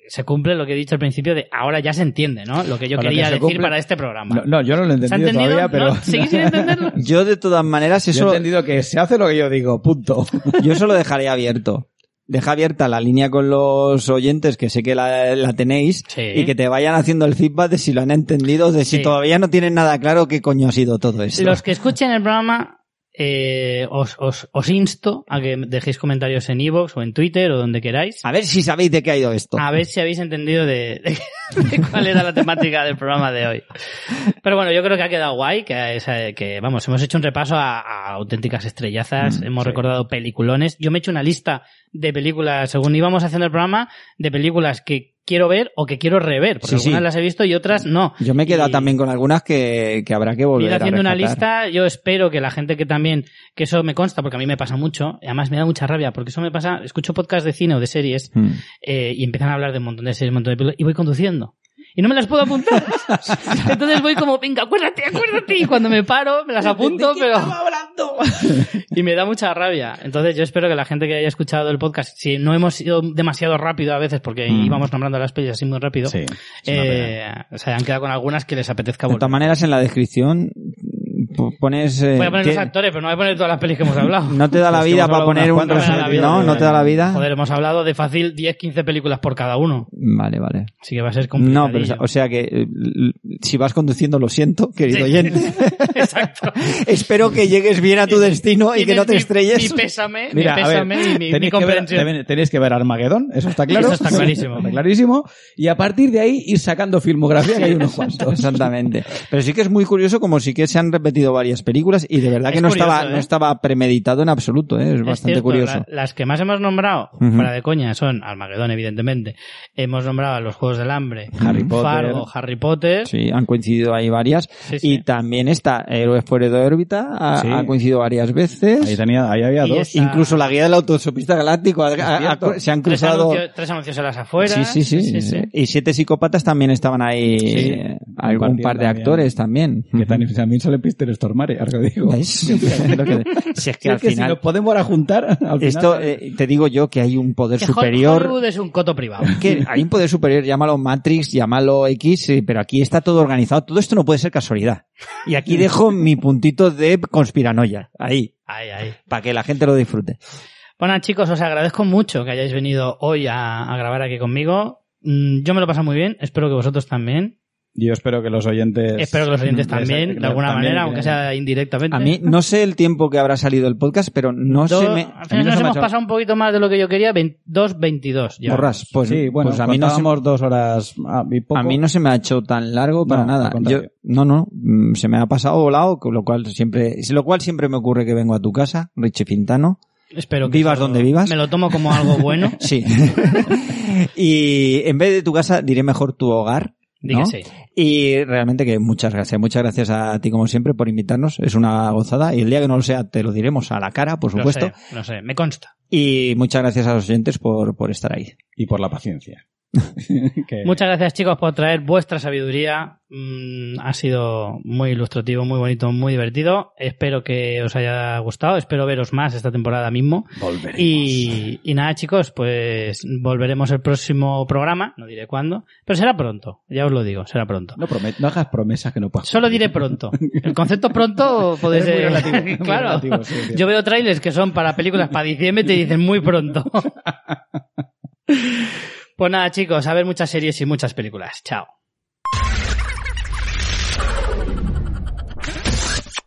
Speaker 1: se cumple lo que he dicho al principio de ahora ya se entiende, ¿no? Lo que yo
Speaker 3: Para que
Speaker 1: quería
Speaker 3: se
Speaker 1: decir
Speaker 3: cumple-
Speaker 1: para este programa.
Speaker 3: No, no, yo no lo he
Speaker 1: ¿Se ha
Speaker 3: entendido
Speaker 1: entendido?
Speaker 3: todavía, pero.
Speaker 1: ¿No? ¿Seguís sin entenderlo?
Speaker 2: Yo de todas maneras
Speaker 3: Yo he
Speaker 2: eso
Speaker 3: entendido que se hace lo que yo digo, punto.
Speaker 2: Yo solo dejaré abierto. Deja abierta la línea con los oyentes, que sé que la, la tenéis,
Speaker 1: Sí.
Speaker 2: y que te vayan haciendo el feedback de si lo han entendido, de si
Speaker 1: Sí.
Speaker 2: todavía no tienen nada claro qué coño ha sido todo esto.
Speaker 1: Los que escuchen el programa, eh, os, os, os insto a que dejéis comentarios en iVoox o en Twitter o donde queráis.
Speaker 2: A ver si sabéis de qué ha ido esto.
Speaker 1: A ver si habéis entendido de, de- de cuál era la temática del programa de hoy. Pero bueno, yo creo que ha quedado guay, que, es, eh, que, vamos, hemos hecho un repaso a, a auténticas estrellazas,
Speaker 2: Mm,
Speaker 1: hemos recordado peliculones. Yo me he hecho una lista de películas, según íbamos haciendo el programa, de películas que quiero ver o que quiero rever, porque
Speaker 2: Sí, sí.
Speaker 1: algunas las he visto y otras no.
Speaker 2: Yo me he quedado
Speaker 1: Y-
Speaker 2: también con algunas que, que habrá que
Speaker 1: Ir
Speaker 2: volver a
Speaker 1: haciendo una
Speaker 2: rescatar.
Speaker 1: lista, yo espero que la gente que también, que eso me consta, porque a mí me pasa mucho, y además me da mucha rabia, porque eso me pasa, escucho podcast de cine o de series,
Speaker 3: Hmm.
Speaker 2: Mm.
Speaker 1: eh, y empiezan a hablar de un montón de series, un montón de películas, y voy conduciendo. Y no me las puedo apuntar. Entonces voy como, venga, acuérdate, acuérdate. Y cuando me paro, me las apunto, pero... y me da mucha rabia. Entonces yo espero que la gente que haya escuchado el podcast, si no hemos ido demasiado rápido a veces, porque
Speaker 2: Mm.
Speaker 1: íbamos nombrando las pelis así muy rápido,
Speaker 3: Hmm. Sí, es una pena.
Speaker 1: eh, se han quedado con algunas que les apetezca
Speaker 2: De
Speaker 1: volver.
Speaker 2: todas maneras, en la descripción mm, po- pones... eh,
Speaker 1: Voy a poner
Speaker 2: que-
Speaker 1: los actores, pero no voy a poner todas las pelis que hemos hablado.
Speaker 2: no ah. te da la
Speaker 3: Pues que
Speaker 2: vida
Speaker 3: hemos
Speaker 2: para
Speaker 3: hablado
Speaker 2: poner
Speaker 3: unas
Speaker 2: un...
Speaker 3: cuantas,
Speaker 1: no me da la vida,
Speaker 2: no, no te da la vida.
Speaker 1: Joder, hemos hablado de fácil 10, 15 películas por cada uno.
Speaker 2: Vale, vale.
Speaker 1: Así que va a ser complicado.
Speaker 2: No, pero o sea que eh, l- si vas conduciendo, lo siento, querido oyente.
Speaker 1: Exacto.
Speaker 2: Espero que llegues bien a tu destino y que no te
Speaker 1: Tienes mi- Mi,
Speaker 2: estrelles.
Speaker 1: pésame, mi
Speaker 3: Mira, a ver,
Speaker 1: pésame y mi, mi
Speaker 3: tenéis, que ver,
Speaker 1: comprensión.
Speaker 3: tenéis- tenéis que ver Armagedón, eso está claro.
Speaker 1: Eso está clarísimo.
Speaker 3: Está clarísimo. Y a partir de ahí ir sacando filmografía, que hay unos cuantos.
Speaker 2: Exactamente. Pero sí que es muy curioso como sí que se han repetido varias películas y de verdad que
Speaker 1: Es
Speaker 2: no
Speaker 1: curioso,
Speaker 2: estaba,
Speaker 1: ¿eh?
Speaker 2: no estaba premeditado en absoluto, ¿eh? es, bastante
Speaker 1: cierto,
Speaker 2: curioso.
Speaker 1: la- las que más hemos nombrado,
Speaker 2: Ujú.
Speaker 1: fuera de coña, son Armagedón, evidentemente. Hemos nombrado a los Juegos del Hambre,
Speaker 2: Harry Potter.
Speaker 1: Fargo, Harry Potter.
Speaker 2: Sí, han coincidido ahí varias.
Speaker 1: Sí, sí.
Speaker 2: Y también está Héroes fuera de órbita, ha,
Speaker 3: Sí.
Speaker 2: ha coincidido varias
Speaker 3: Ahí,
Speaker 2: veces.
Speaker 3: tenía, ahí había
Speaker 1: Y
Speaker 3: dos.
Speaker 1: esa-
Speaker 2: Incluso la guía del autosopista galáctico ha- ha-
Speaker 3: cierto.
Speaker 2: ha- se han
Speaker 1: Tres
Speaker 2: cruzado.
Speaker 1: anuncios, tres anuncios a las afueras.
Speaker 2: Sí, sí, sí, Y siete psicópatas también estaban ahí.
Speaker 1: Sí.
Speaker 2: eh, algún
Speaker 3: Compartiendo
Speaker 2: par de
Speaker 3: también.
Speaker 2: actores también.
Speaker 3: Que tan difícil. A mí sale Pister Stormare, ahora que digo.
Speaker 2: ¿Ves? Lo que- si es que
Speaker 3: Sí,
Speaker 2: al
Speaker 3: que si
Speaker 2: final.
Speaker 3: nos podemos ahora juntar, al final-
Speaker 2: esto eh, te digo yo que hay un poder
Speaker 1: Que Hol-
Speaker 2: superior.
Speaker 1: Hollywood es un coto privado.
Speaker 2: Que hay un poder superior, llámalo Matrix, llámalo X, eh, pero aquí está todo organizado. Todo esto no puede ser casualidad. Y aquí dejo mi puntito de conspiranoia. Ahí.
Speaker 1: Ay, ay.
Speaker 2: Para que la gente lo disfrute.
Speaker 1: Bueno, chicos, os agradezco mucho que hayáis venido hoy a, a grabar aquí conmigo. Mm, Yo me lo he pasado muy bien, espero que vosotros también.
Speaker 3: Yo espero que los oyentes.
Speaker 2: Pues,
Speaker 1: espero que los
Speaker 2: mm,
Speaker 1: oyentes
Speaker 3: Exacto,
Speaker 1: también, de
Speaker 3: claro,
Speaker 1: alguna
Speaker 3: también,
Speaker 1: manera,
Speaker 3: que-
Speaker 1: aunque sea indirectamente.
Speaker 2: A mí, no sé el tiempo que habrá salido el podcast, pero no
Speaker 1: Dos-
Speaker 2: se me.
Speaker 1: al
Speaker 2: a mí
Speaker 1: final nos
Speaker 2: no se me ha
Speaker 1: hemos
Speaker 2: hecho-
Speaker 1: pasado un poquito más de lo que yo quería, 22.
Speaker 2: Borras, pues,
Speaker 3: sí, bueno,
Speaker 2: pues a mí no se
Speaker 3: somos dos horas ah, y poco.
Speaker 2: A mí no se me ha hecho tan largo para
Speaker 3: No,
Speaker 2: nada. Yo,
Speaker 3: al contrario.
Speaker 2: no, no, mm, se me ha pasado volado, con lo cual siempre, lo cual siempre me ocurre que vengo a tu casa, Richie Pintano.
Speaker 1: Espero que
Speaker 2: Vivas
Speaker 1: eso
Speaker 2: donde vivas.
Speaker 1: Me lo tomo como algo bueno.
Speaker 2: Sí. y en vez de tu casa diré mejor tu hogar. ¿no?
Speaker 1: Dígase.
Speaker 2: Y realmente que muchas gracias, muchas gracias a ti como siempre por invitarnos, es una gozada y el día que no lo sea te lo diremos a la cara, por
Speaker 1: Lo
Speaker 2: supuesto.
Speaker 1: sé, lo sé, me consta.
Speaker 2: Y muchas gracias a los oyentes por, por estar ahí.
Speaker 3: Y por la paciencia.
Speaker 2: Eh.
Speaker 3: Que-
Speaker 1: Muchas gracias, chicos, por traer vuestra sabiduría. Mm, ha sido muy ilustrativo, muy bonito, muy divertido. Espero que os haya gustado. Espero veros más esta temporada mismo.
Speaker 3: Volveremos.
Speaker 1: Y, y nada, chicos, pues volveremos el próximo programa. No diré cuándo, pero será pronto. Ya os lo digo, será pronto.
Speaker 3: No, promet- no hagas promesas que no puedas.
Speaker 1: Solo diré pronto. El concepto pronto puede
Speaker 3: Es muy
Speaker 1: ser.
Speaker 3: relativo, muy
Speaker 1: claro.
Speaker 3: relativo, sí, es cierto.
Speaker 1: Yo veo trailers que son para películas para diciembre y te dicen muy pronto. pues nada, chicos, a ver muchas series y muchas películas. Chao.